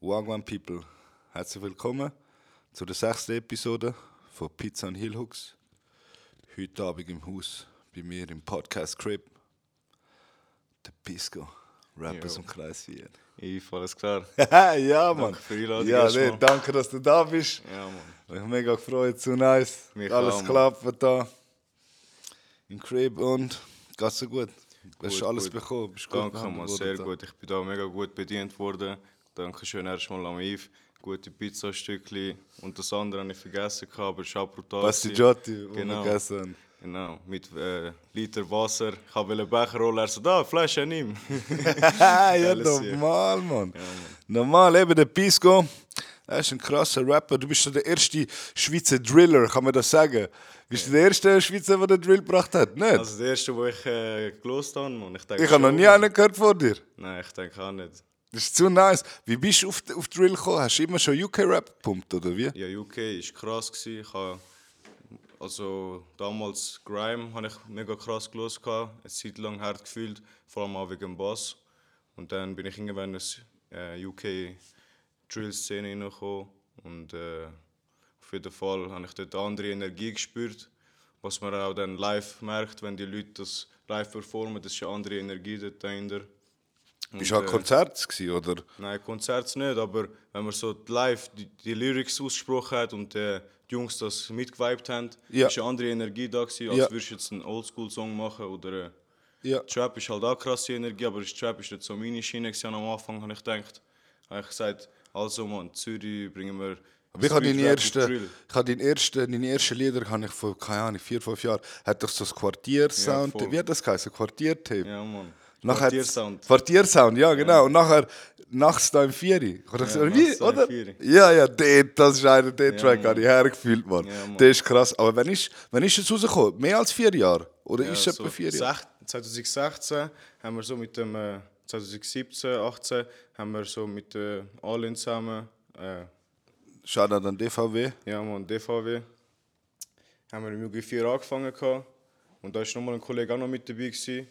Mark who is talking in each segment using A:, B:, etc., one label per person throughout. A: Wagwan People. Herzlich willkommen zu der sechsten Episode von Pizza und Hill Hooks. Heute Abend im Haus bei mir im Podcast Crib. Der Pisco, Rappers
B: Jo.
A: und Kreis 4.
B: Ich alles klar.
A: ja, Mann.
B: für die Einladung
A: ja,
B: erstmal.
A: nee, danke, dass du da bist.
B: Ja, Mann.
A: Ich bin mega gefreut, so nice.
B: Mich auch,
A: alles
B: Mann.
A: klappt da. Im Crib und geht's so gut. Du hast
B: Gut,
A: alles
B: gut.
A: bekommen. Bist gut
B: Danke,
A: behandelt
B: Mann.
A: worden
B: Sehr
A: da.
B: gut. Ich bin da mega gut bedient worden. Dankeschön erstmal an Yves. Gute Pizzastückchen. Und das andere habe ich vergessen, gehabt, aber es war auch brutal.
A: Basti
B: gewesen.
A: Jotti, wo wir
B: Genau.
A: gegessen haben.
B: Genau, mit äh, Liter Wasser. Ich habe einen Becher holen. Er so, da, Flasche, nimm.
A: Ah, ja,
B: Alles hier.
A: normal, Mann. Normal, eben der Pisco. Er ist ein krasser Rapper. Du bist so der erste Schweizer Driller, kann man das sagen? Bist du der erste Schweizer, der den Drill gebracht hat? Nicht?
B: Also, das erste, was ich äh, gelost habe, Mann. Ich, denke
A: ich habe noch
B: schon,
A: nie
B: Mann.
A: einen gehört vor dir.
B: Nein, ich denke auch nicht.
A: Das ist zu nice. Wie bist du auf, auf Drill gekommen? Hast du immer schon UK-Rap gepumpt, oder wie?
B: Ja, UK war krass. Gewesen. Ich habe, also damals Grime habe ich mega krass gelesen, eine Zeit lang hart gefühlt, vor allem auch wegen dem Bass. Und dann bin ich irgendwann in die äh, UK Drill-Szene hineingekommen und äh, auf jeden Fall habe ich dort eine andere Energie gespürt, was man auch dann live merkt, wenn die Leute das live performen, das ist eine andere Energie dort dahinter.
A: Bist
B: äh,
A: du an Konzerts gewesen, oder?
B: Nein, Konzerts nicht, aber wenn man so die live die, die Lyrics ausgesprochen hat und äh, die Jungs das mitgeweibt haben,
A: Ja.
B: ist eine andere Energie da gewesen, als
A: Ja.
B: würdest du jetzt einen Oldschool-Song machen oder... Äh,
A: Ja.
B: Trap ist halt auch krasse Energie, aber das Trap ist nicht so meine Schiene gewesen. am Anfang, habe ich gedacht, habe ich gesagt, also Mann, Zürich bringen wir...
A: Aber ich habe deine
B: Streetrap und
A: ersten,
B: Drill.
A: ich habe deine ersten, deine ersten Lieder, habe ich vor, keine Ahnung, vier, fünf Jahren, hat doch so das Quartier-Sound,
B: Ja, voll.
A: wie hat das geheißen? Quartier-Tape?
B: Ja, Mann.
A: Nachher
B: Quartiersound.
A: Quartiersound, ja, genau. Und nachher nachts da im Vieri. Oder so,
B: nachts
A: wie,
B: da im
A: oder?
B: Vieri.
A: Ja, ja, der, das ist einer, der Track
B: Mann.
A: habe ich hergefühlt, Mann.
B: Ja, Mann.
A: der ist krass. Aber wenn ist, wenn ist es rausgekommen? Mehr als vier Jahre? Oder ist es
B: so
A: etwa vier Jahre?
B: sech- 2016 haben wir so mit dem äh, 2017, 18 haben wir so mit äh, allen zusammen, äh,
A: Schade an DVW.
B: ja man, DVW, haben wir im Jugi 4 angefangen gehabt. und da ist nochmal ein Kollege auch noch mit dabei gewesen.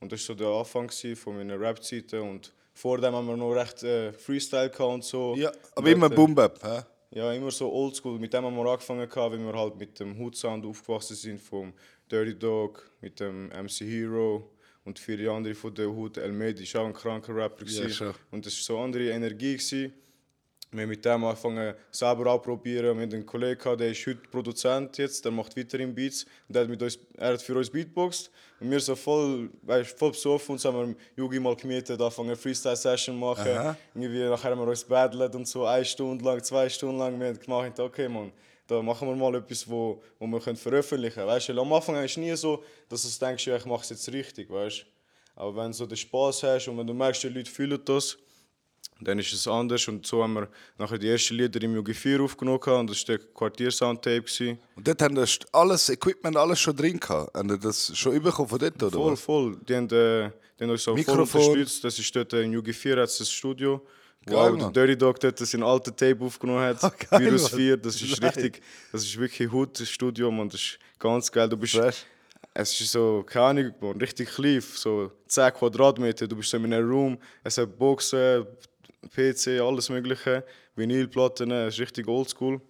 B: und das war so der Anfang gewesen von meiner Rap-Zeiten und vor dem haben wir noch recht äh, Freestyle gehabt und so.
A: Ja, aber
B: Und
A: immer
B: dort, äh,
A: Boom Bap. hä?
B: ja, immer so oldschool. Mit dem haben wir angefangen, gehabt, weil wir halt mit dem Hood-Sound aufgewachsen sind, vom Dirty Dog, mit dem MC Hero und viele andere von der Hood. El Medi war auch ein kranker Rapper.
A: Ja,
B: gewesen.
A: schon.
B: und es war so andere Energie. Gewesen. Wir haben mit dem angefangen, selber anprobieren. Wir haben einen Kollegen, gehabt, der ist heute Produzent jetzt, der macht weiterhin Beats. Und der hat mit uns, er hat für uns Beatboxt. Und wir so voll, weißt, voll besoffen und so haben wir im Jugi mal gemietet, angefangen eine Freestyle-Session machen.
A: Aha.
B: Irgendwie nachher haben wir uns battlet und so eine Stunde lang, zwei Stunden lang. Wir haben gemacht, okay, Mann, da machen wir mal etwas, wo, wo wir können veröffentlichen können. Weißt du, am Anfang ist nie so, dass du denkst, ja, ich mache es jetzt richtig, weißt du. Aber wenn du so den Spaß hast und wenn du merkst, die Leute fühlen das, dann ist es anders und so haben wir nachher die ersten Lieder im UG4 aufgenommen gehabt und das war der Quartiersoundtape. gewesen.
A: Und dort haben das alles, Equipment, alles schon drin gehabt. Haben die das schon bekommen von dort, oder?
B: Voll,
A: was?
B: voll. Die haben, äh, die haben uns so
A: Mikrofon.
B: voll unterstützt. Das ist dort äh, in UG4 hat's das Studio, wo
A: Geil,
B: auch
A: Mann.
B: der Dirty Dog dort seinen alten Tape aufgenommen hat.
A: Ah, geil,
B: Virus
A: Mann.
B: 4, das ist
A: Nein.
B: richtig, das ist wirklich Hut, das Studio, man, das ist ganz geil. Du bist,
A: Fresh.
B: es ist so, keine Ahnung, man, richtig klein, so 10 Quadratmeter. Du bist so in einem Room, es hat Boxen, PC, alles mögliche, Vinylplatten, äh, es ist richtig oldschool.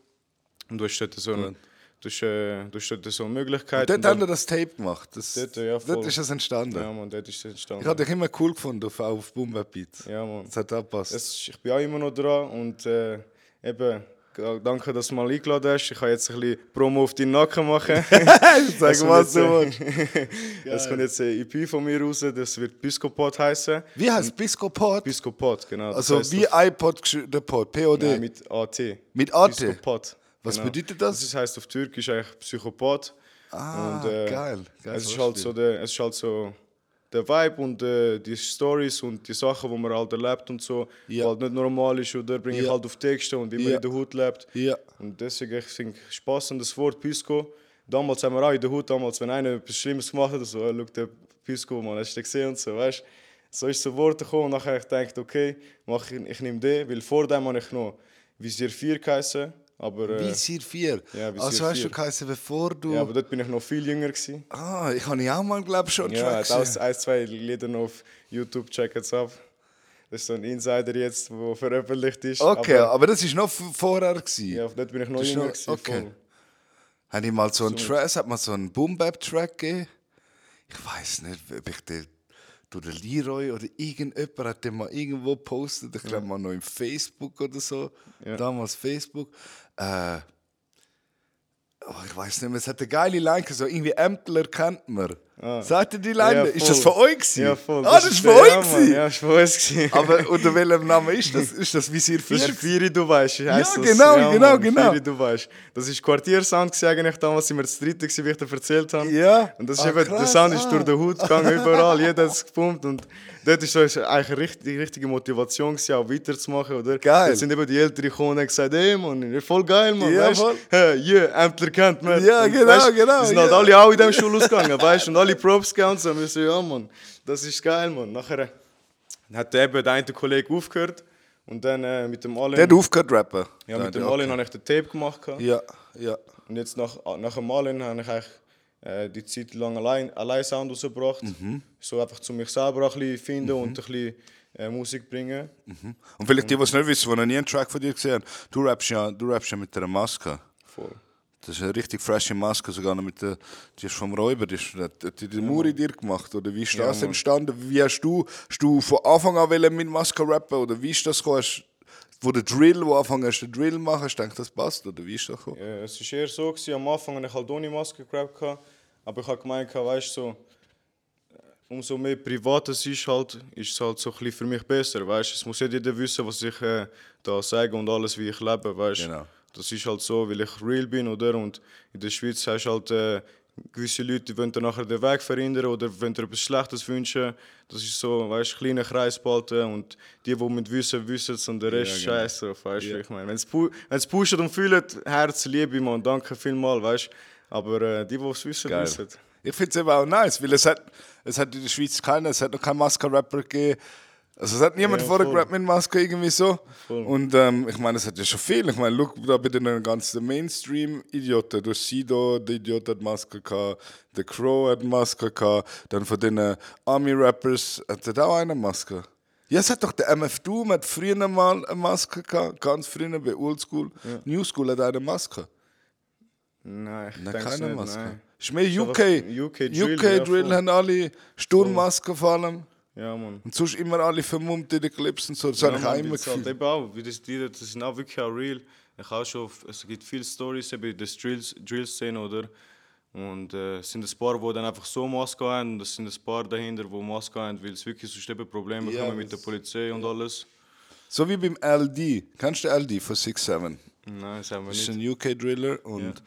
B: Und du hast dort so eine, du hast, äh, du hast dort so eine Möglichkeit.
A: Dort
B: und dann-
A: haben die das Tape gemacht. Das,
B: Dort, ja,
A: dort
B: voll.
A: ist es entstanden.
B: ja, man, dort ist es entstanden.
A: Ich habe dich immer cool gefunden auf, auf Boom Bap Beats.
B: Ja, Mann.
A: Das hat auch gepasst.
B: Es, ist- ich bin auch immer noch dran und äh, eben, g- danke, dass du mal eingeladen hast. Ich kann jetzt ein bisschen Promo auf deinen Nacken machen.
A: Sag
B: kommt
A: was du willst.
B: jetzt, äh, Es kommt jetzt eine EP von mir raus, das wird Biscopod heißen.
A: Wie heißt Bisco Pod?
B: Biscopod, genau. das
A: also
B: heisst
A: wie
B: auf-
A: iPod geschrieben, der Pod, POD.
B: Nein, mit AT.
A: Mit AT?
B: Biscopod. genau.
A: Was bedeutet das?
B: Das heißt auf Türkisch eigentlich Psychopath.
A: Ah,
B: Und, äh,
A: geil. geil
B: es, ist halt so der, es ist halt so der Vibe und äh, die Stories und die Sachen, die man halt erlebt und so,
A: Ja.
B: was halt nicht normal ist oder bringe ich
A: Ja.
B: halt auf Texte und wie man
A: Ja.
B: in der Hut lebt.
A: Ja.
B: Und deswegen, ich finde, spassendes Wort, Pisco. Damals haben wir auch in der Hut, damals, wenn einer etwas Schlimmes gemacht hat, so, schau der eh, Pisco, man, hast du den gesehen und so, weißt So ist zu Wort gekommen und nachher habe ich gedacht, okay, mach ich, ich nehme den, weil vor dem habe ich noch Visier 4 geheißen, aber, äh,
A: Visier 4.
B: Ja, Visier
A: also hast du
B: 4.
A: geheißen, bevor du...
B: ja, aber dort bin ich noch viel jünger gewesen.
A: ah, ich habe ja auch mal, glaube ich, schon
B: Ja,
A: Track
B: da
A: gesehen.
B: ist ein, zwei Lieder noch auf YouTube, check es ab. Das ist so ein Insider jetzt, der veröffentlicht ist.
A: Okay, aber,
B: aber,
A: das war noch v- vorher. Gewesen.
B: ja, dort bin ich noch
A: Das ist
B: jünger.
A: noch-
B: gewesen,
A: okay.
B: voll.
A: Habe ich mal so einen Track, hat mal so einen Boom Bap Track gegeben? Ich weiß nicht, ob ich den durch den Leroy oder irgendjemand hat den mal irgendwo gepostet. Ich glaube mal noch im Facebook oder so. Damals Facebook. Äh, aber ich weiß nicht mehr, es hat eine geile Line, gehabt, so irgendwie Ämtler kennt man. Sagt ihr die Line?
B: Ah. Ja,
A: ist das
B: voll.
A: von euch? gewesen?
B: Ja, voll.
A: Ah, das ist von
B: der-
A: euch?
B: ja, Mann,
A: gewesen?
B: Ja, das ist von uns. gewesen.
A: Aber unter welchem Namen ist das? Ist das Visier 4?
B: Das ist Firi, du weißt. Ja,
A: genau, genau, genau.
B: Firi, du weißt. Das ist Quartiersound gewesen, eigentlich damals sind wir das dritte, gewesen, wie ich dir erzählt habe.
A: Ja.
B: Und das ist
A: Ah,
B: eben, der
A: krass,
B: Sound ist
A: ah.
B: durch den Hut gegangen, überall, jeder hat es gepumpt. Und dort ist so ist eigentlich eine richtig, die richtige Motivation, gewesen, auch weiterzumachen. Oder?
A: Geil.
B: Jetzt sind eben die Älteren gekommen und haben gesagt, ey Mann, voll geil, Mann.
A: Ja,
B: weißt,
A: voll.
B: Hä, yeah, Ämtler kennt man.
A: Ja,
B: Und
A: genau,
B: weißt,
A: genau,
B: Wir sind
A: ja.
B: halt alle auch in dem Schulausgang, weißt Und alle Props gegeben und so. Und wir so, ja Mann, das ist geil, Mann. Nachher dann hat eben der eine Kollege aufgehört. Und dann äh, mit dem Allen.
A: Ah. Der hat aufgehört zu rappen.
B: Ja, mit dem
A: Okay.
B: Allen habe ich den Tape gemacht. gehabt.
A: Ja, ja.
B: Und jetzt nach, nach dem Malen habe ich eigentlich äh, die Zeit lang allein, allein Sound rausgebracht. So einfach, um mich selber auch ein bisschen finden und ein bisschen äh, Musik bringen.
A: Mhm. Und vielleicht die, die es nicht wissen, die noch nie einen Track von dir gesehen haben, du rappst ja, du rappst ja mit einer Maske.
B: Voll.
A: Das ist eine richtig frische Maske, sogar noch mit der, die ist vom Räuber, die ist, hat hat die, die Muri dir gemacht, oder wie ist das entstanden? Wie hast du, hast du von Anfang an wollen mit Maske rappen, oder wie ist das gekommen? Hast- Wo der Drill, wo anfangen hast, den Drill machen, hast du gedacht, das passt, oder wie ist das gekommen?
B: Äh, es war eher so, gewesen, am Anfang hatte ich halt ohne Maske gerappt. gehabt. Aber ich habe gemeint, weißt so, äh, umso mehr privat es ist, halt, ist es halt so ein bisschen für mich besser. Weißt? Es muss ja jeder wissen, was ich äh, da sage und alles, wie ich lebe. Weißt?
A: Genau.
B: Das ist halt so, weil ich real bin, oder? Und in der Schweiz hast du halt äh, gewisse Leute, die wollen dir nachher den Weg verändern oder wenn dir etwas Schlechtes wünschen. Das ist so, weißt du, kleiner Kreis behalten und die, die mit wissen, wissen es und der Rest ist
A: genau.
B: scheiße. Weißt du, wie ich meine? Wenn es pu wenn's pushen und fühlen, Herz, Liebe, Mann, danke vielmals, weißt du. Aber äh, die, die es wissen,
A: Geil.
B: wissen.
A: Ich finde es eben auch nice, weil es hat, es hat in der Schweiz keinen, es hat noch keinen Maske-Rapper gegeben. Also es hat niemand
B: Ja,
A: vorher
B: voll.
A: gerappt mit Maske irgendwie so. Und ähm, ich meine, es hat ja schon viel. Ich meine, look da bei den ganzen Mainstream-Idioten. Du hast Sido, der Idiot hat Maske gehabt, The Crow hat Maske gehabt, dann von den äh, Army-Rappers hat er auch eine Maske. Ja, es hat doch der MF Doom hat früher mal eine Maske gehabt, ganz früher bei Oldschool. New School hat eine Maske.
B: Nein, ich
A: Na,
B: denke
A: keine
B: nicht,
A: Maske.
B: Nein.
A: Ist mehr UK.
B: einfach
A: UK
B: UK
A: Drill,
B: Drill, ja, voll.
A: haben alle Sturmmasken vor allem.
B: Ja, Mann.
A: Und sonst immer alle vermummt in den Clips und so. Das habe ich
B: Ja,
A: auch
B: Mann,
A: immer
B: das halt
A: gefühlt.
B: eben auch, wie das, die, das sind auch wirklich auch real. Ich habe schon, es gibt viele Stories eben in der Drills- Drill-Szene, oder? Und äh, es sind ein paar, die dann einfach so Maske haben und es sind ein paar dahinter, die Maske haben, weil es wirklich sonst eben Probleme
A: Ja,
B: kommen mit der
A: das-
B: Polizei und alles.
A: So wie beim LD. Kennst du LD von 6-7?
B: Nein, das haben wir
A: Das ist
B: nicht.
A: ein UK-Driller und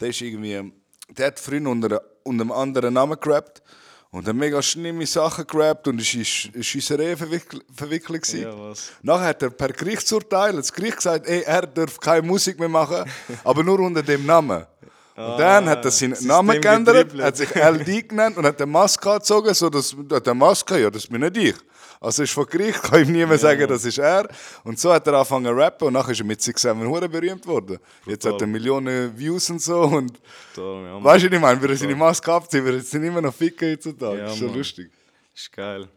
A: der ist irgendwie. Der hat früher unter, unter einem anderen Namen gerappt und hat mega schlimme Sachen gerappt und ist in Sch- in Schießereien verwickelt. verwickelt gewesen.
B: Ja, was?
A: Nachher hat er per Gerichtsurteil das Gericht gesagt, ey, er darf keine Musik mehr machen, aber nur unter dem Namen. Und dann hat er seinen
B: Ah, System
A: Namen geändert,
B: gedribbelt.
A: hat sich LD genannt und hat eine Maske angezogen, so dass hat eine Maske, ja, das bin nicht ich. Also ist vor Gericht, kann ihm niemand sagen, das ist er. Und so hat er angefangen zu rappen und nachher ist er mit sich selber hure berühmt worden. Jetzt hat er Millionen Views und so und
B: Total, ja, Mann.
A: weißt du, was ich meine, würde er seine Maske abziehen, würde er sind immer noch ficken heutzutage.
B: Ja,
A: ist so
B: Mann.
A: lustig.
B: Ist geil.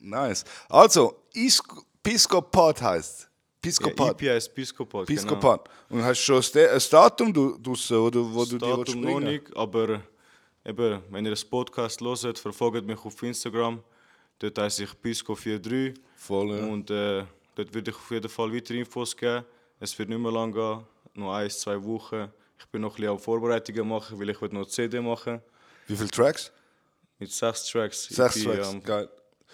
A: Nice. Also, Isco- Pisco Pod heißt. Pisco
B: Ja, genau.
A: Pod.
B: EPI E ist Piscopat.
A: Pisco Pod. Und hast schon das De- das Datum du- draussen, oder wo du die
B: Datum
A: willst
B: noch
A: bringen?
B: nicht, aber eben, wenn ihr das Podcast hört, verfolgt mich auf Instagram. Dort heiße ich Pisco43.
A: Voll, ja.
B: Und äh, dort würde ich auf jeden Fall weitere Infos geben. Es wird nicht mehr lang gehen, noch ein, zwei Wochen. Ich bin noch ein bisschen am Vorbereitungen machen, weil ich will noch eine CD machen
A: Wie viele Tracks?
B: mit sechs Tracks.
A: Sechs
B: EP,
A: Tracks.
B: ähm,
A: Geil.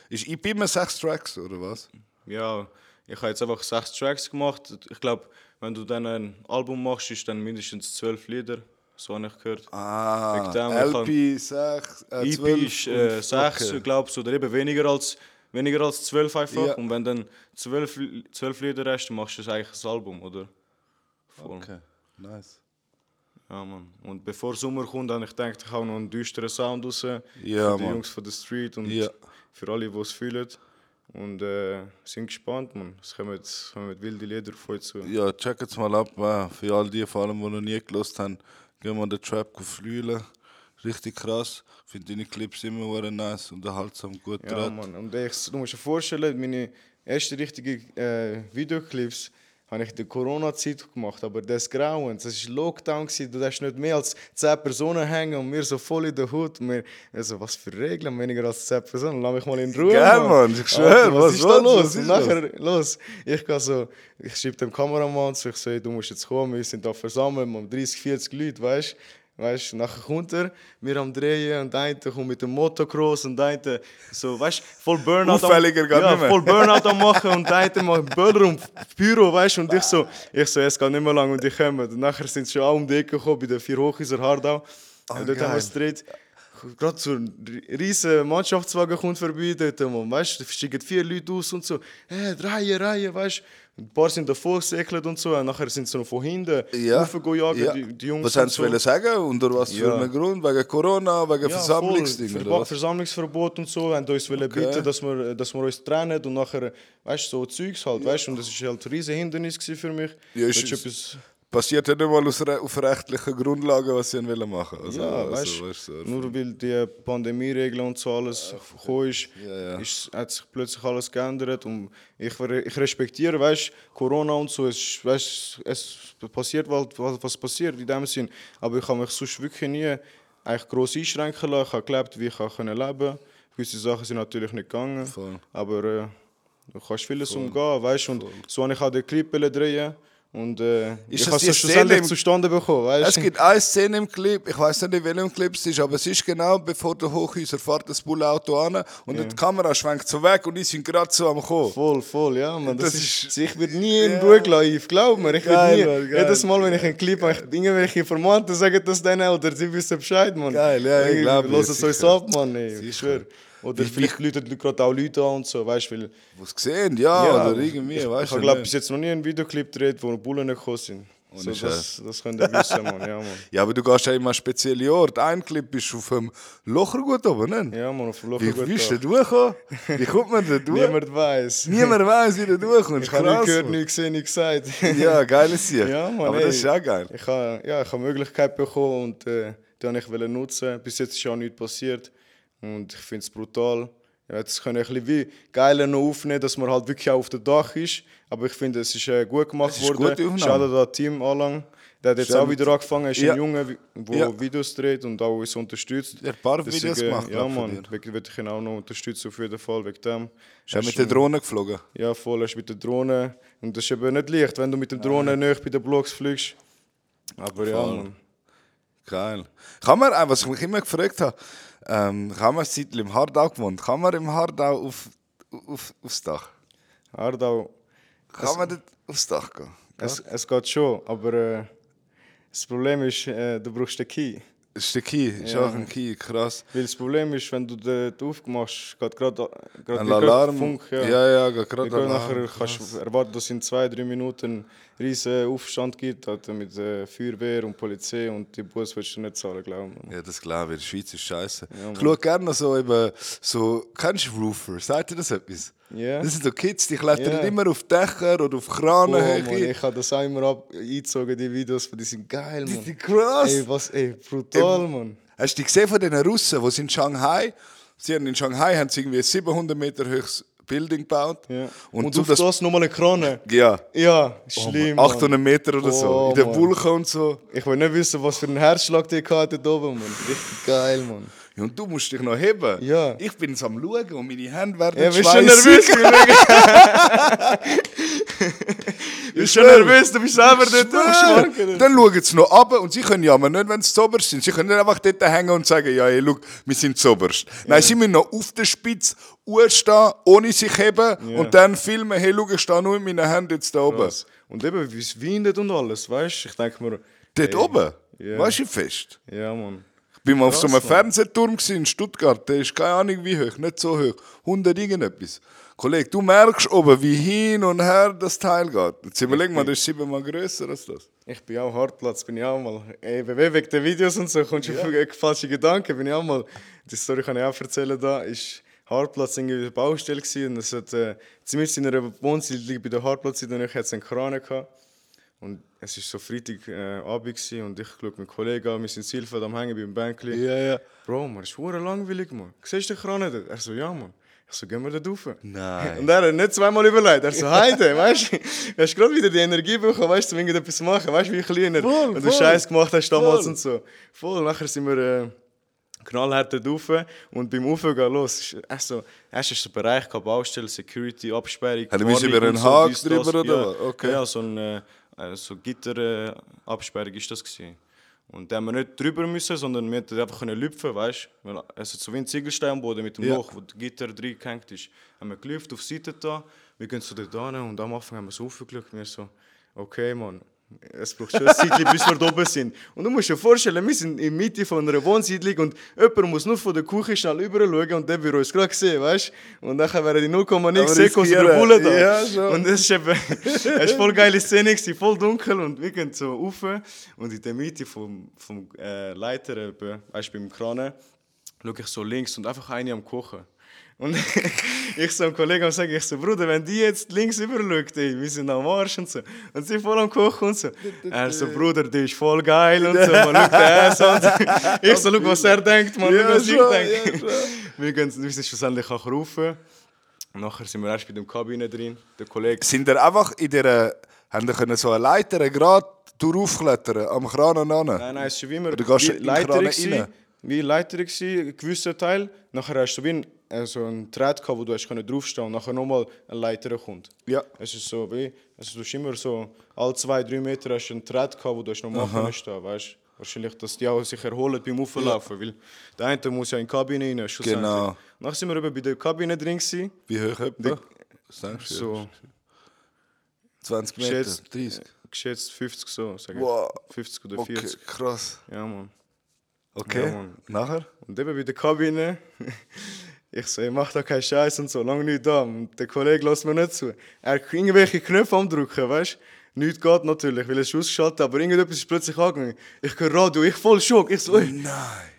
A: Ist EP immer sechs Tracks, oder was?
B: Ja, ich habe jetzt einfach sechs Tracks gemacht. Ich glaube, wenn du dann ein Album machst, ist dann mindestens zwölf Lieder. So habe ich gehört.
A: Ah,
B: Wegen dem, man
A: LP 6, äh,
B: EP
A: 12
B: ist äh,
A: und-
B: 6,
A: okay.
B: glaubst du, oder eben weniger als, weniger als 12 einfach.
A: Ja.
B: Und wenn dann 12, 12 Lieder hast, dann machst du das eigentlich ein Album, oder? Voll.
A: Okay, nice.
B: Ja, Mann. Und bevor Sommer kommt, habe ich gedacht, ich habe noch einen düsteren Sound raus.
A: Ja,
B: für die
A: Mann.
B: Jungs von der Street und
A: Ja.
B: für alle, die es fühlen. Und äh, sind gespannt, Mann. Es kommen, es kommen wilde Lieder auf euch zu.
A: Ja, check jetzt mal ab. äh, Für all die, vor allem, die noch nie gelost haben, gehen wir den Trap fühlen. richtig krass. Ich finde deine Clips immer hure nice, unterhaltsam, gut
B: Ja,
A: dran.
B: Mann. Und ich, du musst dir vorstellen, meine ersten richtigen äh, Videoclips habe ich in der Corona-Zeit gemacht. Aber das Grauen, das war Lockdown. Gewesen. Du darfst nicht mehr als 10 Personen hängen und wir so voll in der Haut. Und wir, also, was für Regeln, weniger als 10 Personen. Lass mich mal in Ruhe.
A: Gell, Mann, ich schwör,
B: Alter,
A: was
B: was, ist da
A: willst du?
B: los?
A: Was ist
B: und nachher, los. Ich, gehe so, ich schreibe dem Kameramann so, ich so, hey, du musst jetzt kommen, wir sind da versammelt, wir haben 30, 40 Leute, weißt du? Weißt, nachher kommt er, wir am Drehen und der eine kommt mit dem Motocross und der eine so, weißt voll Burnout. am-
A: Auffälliger geht
B: ja,
A: nicht mehr.
B: voll Burnout am machen und der eine macht Böller und Pyro, weißt Und ich so, ich so, es geht nicht mehr lang und die kommen. Und nachher sind sie schon alle um die Ecke gekommen bei den vier Hochhäuser Hardau. und dort haben wir
A: Oh, geil.
B: es gedreht. Gerade so ein ri- riesen Mannschaftswagen kommt vorbei, dort, man, weißt du, da steigen vier Leute aus und so, hey, Reihe, Reihe, weißt du. Ein paar sind davor gesäckelt und so, und nachher sind sie noch von hinten
A: Ja.
B: raufgejagen,
A: ja.
B: die, die Jungs.
A: was
B: und
A: haben sie wollen sagen? Unter was für
B: Ja.
A: einem Grund? Wegen Corona, wegen
B: ja,
A: Versammlungsding
B: voll.
A: oder
B: Verba-
A: was?
B: Versammlungsverbot und so, und uns wollen bitten, dass wir, dass wir uns trennen und nachher, weißt du, so Zeugs halt, weißt du, und das ist halt ein riesen Hindernis gewesen für mich.
A: Ja, ist-
B: Willst du etwas,
A: Passiert ja nicht mal aus re auf rechtlichen Grundlagen, was sie haben wollen machen. Also,
B: ja,
A: also,
B: weißt
A: weißt
B: du,
A: du, so-
B: nur weil die Pandemieregeln und so alles gekommen ist,
A: Ja, ja.
B: ist, hat sich plötzlich alles geändert und ich, re- ich respektiere, weißt du, Corona und so, es, ist- weißt, du, es passiert, was, was was passiert in dem Sinn, aber ich habe mich sonst wirklich nie eigentlich gross einschränken lassen, ich habe gelebt, wie ich habe leben konnte, gewisse Sachen sind natürlich nicht gegangen,
A: Voll.
B: aber äh, du kannst vieles umgehen, weißt du, und so habe ich auch den Clip drehen und äh,
A: Ist
B: ich
A: das
B: habe
A: die
B: es
A: Szene
B: schlussendlich
A: im-
B: zustande bekommen, weißt
A: Es gibt eine Szene im Clip, ich weiß nicht, in welchem Clip es ist, aber es ist genau bevor der Hochhäuser fährt das Bullauto an und die Kamera schwenkt so weg und ich sind gerade so am Kommen.
B: Voll, voll, ja, man. Das,
A: Das
B: ist,
A: ist-
B: ich werde nie in Ruhe gelassen, Yves, glaub mir. Ich
A: Geil,
B: werde nie,
A: Mann, geil.
B: jedes Mal, wenn ich einen Clip mache, irgendwelche Informanten sagen das denen oder sie wissen Bescheid, Mann.
A: Geil, ja, ich glaub dir,
B: Lass es uns
A: sicher.
B: ab, Mann, ey, ich schwör. Oder vielleicht läuten die Leute gerade auch Leute an und so, weißt du, weil...
A: Was gesehen, ja, oder irgendwie,
B: ich,
A: weißt
B: Ich
A: du.
B: habe, glaube
A: nicht.
B: bis jetzt noch nie einen Videoclip gedreht, wo Bullen nicht gekommen sind. So, das,
A: Scheiß.
B: das könnt ihr wissen, Mann, ja, Mann.
A: Ja, aber du gehst ja immer an spezielle Orte. Ein Clip ist auf dem Lochergut oben, nicht?
B: Ja, Mann, auf Loch
A: Wie bist du da durchgekommen? Wie kommt man da durch? Niemand,
B: Niemand weiß.
A: weiß, wie du durchkommst.
B: Ich habe nichts
A: Krass,
B: gehört,
A: Mann.
B: nichts gesehen, nichts gesagt.
A: Ja, geil ist hier.
B: Ja, Mann,
A: aber
B: ey.
A: das ist ja geil.
B: Ich habe ja, ich hab Möglichkeit bekommen und äh, die wollte ich wollen nutzen. Bis jetzt ist ja nichts passiert. Und ich finde es brutal. Ja, jetzt können wir ein bisschen wie geiler noch aufnehmen, dass man halt wirklich auch auf dem Dach ist. Aber ich finde, es ist äh, gut gemacht
A: ist
B: worden.
A: gute Aufnahme.
B: Schade da Team Alang. Der hat jetzt
A: Stimmt.
B: auch wieder angefangen. Er ist
A: Ja.
B: ein Junge, der
A: Ja.
B: Videos dreht und auch uns unterstützt.
A: Der hat ein paar Videos
B: äh,
A: gemacht,
B: Ja,
A: glaub ich, von
B: Mann.
A: dir.
B: Würde ich ihn auch noch unterstützen, auf jeden Fall, wegen dem.
A: Ist ja
B: Er
A: mit
B: ist
A: der
B: ein-
A: Drohne geflogen.
B: ja, voll, hast mit der Drohne. Und das ist eben nicht leicht, wenn du mit der
A: Ah,
B: Drohne nicht bei den Blocks fliegst. Aber ja,
A: Voll.
B: Mann.
A: Geil. Kann man, äh, was ich mich immer gefragt habe, ähm, kann man seit im Hardau gewohnt? Kann man im Hardau auf, auf, aufs Dach?
B: Ardau,
A: Kann man dort aufs Dach gehen?
B: es, es geht schon, aber äh, das Problem ist, äh, du brauchst den Key.
A: Das ist der Key, ist
B: Ja.
A: auch ein Key, krass.
B: Weil das Problem ist, wenn du den den aufmachst, geht äh, gerade
A: Ein Alarm.
B: Funk. Ja.
A: ja, ja, geht
B: Dann
A: gerade
B: geht
A: Alarm.
B: nachher kannst du erwarten, dass es in zwei, drei Minuten einen riesen Aufstand gibt Alter, mit äh, Feuerwehr und Polizei und die Bus willst du nicht zahlen, glauben.
A: Ja, das glaube ich, in der Schweiz ist scheiße. ich schaue gerne so eben, so, kennst du Roofer? Sagt dir das etwas?
B: Ja.
A: Das sind so Kids, die klettern
B: Ja.
A: immer auf Dächer oder auf
B: Oh, Mann,
A: Kranenhöhe.
B: ich habe das auch immer ab eingezogen, die Videos, die sind geil,
A: Die
B: Mann.
A: sind krass.
B: Ey, was, ey, brutal, Mann.
A: Hast du die gesehen von diesen Russen, die sind in Shanghai? Sie haben in Shanghai haben sie irgendwie ein 700 Meter hohes Building gebaut.
B: Ja.
A: Und,
B: Und, und
A: so
B: auf
A: das, Oh,
B: das, nochmal eine Krone.
A: ja,
B: Ja, schlimm. Mann.
A: 800 Meter oder so.
B: Oh,
A: In der
B: Mann.
A: Wolke und so.
B: Ich will nicht wissen, was für einen Herzschlag die hatte da oben, Mann. Richtig geil, Mann.
A: Ja, und du musst dich noch heben.
B: Ja.
A: Ich bin jetzt am Schauen und meine Hände werden
B: Ja, bist schon
A: schweißig.
B: nervös, Kollege.
A: bist
B: schon nervös, du bist selber nicht
A: Schwör.
B: durchgeschwankt.
A: Dann schauen sie noch ab und sie können ja nicht, wenn sie zoberst sind. Sie können nicht einfach dort hängen und sagen, ja, ey, schau, wir sind zoberst. Nein, sie müssen noch auf der Spitze stehen, ohne sich heben und dann filmen, hey, schau, ich stehe nur mit meinen Händen jetzt da oben.
B: Und eben, wie es windet und alles, weißt du? Ich denke mir,
A: Dort oben?
B: Ja.
A: Weißt du, fest?
B: ja, Mann.
A: Ich bin mal auf so einem
B: Krass, Mann.
A: Fernsehturm gewesen in Stuttgart, der ist keine Ahnung wie hoch, nicht so hoch, 100 irgendetwas. Kollege, du merkst oben, wie hin und her das Teil geht. Jetzt überleg mal, das ist siebenmal grösser als das.
B: Ich bin auch Hartplatz, bin ich auch mal. Ey, BW, wegen den Videos und so, kommst du auf falsche Gedanken, bin ich auch mal. Die Story kann ich auch erzählen da, ist Hartplatz irgendwie eine Baustelle gewesen und es hat, äh, zumindest in einer Wohnsiedlung bei der Hartplatz, da ich jetzt einen Kran gehabt.
C: Und es war so Freitagabend äh, Abend gsi und ich schaue mit Kollegen an, wir sind in Silfeld am Hängen beim Bänkli.
B: Ja, ja.
C: Bro, man, ist hure langweilig, man. Siehst du dich ran dort? Er so, ja, man. Ich so, gehen wir da rauf.
A: Nein.
B: Und er hat nicht zweimal überlegt. Er so, Heide, weißt du, du hast gerade wieder die Energie bekommen, weißt du, um irgendetwas zu machen, weißt du, wie kleiner.
A: Voll,
B: und du
A: voll.
B: Scheiß gemacht hast damals
A: Voll.
B: und so. Voll, und nachher sind wir äh, knallhart dort rauf und beim Aufgehen los. ist- Echt so, erst ist so ein Bereich gehabt, Baustelle, Security, Absperrung.
A: Haben wir uns
B: Warnung
A: über
B: und
A: einen Haken
B: dies,
A: drüber
B: das,
A: oder
B: ja.
A: was? Okay.
C: Ja, so eine äh, so Gitterabsperrung ist das gewesen. Und da haben wir nicht drüber müssen, sondern wir hätten einfach können lüpfen, weißt du? Weil Es hat so wie ein Ziegelstein am Boden mit dem
A: Ja.
C: Loch, wo das Gitter reingehängt ist. Haben wir gelüpft auf die Seite da, wir gehen so dort hin und am Anfang haben wir so aufgeschaut, wir so, okay, Mann. Es braucht schon ein Zeitchen, bis wir da oben sind. Und du musst dir vorstellen, wir sind in der Mitte von einer Wohnsiedlung und jemand muss nur von der Küche schnell rüber schauen und der wird uns gerade sehen, weißt du? Und dann wären die 0,0
B: Aber
C: Sekunden
B: riskieren.
C: der Bulle da.
B: Ja, schon.
C: Und das ist eben, es ist voll geile Szene, gewesen, voll dunkel und wir gehen so rauf und in der Mitte vom, vom äh, Leiter, eben, weißt du, beim Kranen, schaue ich so links und einfach eine am Kochen. Und ich so einem Kollegen und sage, ich so, Bruder, wenn die jetzt links rüber schaut, ey, wir sind am Arsch und so. Und sie voll am Kochen und so. Er so, Bruder, die ist voll geil und so. Man schaut den Ass an. Ich so, schau, was er denkt, man,
B: Ja,
C: schau, was ich
B: schon,
C: denke. wir, gehen, wir sind schlussendlich auch rauf. Und nachher sind wir erst bei dem Kabine drin. Der Kollege
A: Sind ihr einfach in dieser. Haben ihr können so eine Leiter gerade durchaufklettern am Kranen ran?
B: Nein, nein, es war wie immer
A: Oder gehst
B: wie
A: du in den
B: Leiter
A: Kran
B: gsi,
A: rein?
B: Wie Leiter war, ein gewisser Teil. Nachher hast du wie ein, äh, so ein Draht gehabt, wo du hast können draufstehen und nachher nochmal ein Leiter kommt.
A: Ja.
B: Es ist so wie, also du hast immer so, alle zwei, drei Meter hast du ein Draht gehabt, wo du hast nochmal können stehen, weißt du. Wahrscheinlich, dass die auch sich erholen beim Auflaufen, weil der eine muss ja in die Kabine rein, schlussendlich.
A: Genau.
B: Nachher sind wir eben bei der Kabine drin gewesen.
A: Wie hoch etwa? Was denkst du?
B: So,
A: 20 Meter?
B: Schätzt-
A: 30?
B: geschätzt 50 so, sag ich.
A: Wow.
B: 50 oder
A: Okay,
B: 40.
A: krass.
B: Ja, Mann.
A: Okay,
B: Ja, Mann.
A: nachher?
B: Und eben bei der Kabine, ich so, ich mach da keinen Scheiß und so, lange nicht da. Und der Kollege lässt mir nicht zu. Er hat irgendwelche Knöpfe am Drücken, weißt du? Nichts geht natürlich, weil es ist ausgeschaltet, aber irgendetwas ist plötzlich angegangen. Ich höre Radio, ich voll Schock. Ich so, ey.
A: Nein.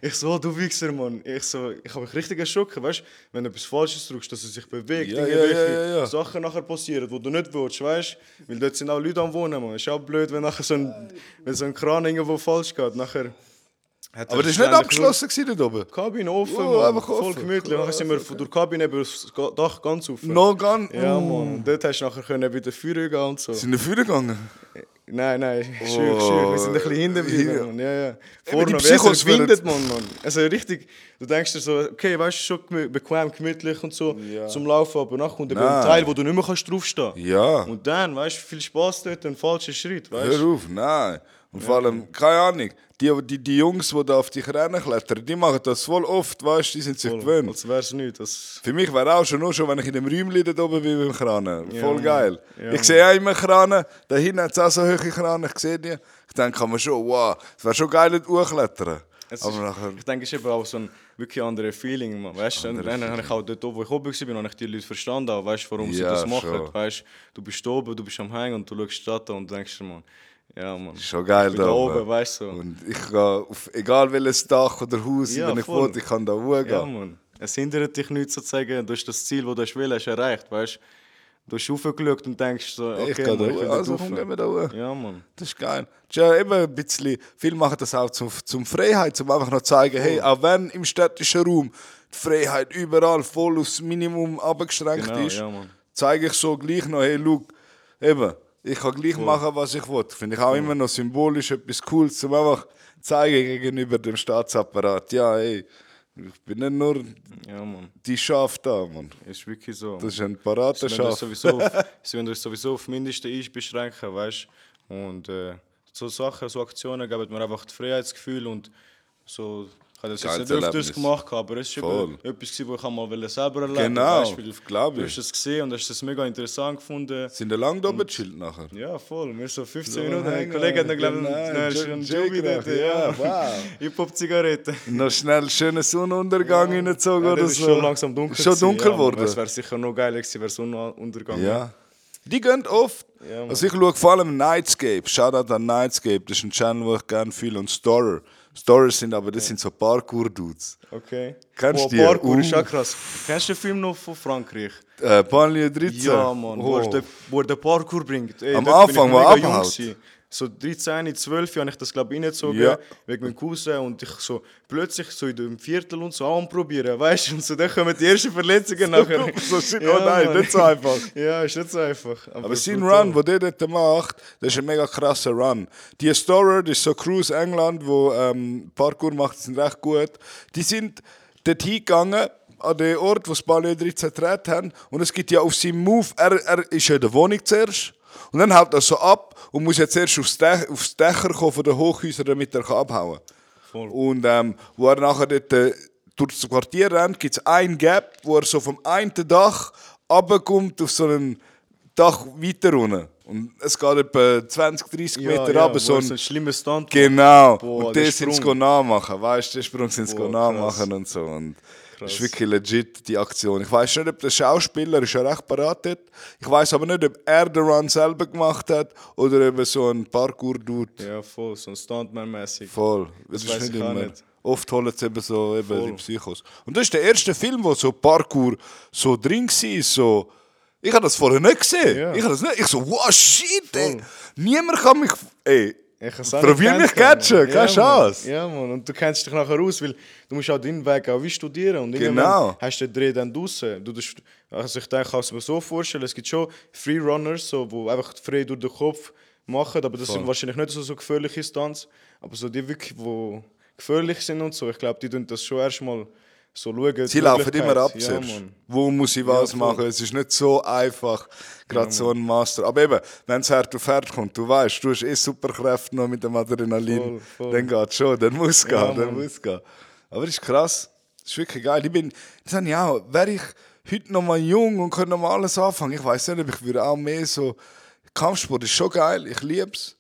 B: Ich so, oh, du Wichser, Mann. Ich so, ich habe mich richtig erschrocken, weißt du? Wenn du etwas Falsches drückst, dass es sich bewegt,
A: Ja, ja,
B: irgendwelche
A: ja, ja, ja.
B: Sachen nachher passieren, die du nicht willst, weißt du? Weil dort sind auch Leute am Wohnen, Mann. Ist auch blöd, wenn nachher so ein, wenn so ein Kran irgendwo falsch geht. Nachher hat er
A: Aber das war nicht
B: schlussendlich
A: abgeschlossen gewesen dort oben.
B: die Kabine offen,
A: Oh,
B: Mann.
A: einfach
B: voll
A: offen.
B: gemütlich. Nachher sind wir von durch die Kabine über das Ga- Dach ganz offen.
A: No gun.
B: Ja,
A: Mm.
B: Mann. Und dort hast du nachher können wieder Feuer gehen und so.
A: Sind wir vorne gegangen?
B: Nein, nein, schön,
A: Oh.
B: schön. Wir sind ein bisschen hinten
A: Ja.
B: geblieben, Mann. Ja, ja.
A: die
B: Vorne, wie
A: Psychos
B: es windet,
A: werden-
B: man, Mann. Also richtig, du denkst dir so, okay, weißt du, schon gemü- bequem, gemütlich und so
A: Ja.
B: zum Laufen, aber nachher kommt eben
A: Nein.
B: ein Teil, wo du nicht mehr kannst draufstehen kannst.
A: Ja.
B: Und dann, weißt du, viel Spaß dort, ein falscher Schritt, weißt du.
A: Hör auf, nein. Und vor allem, keine Ahnung, die, die, die Jungs, die da auf dich klettern, die machen das voll oft, weißt du, die sind sich gewöhnt.
B: Als wär's nicht. Das
A: Für mich wäre auch schon nur schon, wenn ich in dem Räumchen da oben bin beim Kranen. Voll
B: Mann.
A: geil.
B: Ja,
A: ich sehe auch immer Kranen, da hinten hat es auch so hohe Kranen, ich sehe die. Ich denke mir schon, wow, es wäre schon geil, dort hochklettern.
B: Es
A: Aber
B: ist,
A: nachher,
B: Ich denke, es ist eben auch so ein wirklich anderes Feeling. Man. Weißt du, dann, dann habe ich auch dort, oben, wo ich oben war, habe ich die Leute verstanden, auch, weißt, du, warum sie
A: Ja,
B: das machen.
A: schon.
B: Weißt, du, du bist oben, du bist am Hängen und du schaust die Stadt an und denkst dir, Mann, ja, Mann.
A: schon geil
B: Ich bin
A: da
B: da
A: oben.
B: oben, weißt du.
A: Und ich gehe auf egal welches Dach oder Haus,
B: Ja,
A: wenn ich
B: voll.
A: will, ich kann da hochgehen.
B: Ja, Mann. Es hindert dich nicht sozusagen. Du hast das Ziel, das du hast willst, hast erreicht, weißt du? hast raufgeschaut und denkst so, okay,
A: ich gehe da
B: Mann, ich
A: hoch,
B: will da
A: also komm,
B: rauf.
A: gehen wir da hoch.
B: Ja, Mann.
A: Das ist geil. Ja, eben ein bisschen, viele machen das auch zum, zum Freiheit, um einfach noch zu zeigen, hey, auch wenn im städtischen Raum die Freiheit überall voll aufs Minimum abgeschränkt
B: Genau,
A: ist,
B: ja, Mann.
A: zeige ich so gleich noch, hey, look, eben, ich kann gleich machen, was ich will. Finde ich auch immer noch symbolisch etwas Cooles, um einfach zu zeigen gegenüber dem Staatsapparat, ja, hey, ich bin nicht nur
B: Ja, Mann.
A: die Schaf da, Mann.
B: Ist wirklich so.
A: Das ist ein
B: Sie
A: parater
B: wollen
A: Schaf.
B: uns sowieso auf, sie wollen uns sowieso auf Mindeste ist beschränken, weißt du? Und äh, so Sachen, so Aktionen geben mir einfach das Freiheitsgefühl und so. Ich habe das jetzt
A: Geiles
B: nicht öfters
A: Erlebnis.
B: gemacht, aber es ist
A: Voll.
B: eben etwas, gewesen, wo ich einmal wollte selber erleben wollte.
A: Genau,
B: weißt du, weil
A: glaub
B: Du
A: ich.
B: hast es gesehen und hast es mega interessant gefunden.
A: Sind da lang da oben chillt nachher?
B: Ja, voll. Wir so 15
A: So, genau.
B: Minuten.
A: hang
B: Ein Kollege hat noch, glaube ich,
A: on. Nein,
B: einen
A: Jo-
B: schönen
A: Jake
B: Jubi dort.
A: gemacht.
B: Ja,
A: Ja, wow.
B: Hip-Hop-Zigarette.
A: Noch schnell schönen Sonnenuntergang reingezogen
B: Hm. Ja,
A: oder
B: das
A: so.
B: ist schon langsam dunkel.
A: Schon
B: gewesen,
A: dunkel
B: ja, Mann.
A: geworden.
B: Es wäre sicher noch geiler gewesen, wäre Sonnenuntergang.
A: Ja. Die gehen oft.
B: Ja, Mann.
A: also ich schaue vor allem Nightscape. Shoutout an Nightscape. Das ist ein Channel, wo ich gerne fühle. Und Storer. Stories sind, aber das sind so Parkour-Dudes.
B: Okay.
A: Kennst
B: Boah,
A: du die?
B: Parkour
A: Uh.
B: ist auch krass. Kennst du den Film noch von Frankreich?
A: Äh, Banlieue 13.
B: Ja, Mann, wo, er
A: Oh.
B: den, wo er den Parkour bringt. Ey,
A: Am
B: dort bin ich
A: Anfang, wo er
B: mega jung
A: abhaut.
B: gewesen. So 13, 12 habe ich das glaube ich reingezogen,
A: Ja.
B: wegen meinem Cousin und ich so plötzlich so in dem Viertel und so anprobieren, weißt du, und so dann kommen die ersten Verletzungen nachher.
A: So shit, oh nein, nicht so einfach.
B: Ja, ist nicht so einfach.
A: Aber sein
B: brutal.
A: Run, den der dort macht, das ist ein mega krasser Run. Die Storer, das ist so Cruise England, wo ähm, Parkour macht, sind recht gut. Die sind dort hingegangen, an den Ort, wo das Ballet 13 gedreht haben. Und es gibt ja auf seinem Move, er, er ist ja in der Wohnung zuerst. Und dann haut er so ab und muss jetzt erst aufs, Dach, aufs Dächer kommen von den Hochhäusern, damit er kann abhauen kann. Und ähm, wo er nachher dort äh, durch das Quartier rennt, gibt es einen Gap, wo er so vom einen Dach runterkommt auf so einen Dach weiter runter. Und es geht etwa 20, 30
B: ja,
A: Meter
B: ja,
A: runter. So
B: ein
A: ein
B: schlimmer Stunt.
A: genau.
B: Boah,
A: und
B: der
A: das sind sie
B: Sprung.
A: nachmachen. Weißt du, den Sprung sind sie
B: Boah,
A: nachmachen und so. Und das ist wirklich legit, die Aktion. Ich weiß nicht, ob der Schauspieler ist ja recht parat hat. Ich weiß aber nicht, ob er den Run selber gemacht hat oder eben so ein Parkour-Dude.
B: Ja, voll, so ein Stuntman-mäßig.
A: Voll. Das,
B: weiss
A: ist nicht
B: ich auch
A: immer.
B: nicht.
A: Oft holen sie eben so eben
B: Voll.
A: die Psychos. Und das ist der erste Film, wo so Parkour so drin war. So. Ich habe das vorher nicht gesehen.
B: Ja.
A: Ich, hab das nicht. ich so, wow, shit, ey. Niemand kann mich. Ey,
B: Ich kann's auch nicht
A: probier mich
B: kennenlernen.
A: catchen, keine
B: ja, Mann.
A: Chance.
B: Ja, Mann, und du kennst dich nachher aus, weil du musst auch deinen Weg auch wie studieren. Und
A: Genau.
B: irgendwann hast du den Dreh dann draussen. Du, darfst- also ich denke, ich kann es mir so vorstellen, es gibt schon Freerunners, so, die einfach frei durch den Kopf machen, aber das sind wahrscheinlich nicht so, so gefährliche Stunts. Aber so die wirklich, die gefährlich sind und so, ich glaube, die tun das schon erstmal so schauen. die
A: Sie laufen immer
B: Möglichkeit.
A: ab,
B: ja,
A: zuerst.
B: Mann.
A: Wo muss ich was
B: Ja, voll.
A: machen? Es ist nicht so einfach, gerade so ein Master. Aber eben, wenn es hart auf hart kommt, du weißt, du hast eh Superkräfte noch mit dem Adrenalin,
B: Voll, voll.
A: dann geht schon, dann muss gehen, dann
B: Mann.
A: muss gehen. Aber das ist krass, das ist wirklich geil. Ich bin, das habe ich auch, wäre ich heute noch mal jung und könnte noch mal alles anfangen, ich weiß nicht, ob ich würde auch mehr so, Kampfsport ist schon geil, ich liebe es.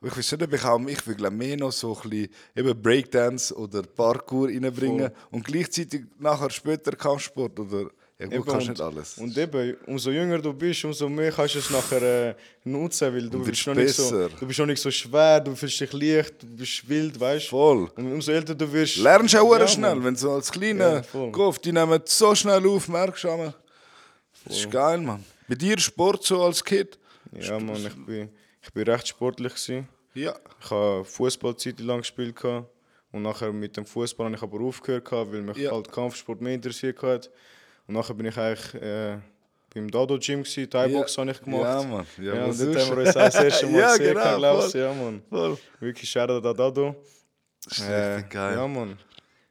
A: Aber Ich weiß nicht, ob ich auch ich will glaub, mehr noch so ein bisschen eben Breakdance oder Parkour reinbringen und gleichzeitig nachher später Kampfsport oder ja, gut,
B: Eben,
A: kannst
B: und-
A: nicht alles.
B: Und eben, umso jünger du bist, umso mehr kannst du es nachher äh, nutzen, weil du
A: Und
B: bist,
A: wirst
B: noch nicht so,
A: besser.
B: du bist noch nicht so schwer, du fühlst dich leicht, du bist wild, weißt du?
A: Voll.
B: Und umso älter du wirst.
A: Lernst auch
B: Mann.
A: schnell, wenn du so als kleiner
B: Ja, voll.
A: Kopf, die nehmen so schnell auf, merkst du einmal. Das ist geil, Mann. Bei dir Sport so als Kind?
B: Ja, Mann, ich bin, ich bin recht sportlich. Gewesen.
A: Ja.
B: Ich habe Fußball eine Zeit lang gespielt. gehabt. Und nachher mit dem Fußball habe ich aber aufgehört, gehabt, weil mich
A: Ja.
B: halt Kampfsport mehr interessiert hat. Und nachher bin ich eigentlich äh, beim Dado Gym, gewesen, Thai-Box
A: Ja.
B: habe ich gemacht.
A: Ja, Mann. Ja,
B: Ja,
A: was
B: und dort
A: sonst?
B: haben wir uns auch das erste Mal
A: Ja,
B: gesehen,
A: genau,
B: glaubst
A: voll.
B: Ja, Mann.
A: Voll.
B: Wirklich schade da Dado.
A: Das ist
B: Äh,
A: richtig geil.
B: Ja, Mann.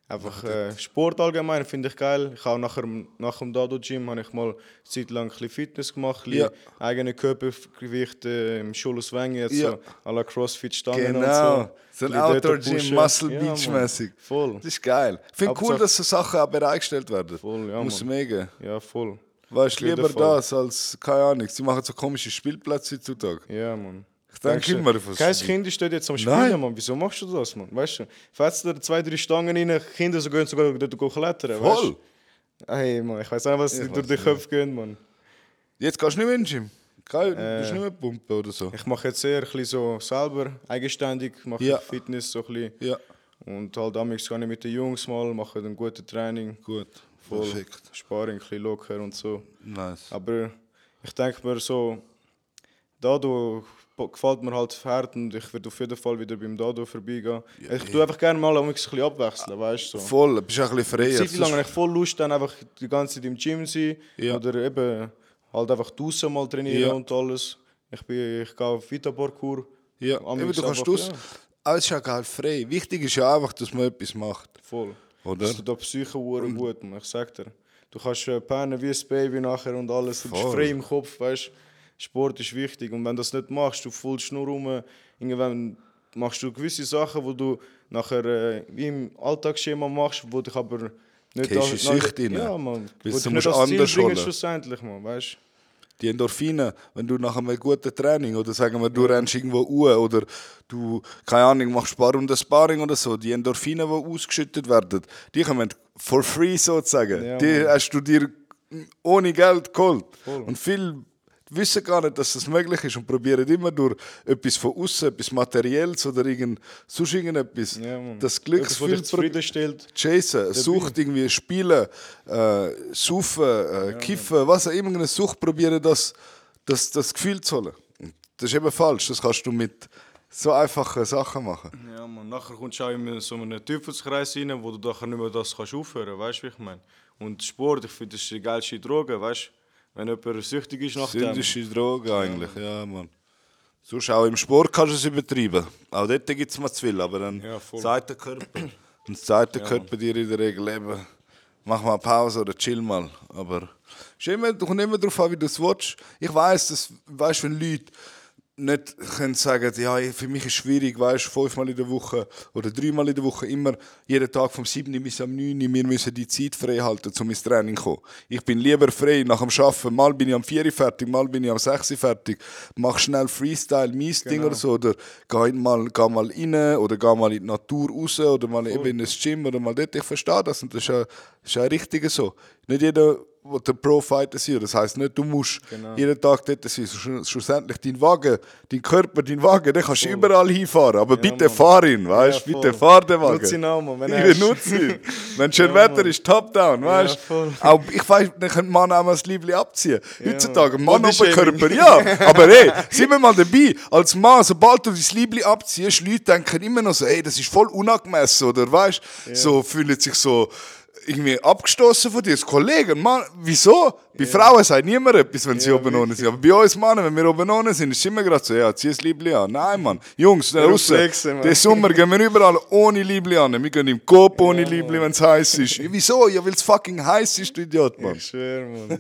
B: Einfach äh, Sport allgemein finde ich geil. Ich habe nach dem, nach dem Dado Gym habe ich mal eine Zeit lang ein bisschen Fitness gemacht, ein bisschen eigene Körpergewicht äh, im Schulus Wengen, jetzt
A: Ja.
B: so à la CrossFit Stangen
A: Genau.
B: und
A: So
B: so.
A: ein
B: Ein bisschen dort
A: Outdoor Gym,
B: pushen.
A: Muscle
B: Ja,
A: Beach
B: Mann.
A: mäßig.
B: Voll.
A: Das ist geil. Ich finde cool,
B: Hauptsache-
A: dass so Sachen auch bereitgestellt werden.
B: Voll, ja,
A: Muss
B: Mann.
A: mega.
B: Ja, voll.
A: Weißt
B: Auf
A: du,
B: jeden
A: lieber
B: Fall.
A: das als keine Ahnung. Sie machen so komische Spielplätze heutzutage.
B: Ja, Mann. Ich
A: denk immer, was-
B: Kein Kind steht jetzt am
A: Nein.
B: Spielen, Mann. Wieso machst du das, Mann? Weißt du, fetzt dir zwei, drei Stangen rein, Kinder so gehen sogar dort go klettern. weißt
A: Voll!
B: du? Ey, Mann, ich weiß nicht, was die durch die Köpfe gehen, Mann.
A: Jetzt gehst du nicht mehr in den Gym.
B: Äh.
A: Kein, Du bist nicht mehr pumpen oder so.
B: Ich mache jetzt eher ein bisschen so selber, eigenständig, mache
A: Ja.
B: ich Fitness so ein bisschen.
A: Ja,
B: Und halt damals gehe ich mit den Jungs mal, mache ein gutes Training,
A: gut.
B: voll
A: Perfekt.
B: Sparring, ein bisschen locker und so.
A: Nice.
B: Aber ich denke mir so, Dado bo- gefällt mir halt hart und ich werde auf jeden Fall wieder beim Dado vorbeigehen. ich tue einfach gerne mal ein bisschen abwechseln, weißt du. So.
A: Voll, du bist auch ein bisschen freier.
B: Zeit lang
A: Ah, Sonst-
B: habe ich voll Lust, dann einfach die ganze Zeit im Gym zu sein
A: Ja.
B: oder eben halt einfach draußen mal trainieren
A: Ja.
B: und alles. Ich, bin, ich gehe auf Vita-Parkour.
A: Ja,
B: Am
A: aber du
B: liebsten
A: kannst
B: einfach-
A: aus.
B: ja,
A: Alles ist ja geil frei. Wichtig ist ja einfach, dass man etwas macht.
B: Voll.
A: Oder?
B: Das tut der Psyche hure gut, man. ich sag dir. Du kannst äh, pennen wie ein Baby nachher und alles. Du bist
A: Voll.
B: frei im Kopf, weißt Sport ist wichtig und wenn du das nicht machst, du fühlst nur rum. Irgendwann machst du gewisse Sachen, die du nachher äh, wie im Alltagsschema machst, wo dich aber nicht...
A: Gehst in
B: als-
A: Sucht rein.
B: Ja, man.
A: Weil
B: Wo
A: du
B: dich
A: musst
B: nicht ans Ziel
A: anders
B: bringen
A: holen.
B: schlussendlich, man, weißt
A: die Endorphine, wenn du nach einem guten Training oder sagen wir, du rennst irgendwo uhr oder du, keine Ahnung, machst Sparring oder Sparring oder so, die Endorphine, die ausgeschüttet werden, die kommen for free sozusagen.
B: Ja,
A: die
B: Mann.
A: hast du dir ohne Geld geholt. Und viel wissen gar nicht, dass das möglich ist und probieren immer durch etwas von außen, etwas Materielles oder irgend, sonst irgendetwas,
D: Ja, Mann.
A: das
D: Etwas, was
A: Glücksgefühl
D: dich zufriedenstellt.
A: Jason, Sucht, irgendwie spielen, äh, saufen, äh, kiffen, was auch immer, eine Sucht probieren, das, das, das Gefühl zu holen. Und Das ist eben falsch, das kannst du mit so einfachen Sachen machen.
B: Ja, man, nachher kommst du auch in so einen Teufelskreis rein, wo du nachher nicht mehr das kannst aufhören kannst, weißt du, wie ich meine? Und Sport, ich finde, das ist die geilste Droge, weißt du? Wenn jemand süchtig ist nach dem.
A: Sündische Droge eigentlich, ja, Mann. Sonst auch im Sport kannst du es übertreiben. Auch dort gibt es mal zu viel, aber dann
B: Ja, voll.
A: zeigt der Körper. Und zeigt der Körper dir in der Regel eben, mach mal Pause oder chill mal. Aber es ist immer, du kommst immer darauf an, wie du es willst. Ich weiss, dass, weißt, wenn Leute nicht können sagen ja, für mich ist es schwierig, weißt, fünfmal in der Woche oder dreimal in der Woche immer, jeden Tag vom 7. bis am 9. wir müssen die Zeit frei halten, um ins Training zu kommen. Ich bin lieber frei nach dem Arbeiten. Mal bin ich am 4 Uhr fertig, mal bin ich am 6 Uhr fertig. Mach schnell Freestyle, mein
D: Genau.
A: Ding oder so. Oder geh mal, geh mal rein oder geh mal in die Natur raus oder mal eben in das Gym oder mal dort. Ich verstehe das und das ist ja, ist ja richtig so. Nicht jeder wo der Pro-Fighter sein. Das heisst nicht, du musst
D: Genau.
A: jeden Tag dort sein. Schlu- Schlussendlich dein Wagen, dein Körper, dein Wagen, den kannst du überall hinfahren. Aber bitte fahr ihn, weißt du?
D: Ja,
A: bitte
D: voll.
A: fahr den Wagen.
D: Nutz ihn auch, Mann, wenn er
A: ich
D: ist.
A: benutze ihn. Wenn schön Wetter ist, top-down, weißt
D: voll.
A: du? Auch ich weiß, dann könnte man auch mal das Liebling abziehen. Heutzutage, Mann
D: Bodyshaming.
A: Oberkörper, ja. Aber ey, sind wir mal dabei. Als Mann, sobald du dein Liebling abziehst, Leute denken immer noch so, ey, das ist voll unangemessen, oder weißt du? So fühlen sich so irgendwie abgestoßen von dir. Das Kollegen, Mann, wieso? Bei Frauen sagt niemand etwas, wenn sie oben ohne sind. Aber bei uns Männern, wenn wir oben ohne sind, ist es immer gerade so, ja, zieh das Liebling an. Nein, Mann. Jungs, da raus.
D: Reflexe, Mann.
A: Den Sommer gehen wir überall ohne Liebling an. Wir gehen im Coop ohne Liebling, wenn es heiß ist. Wieso? Ja, weil es fucking heiß ist, du Idiot, Mann.
D: Ich schwöre, Mann.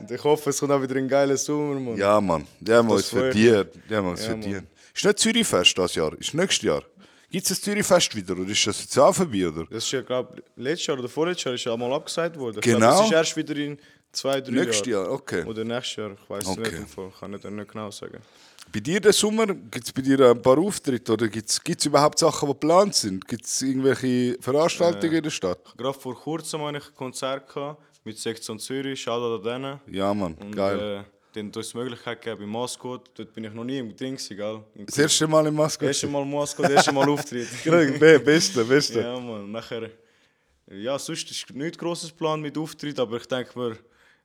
D: Und ich hoffe, es kommt auch wieder ein geiler Sommer, Mann.
A: Ja, Mann. Die haben wir uns
D: Das freut
A: verdient. Die haben wir uns verdient. Ist nicht Zürichfest dieses Jahr? Ist nächstes Jahr? Gibt es ein Zürichfest wieder? Oder ist das jetzt auch vorbei? Oder?
D: Das ist ja, glaube ich, letztes Jahr oder vorletztes Jahr ist ja mal abgesagt worden. Ich
A: Genau.
D: Glaub, das ist erst wieder in zwei, drei
A: Nächstes
D: Jahren.
A: Jahr, okay.
D: Oder nächstes Jahr, ich weiß
A: Okay.
D: nicht. im Fall. Kann ich dir nicht genau sagen.
A: Bei dir den Sommer, gibt es bei dir ein paar Auftritte? Oder gibt es überhaupt Sachen, die geplant sind? Gibt es irgendwelche Veranstaltungen in der Stadt?
B: Gerade vor kurzem habe ich ein Konzert gehabt mit Sektion Zürich, Shoutout an denen.
A: Ja, Mann.
B: Und,
A: Geil.
B: Äh, dann hat uns die Möglichkeit gegeben, im Maskot, dort bin ich noch nie im Ding, gewesen, gell? Im
A: das erste Mal im Maske.
B: erste Mal Maskot, das erste Mal Auftritt.
A: Be- Beste, beste.
B: ja, Mann, nachher... eh, Ja, sonst ist nichts grosses Plan mit Auftritt, aber ich denke mir,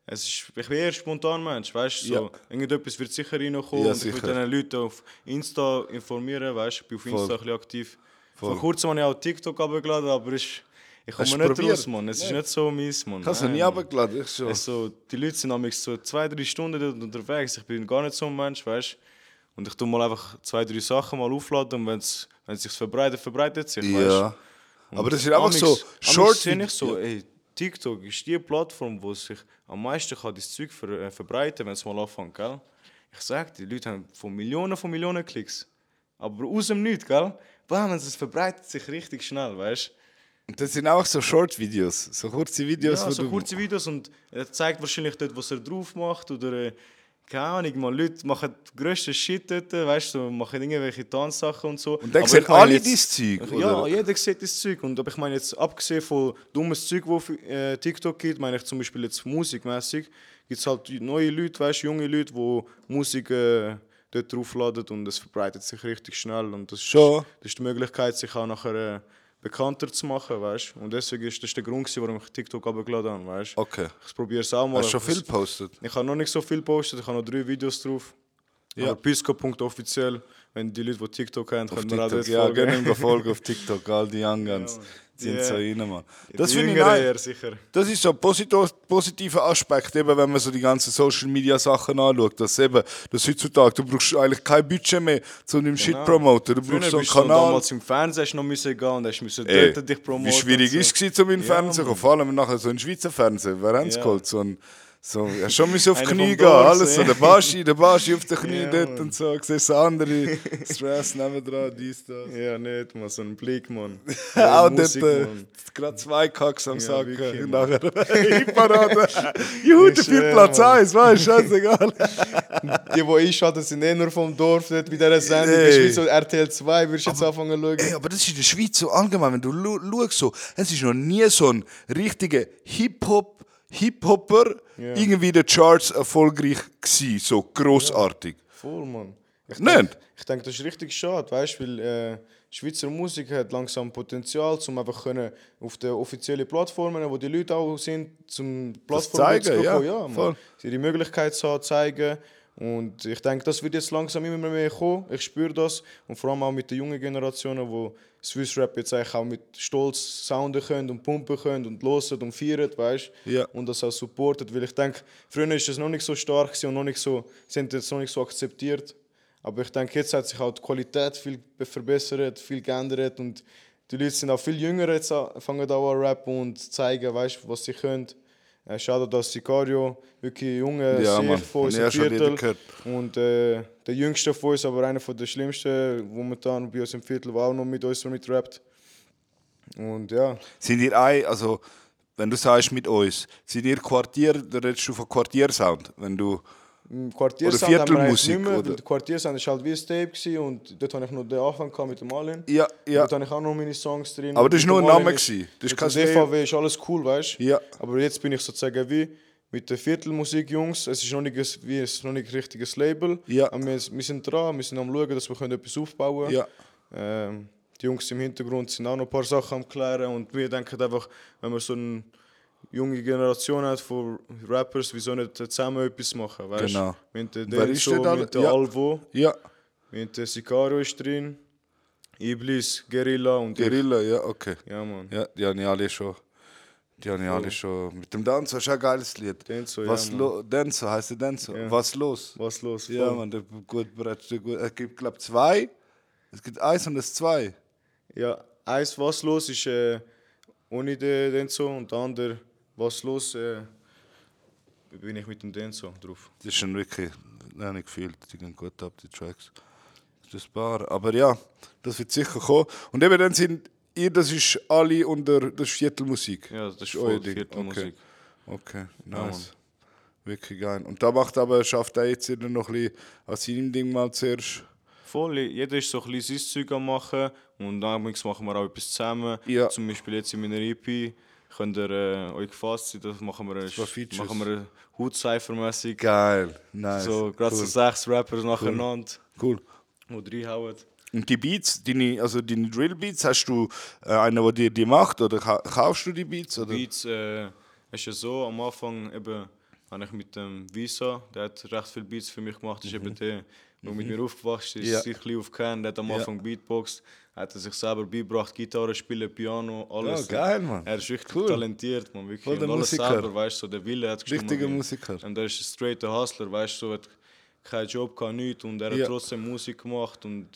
B: es ist, ich bin eher spontan Mensch, weißt du, so,
A: Ja.
B: irgendetwas wird sicher reinkommen
A: Ja,
B: und ich
A: sicher.
B: würde den Leuten auf Insta informieren, weißt du, ich bin auf Insta
A: Voll.
B: ein bisschen aktiv. Vor kurzem habe ich auch TikTok abgeladen, aber ich, ich
A: Hast
B: komme nicht
A: du probiert?
B: raus, Mann, es ist nicht so mies, Mann.
A: Ich habe es
B: Nein,
A: nie
B: Mann.
A: runtergeladen. Ich schon.
B: Also, die Leute sind nämlich so zwei, drei Stunden dort unterwegs. Ich bin gar nicht so ein Mensch, weißt Und ich tue mal einfach zwei, drei Sachen mal aufladen und wenn es sich verbreitet, verbreitet sich,
A: Ja. Aber das ist einfach so short
B: Short sehe ich so,
A: Ja.
B: ey, TikTok ist die Plattform, wo sich am meisten kann das Zeug ver äh, verbreiten, wenn es mal anfängt, gell? Ich sag, die Leute haben von Millionen von Millionen Klicks. Aber aus dem Nichts, gell? Bam, es verbreitet sich richtig schnell, weißt
A: Das sind auch so Short-Videos, so kurze Videos,
B: ja,
A: wo
B: so
A: du
B: kurze Videos und er zeigt wahrscheinlich dort, was er drauf macht oder äh, keine Ahnung, man, Leute machen den grössten Shit dort, weißt du, machen irgendwelche Tanzsachen und so.
A: Und dann
B: Aber
A: sehen
B: ich meine
A: alle
B: jetzt-
A: dieses Zeug,
B: Ja,
A: oder?
B: jeder sieht das Zeug und aber ich meine jetzt, abgesehen von dummes Zeug, das auf äh, TikTok gibt, meine ich zum Beispiel jetzt musikmäßig, gibt es halt neue Leute, weißt du, junge Leute, die Musik äh, dort draufladen und es verbreitet sich richtig schnell und das ist,
A: Schon.
B: das ist die Möglichkeit, sich auch nachher äh, bekannter zu machen, weißt du? Und deswegen ist das der Grund, gewesen, warum ich TikTok abgeladen habe, weißt du?
A: Okay.
B: Ich probiere es auch mal.
A: Hast du schon
B: aber
A: viel gepostet?
B: es- Ich habe noch nicht so viel gepostet, ich habe noch drei Videos drauf. Ja. Aber pisco.offiziell, wenn die Leute, die TikTok haben,
A: Auf
B: können mir auch
A: TikTok,
B: dort
A: ja,
B: folgen.
A: gehen ihm folgen auf TikTok, all die Young Guns sind
B: Ja.
A: so rein, Mann. Das
B: die
A: finde ich
B: Jüngeren
A: nice.
B: eher sicher.
A: Das ist so ein posito- positiver Aspekt, eben, wenn man so die ganzen Social Media Sachen anschaut. Dass eben, dass heutzutage, du brauchst eigentlich kein Budget mehr, um dem Shit zu promoten. Du
B: Genau. Früher
A: brauchst so einen
B: bist du noch
A: Kanal.
B: damals im Fernsehen hast du noch müssen gehen und hast müssen
A: Ey,
B: dort dich promoten.
A: wie schwierig
B: und
A: ist es, gewesen, um in den
B: Ja,
A: Fernsehen zu kommen? Vor allem nachher so in den Schweizer Fernsehen. Wer haben es
B: Ja.
A: geholt? So ein, so, ja, schon müssen auf die
B: Einer
A: Knie
B: vom
A: gehen,
B: Dorf,
A: alles so.
B: ja.
A: Der Baschi, der Baschi auf den Knie
B: Ja,
A: dort
B: Mann.
A: und so. Siehst du andere, Stress nebendran, dies, das.
B: Ja, nicht, man, so ein Blick, man.
A: Auch dort
B: Musik,
A: äh,
B: Mann.
A: gerade zwei Kacks am Sack.
B: wirklich,
A: äh,
B: Mann.
A: Nachher Hit-Parade. Juhu, der vierte
D: schwör,
A: Platz
D: Mann.
A: 1, weißt du, scheißegal.
D: Die, die einschalten, sind eh nur vom Dorf dort bei dieser Sendung.
A: Ey.
D: Das ist wie so RTL 2, würdest du jetzt anfangen zu
A: Ey,
D: schauen.
A: aber das ist in der Schweiz so allgemein, wenn du lu- schaust, so, es ist noch nie so ein richtiger Hip-Hop, Hip-Hopper
B: Ja.
A: irgendwie in den Charts erfolgreich gsi, so großartig.
B: Voll, Mann. Ich
A: Nicht?
B: denk- Ich denke, das ist richtig schade, weißt du, weil äh, Schweizer Musik hat langsam Potenzial, um einfach können auf den offiziellen Plattformen, wo die Leute auch sind, zum Plattformen
A: zeigen, ja,
B: ja
A: voll.
B: Mann. Sie die Möglichkeit zu haben, zeigen. Und ich denke, das wird jetzt langsam immer mehr kommen. Ich spüre das. Und vor allem auch mit den jungen Generationen, wo Swiss Rap jetzt eigentlich auch mit Stolz sounden können und pumpen können und hören und feiern, weißt du?
A: Ja.
B: und das auch supportet, weil ich denke, früher ist es noch nicht so stark gewesen und noch nicht so, sind jetzt noch nicht so akzeptiert. Aber ich denke, jetzt hat sich auch die Qualität viel be- verbessert, viel geändert und die Leute sind auch viel jünger jetzt, an- fangen auch an rappen und zeigen, weißt, was sie können. Äh, Schade, dass Sicario wirklich junge
A: Ja,
B: Sieg
A: Mann.
B: von uns
A: Hab ich
B: im
A: auch schon wieder
B: Viertel
A: gehört.
B: und äh, der jüngste von uns, aber einer von der schlimmsten momentan bei uns im Viertel, der auch noch mit uns mitrappt. Und ja,
A: Sind ihr ein, also wenn du sagst mit uns, sind ihr Quartier, da redest du von Quartiersound, wenn du
B: Im Quartiersound
A: Oder
B: haben wir eigentlich
A: Viertelmusik,
B: nicht mehr, weil
A: oder?
B: der Quartiersound war halt wie ein Tape gewesen und dort hatte ich noch den Anfang gehabt mit dem Allen.
A: Ja, ja.
B: Dort hatte ich auch noch meine Songs drin.
A: Aber das
B: Mit
A: ist nur
B: dem
A: ein
B: Allen
A: Name gewesen. Das ist
B: mit
A: kein
B: dem DVW ist alles cool, weißt du?
A: Ja.
B: Aber jetzt bin ich sozusagen wie mit den Viertelmusik-Jungs. Es ist noch nicht, ein- wie, es ist noch nicht ein richtiges Label.
A: Ja.
B: Aber wir, wir sind dran, wir sind am schauen, dass wir können etwas aufbauen können.
A: Ja.
B: Ähm, die Jungs im Hintergrund sind auch noch ein paar Sachen am klären und wir denken einfach, wenn man so eine junge Generation hat von Rappers, wieso nicht zusammen etwas machen, weißt
A: Genau.
B: Mit der
A: Wer ist
B: Denso,
A: denn da-
B: mit der
A: Ja.
B: Alvo,
A: ja,
B: mit der Sicario ist drin, Iblis, Guerilla und ich.
A: Guerilla, ja, okay.
B: Ja, Mann.
A: Ja, die habe ich alle schon. Die habe ich alle schon. Mit dem Danzo ist auch ein geiles Lied.
B: Denso, ja,
A: Was
B: Mann.
A: lo Denso heißt der Denso. Was los?
B: Was los?
A: Ja,
B: Voll.
A: man, der gut, Brett, der gut. Es gibt, glaube ich, zwei. Es gibt eins und es zwei.
B: Ja, eins was los ist äh, ohne den Denso und der andere was los äh, bin ich mit dem Denso drauf.
A: Das ist schon wirklich, habe ich gefühlt, die gehen gut ab, die Tracks. Das ist bar. Aber ja, das wird sicher kommen. Und eben dann sind ihr, das ist alle unter, das ist Viertelmusik.
C: Ja, das ist
A: euer
C: voll
A: Ding.
C: Viertelmusik.
A: Okay, okay. nice. wirklich geil. Und da macht aber, schafft er jetzt jeder noch ein bisschen an seinem Ding mal zuerst.
C: Voll, jeder ist so ein bisschen sein Zeug am machen und damals machen wir auch etwas zusammen.
A: Ja.
C: Zum Beispiel jetzt in meiner EP könnt ihr äh, euch gefasst sein, das machen wir,
A: paar Features.
C: machen wir Hutcypher-mässig.
A: Geil, nice.
C: So, gerade so
A: cool.
C: sechs Rappers nacheinander,
A: cool.
C: die reinhauen.
A: Und die Beats, deine, also deine Drill Beats, hast du äh, einen, der dir die macht oder ka kaufst du die Beats? Oder?
C: Beats äh, ist ja so, am Anfang eben habe ich mit dem Visa, der hat recht viele Beats für mich gemacht, ist eben der, der mit mir aufgewachsen ist,
A: Mhm. Ja.
C: sich ein bisschen aufgekannt, der hat am Anfang Beatbox, hat er sich selber beigebracht, Gitarre spielen, Piano, alles.
A: Ja, geil, Mann.
C: Er ist richtig
A: Cool.
C: talentiert, man, wirklich.
A: Voll der
C: und alles
A: Musiker.
C: selber, weißt du, so der Wille hat gestimmt,
A: Richtiger
C: man.
A: Musiker.
C: Und er ist ein straighter Hustler, weißt du, so, hat keinen Job, kein nichts und er
A: Ja.
C: hat trotzdem Musik gemacht und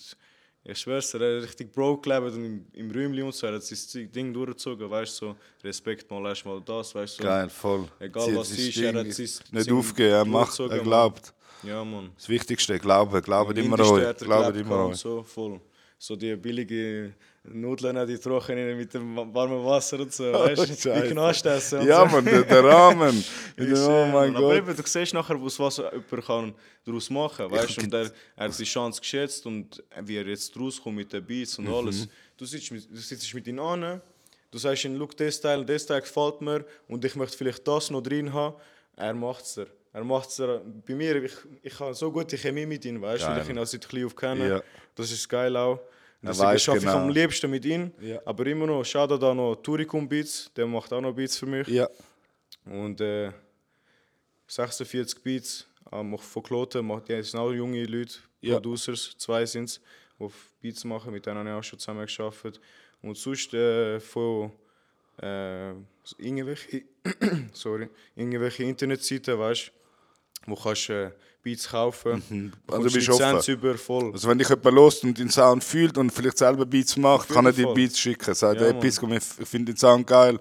C: ich schwör's, dir, er hat richtig broke gelebt und im, im Räumchen und so, er hat sein Zeug- Ding durchgezogen, weißt du, so, Respekt mal erstmal das, weißt du. so.
A: Geil, voll.
C: Egal
A: Sie hat
C: was
A: sein
C: es ist, er
A: Ding
C: hat sein-
A: Nicht
C: sein
A: aufgeben, er macht,
C: durchgezogen,
A: er
C: Mann.
A: glaubt.
C: Ja, Mann.
A: Das Wichtigste, glauben, glauben immer
C: Indisch
A: euch.
C: hat er
A: Glauben
C: gelebt
A: immer
C: und
A: euch.
C: so, voll. So die billige Nudeln, die trockenen mit dem wa- warmen Wasser und so, weißt du,
A: Oh, Scheiße.
C: wie Knast essen und
A: Ja,
C: so.
A: man, der, der Rahmen.
C: Ich sehe,
B: ähm,
A: oh mein
C: Mann. Aber
A: Gott.
C: eben, du siehst nachher, was, was jemand kann daraus machen kann. Weißt? du, Und er, er hat seine Chance geschätzt und wie er jetzt rauskommt mit den Beats
A: Mhm.
C: und alles.
B: du sitzt, mit- du sitzt mit ihm an, du sagst ihm, look, das Teil, das Teil gefällt mir und ich möchte vielleicht das noch drin haben. Er macht es dir. Er macht es dir. Bei mir, ich, ich habe so gute Chemie mit ihm, weißt du, weil ich ihn auch seit klein auf kenne.
A: Ja.
B: Das ist geil auch. Deswegen
A: weiß
B: schaffe ich
A: genau.
B: am liebsten mit ihm.
A: Ja.
B: Aber immer noch, schade da noch Turicum Beats, der macht auch noch Beats für mich.
A: Ja,
B: Und äh, 46 Beats ähm, auch von Kloten, macht- die sind auch junge Leute,
A: Ja.
B: Producers, zwei sind es, die auf Beats machen, mit denen habe ich auch schon zusammen geschafft. Und sonst äh, von äh, so irgendwelche, sorry, irgendwelche Internetseiten, weißt wo kannst du äh, Beats kaufen,
A: Also
B: bekommst
A: bist du
B: Lizenz
A: offen.
B: über, voll.
A: also wenn dich jemand lost und den Sound fühlt und vielleicht selber Beats macht,
B: Auf
A: kann er
B: jeden
A: dir
B: Fall.
A: Beats schicken. Sagt,
B: Ja,
A: hey
B: Mann.
A: Pisco, ich finde den Sound geil.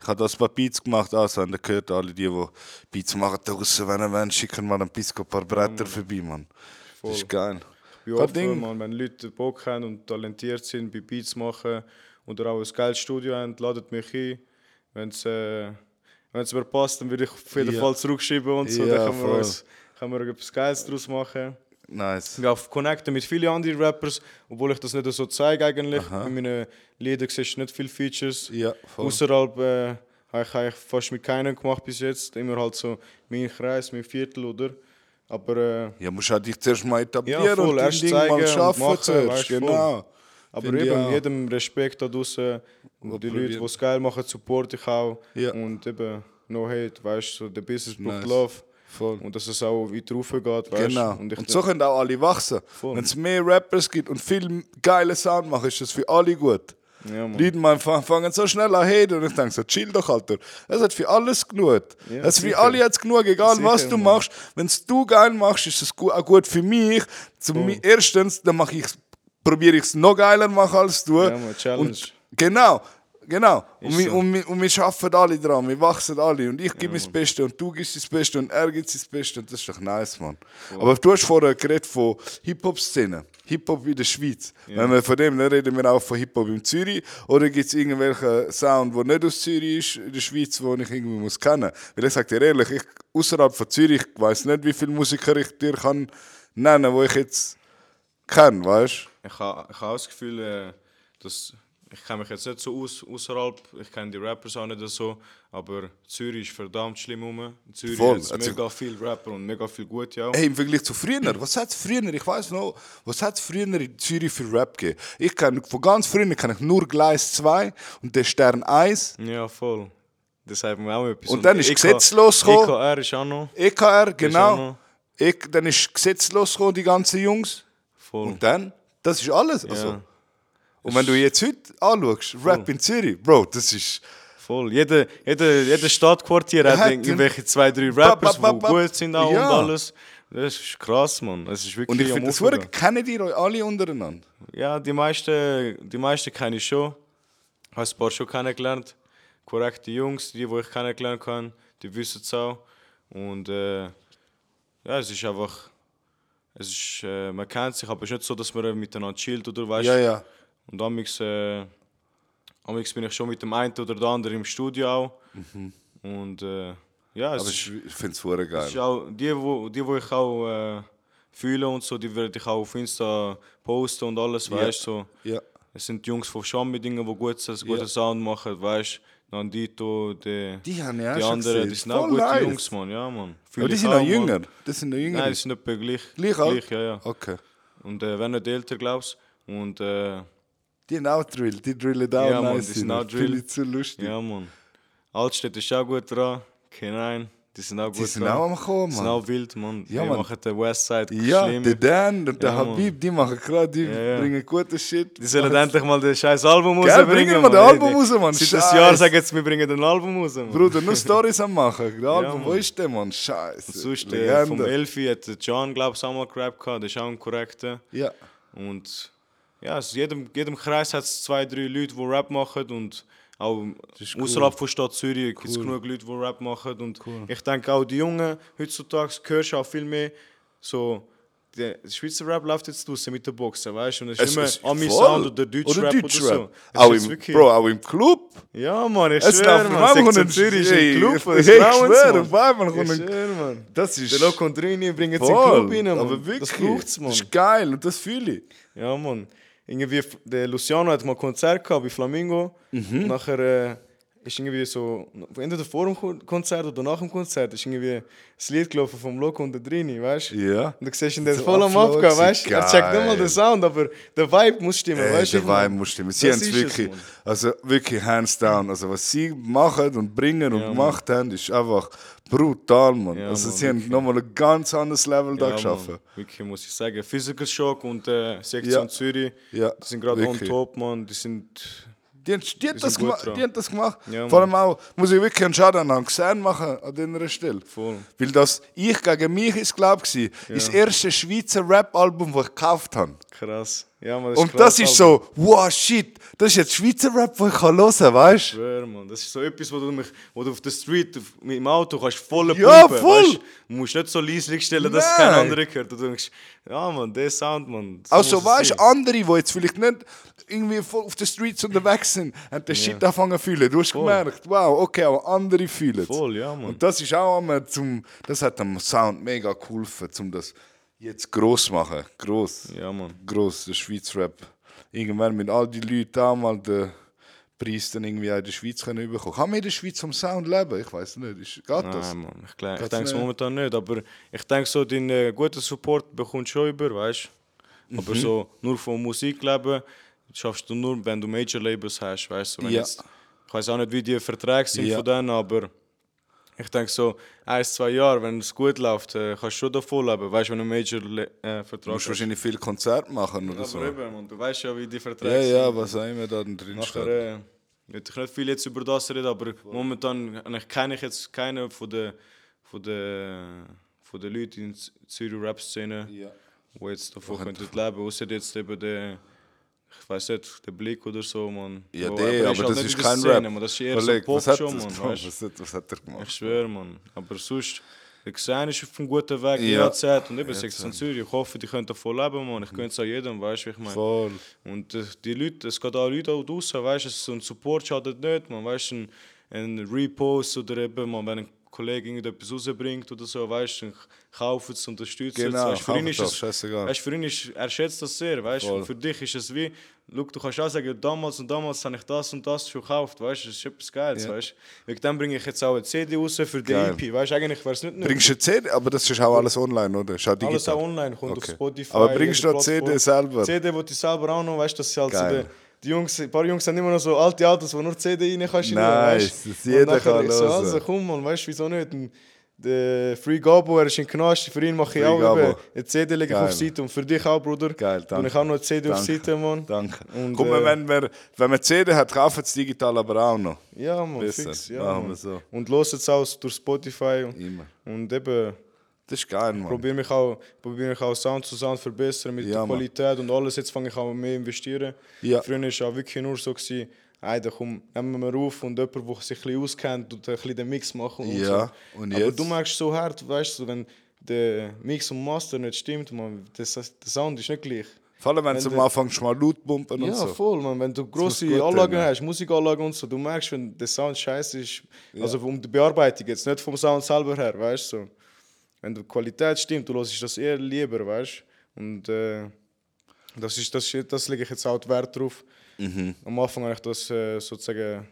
A: Ich habe das paar Beats gemacht, also haben ihr gehört, alle die, die Beats machen draussen, wenn ihr wollt, schicken mal ein Pisco ein paar
C: Mm.
A: Bretter vorbei, Mann. Das ist geil.
B: bin
A: Kein
B: offen,
A: Ding.
B: Mann. wenn Leute Bock haben und talentiert sind bei Beats machen oder auch ein geiles Studio haben, ladet mich ein. Wenn es äh, wenn's mir passt, dann würde ich auf jeden
A: Ja.
B: Fall zurückschreiben und so.
A: Ja,
B: dann können wir,
A: voll.
B: uns, können wir etwas Geiles daraus machen.
A: Nice.
B: Ich gehe auf connecten mit vielen anderen Rappers, obwohl ich das nicht so zeige eigentlich. In meinen Liedern siehst du nicht viele Features.
A: Ja, voll.
B: Außerhalb äh,
E: habe ich eigentlich fast mit keinem gemacht bis jetzt. Immer halt so mein Kreis, mein Viertel, oder? Aber äh,
A: Ja, musst halt dich zuerst mal etablieren
E: Ja, voll,
A: und dein
E: erst
A: Ding mal
E: zeigen und
A: schaffen
E: machen,
A: zuerst.
E: weißt, voll.
A: Genau.
E: Aber
A: Finde ich
E: eben,
A: auch.
E: jedem Respekt da draußen. Und die Leute,
A: probieren.
E: die es geil machen, supporte ich auch.
A: Ja.
E: Und eben, no hate, weißt du, so, der Business braucht
A: Nice.
E: Love.
A: Voll.
E: Und dass es auch weiter rauf geht, weißt du.
A: Genau.
E: Und
A: Und,
E: ich
A: so können auch alle wachsen. Wenn es mehr Rappers gibt und viel geilen Sound machen, ist das für alle gut.
E: Ja, Mann.
A: Leute man fa- fangen so schnell an haten und ich denke so, chill doch, Alter. Es hat für alles genug. es für
E: sicher.
A: alle hat's genug, egal
E: Sicher,
A: was du
E: Mann.
A: machst. Wenn es du geil machst, ist es gu- auch gut für mich. Zum mi- Erstens, dann mache ich probiere ich es noch geiler machen als du.
E: Ja, Mann, Challenge.
A: Und genau, genau. Und wir,
E: so.
A: und, wir, und wir arbeiten alle dran, wir wachsen alle. Und ich gebe mir das Beste und du gibst das Beste und er gibt das Beste und das ist doch nice, Mann. Aber du hast vorher geredet von Hip-Hop-Szene. Hip-Hop in der Schweiz. Wenn wir von dem, dann reden wir auch von Hip-Hop in Zürich. Oder gibt es irgendwelchen Sound, der nicht aus Zürich ist, in der Schweiz, den ich irgendwie muss kennen muss? Weil ich sage dir ehrlich, ich, außerhalb von Zürich, ich weiss nicht, wie viele Musiker ich dir kann nennen kann, die ich jetzt kenne, weißt du?
B: Ich habe ich ha auch das Gefühl, äh, dass ich kenne mich jetzt nicht so aus außerhalb, ich kenne die Rappers auch nicht so, aber Zürich ist verdammt schlimm rum. In Zürich
A: Voll,
B: hat
A: also-
B: mega viel Rapper und mega viel gute auch.
A: Hey, im Vergleich zu früher, was hat es früher, ich weiß noch, was hat es früher in Zürich für Rap gegeben? Ich kann von ganz früher kann ich nur Gleis 2 und der Stern 1,
B: Ja, voll. Das sagt mir auch etwas.
A: Und dann ist
B: EK
A: gesetzlos gekommen.
B: EKR ist auch noch.
A: EKR,
B: auch
A: genau.
B: noch.
A: Ich, dann ist gesetzlos gekommen, die ganzen Jungs.
B: Voll.
A: Und dann, das ist alles. Also.
B: Ja.
A: Und wenn du jetzt heute anschaust, Rap in Zürich, Bro, das ist.
B: Voll. Jeder, jeder, jeder Stadtquartier
A: Ja,
B: hat
A: hat
B: irgendwelche zwei, drei Rappers,
A: bap, bap,
B: die
A: bap.
B: gut sind auch
A: Ja.
B: und alles. Das ist krass, Mann. Das ist wirklich
A: Und ich
B: am
A: finde das
B: Hochgehen.
A: wirklich, kennen die euch alle untereinander?
B: Ja, die meisten, die meisten kenne ich schon. Ich habe ein paar schon kennengelernt. Korrekte Jungs, die, die ich kennengelernt habe, die wissen es auch. Und äh, ja, es ist einfach. Es ist, äh, man kennt sich, aber es ist nicht so, dass man äh, miteinander chillt oder weißt
A: Ja, ja.
B: Und amix, äh, amix bin ich schon mit dem einen oder der anderen im Studio auch. Und äh, ja,
A: Mhm. Aber
B: es ist,
A: ich finde es wirklich
B: es ist
A: geil.
B: auch, die, wo, die, wo ich auch äh, fühle und so, die werde ich auch auf Insta posten und alles, weißt du. So.
A: Ja.
B: Es sind die Jungs von Schammedingen, die gut, guten Sound machen, weißt du. Nandito, die,
A: Die habe ich auch
B: die
A: schon
B: anderen,
A: gesehen.
B: die sind auch
A: Voll
B: gute
A: nice.
B: Jungs, Mann, ja, Mann. Fühl
A: Aber die
B: ich
A: sind
B: auch,
A: noch
B: Mann.
A: jünger. Das sind noch jünger.
B: Nein, die sind etwa gleich.
A: Gleich alt?
B: ja, ja.
A: Okay.
B: Und äh, wenn nicht älter, glaubst du. Und äh,
A: Die haben auch Drill, die drillen auch
B: Ja, Mann,
A: nice.
B: die sind
A: rein.
B: auch Drill.
A: Finde ich zu lustig.
B: Ja, Mann. Altstädt ist auch gut dran. Kenein, die sind auch gut
A: Die sind
B: dran.
A: auch am Kommen,
B: Die sind
A: Mann.
B: auch wild, Mann.
A: Ja,
B: die
A: Mann.
B: machen den Westside
A: Ja,
B: schlimm.
A: der Dan und der
B: Ja, Mann.
A: Habib, die machen gerade, die
B: Ja, ja.
A: bringen guten Shit.
B: Die sollen endlich mal das scheiß Album
A: Gell,
B: rausbringen.
A: bringen wir
B: Mann.
A: den
B: Ey,
A: Album
B: die-
A: raus, Mann.
B: Seit das
A: Scheiß.
B: Jahr sagen jetzt, wir bringen den Album raus, Mann.
A: Bruder, nur Stories am machen. Der Album,
B: Mann.
A: wo ist der Mann? Scheiße.
B: Sonst, äh,
A: Legende.
B: vom Elfi hat der John, glaube ich, auch mal Crap gehabt. Der ist auch ein korrekter.
A: Ja.
B: Und ja, aus jedem, jedem Kreis hat es zwei, drei Leute, die Rap machen und auch außerhalb von Stadt Zürich gibt es genug Leute, die Rap machen. Und ich denke auch die Jungen heutzutage hörst du auch viel mehr so. Der Schweizer Rap läuft jetzt draußen mit den Boxen, weißt du? Und es ist
A: ist voll.
B: immer Ami-Sound oder Deutsch-Rap oder, so.
A: Deutschrap.
B: Es
A: Auch
B: ist
A: im,
B: wirklich-
A: Bro, auch im Club.
B: Ja, Mann, ich
A: Es
B: schwöre,
A: laufen auch
B: Mann.
A: unten-
B: Sektion Zürich ist
A: Ey,
B: ein Club,
A: ich-
B: das
A: ich
B: ist Grauens,
A: schwöre,
B: Mann.
A: auf einmal kommt
B: Ich
A: ein-
B: schwöre, Mann.
A: Das ist.
B: Der Loco und Rini bringen jetzt in den
A: Voll.
B: Club rein, Mann.
A: Aber wirklich.
B: Das braucht's, Mann.
A: Das ist geil und das fühle ich.
B: Ja, Mann. Irgendwie, der Luciano hat mal ein Konzert gehabt bei Flamingo.
A: Mhm.
B: Und nachher äh, ist irgendwie so, entweder vor dem Kon- Konzert oder nach dem Konzert, ist irgendwie das Lied gelaufen vom Loco und der Drini, weißt du?
A: Ja.
B: Und du siehst ihn, der ist
A: So
B: voll am
A: abflogen,
B: Abgehen, weißt du? Er checkt nicht mal
A: geil.
B: den Sound, aber der Vibe muss stimmen,
A: Ey,
B: weißt du?
A: Äh, der Wein muss stimmen. Sie
B: Das
A: haben es
B: ist es,
A: wirklich,
B: Mann.
A: also wirklich hands down. Also was sie machen und bringen und gemacht haben, ist einfach brutal, Mann.
B: Ja,
A: also
B: Mann,
A: sie haben nochmal ein ganz anderes Level da
B: Mann.
A: geschaffen.
B: Wirklich, muss ich sagen. Physical Shock und äh, Sektion
A: Ja.
B: Zürich,
A: Ja,
B: die sind gerade on
A: wirklich.
B: top, Mann. Die sind.
A: Die haben, die, haben
B: sind
A: das
B: gut
A: gemacht,
B: dran.
A: die haben das gemacht.
B: Ja,
A: Vor allem
B: Mann.
A: auch, muss ich wirklich einen Schaden an Xen machen an dieser Stelle.
B: Voll.
A: Weil das ich gegen mich ist, glaube ich, war das erste Schweizer Rap-Album, das ich gekauft habe.
B: Krass. Ja, Mann,
A: Und
B: krass,
A: das ist
B: Alter.
A: so, wow, shit, das ist jetzt Schweizer Rap, das ich kann hören kann, weißt du?
B: Schwör, Mann. Das ist so etwas, wo du, mich, wo du auf der Street auf, mit dem Auto kannst volle
A: Ja,
B: pumpen,
A: voll!
B: weißt Du musst nicht so leise stellen, dass es kein
A: Nein.
B: anderer hört. Du denkst, ja, Mann, der Sound, Mann. so
A: Also
B: muss es
A: weißt
B: sein.
A: du, andere, die jetzt vielleicht nicht irgendwie voll auf den Streets unterwegs sind, haben den Shit angefangen zu fühlen. Du hast gemerkt, wow, okay, aber andere fühlen es.
B: Voll, ja, Mann.
A: Und das ist auch einmal zum, das hat dem Sound mega geholfen, um das jetzt gross zu machen. Gross.
B: Ja, Mann.
A: Gross, der Schweizer Rap. Irgendwann mit all die Leute da mal der Preis dann irgendwie auch in der Schweiz können bekommen. Kann man in der Schweiz vom Sound leben? Ich weiß nicht. Ist, geht das?
B: Nein, Mann, ich, glaub- ich
A: Geht's
B: denke es
A: nicht?
B: momentan nicht, aber ich denke so, deinen äh, guten Support bekommst du schon über, weißt du? Aber
A: Mhm.
B: so nur von Musik leben schaffst du nur, wenn du Major Labels hast, weißt du? Wenn
A: Ja.
B: jetzt- Ich weiß auch nicht, wie die Verträge sind
A: Ja.
B: von denen, aber ich denke so, ein, zwei Jahre, wenn es gut läuft, äh, kannst du schon davon leben, weißt du, wenn du einen
A: Du
B: Major-Vertrag
A: musst wahrscheinlich viel Konzerte machen oder
B: Aber
A: so.
B: eben, Mann, du weißt ja, wie die Verträge
A: Ja,
B: sind.
A: ja, was auch immer da drin
B: Nachher,
A: steht.
B: äh, will ich nicht viel jetzt über das reden, aber momentan eigentlich kenne ich jetzt keinen von den von der, von der Leuten in der Zürich Rap-Szene,
A: Ja.
B: die jetzt davon könnten leben, außer jetzt eben der, ich weiß nicht, der Blick oder so, halt man.
A: Ja, der, aber das ist kein Rap.
B: Man. Das ist eher
A: Überleg,
B: so
A: was hat
B: Pop schon,
A: das
B: man.
A: gemacht?
B: Weißt?
A: Was hat, was hat er gemacht?
B: Ich schwöre, man. Aber sonst, der Xen ist auf einem guten Weg, die
A: Ja.
B: AZ und eben, sechs in Zürich. Ich hoffe, die können davon leben, man. Ich gönne es auch jedem, weißt du, wie ich meine.
A: Voll.
B: Und äh, die Leute, es geht auch Leute auch draußen, weißt du, so ein Support schadet nicht, man, weißt du, ein, ein Repost oder eben, man, wenn ein Kollege irgendetwas rausbringt oder so, weißt du, dann kaufen es, unterstützen
A: Genau,
B: es, weißt du, für ihn
A: kaufen
B: ist
A: doch,
B: es,
A: scheißegal.
B: weißt, du, für ihn ist, er schätzt das sehr, weißt du,
A: Voll.
B: für dich ist es wie, schau, du kannst auch sagen, damals und damals habe ich das und das schon gekauft, weißt du, das ist etwas Geiles,
A: Ja.
B: weißt du, wegen dem bringe ich jetzt auch eine CD raus für die
A: Geil.
B: EP, weißt du, eigentlich wäre es nicht nötig.
A: Bringst du eine CD? Aber das ist auch alles online, oder? Ist auch digital.
B: Alles auch online, kommt
A: Okay.
B: auf Spotify.
A: Aber bringst du
B: jede
A: noch CD
B: Plattform.
A: selber?
B: CD, die du selber auch noch, weißt du, das ist halt so
A: Geil.
B: der, die Jungs, ein paar Jungs haben immer noch so alte Autos, wo nur CD rein kannst.
A: Nice, dass
B: weißt Und
A: jeder
B: nachher
A: kann
B: ich so,
A: hören.
B: also komm man, weißt du, wieso nicht? Und der Free Gabo, er ist in Knast, für ihn mache
A: Free
B: ich auch
A: Gabo.
B: eben eine CD lege ich auf
A: Geil.
B: die Seite und für dich auch, Bruder.
A: Geil,
B: Und
A: danke.
B: ich auch noch eine CD auf die
A: Danke.
B: Seite, Mann.
A: Danke.
B: Und,
A: Guck mal,
B: äh,
A: wenn man, wenn man CD hat, kaufen es digital aber auch noch.
B: Ja, Mann,
A: Besser,
B: fix. Ja,
A: machen
B: Mann.
A: wir so.
B: Und los jetzt aus durch Spotify. Und,
A: Immer.
B: und eben...
A: Das ist geil, Mann.
B: probiere mich auch, probiere mich auch Sound zu Sound verbessern mit
A: Ja,
B: der
A: Mann.
B: Qualität und alles. Jetzt fange ich auch mehr investieren.
A: Ja.
B: Früher war es auch wirklich nur so, gewesen, hey, da komm, nehmen wir auf und jemand, der sich ein bisschen auskennt und ein bisschen den Mix machen. Und
A: Ja,
B: so.
A: und
B: Aber
A: jetzt?
B: du merkst so hart, weißt du, wenn der Mix und Master nicht stimmt, man, das, der Sound ist nicht gleich.
A: Vor allem, wenn du
B: wenn
A: am
B: du-
A: Anfang schon mal laut pumpen
B: Ja,
A: und so.
B: voll, man. Wenn du grosse
A: muss gut
B: Anlagen
A: tönen.
B: hast, Musikanlagen und so, du merkst, wenn der Sound scheiße ist, also um die Bearbeitung jetzt, nicht vom Sound selber her, weißt du. So. Wenn die Qualität stimmt, du hörst das eher lieber, weißt du. Und äh, das, ist, das, ist- das lege ich jetzt auch den Wert drauf.
A: Mhm.
B: Am Anfang habe ich das äh, sozusagen,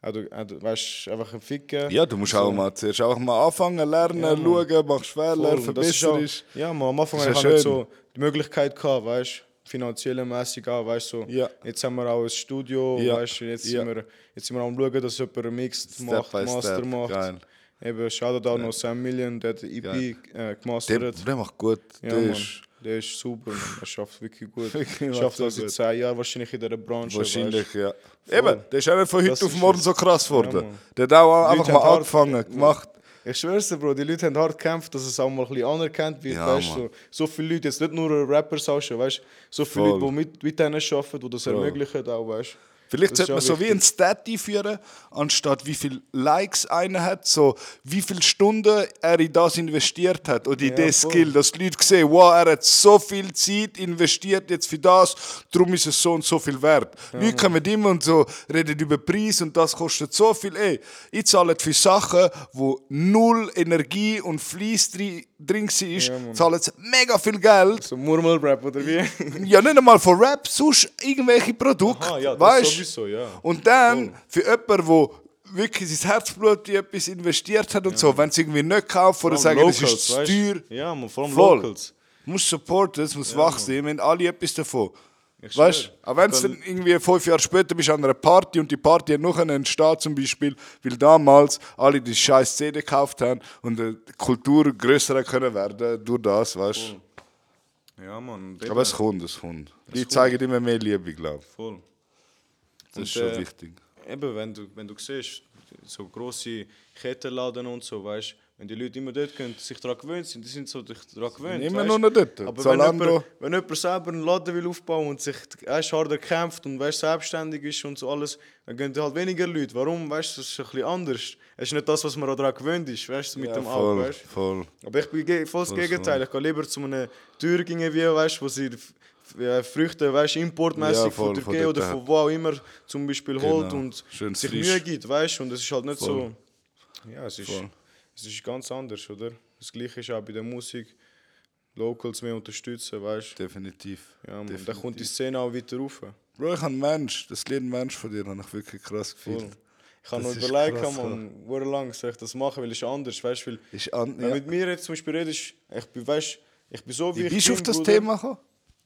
B: also, weißt du, einfach ein Fick gegeben.
A: Ja, du musst auch mal zuerst einfach mal anfangen, lernen, schauen, machst Fehler,
B: Voll, und das ist
A: verbessern dich.
B: auch- Ja, man, am Anfang
A: Das ist
B: habe ich
A: ja
B: nicht
A: schön.
B: so die Möglichkeit gehabt, weißt du, finanziell mäßig auch, weißt du, so,
A: Ja.
B: jetzt haben wir auch ein Studio,
A: Ja.
B: weißt du, jetzt,
A: Ja.
B: sind wir, jetzt sind wir am schauen, dass jemand einen Mixed
A: Step
B: macht,
A: by
B: Master
A: step,
B: macht.
A: geil.
B: Eben, schaut auch noch Sam Million, der hat die EP äh,
A: Der,
B: gemastert.
A: der macht gut.
B: Ja,
A: der
B: Mann,
A: ist
B: der ist super, Mann. er schafft wirklich gut.
A: Wirklich,
B: Er
A: macht
B: schafft
A: so
B: auch seit
A: gut.
B: 10 Jahren wahrscheinlich in dieser Branche.
A: wahrscheinlich,
B: Weißt.
A: ja. Eben, der ist eben von
B: Das
A: heute auf
B: ist
A: morgen
B: es.
A: so krass
B: Ja,
A: geworden.
B: Mann.
A: der hat auch einfach
B: Leute
A: mal
B: haben hart-
A: angefangen, gemacht.
B: Ich schwör's dir, Bro, die Leute haben hart gekämpft, dass es auch mal ein bisschen anerkannt wird.
A: Ja,
B: weißt,
A: Mann.
B: so, so viele Leute, jetzt nicht nur Rappers auch schon, weißt, so viele
A: Voll.
B: Leute, die mit, mit denen arbeiten, die das ermöglichen, auch, weißt
A: Vielleicht
B: Das ist
A: sollte man
B: auch
A: so wie ein Stat einführen, anstatt wie viele Likes einer hat, so wie viele Stunden er in das investiert hat oder in
B: Ja,
A: diesen
B: voll.
A: Skill, dass die Leute sehen, wow, er hat so viel Zeit investiert jetzt für das, darum ist es so und so viel wert. Leute kommen immer und so, reden über Preis und das kostet so viel. Ey, ich zahle für Sachen, wo null Energie und Fleiß drin drin ist, zahlen sie mega viel Geld.
B: So Murmelrap oder wie?
A: Ja, nicht einmal von Rap, sonst irgendwelche Produkte.
B: Aha, ja, das
A: weißt?
B: sowieso, ja.
A: Und dann, für jemanden, wo wirklich sein Herzblut in etwas investiert hat und so, wenn sie irgendwie nicht kaufen oder sagen, es ist zu
B: weißt?
A: teuer,
B: Ja, man, vor allem
A: Voll.
B: Locals.
A: muss supporten, es muss wachsen, wir haben alle etwas davon.
B: Ich
A: Weißt
B: schwör.
A: du, auch wenn es dann irgendwie fünf Jahre später bist du an einer Party und die Party hat noch entstanden, zum Beispiel, weil damals alle die scheiß CD gekauft haben und äh, die Kultur grösser hat können werden durch das, weißt du.
B: Ja, man,
A: Aber es kommt, es kommt. Die zeigen immer mehr Liebe, glaube ich.
B: voll.
A: Das ist schon
B: äh,
A: wichtig.
B: Eben, wenn du, wenn du siehst, so grosse Kettenladen und so, weißt du, wenn die Leute immer dort gehen, sich daran gewöhnt sind, die sind so daran gewöhnt.
A: immer
B: weisst.
A: nur noch dort.
B: Aber
A: Zalando.
B: wenn jemand, wenn jemand selber einen Laden will aufbauen und sich weißt, harder kämpft und weißt, selbstständig ist und so alles, dann gehen halt weniger Leute. Warum? Weißt du, das ist ein bisschen anders. Es ist nicht das, was man daran gewöhnt ist, weißt du, mit
A: Ja,
B: dem Auge,
A: voll,
B: weißt du.
A: voll.
B: Aber ich bin ge- voll das Gegenteil. Ich gehe lieber zu einer Tür irgendwie, weißt, wo sie F- F- äh, Früchte, weißt, importmäßig
A: Ja,
B: von
A: voll, von
B: Türkei
A: dort
B: oder
A: her.
B: von wo auch immer zum Beispiel holt
A: Genau.
B: und
A: Schön
B: sich
A: frisch.
B: Mühe gibt, weißt. Und es ist halt nicht
A: Voll.
B: so. Ja, es ist,
A: Voll.
B: es ist ganz anders, oder? Das Gleiche ist auch bei der Musik. Locals mehr unterstützen, weißt du?
A: Definitiv.
B: Ja, Mann, dann
A: Definitiv.
B: kommt die Szene auch weiter rauf.
A: Bro, ich habe Mensch, das Lied Mensch von dir habe ich wirklich krass
B: Voll.
A: gefühlt.
B: Ich habe
A: Das
B: noch
A: ist
B: überlegt,
A: krass,
B: man, wo lang soll ich das machen, weil es ist anders, weißt du? weil-
A: Ist an,
B: Wenn
A: ja.
B: mit mir jetzt zum Beispiel redest, ich bin, weißt, ich bin so
A: Wie
B: ich
A: bist du
B: bin,
A: auf das
B: Bruder.
A: Thema gekommen?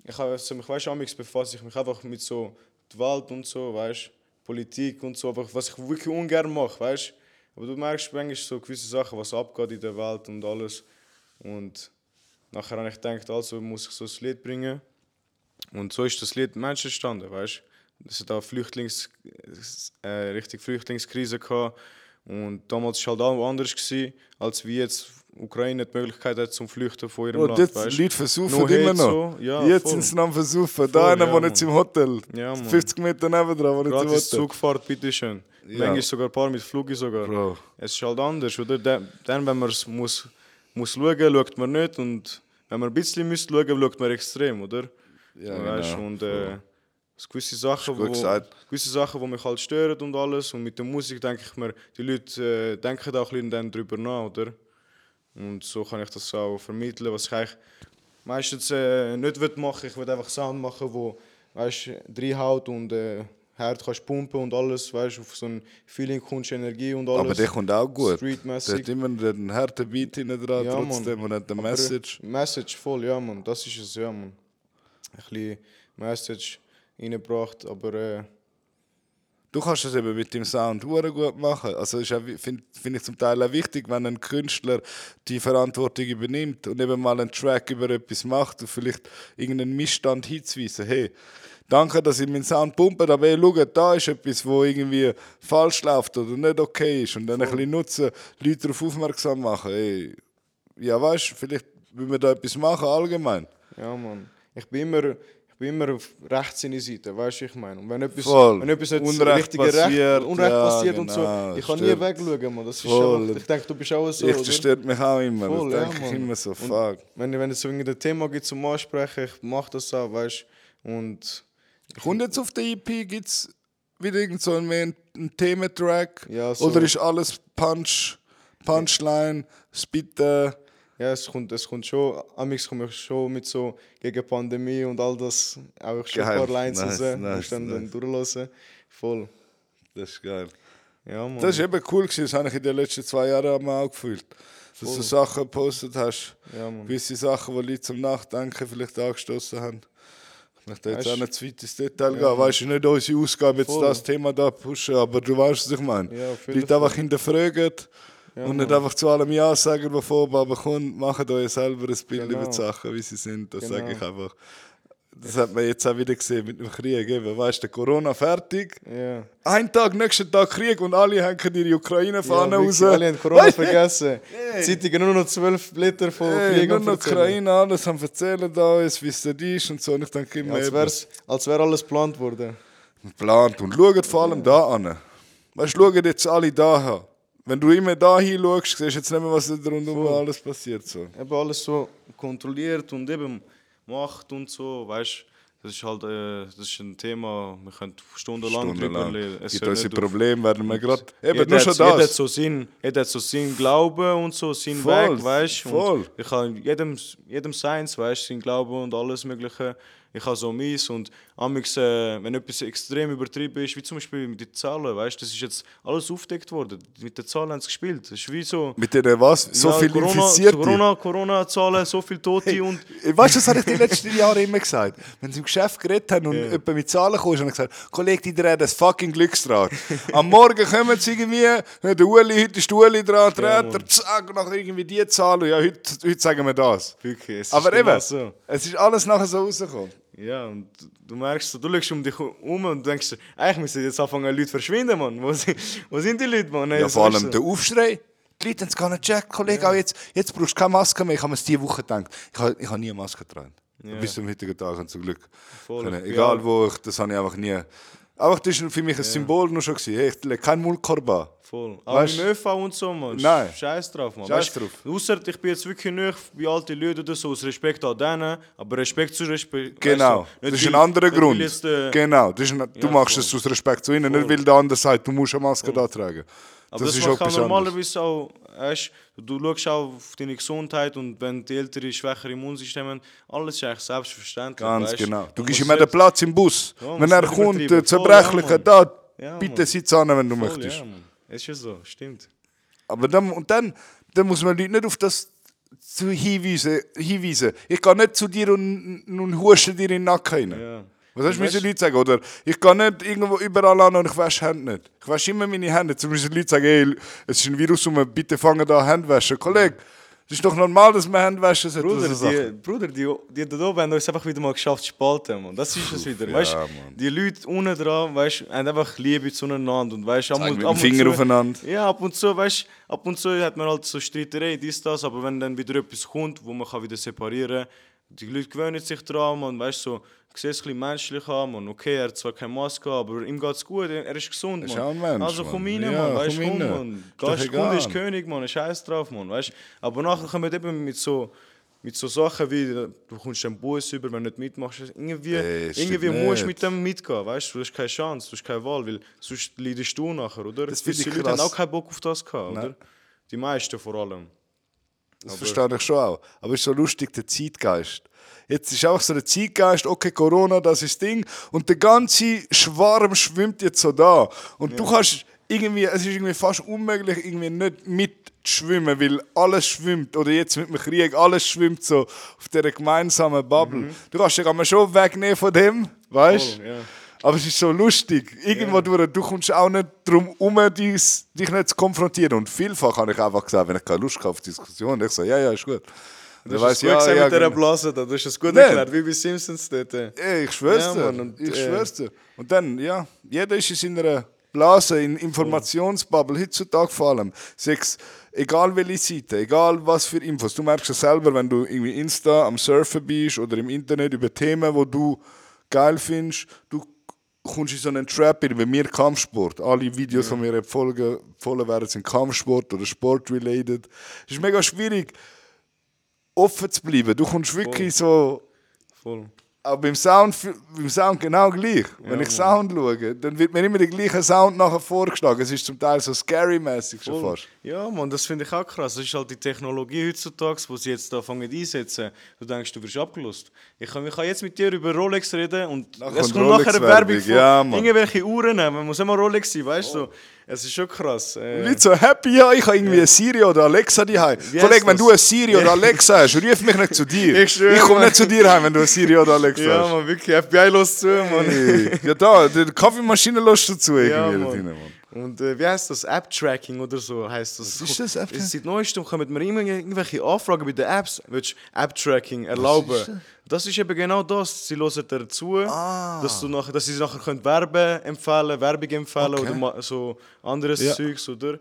B: Ich habe also, mich, weißt, amigs befasse ich mich einfach mit so die Welt und so, weißt, Politik und so, aber was ich wirklich ungern mache, weißt. Aber du merkst manchmal so gewisse Sachen, was abgeht in der Welt und alles. Und nachher habe ich gedacht, also muss ich so ein Lied bringen. Und so ist das Lied Mensch entstanden, weißt du? Es hat auch Flüchtlings, äh, richtig Flüchtlingskrise gehabt. Und damals war es halt auch anders, gewesen, als wie jetzt Ukraine die Möglichkeit hat zum Flüchten von ihrem
A: Bro,
B: Land.
A: jetzt
B: weißt?
A: Leute versuchen
B: Nur
A: immer
B: Hate
A: noch.
B: so, ja,
A: jetzt
B: voll.
A: sind sie noch am Versuchen.
B: Voll,
A: da einer
B: ja,
A: wohnt jetzt im Hotel.
B: Ja, Mann.
A: 50 Meter nebendran wohnt jetzt im Hotel.
B: Gratis Zugfahrt, bitteschön.
A: Ja.
B: Manchmal sogar ein paar mit Flug sogar.
A: Bro.
B: Es ist halt anders, oder? Dann, dann wenn man es muss, muss schauen, schaut man nicht. Und wenn man ein bisschen müsst schauen, schaut man extrem, oder?
A: Ja,
B: Weißt,
A: genau.
B: Und äh, es gewisse Sachen,
A: gut
B: wo,
A: gesagt.
B: gewisse Sachen, die mich halt stören und alles. Und mit der Musik denke ich mir, die Leute äh, denken da auch ein bisschen dann drüber nach, oder? Und so kann ich das auch vermitteln, was ich eigentlich meistens äh, nicht will machen Ich will einfach Sound machen, wo weißt, reinhaut und äh, Herd kannst pumpen und alles, weißt, auf so ein Feeling kommst, Energie und alles.
A: Aber der kommt auch gut.
B: Streetmäßig.
A: Der hat immer einen harten Beat hinten dran,
B: Ja, Mann.
A: trotzdem. Und hat eine
B: Aber
A: Message.
B: Message voll, ja man, das ist es, ja man. Ein bisschen Message reingebracht, aber äh,
A: Du kannst das eben mit dem Sound hure gut machen. Also finde find ich zum Teil auch wichtig, wenn ein Künstler die Verantwortung übernimmt und eben mal einen Track über etwas macht und vielleicht irgendeinen Missstand hinzuweisen. Hey, danke, dass ihr meinen Sound pumpt, aber hey, schaut, da ist etwas, wo irgendwie falsch läuft oder nicht okay ist. Und dann ein bisschen nutzen, Leute darauf aufmerksam machen. Hey, ja weißt, vielleicht will wir da etwas machen allgemein.
B: ja man. Ich bin immer, ich bin immer auf rechts in die Seite, weißt du, ich meine. Und wenn etwas,
A: Voll.
B: wenn etwas nicht
A: Unrecht
B: richtige Recht-
A: passiert,
B: Unrecht
A: ja,
B: passiert und
A: genau,
B: so, ich kann nie
A: stimmt.
B: wegschauen, man. Das
A: Voll.
B: ist einfach, ich denke, du bist auch so.
A: ich,
B: oder?
A: das stört mich auch immer.
B: Voll,
A: da
B: ja,
A: denke ich
B: Mann.
A: immer so, fuck.
B: Wenn, wenn es so irgendein Thema gibt zum Ansprechen, ich mache das auch, weißt du. Und
A: Kommt jetzt auf der EP, gibt es wieder irgend so einen, mehr einen Thementrack?
B: Ja, so-
A: Oder ist alles Punch, Punchline, Spitter?
B: Ja, es kommt, es kommt schon, amigs komme ich schon mit so gegen Pandemie und all das, auch schon
A: Geil.
B: ein paar Lines
A: Nice,
B: raus, nice,
A: nice,
B: nice, dann
A: nice.
B: durchlassen. Voll.
A: Das ist geil.
B: Ja, Mann.
A: Das ist eben cool gewesen, das habe ich in den letzten zwei Jahren auch auch gefühlt. Dass du Sachen gepostet hast,
B: Ja, Mann.
A: gewisse Sachen, die Leute zum Nachdenken vielleicht angestoßen haben. Ich möchte jetzt
B: Weißt-
A: auch nicht zu weit ins Detail gehen. Weißt du, nicht unsere Ausgabe jetzt
B: Voll.
A: das Thema da pushen, aber du weißt, was ich meine.
B: Ja, auf jeden
A: Leute einfach hinterfragen und nicht einfach zu allem Ja sagen, was oben aber kommt. Macht euch selber ein Bild über
B: Genau.
A: die Sachen, wie sie sind. Das sage ich
B: Genau.
A: einfach. Das hat man jetzt auch wieder gesehen mit dem Krieg. Eben, weißt du, Corona fertig.
B: ja.
A: Ein Tag, nächsten Tag Krieg und alle hängen ihre Ukraine-Fahne
B: ja,
A: raus.
B: wirklich, Alle haben Corona
A: Weißt du,
B: vergessen. Zeitungen nur noch zwölf Blätter von
A: Ey,
B: Krieg
A: nur
B: am
A: noch
B: Erzählen.
A: Ukraine, alles haben erzählen da ist, wie es dort ist und so. Und ich denke immer,
B: Als
A: eben,
B: wäre als wär alles geplant worden.
A: geplant. Und schaut vor allem da an. Weißt du, schaut jetzt alle da hin. Wenn du immer da hinschaust, siehst du jetzt nicht mehr, was da rundum alles passiert. So.
B: Eben alles so kontrolliert und eben Macht und so, weißt du. Das ist halt äh, das ist ein Thema, wir können stundenlang drüber
A: Stundenlang.
B: reden. Es
A: Gibt
B: hört
A: unsere
B: nicht auf.
A: Probleme, werden wir gerade. Eben,
B: jeder
A: nur
B: hat,
A: schon
B: Jeder hat
A: das.
B: so seinen, jeder hat so seinen Glauben und so, seinen
A: Voll,
B: Weg, weißt du?
A: voll.
B: Und Ich habe jedem, jedem seins, weißt du, seinen Glauben und alles Mögliche. Ich habe so meins und amigs, äh, wenn etwas extrem übertrieben ist, wie zum Beispiel mit den Zahlen, weißt du, das ist jetzt alles aufgedeckt worden. Mit den Zahlen haben sie gespielt. Das ist wie so.
A: Mit denen was? So
B: ja,
A: viel
B: Corona,
A: infizierte.
B: Corona, Corona-Zahlen, so viele Tote und.
A: Weißt du, das habe ich die letzten Jahre immer gesagt. Wenn sie im Geschäft geredet haben und jemand mit Zahlen kam, habe ich gesagt, Kollege, die drehen das fucking Glücksrad. Am Morgen kommen sie irgendwie, äh, der Uli, heute ist der Uli dran, dreht er, zack, nachher irgendwie die Zahlen. Ja, heute, heute sagen wir das.
B: Wirklich, es
A: Aber
B: ist genau
A: eben,
B: so.
A: es ist alles nachher so rausgekommen.
B: Ja, und du- du merkst, so, du schaust um dich um und denkst, dir, eigentlich müssen jetzt anfangen, Leute verschwinden, Mann. Wo sind, wo sind die Leute, Mann? Ey,
A: Ja,
B: das
A: vor
B: weißt
A: allem
B: du.
A: der Aufschrei. Die Leute haben es gar nicht gecheckt, Kollege. Auch jetzt, jetzt brauchst du keine Maske mehr. Ich habe mir es diese Woche gedacht. Ich habe, ich habe nie eine Maske getragen. Bis zum heutigen Tag und zum Glück.
B: Voll,
A: Können.
B: ich bin
A: Egal
B: auch-
A: wo, ich, das habe ich einfach nie. Einfach das war für mich ein Symbol nur schon. Gewesen. Hey, ich lege keinen Mullkorb an.
B: Voll. Auch
A: Weißt-
B: im ÖV und so, Mann.
A: Nein.
B: Scheiß drauf, Mann.
A: Scheiß
B: Weißt-
A: drauf.
B: Ausser, ich bin jetzt wirklich nicht wie alte Leute oder so, aus Respekt an denen, aber Respekt zu Respekt.
A: Genau,
B: weißt du,
A: das
B: nicht
A: ist ein
B: weil-
A: anderer
B: nicht weil
A: Grund.
B: Jetzt, äh,
A: genau, das ist ein, du
B: ja,
A: machst
B: voll.
A: es aus Respekt zu ihnen, nicht weil der andere sagt, du musst eine Maske da tragen.
B: Aber
A: Das
B: das,
A: ist
B: macht
A: etwas
B: auch normalerweise auch, weißt, du schaust auch auf deine Gesundheit und wenn die Eltern schwächere Immunsystem haben, alles ist eigentlich selbstverständlich.
A: Ganz
B: weißt.
A: genau. Du
B: Man
A: gibst
B: muss
A: ihm auch den
B: jetzt-
A: Platz im Bus.
B: Ja, man
A: wenn
B: muss
A: er
B: nicht
A: kommt, der
B: übertreiben. Voll,
A: Zerbrechliche,
B: ja, Mann.
A: da,
B: Ja,
A: bitte
B: Mann.
A: sitz an, wenn du
B: Voll,
A: möchtest.
B: ja, Mann. Es ist ja so, stimmt.
A: Aber dann, und dann, dann muss man Leute nicht auf das zu hinweisen. hinweisen. Ich gehe nicht zu dir und, und huste dir in den Nacken rein.
B: Ja.
A: Was hast du
B: Und
A: müssen
B: weißt-
A: Leute sagen? Oder ich gehe nicht irgendwo überall an und ich wasche Hände nicht. Ich wasche immer meine Hände. Zum müssen Leute sagen, ey, es ist ein Virus rum, bitte fangen da Hände waschen. Kollege, es ist doch normal, dass man Hände waschen sollte.
B: Bruder,
A: und so Sachen.
B: die, Bruder, die, die da oben haben uns einfach wieder mal geschafft zu spalten, Mann. Das ist es wieder. weißt,
A: Mann.
B: die Leute unten dran, weißt, haben einfach Liebe zueinander und weißt, ab
A: Zeig
B: und-
A: mit dem
B: ab und
A: Finger
B: zu-
A: aufeinander.
B: Ja, ab und zu, weißt, ab und zu hat man halt so Streiterei, dies, das, aber wenn dann wieder etwas kommt, wo man kann wieder separieren die Leute gewöhnen sich dran, man, weißt so, ich sehe es ein bisschen menschlich an, man, okay, er hat zwar keine Maske, aber ihm geht's gut, er er ist gesund,
A: ist
B: Mann.
A: auch ein Mensch,
B: also komm
A: Mann.
B: rein,
A: Ja,
B: man, weißt,
A: komm
B: komm,
A: rein.
B: man.
A: Ist doch
B: Gast, Kunde ist
A: egal.
B: König, Mann, scheiß drauf, Mann, weißt Aber nachher kommen eben mit so, mit so Sachen wie, du bekommst einen Bus über, wenn du nicht mitmachst. Irgendwie,
A: Ey, stimmt
B: irgendwie musst
A: nicht.
B: du mit dem mitgehen, weißt du, hast keine Chance, du hast keine Wahl, weil sonst leidest du nachher, oder?
A: Das
B: Das
A: find ich
B: Leute haben
A: krass.
B: auch keinen Bock auf das gehabt,
A: Nein.
B: oder? Die meisten vor allem.
A: Das verstehe ich schon auch. Aber es ist so lustig, der Zeitgeist. Jetzt ist auch so der Zeitgeist, okay, Corona, das ist das Ding. Und der ganze Schwarm schwimmt jetzt so da. Und du kannst irgendwie, es ist irgendwie fast unmöglich, irgendwie nicht mitschwimmen, weil alles schwimmt. Oder jetzt mit dem Krieg, alles schwimmt so auf dieser gemeinsamen Bubble. Du kannst dich aber schon wegnehmen von dem, weißt du?
B: Mhm. Voll, ja.
A: Aber es ist so lustig. Irgendwo durch, du kommst auch nicht drum herum, dies- dich nicht zu konfrontieren. Und vielfach habe ich einfach gesagt, wenn ich keine Lust habe auf Diskussion, ich sage, ja, ja, ist gut. Und
B: Du
A: er
B: hast
A: weiss,
B: es gut gesagt mit dieser
A: genau.
B: Blase, da. du hast es gut
A: Nein.
B: erklärt, wie bei Simpsons dort. äh.
A: Ey, ich schwör's
B: Ja,
A: dir.
B: Mann, und,
A: ich
B: äh,
A: schwör's dir. Und dann, ja, jeder ist in seiner Blase, in Informationsbubble, heutzutage vor allem. Sechs, egal welche Seite, egal was für Infos. Du merkst es selber, wenn du irgendwie Insta am Surfen bist oder im Internet über Themen, wo du geil findest, du kommst in so einen Trap rein, bei mir Kampfsport. Alle Videos, die mir folgen, folgen werden, sind Kampfsport oder Sport-related. Es ist mega schwierig, offen zu bleiben. Du kommst wirklich so...
B: Voll.
A: Aber beim Sound, fü- beim Sound genau gleich. Wenn ich Sound schaue, dann wird mir immer der gleiche Sound nachher vorgeschlagen. Es ist zum Teil so scary-mäßig schon
B: Voll.
A: fast.
B: Ja, Mann, das finde ich auch krass. Das ist halt die Technologie heutzutage, die sie jetzt anfangen einsetzen. Du denkst, du wirst abgelöst. Ich kann, ich kann jetzt mit dir über Rolex reden und
A: Nachher
B: es
A: kommt
B: kommt nachher eine
A: Rolex-Werbung.
B: Werbung von
A: Ja, Mann. Oh.
B: irgendwelchen Uhren. Man muss immer Rolex sein, weißt du? Es ist schon krass.
A: Die
B: Äh,
A: Leute so happy, ja, ich habe irgendwie eine Siri oder Alexa daheim.
B: Wie
A: Kollege,
B: heisst
A: wenn du
B: das?
A: eine Siri oder Alexa hast, ruf mich nicht zu dir.
B: Ich schwöre,
A: ich komme
B: Mann.
A: nicht zu dir heim, wenn du eine Siri oder Alexa
B: ja,
A: hast.
B: man, wirklich, FBI los zu, Mann.
A: Hey. Ja, da, die Kaffeemaschine lässt du zu
B: Ja,
A: irgendwie.
B: Mann.
A: drin, Mann.
B: Und äh, wie heißt das? App-Tracking oder so heißt das.
A: ist das, App-Tracking?
B: Seit neuestem kommen mir immer irgendwelche Anfragen bei den Apps. Willst du App-Tracking erlauben?
A: ist das?
B: das? ist eben genau das. Sie hören dir zu,
A: Ah.
B: dass, du nachher, dass sie nachher können Werbe empfehlen, Werbung empfehlen
A: Okay.
B: oder ma- so anderes
A: Ja.
B: Zeugs. Oder?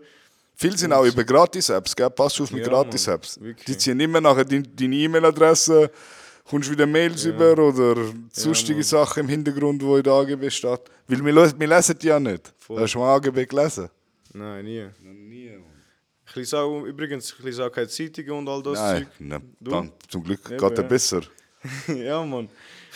A: Viele sind auch über Gratis-Apps, gell? Pass auf mit
B: Ja,
A: Gratis-Apps.
B: Mann, wirklich.
A: Die ziehen immer nachher dein- deine E-Mail-Adresse, kommst wieder Mails über oder sonstige Sachen im Hintergrund, die in der AGB steht. Weil wir, les- wir lesen die ja nicht. Hast du mal AGB gelesen?
B: Nein, nie. Ich lese auch, übrigens, ich lese auch keine Zeitungen und all das
A: Nein,
B: Zeug.
A: nein
B: Du?
A: dank, zum Glück
B: Eben,
A: geht er
B: ja.
A: besser.
B: ja, Mann.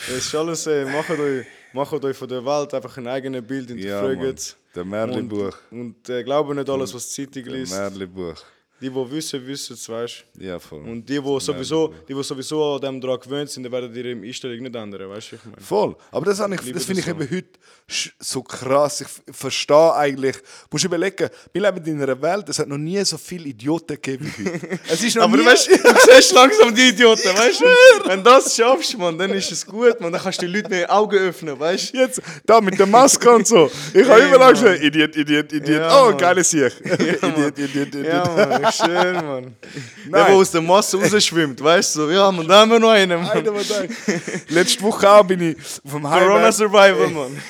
B: Es ist alles, äh, macht, euch, macht euch von der Welt einfach ein eigenes Bild,
A: Ja, Mann.
B: hinterfragt.
A: Der Merlin-Buch.
B: Und, und äh, glauben nicht alles, was die Zeitung
A: Der
B: liest.
A: Merlin-Buch.
B: Die, die wissen, wissen es, weißt du.
A: Ja, voll.
B: Und die, die sowieso, die, die sowieso an dem dran gewöhnt sind, die werden ihre Einstellung nicht ändern, weißt du, ich meine.
A: Voll. Aber das, habe ich,
B: liebe
A: das finde ich
B: das
A: eben heute sch- so krass. Ich f- verstehe eigentlich. Du musst überlegen, wir leben in einer Welt, es hat noch nie so viele Idioten gegeben wie heute. Es ist noch nie...
B: du siehst langsam die Idioten, weißt du? Wenn du das schaffst, Mann, dann ist es gut, man. Dann kannst du den Leuten die Augen öffnen, weißt du?
A: Jetzt, da mit der Maske und so. Ich habe
B: Ey,
A: überall
B: Mann.
A: schon Idiot, Idiot, Idiot.
B: Ja,
A: oh,
B: Mann.
A: geiles Sieg. Idiot, Idiot, Idiot.
B: Ja, Mann, schön, Mann. Der,
A: Nein.
B: der aus der Masse rausschwimmt, weißt du? So, ja, Mann, da haben wir noch einen,
A: Einer,
B: Mann.
A: der sagt, Letzte Woche auch bin ich auf dem
B: Corona
A: Highway.
B: Survivor, Mann.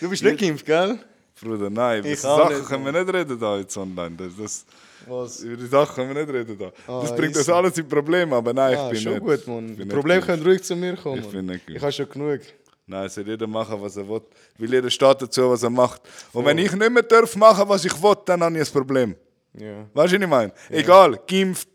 B: Du bist nicht geimpft, gell?
A: Bruder, nein, über
B: Ich
A: diese
B: auch
A: Sachen
B: nicht,
A: können wir nicht reden da jetzt online. Das, das,
B: Was?
A: über die Sachen können wir nicht reden da. Das
B: Ah,
A: bringt uns
B: easy.
A: alles in Probleme, aber nein, ich
B: Ah,
A: bin
B: schon
A: nicht.
B: gut, Mann.
A: ich bin nicht
B: Problem
A: geimpft.
B: können ruhig zu mir kommen.
A: Ich bin nicht
B: ich
A: geimpft.
B: habe schon genug.
A: Nein, soll jeder machen, was er will. Weil jeder steht dazu, was er macht. Und wenn ich nicht mehr darf machen, was ich will, dann habe ich ein Problem.
B: Ja.
A: Weißt du, was ich meine? Egal, geimpft,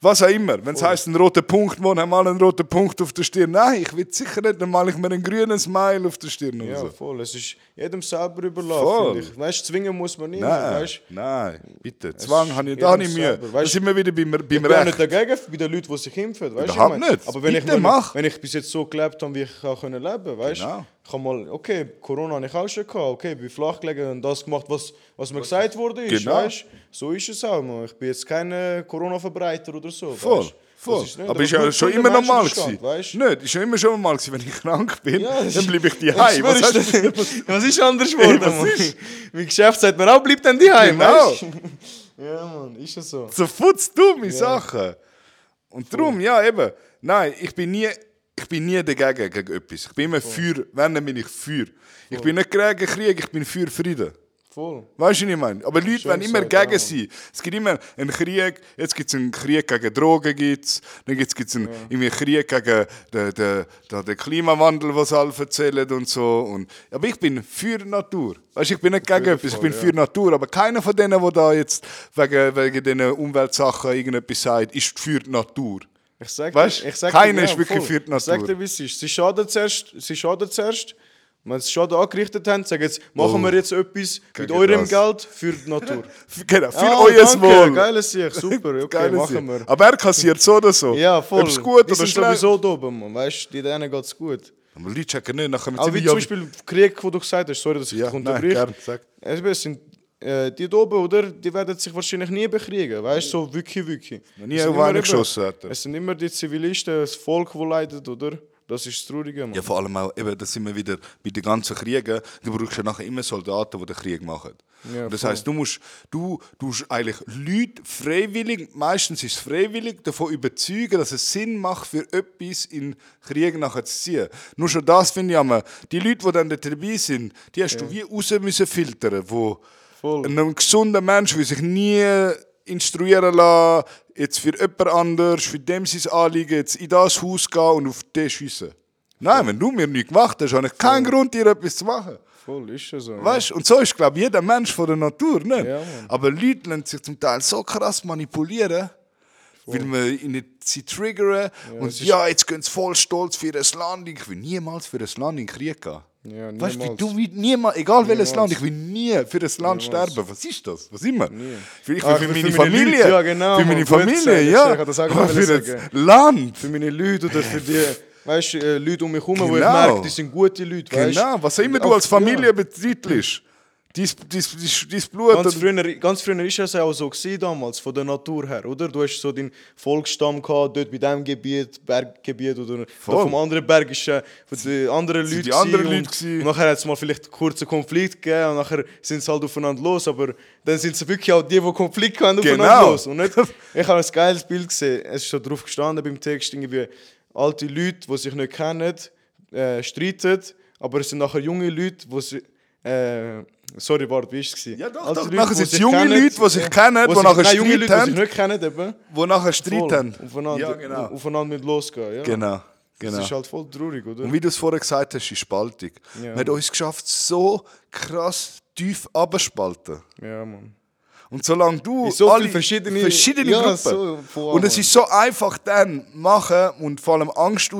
A: was auch immer. Wenn es heisst, ein roter Punkt, wo haben alle einen roten Punkt auf der Stirn. Nein, ich will sicher nicht, dann male ich mir einen grünen Smile auf der Stirn. oder
B: Ja,
A: so.
B: voll. Es ist jedem selber überlassen.
A: Voll.
B: finde Ich. Weißt, zwingen muss man nicht.
A: Nein,
B: Weißt,
A: nein, bitte. Zwang habe ich da
B: jedem
A: nicht Mühe.
B: selber,
A: Da
B: weißt-
A: sind wir wieder beim,
B: ich
A: beim
B: bin auch nicht
A: Recht.
B: dagegen bei den Leuten, die sich impfen. Weißt,
A: Überhaupt nicht.
B: Aber wenn ich,
A: Bitte
B: wenn,
A: mach.
B: wenn ich bis jetzt so gelebt habe, wie ich auch können leben weißt,
A: Genau.
B: ich habe mal, okay, Corona habe ich auch schon gehabt, okay, bin flach gelegen und das gemacht, was, was mir gesagt wurde. Ist,
A: Genau.
B: weißt, so ist es auch. Man. Ich bin jetzt kein äh, Corona-Verbreiter oder so.
A: Voll,
B: weißt. Das
A: voll.
B: ist nicht-
A: aber ist
B: gut,
A: ja schon
B: gesunder
A: immer normal
B: Menschenverstand,
A: gewesen.
B: weißt.
A: Nicht, ist ja immer schon normal gewesen, wenn ich krank bin,
B: Ja, das
A: dann
B: ist-
A: bleibe ich
B: Ich
A: die heim.
B: schwöre,
A: Was hast
B: ist
A: du?
B: das- was ist anders geworden,
A: was
B: Mann?
A: ist?
B: Mein Geschäft sagt mir auch, bleib dann daheim,
A: Genau.
B: weißt Ja, Mann, ist ja so.
A: So futzdumme Sachen. Und darum, ja eben, nein, ich bin nie, ich bin nie dagegen gegen etwas. Ich bin immer für, wenn, dann bin ich für. Ich bin nicht gegen Krieg, ich bin für Frieden.
B: Voll.
A: Weißt du, was ich meine? Aber Leute
B: Schön
A: werden immer
B: gesagt,
A: gegen sein. Es gibt immer einen Krieg, jetzt gibt es einen Krieg gegen Drogen, gibt's, dann gibt es einen irgendwie Krieg gegen den, den, den, den Klimawandel, was alle erzählen und so. Und, aber ich bin für Natur. Weißt du, ich bin nicht gegen etwas, ich bin für Natur. Aber keiner von denen, der da jetzt wegen, wegen diesen Umweltsachen irgendetwas sagt, ist für die Natur.
B: Ich sag
A: Weißt,
B: dir, ich sag
A: keiner
B: dir,
A: ist wirklich
B: voll.
A: für die
B: Ich sag
A: Natur.
B: dir, wie es ist. Sie schaden zuerst, sie schaden zuerst. Wenn sie Schaden angerichtet haben, sagen jetzt, machen wir jetzt etwas mit
A: Oh. Gegen
B: eurem
A: das.
B: Geld für die Natur.
A: Für, genau, für
B: Ah,
A: euer
B: danke,
A: Wohl.
B: Geiles Sieg, super, okay,
A: Geiles
B: machen
A: Ding.
B: wir.
A: Aber er kassiert so oder so.
B: Ja, voll.
A: Ob's gut
B: die
A: oder
B: sind
A: schlecht.
B: sowieso da oben, Mann. Weißt du, denen geht's gut.
A: Aber Leute checken nicht, nachher
B: Aber wie zum Beispiel Krieg, wo du gesagt hast, sorry, dass ich
A: Ja,
B: dich
A: nein,
B: unterbreche.
A: gern, sag.
B: Eben, es sind äh, die da oben, oder? Die werden sich wahrscheinlich nie bekriegen, weißt du, so wirklich, wirklich.
A: Noch nie
B: Es sind
A: auf
B: immer
A: einen
B: eben-
A: geschossen hat er.
B: Es sind immer die Zivilisten, das Volk, das leidet, oder? Das ist das Traurige, Mann.
A: Ja, vor allem auch, eben, da sind wir wieder bei den ganzen Kriegen. Du brauchst ja nachher immer Soldaten, die den Krieg machen.
B: Ja,
A: Und das
B: voll.
A: heisst, du musst, du tust eigentlich Leute freiwillig, meistens ist es freiwillig, davon überzeugen, dass es Sinn macht, für etwas in Krieg nachher zu ziehen. Nur schon das finde ich immer, die Leute, die dann dort dabei sind, die hast du wie raus müssen filtern, wo
B: Voll.
A: ein gesunder Mensch will sich nie instruieren lassen, jetzt für jemand anders, für dem sein Anliegen, jetzt in das Haus gehen und auf den schiessen. Nein, wenn du mir nichts gemacht hast, habe ich keinen Grund, dir etwas zu machen.
B: Voll, ist ja so.
A: Weißt? Und so ist, glaube ich, jeder Mensch von der Natur. Nicht?
B: Ja, Mann.
A: Aber Leute lassen sich zum Teil so krass manipulieren, weil man ihn nicht sie triggern und
B: es ist-
A: ja, jetzt gehen sie voll stolz für ein Land. Ich will niemals für ein Land in den Krieg gehen.
B: Ja,
A: weißt du,
B: niemals.
A: du willst niemals, egal welches
B: Niemals.
A: Land, ich will nie für ein Land sterben. Was ist das? Was immer? Ich will, ich will
B: Ah,
A: für,
B: ich will
A: meine
B: für meine
A: Familie.
B: Leute, ja, genau,
A: Für meine
B: Mann, gut gesagt.
A: Familie,
B: Ich
A: ja.
B: hab das auch
A: Aber
B: gerade
A: für
B: sagen.
A: ein Land.
B: Für meine Leute oder für die, weißt du, äh, Leute um mich herum, wo ich
A: Genau.
B: merke, die sind gute Leute, weißt
A: Genau, was auch immer du
B: Auch-
A: als Familie betitelst. Dein, dein, dein, dein Blut.
B: Ganz
A: und-
B: früher, ganz früher ist es ja auch so gewesen, damals, von der Natur her, oder? Du hast so deinen Volksstamm gehabt, dort bei diesem Gebiet, Berggebiet oder da vom anderen Bergischen, von den anderen Leuten.
A: die anderen
B: gewesen
A: Leute gewesen.
B: und, und nachher hat es mal vielleicht einen kurzen Konflikt gegeben und nachher sind sie halt aufeinander los, aber dann sind es wirklich auch die, die Konflikt haben, aufeinander
A: Genau.
B: los. Und nicht, ich habe ein geiles Bild gesehen, es ist da drauf gestanden beim Text, irgendwie alte Leute, die sich nicht kennen, äh, streiten, aber es sind nachher junge Leute, die sie... Äh, sorry, Bart, wie war es?
A: Ja, doch,
C: Also
B: Alte
A: doch.
B: Leute,
A: Nachher
B: Also die
A: sind es
B: sich
A: junge Leute, die sich kennen, die
B: sich-
A: nachher
B: nein, junge
A: Streit
B: Leute, die
A: haben.
B: sich nicht kennen, eben.
A: wo nachher Streit
B: Voll,
A: haben.
B: Aufeinander,
A: Ja, genau.
B: aufeinander mit losgehen, ja.
A: Genau, genau.
B: Das ist halt voll traurig, oder?
A: Und wie du es vorher gesagt hast, ist Spaltung.
B: Ja.
A: Man hat uns geschafft, so krass tief abspalten.
B: Ja, Mann.
A: Und solange du
B: In so viele verschiedene-
A: verschiedene
B: Ja,
A: Gruppen
B: so, boah,
A: und es
B: Mann.
A: ist so einfach dann machen und vor allem Angst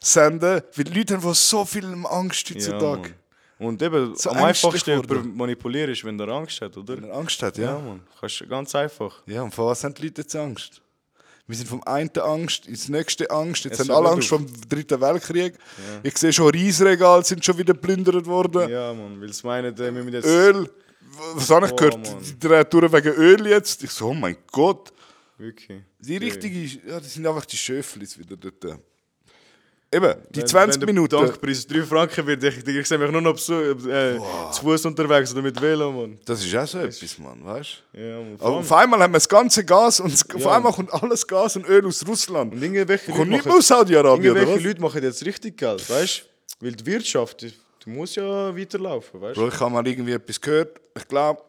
A: raussenden, weil die Leute haben von so viel Angst
C: Ja,
A: heutzutage.
C: Mann. und eben,
A: So
C: am
A: ängstlich
C: einfachsten
A: geworden.
C: jemanden manipulieren ist, wenn er Angst hat, oder?
A: Wenn man Angst hat,
C: Ja,
A: ja.
C: Mann. Kannst, ganz einfach.
A: Ja, und vor was haben die Leute jetzt Angst? Wir sind vom einen Angst ins nächste Angst. Jetzt
C: Es
A: haben
C: hört
A: alle
C: nicht
A: Angst
C: auf.
A: vom Dritten Weltkrieg. Ich sehe schon, Reisregale sind schon wieder plündert worden.
C: Ja, Mann, weil es meinen, äh, wir müssen jetzt...
A: Öl. Was habe ich
C: Oh,
A: gehört?
C: Mann.
A: Die drehen durch wegen Öl jetzt. Ich so, oh mein Gott.
C: Wirklich.
A: Die richtige, ja, das sind einfach die Schöflis wieder dort. Eben, die
C: Wenn-
A: 20
C: wenn der
A: Minuten.
C: Tankpreis 3 Franken wird, ich, ich sehe mich nur noch zu, äh, zu Fuß unterwegs oder mit Velo, Mann.
A: Das ist auch so etwas, Mann, weißt du?
C: Ja, Mann.
A: Aber auf einmal haben wir das ganze Gas und das- auf
C: Ja.
A: einmal kommt alles Gas und Öl aus Russland.
B: Und irgendwelche
A: Kommt nicht
B: machen-
A: mehr aus Saudi-Arabien, oder
B: irgendwelche
A: was?
B: Leute machen jetzt richtig Geld, weißt du? Weil die Wirtschaft, die, die muss ja weiterlaufen, weißt du?
A: Bro, ich habe mal irgendwie etwas gehört. Ich glaube,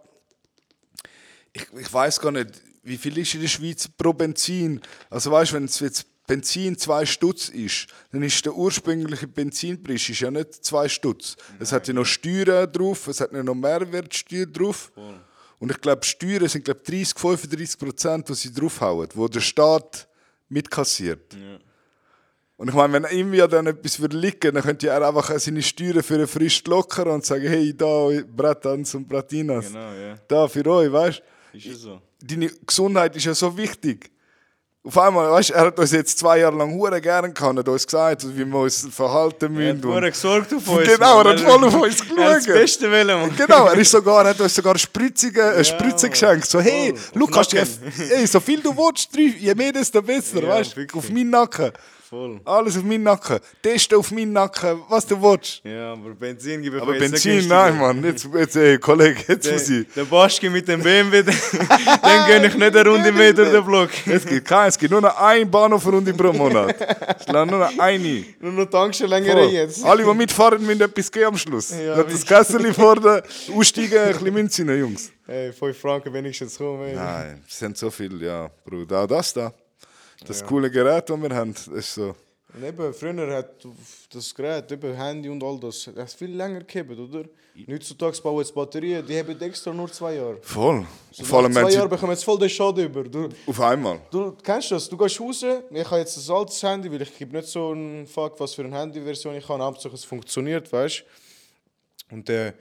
A: ich, ich weiß gar nicht, wie viel ist in der Schweiz pro Benzin. Also weißt, wenn es jetzt Benzin 2 Stutz ist, dann ist der ursprüngliche Benzinpreis ist ja nicht 2 Stutz. Es hat ja noch Steuern drauf, es hat ja noch Mehrwertsteuer drauf. Und ich glaube, Steuern sind glaub, 30, 35 Prozent, die sie draufhauen, wo der Staat mitkassiert. Und ich meine, wenn ihm ja dann etwas würde liegen, dann könnte er einfach seine Steuern für einen Frist lockern und sagen, hey, da, Bratans und Bratinas.
C: Genau, ja.
A: Da, für euch, weißt du?
C: Ist ja so.
A: deine Gesundheit ist ja so wichtig. Auf einmal, weißt du, er hat uns jetzt zwei Jahre lang hure gern gehabt, hat uns gesagt, wie wir uns verhalten
C: Er
A: müssen.
C: hat verdammt gesorgt auf uns.
A: genau, er
C: Mann.
A: hat voll auf uns
C: Er hat das
A: geschaut.
C: Beste wollen, Mann.
A: Genau, er ist sogar, er hat uns sogar Spritzige, eine Spritze
C: Mann.
A: geschenkt. So, hey,
C: Voll, auf
A: Lukas,
C: den
A: hey, so viel du willst, drei, je mehr, desto besser,
C: Ja,
A: weißt du?
C: wirklich.
A: Auf meinen Nacken.
C: Voll.
A: Alles auf meinen Nacken. Teste auf meinen Nacken, was du willst.
C: Ja, aber Benzin gebe ich
A: Aber
C: euch jetzt nicht
A: Benzin,
C: günstiger.
A: nein, Mann. Jetzt, jetzt ey, Kollege, jetzt muss
C: Der,
A: ich.
C: der Baschke mit dem BMW, den- dem gönne ich nicht eine Runde mehr durch den Block.
A: Es gibt keinen, es gibt nur noch einen Bahnhofrunde pro Monat. Es läuft nur noch eine.
B: Nur noch Tankstellen länger
A: Voll.
B: jetzt.
A: Alle, die mitfahren, müssen etwas geben am Schluss.
B: Ja,
A: Lass das Kessel vor der Aussteigen ein bisschen Münzen rein, Jungs.
B: Ey, 5 Franken wenigstens rum, ey.
A: Nein, es sind so viel, ja, Bruder. Auch das da. Das coole Gerät, das wir haben, das ist so.
B: Und eben, früher hat das Gerät, eben Handy und all das, das viel länger gegeben, oder? Und heutzutage bauen jetzt Batterien, die haben extra nur zwei Jahre.
A: Voll.
B: So
A: Vor allem,
B: nach
A: wenn
B: zwei
A: sie
B: Jahre bekommen jetzt voll den Schaden über. Du,
A: auf einmal.
B: du kennst das, du gehst raus, ich habe jetzt ein altes Handy, weil ich gebe nicht so einen Fuck, was für eine Handyversion ich habe, Hauptsache es funktioniert, weißt du. Und äh,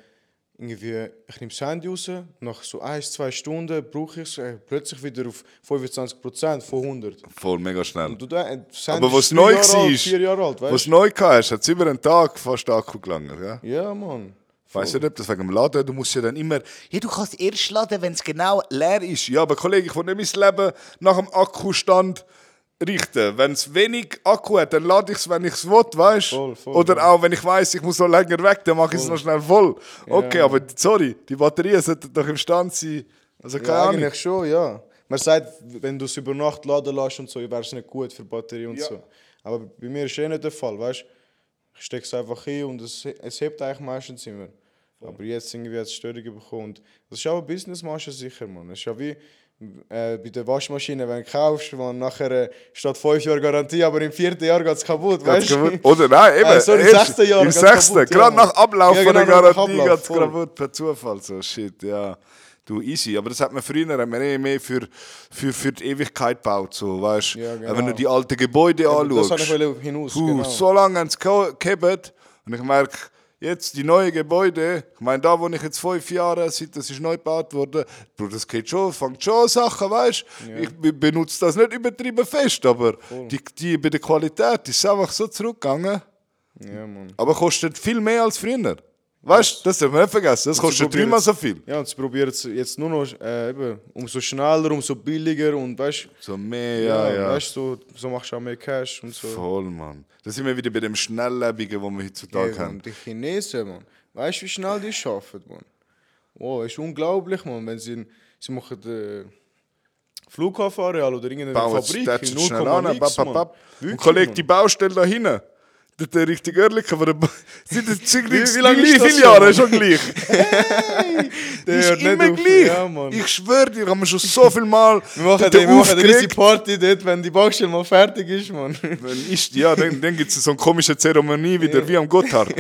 B: irgendwie, ich nehme das Handy raus, nach so ein, zwei Stunden brauche ich es äh, plötzlich wieder auf 25% von 100.
A: Voll, mega schnell.
B: Und du, da- äh, das Handy
A: Aber was
B: ist drei
A: neu
B: Jahre
A: war,
B: alt, vier Jahre alt, weißt du.
A: was neu war, hat es über einen Tag fast Akku gelangt. Ja?
B: Ja, Mann.
A: Weißt du nicht, ob das wegen dem Laden, du musst ja dann immer, ja, du kannst erst laden, wenn es genau leer ist. Ja, aber Kollege, ich will nicht mein Leben nach dem Akkustand richten. Wenn es wenig Akku hat, dann lade ich es, wenn ich es will, weißt du?
B: Voll, voll,
A: Oder auch, wenn ich weiß, ich muss noch länger weg, dann mache ich es noch schnell voll. Okay, aber sorry, die Batterien sollten doch im Stand sein. Also keine
B: Ja, genau.
A: Ahnung.
B: eigentlich schon, ja. Man sagt, wenn du es über Nacht laden lässt und so, wäre es nicht gut für die Batterie und
A: Ja.
B: so. Aber bei mir ist eh nicht der Fall, weißt du? Ich stecke es einfach hin und es, es hebt eigentlich meistens immer. Aber jetzt irgendwie hat es Störungen bekommen. Und das ist auch ein Business, machst du sicher, Mann. Das ist ja wie äh, bei der Waschmaschine, wenn du kaufst, man nachher äh, statt 5 Jahre Garantie, aber im vierten Jahr geht es kaputt, weißt du?
A: Oder nein, eben.
B: Äh, sorry, im
A: erst-
B: sechsten Jahr
A: Im
B: geht's
A: sechsten,
B: kaputt, ja,
A: gerade
B: Mann.
A: nach Ablauf
B: Ja,
A: von der
B: genau, nach
A: Garantie
B: Ablauf,
A: geht es
B: voll.
A: kaputt per Zufall. So, shit, ja. Du, easy. Aber das hat man früher hat man eh mehr für, für, für die Ewigkeit gebaut. So, weißt?
B: Ja,
A: Äh,
B: genau.
A: Wenn du die alten Gebäude
B: Das
A: anschaust.
B: wollte ich wollte hinaus.
A: Puh,
B: genau.
A: so lange haben sie geho- gehabt. Und ich merke, jetzt die neuen Gebäude, ich meine, da, wo ich jetzt fünf Jahre seit das ist neu gebaut wurde, Bruder, das geht schon, fängt schon an Sachen, weißt du? Ich be- benutze das nicht übertrieben fest, aber die, die bei der Qualität ist es einfach so zurückgegangen,
B: Ja, Mann.
A: aber kostet viel mehr als früher. Weißt du, das dürfen wir nicht vergessen, das kostet
B: probieren
A: dreimal
B: es-
A: so viel.
B: Ja, und sie probieren es jetzt nur noch, äh, eben, umso schneller, umso billiger und weißt du.
A: So mehr, ja, ja.
B: Weißt du, so, so machst du auch mehr Cash und so.
A: Voll, Mann. Da sind wir wieder bei dem Schnelllebigen, wo wir heutzutage
B: Ey,
A: haben.
B: Mann, die Chinesen, Mann. Weißt du, wie schnell die schaffen, Mann? Wow, ist unglaublich, Mann. Wenn sie, sie machen den Flughafenareal oder irgendeine
A: bauen
B: Fabrik
A: Städte
B: in
A: schnell an.
B: 0,
A: bap,
B: nix,
A: bap,
B: Mann.
A: bap. Und
B: Wirklich,
A: Kollege,
B: Mann.
A: die Baustelle da hinten. Der, der richtige Örlicher, der sind das Zeug
B: Wie-
A: nicht-
B: wie lange
A: wie
B: ist das
A: viele
B: schon,
A: Jahre
B: Mann?
A: schon gleich.
B: Der
A: ist
B: hört nicht
A: immer
B: auf.
A: gleich.
B: Ja, Mann.
A: ich schwöre dir, haben wir schon so viel Mal
B: Wir machen, den, wir machen eine riesige Party dort, wenn die Baustelle mal fertig ist, Mann.
A: Dann ist, ja, dann, dann gibt es so eine komische Zeremonie wieder, wie am Gotthard.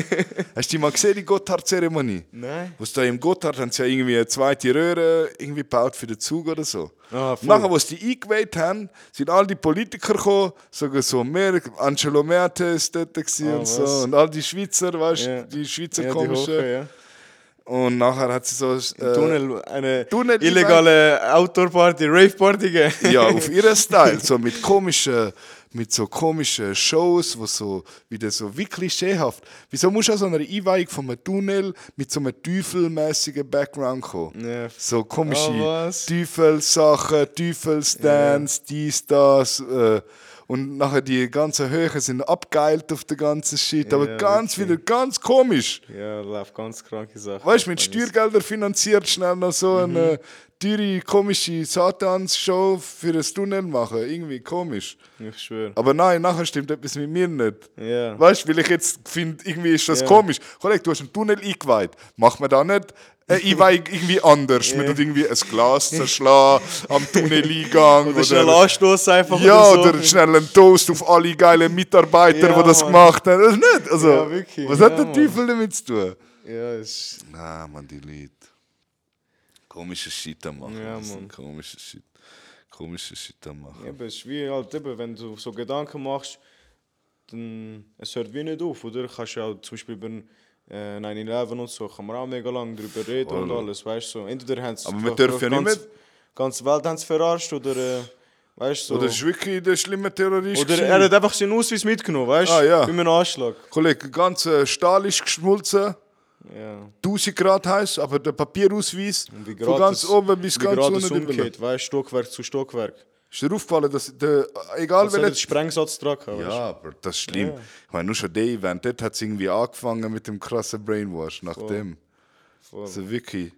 A: Hast du die mal gesehen, die Gotthard-Zeremonie?
B: Nein.
A: Was da im Gotthard haben sie ja irgendwie eine zweite Röhre irgendwie gebaut für den Zug oder so.
B: Ah, voll.
A: Nachher, als die eingeweiht haben, sind all die Politiker gekommen, sogar so mehr, Angelo Merte ist dort gewesen
B: Ah,
A: und so.
B: was?
A: Und all die Schweizer, weißt du,
B: Ja.
A: die Schweizer
B: Ja, die
A: komischen.
B: Hoche, ja.
A: Und nachher hat sie so. äh,
B: Tunnel, eine
A: Tunnel-
B: illegale Outdoor-Party, Rave-Party gegeben.
A: ja, auf ihren Style, so mit komischen, mit so komischen Shows, wo so wieder so wie klischeehaft. Wieso musst du an so einer Einweihung von einem Tunnel mit so einem teufelmäßigen Background kommen?
B: Ja.
A: So
B: Ah,
A: komische
B: was?
A: Teufelssachen, Teufelsdance, dies, das. Äh, und nachher die ganzen Höhen sind abgeilt auf den ganzen Shit, aber
B: Ja,
A: ganz wieder, ganz komisch.
B: Ja, läuft ganz kranke Also, Sachen.
A: Weißt du, mit Steuergeldern finanziert, schnell noch so eine
B: Mhm.
A: teure, komische Satans-Show für ein Tunnel machen. Irgendwie komisch.
B: Ich schwöre.
A: Aber nein, nachher stimmt etwas mit mir nicht.
B: Ja.
A: Weißt du, weil ich jetzt finde, irgendwie ist das
B: Ja.
A: komisch. Kollege, du hast einen Tunnel eingeweiht. Macht man da nicht eine Einweihung irgendwie anders? Man tut irgendwie ein Glas zerschlagen am Tunneleingang.
B: Oder schnell anstoßen einfach
A: ja,
B: oder so.
A: oder schnell einen Toast auf alle geilen Mitarbeiter,
B: Ja,
A: die das
B: Mann.
A: gemacht haben. Das ist nicht. Also,
B: Ja, wirklich.
A: was hat
B: Ja,
A: der
B: Mann.
A: Teufel damit zu tun?
B: Ja, ist...
A: Nein, man, die Leute. Komische Shit am machen.
B: Ja,
A: das ist ein
B: Mann.
A: Komische Shit. Komische Shit am machen.
B: Eben, es ist wie halt eben, wenn du so Gedanken machst, dann es hört wie nicht auf, oder? Kannst ja auch zum Beispiel über äh, 9-11 und so, kann man auch mega lange drüber reden und
A: Voll.
B: alles, weißt du? So. Entweder haben sie
A: Aber
B: die
A: wir dürfen ja nicht
B: ganz,
A: mehr-
B: ganze Welt haben sie verarscht oder, äh, weißt du? So.
A: Oder ist wirklich der schlimme Terrorist?
B: Oder
A: gewesen?
B: er hat einfach seinen Ausweis mitgenommen, weißt du?
A: Ah, ja.
B: Bei einem Anschlag.
A: Kollege, der ganze Stahl ist geschmolzen.
B: Ja.
A: 1000 Grad heiß, aber der Papierausweis
B: Und wie
A: von
B: grad
A: ganz
B: es-
A: oben bis
B: wie
A: ganz
B: grad
A: unten.
B: es
A: drüber.
B: umgeht, weißt du? Stockwerk zu Stockwerk.
A: Ist dir aufgefallen, dass der, egal
B: Das hat
A: welcher
B: einen Sprengsatz dran gehabt, weißt du?
A: Ja, aber das ist schlimm. Ich meine, nur schon der Event, dort hat es irgendwie angefangen mit dem krassen Brainwash nach dem. Also wirklich.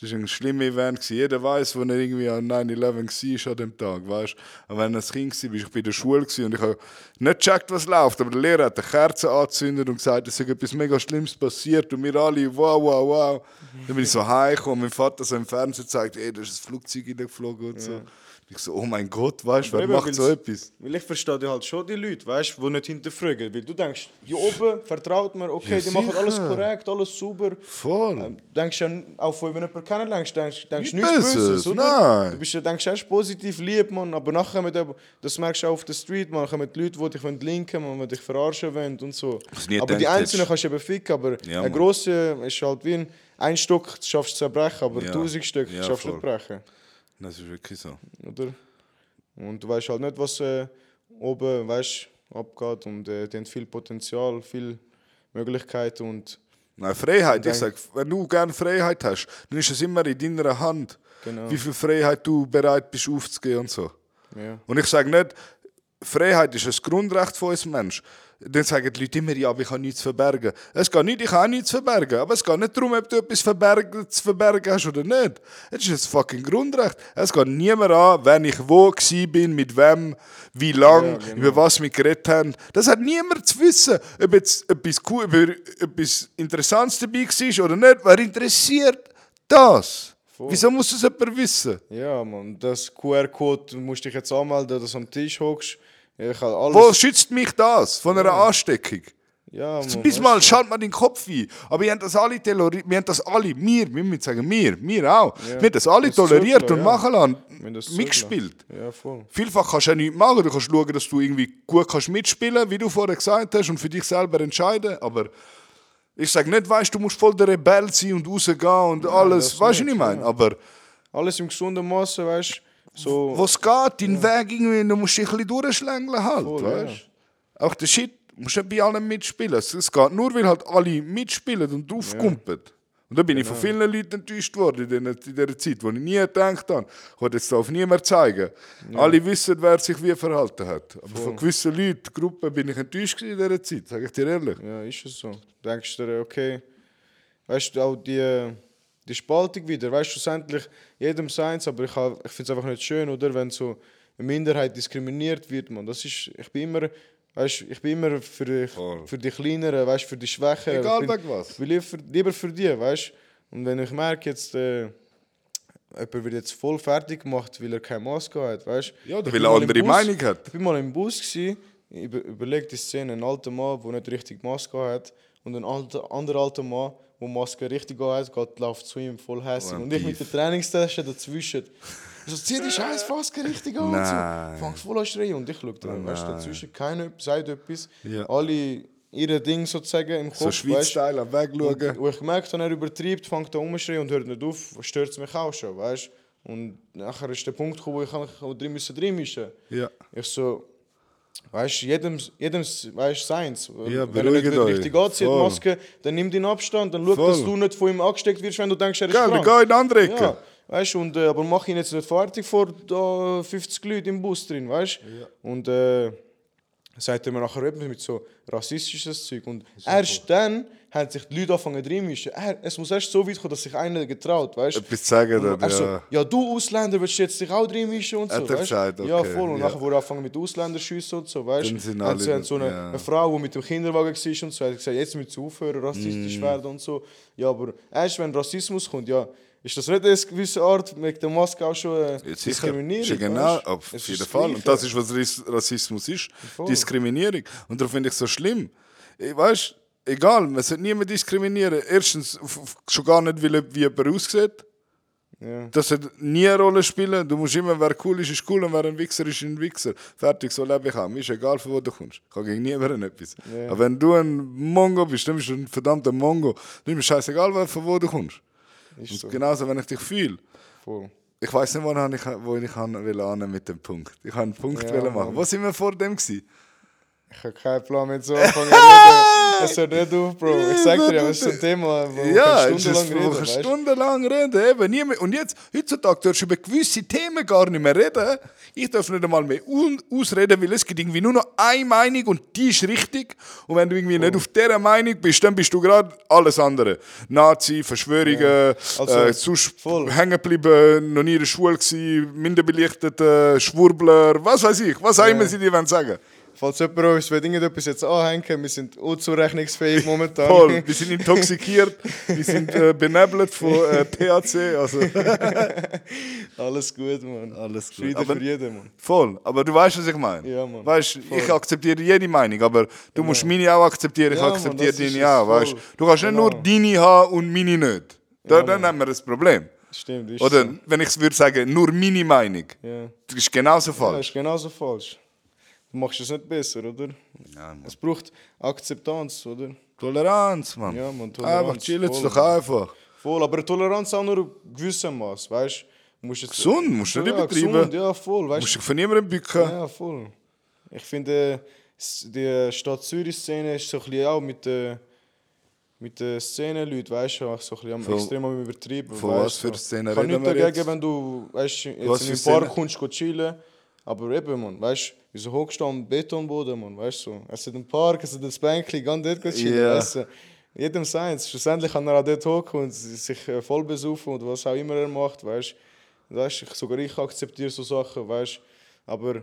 A: Das war ein schlimmer Event. gewesen. Jeder weiß, wo er irgendwie an 9-11 war an dem Tag, weißt du. Und wenn er ein Kind war, war ich bei der Schule gewesen und ich habe nicht gecheckt, was läuft. Aber der Lehrer hat eine Kerze angezündet und gesagt, es sei etwas mega Schlimmes passiert und wir alle, wow, wow, wow. Dann bin ich so heimgekommen und mein Vater so im Fernsehen zeigt, ey, da ist ein Flugzeug reingeflogen und so. Ich so, oh mein Gott, weißt du, wer
B: eben,
A: macht so
B: weil's-
A: etwas?
B: Weil ich verstehe die halt schon die Leute, weißt du, die nicht hinterfragen. Weil du denkst, hier oben vertraut man, okay,
A: Ja,
B: die machen alles
A: sicher.
B: korrekt, alles sauber.
A: Voll.
B: Ähm, Denkst ja auch wenn jemanden kennenlernst, denkst du nichts
A: Nicht
B: Böses,
A: Böses,
B: oder?
A: nein.
B: Du bist, ja- denkst erst positiv, lieb, Mann, aber nachher mit dem, das merkst du auch auf der Street, man, kommen die Leute, die dich wollen linken wollen, die dich verarschen wollen und so.
A: Was nie
B: Aber die
A: gedacht
B: Einzelnen
A: hättest.
B: kannst du eben ficken, aber
A: Ja,
B: ein
A: Mann.
B: grosser ist halt wie ein, ein Stück schaffst du zu zerbrechen, aber
A: Ja.
B: tausend Stück
A: Ja,
B: schaffst du nicht zu
A: voll.
B: brechen
A: Das ist wirklich so.
B: oder? Und du weißt halt nicht, was äh, oben weißt, abgeht und äh, die haben viel Potenzial, viel Möglichkeiten und
A: Nein, Freiheit. Ich
B: Denk-
A: sag, wenn du gerne Freiheit hast, dann ist es immer in deiner Hand,
B: Genau.
A: wie viel Freiheit du bereit bist aufzugeben und so.
B: ja.
A: Und ich sage nicht, Freiheit ist ein Grundrecht von uns Menschen. Dann sagen die Leute immer, ja, aber ich habe nichts zu verbergen. Es geht nicht, ich habe auch nichts zu verbergen. Aber es geht nicht darum, ob du etwas verbergen, zu verbergen hast oder nicht. Es ist ein fucking Grundrecht. Es geht niemand an, wenn ich wo gsi bin, mit wem, wie lange,
B: Ja, genau.
A: über was wir geredet haben. Das hat niemand zu wissen, ob jetzt etwas, cool, über etwas Interessantes dabei war oder nicht. Wer interessiert das?
B: Voll.
A: Wieso muss das jemand wissen?
B: ja, man, das QR-Code, du musst dich jetzt anmelden, dass du am Tisch hockst. Ich habe alles.
A: Wo schützt mich das von einer Ansteckung?
B: Ja, man,
A: Bis
B: weißt
A: mal schalt mal den Kopf ein. Aber wir haben das alle toleriert, wir haben das alle, wir, wir müssen sagen, wir, wir auch. Wir haben das alle
B: Das
A: toleriert
B: Zögler,
A: und
B: ja.
A: machen
B: du,
A: lassen,
B: wenn das so
A: mitgespielt.
B: läuft. Ja, voll.
A: Vielfach kannst du auch nichts machen, du kannst schauen, dass du irgendwie gut kannst mitspielen wie du vorher gesagt hast, und für dich selber entscheiden. Aber ich sage nicht, weißt du, du musst voll der Rebell sein und rausgehen und alles.
B: das
A: Weißt du, was
B: nicht,
A: ich meine? Aber
B: Alles im gesunden Maße, weißt du? So,
A: was geht, dein Weg irgendwie, du musst dich ein bisschen durchschlängeln halt,
B: Voll,
A: weißt du? Auch der Shit, du musst nicht bei allen mitspielen. Es es geht nur, weil halt alle mitspielen und draufkumpen. Und da bin
B: Genau.
A: ich von vielen Leuten enttäuscht worden in dieser, in dieser Zeit, wo ich nie gedacht habe, ich wollte jetzt auf niemand zeigen. Alle wissen, wer sich wie verhalten hat. Aber von gewissen Leuten, Gruppen, bin ich enttäuscht gewesen in dieser Zeit, sage ich dir ehrlich.
B: Ja, ist es so. Denkst du dir, okay, weißt du, auch die, die Spaltung wieder, weißt du, schlussendlich jedem seins, aber ich, ha- ich finde es einfach nicht schön, oder, wenn so eine Minderheit diskriminiert wird, man. Das ist, ich bin immer, weißt, ich bin immer für die,
A: Voll.
B: für die Kleineren, weißt, für die Schwächeren.
A: Egal
B: ich bin,
A: wegen was.
B: Ich bin lieber, für- lieber für die, weißt Und wenn ich merke, jetzt, äh, jemand wird jetzt voll fertig gemacht, weil er keine Maske hat, weißt
A: Ja, oder
B: Ich
A: weil
B: bin
A: er
B: mal im
A: andere
B: Bus-
A: Meinung hat.
B: ich bin mal im Bus gsi, über, überleg die Szene, ein alter Mann, der nicht richtig Maske hat und ein alter, anderer alter Mann, der Maske richtig hat, geht, läuft zu ihm voll hässlich.
A: Oh, ein
B: und ich mit
A: Beef.
B: der Trainingstasche dazwischen. Ich so, zieh die scheiß Maske richtig an. und
A: Nein. Oh
B: So. Fangst voll an zu schreien und ich schau dran, weißt du, dazwischen, keiner sagt etwas.
A: Ja.
B: Alle ihre Dinge sozusagen im Kopf,
A: So
B: weißt du.
A: Schweiz-Style am Weg schauen.
B: Und, und ich merke, dann er übertreibt, fängt an rumschreien und hört nicht auf, stört mich auch schon, weißt du. Und nachher ist der Punkt gekommen, wo ich eigentlich auch drin müssen drin mischen.
A: Ja.
B: Ich so, weißt du, jedem, jedem weißt, seins.
A: Ja,
B: wenn er nicht
A: beruhigt
B: will,
A: euch.
B: richtig anzieht, die
A: Voll.
B: Maske, dann nimm den Abstand, dann schau,
A: Voll.
B: dass du nicht von ihm angesteckt wirst, wenn du denkst, er ist
A: Gell, wir
B: krank.
A: gehen in eine andere Ecke.
B: Ja, weißt, und, äh, aber mach ihn jetzt nicht fertig vor da 50 Leuten im Bus drin, weißt Und äh, sagt er mir nachher etwas mit so rassistisches Zeug. Und erst dann haben sich die Leute angefangen reinmischen. Er, es muss erst so weit kommen, dass sich einer getraut, weißt
A: Etwas sagen
B: und
A: dann,
B: er so,
A: ja.
B: ja, du Ausländer willst du jetzt dich auch drin mischen und so.
A: Hat er
B: weißt?
A: gesagt,
B: Ja,
A: okay,
B: voll. Und
A: ja.
B: nachher wurde er angefangen mit Ausländern schiessen und so, weißt
A: Dann sind
B: Dann
A: alle
B: sie haben so eine,
A: ja.
B: eine Frau, die mit dem Kinderwagen war und so, hat gesagt, jetzt müssen sie aufhören,
A: Mm.
B: rassistisch werden und so. Ja, aber erst wenn Rassismus kommt, ja, ist das nicht eine gewisse Art mit der Maske auch schon äh,
A: Ja, sicher. Ist ja
B: diskriminierend?
A: genau,
B: weißt?
A: auf
B: Es ist
A: jeden
B: das
A: Fall.
B: Gleiche.
A: Und das ist, was Rass- Rassismus ist.
B: Voll.
A: Diskriminierung. Und darum finde ich es so schlimm. Weißt du, egal, man sollte niemanden diskriminieren. Erstens, auf- auf- schon gar nicht, weil, wie jemand aussieht.
B: Ja.
A: Das hat nie eine Rolle spielen. Du musst immer, wer cool ist, ist cool und wer ein Wichser ist, ist ein Wichser. Fertig, so lebe ich auch. Mir ist egal, von wo du kommst. Ich habe gegen niemanden etwas.
B: Ja.
A: Aber wenn du ein Mongo bist, dann bist du ein verdammter Mongo. Dann ist mir scheißegal, wer- von wo du kommst.
B: Ist
A: Und
B: so.
A: genauso, wenn ich dich fühle.
B: Voll.
A: Ich weiß nicht, wo han ich, wo ich han will an mit dem Punkt. Ich han einen Punkt
B: Ja,
A: wollen machen.
B: Mann.
A: Wo sind wir vor dem gsi?
B: Ich habe keinen Plan, wenn du so anfangen zu reden. Es hört nicht auf, Bro. Ich sag dir, ja, das ist so ein Thema, wo
A: Ja,
B: man
A: es ist
B: stundenlang reden
A: wo wir
B: weißt du?
A: stundenlang reden. Eben, nie mehr. Und jetzt, heutzutage darfst du über gewisse Themen gar nicht mehr reden. Ich darf nicht einmal mehr un- ausreden, weil es gibt irgendwie nur noch eine Meinung und die ist richtig. Und wenn du irgendwie nicht auf dieser Meinung bist, dann bist du gerade alles andere. Nazi, Verschwörungen,
B: Also,
A: äh, sonst
B: voll.
A: hängen geblieben, noch nie in der Schule gewesen, minderbelichtete Schwurbler, was weiß ich, was auch immer sie dir wollen sagen
B: Falls jemand uns will, irgendetwas jetzt anhängen, wir sind unzurechnungsfähig momentan.
A: Voll, wir sind intoxikiert, wir sind äh, benebelt von äh, THC, also
B: Alles gut, Mann.
A: Alles gut.
B: Frieden
A: Aber-
B: für jeden, Mann.
A: voll. Aber du weißt, was ich meine.
B: Ja, Mann.
A: Weißt, ich akzeptiere jede Meinung, aber du musst meine auch akzeptieren, ich
B: Ja, Mann,
A: akzeptiere
B: das ist
A: deine auch,
B: es,
A: weißt.
B: voll.
A: Du kannst
B: Genau.
A: nicht nur deine haben und meine nicht. Da, dann haben wir ein Problem.
B: Stimmt, ist
A: Oder
B: so.
A: wenn ich es würde sagen, nur meine Meinung,
B: Ja.
A: das ist genauso
B: Ja,
A: falsch.
B: ist genauso falsch. Du machst es nicht besser, oder? Es braucht Akzeptanz, oder?
A: Toleranz, Mann.
B: Ja, Mann,
A: Einfach
B: Toleranz,
A: chillen
B: voll,
A: doch
B: Mann.
A: einfach.
B: Voll, aber Toleranz auch nur in gewissem Maß, weißt du? Musst jetzt-
A: Gesund, musst du nicht
B: ja,
A: übertreiben.
B: Gesund, ja, voll, weißt
A: Musst dich von niemandem bücken.
B: Ja, voll. Ich finde, s- die Stadt Zürich-Szene ist so ein bisschen auch mit den mit den Szenenleuten, weißt du, auch so ein bisschen am
A: Von-
B: extrem am übertrieben.
A: von
B: weißt
A: was
B: du.
A: für Szenen
B: Ich habe
A: reden
B: nichts
A: wir
B: dagegen,
A: jetzt?
B: wenn du
A: Was
B: weißt, jetzt in
A: für
B: den Park
A: Szenen?
B: kommst, go chillen. Aber eben, man, weißt du, wieso hockst du am Betonboden, man, weißt du? so. Es hat einen Park, es hat ein Bänkchen, geh dort go chillen,
A: Ja.
B: weißt du. Jedem seins. Schlussendlich kann er auch dort hocken und sich äh, voll besaufen und was auch immer er macht, weißt du. Weißt du, sogar ich akzeptiere so Sachen, weißt du. Aber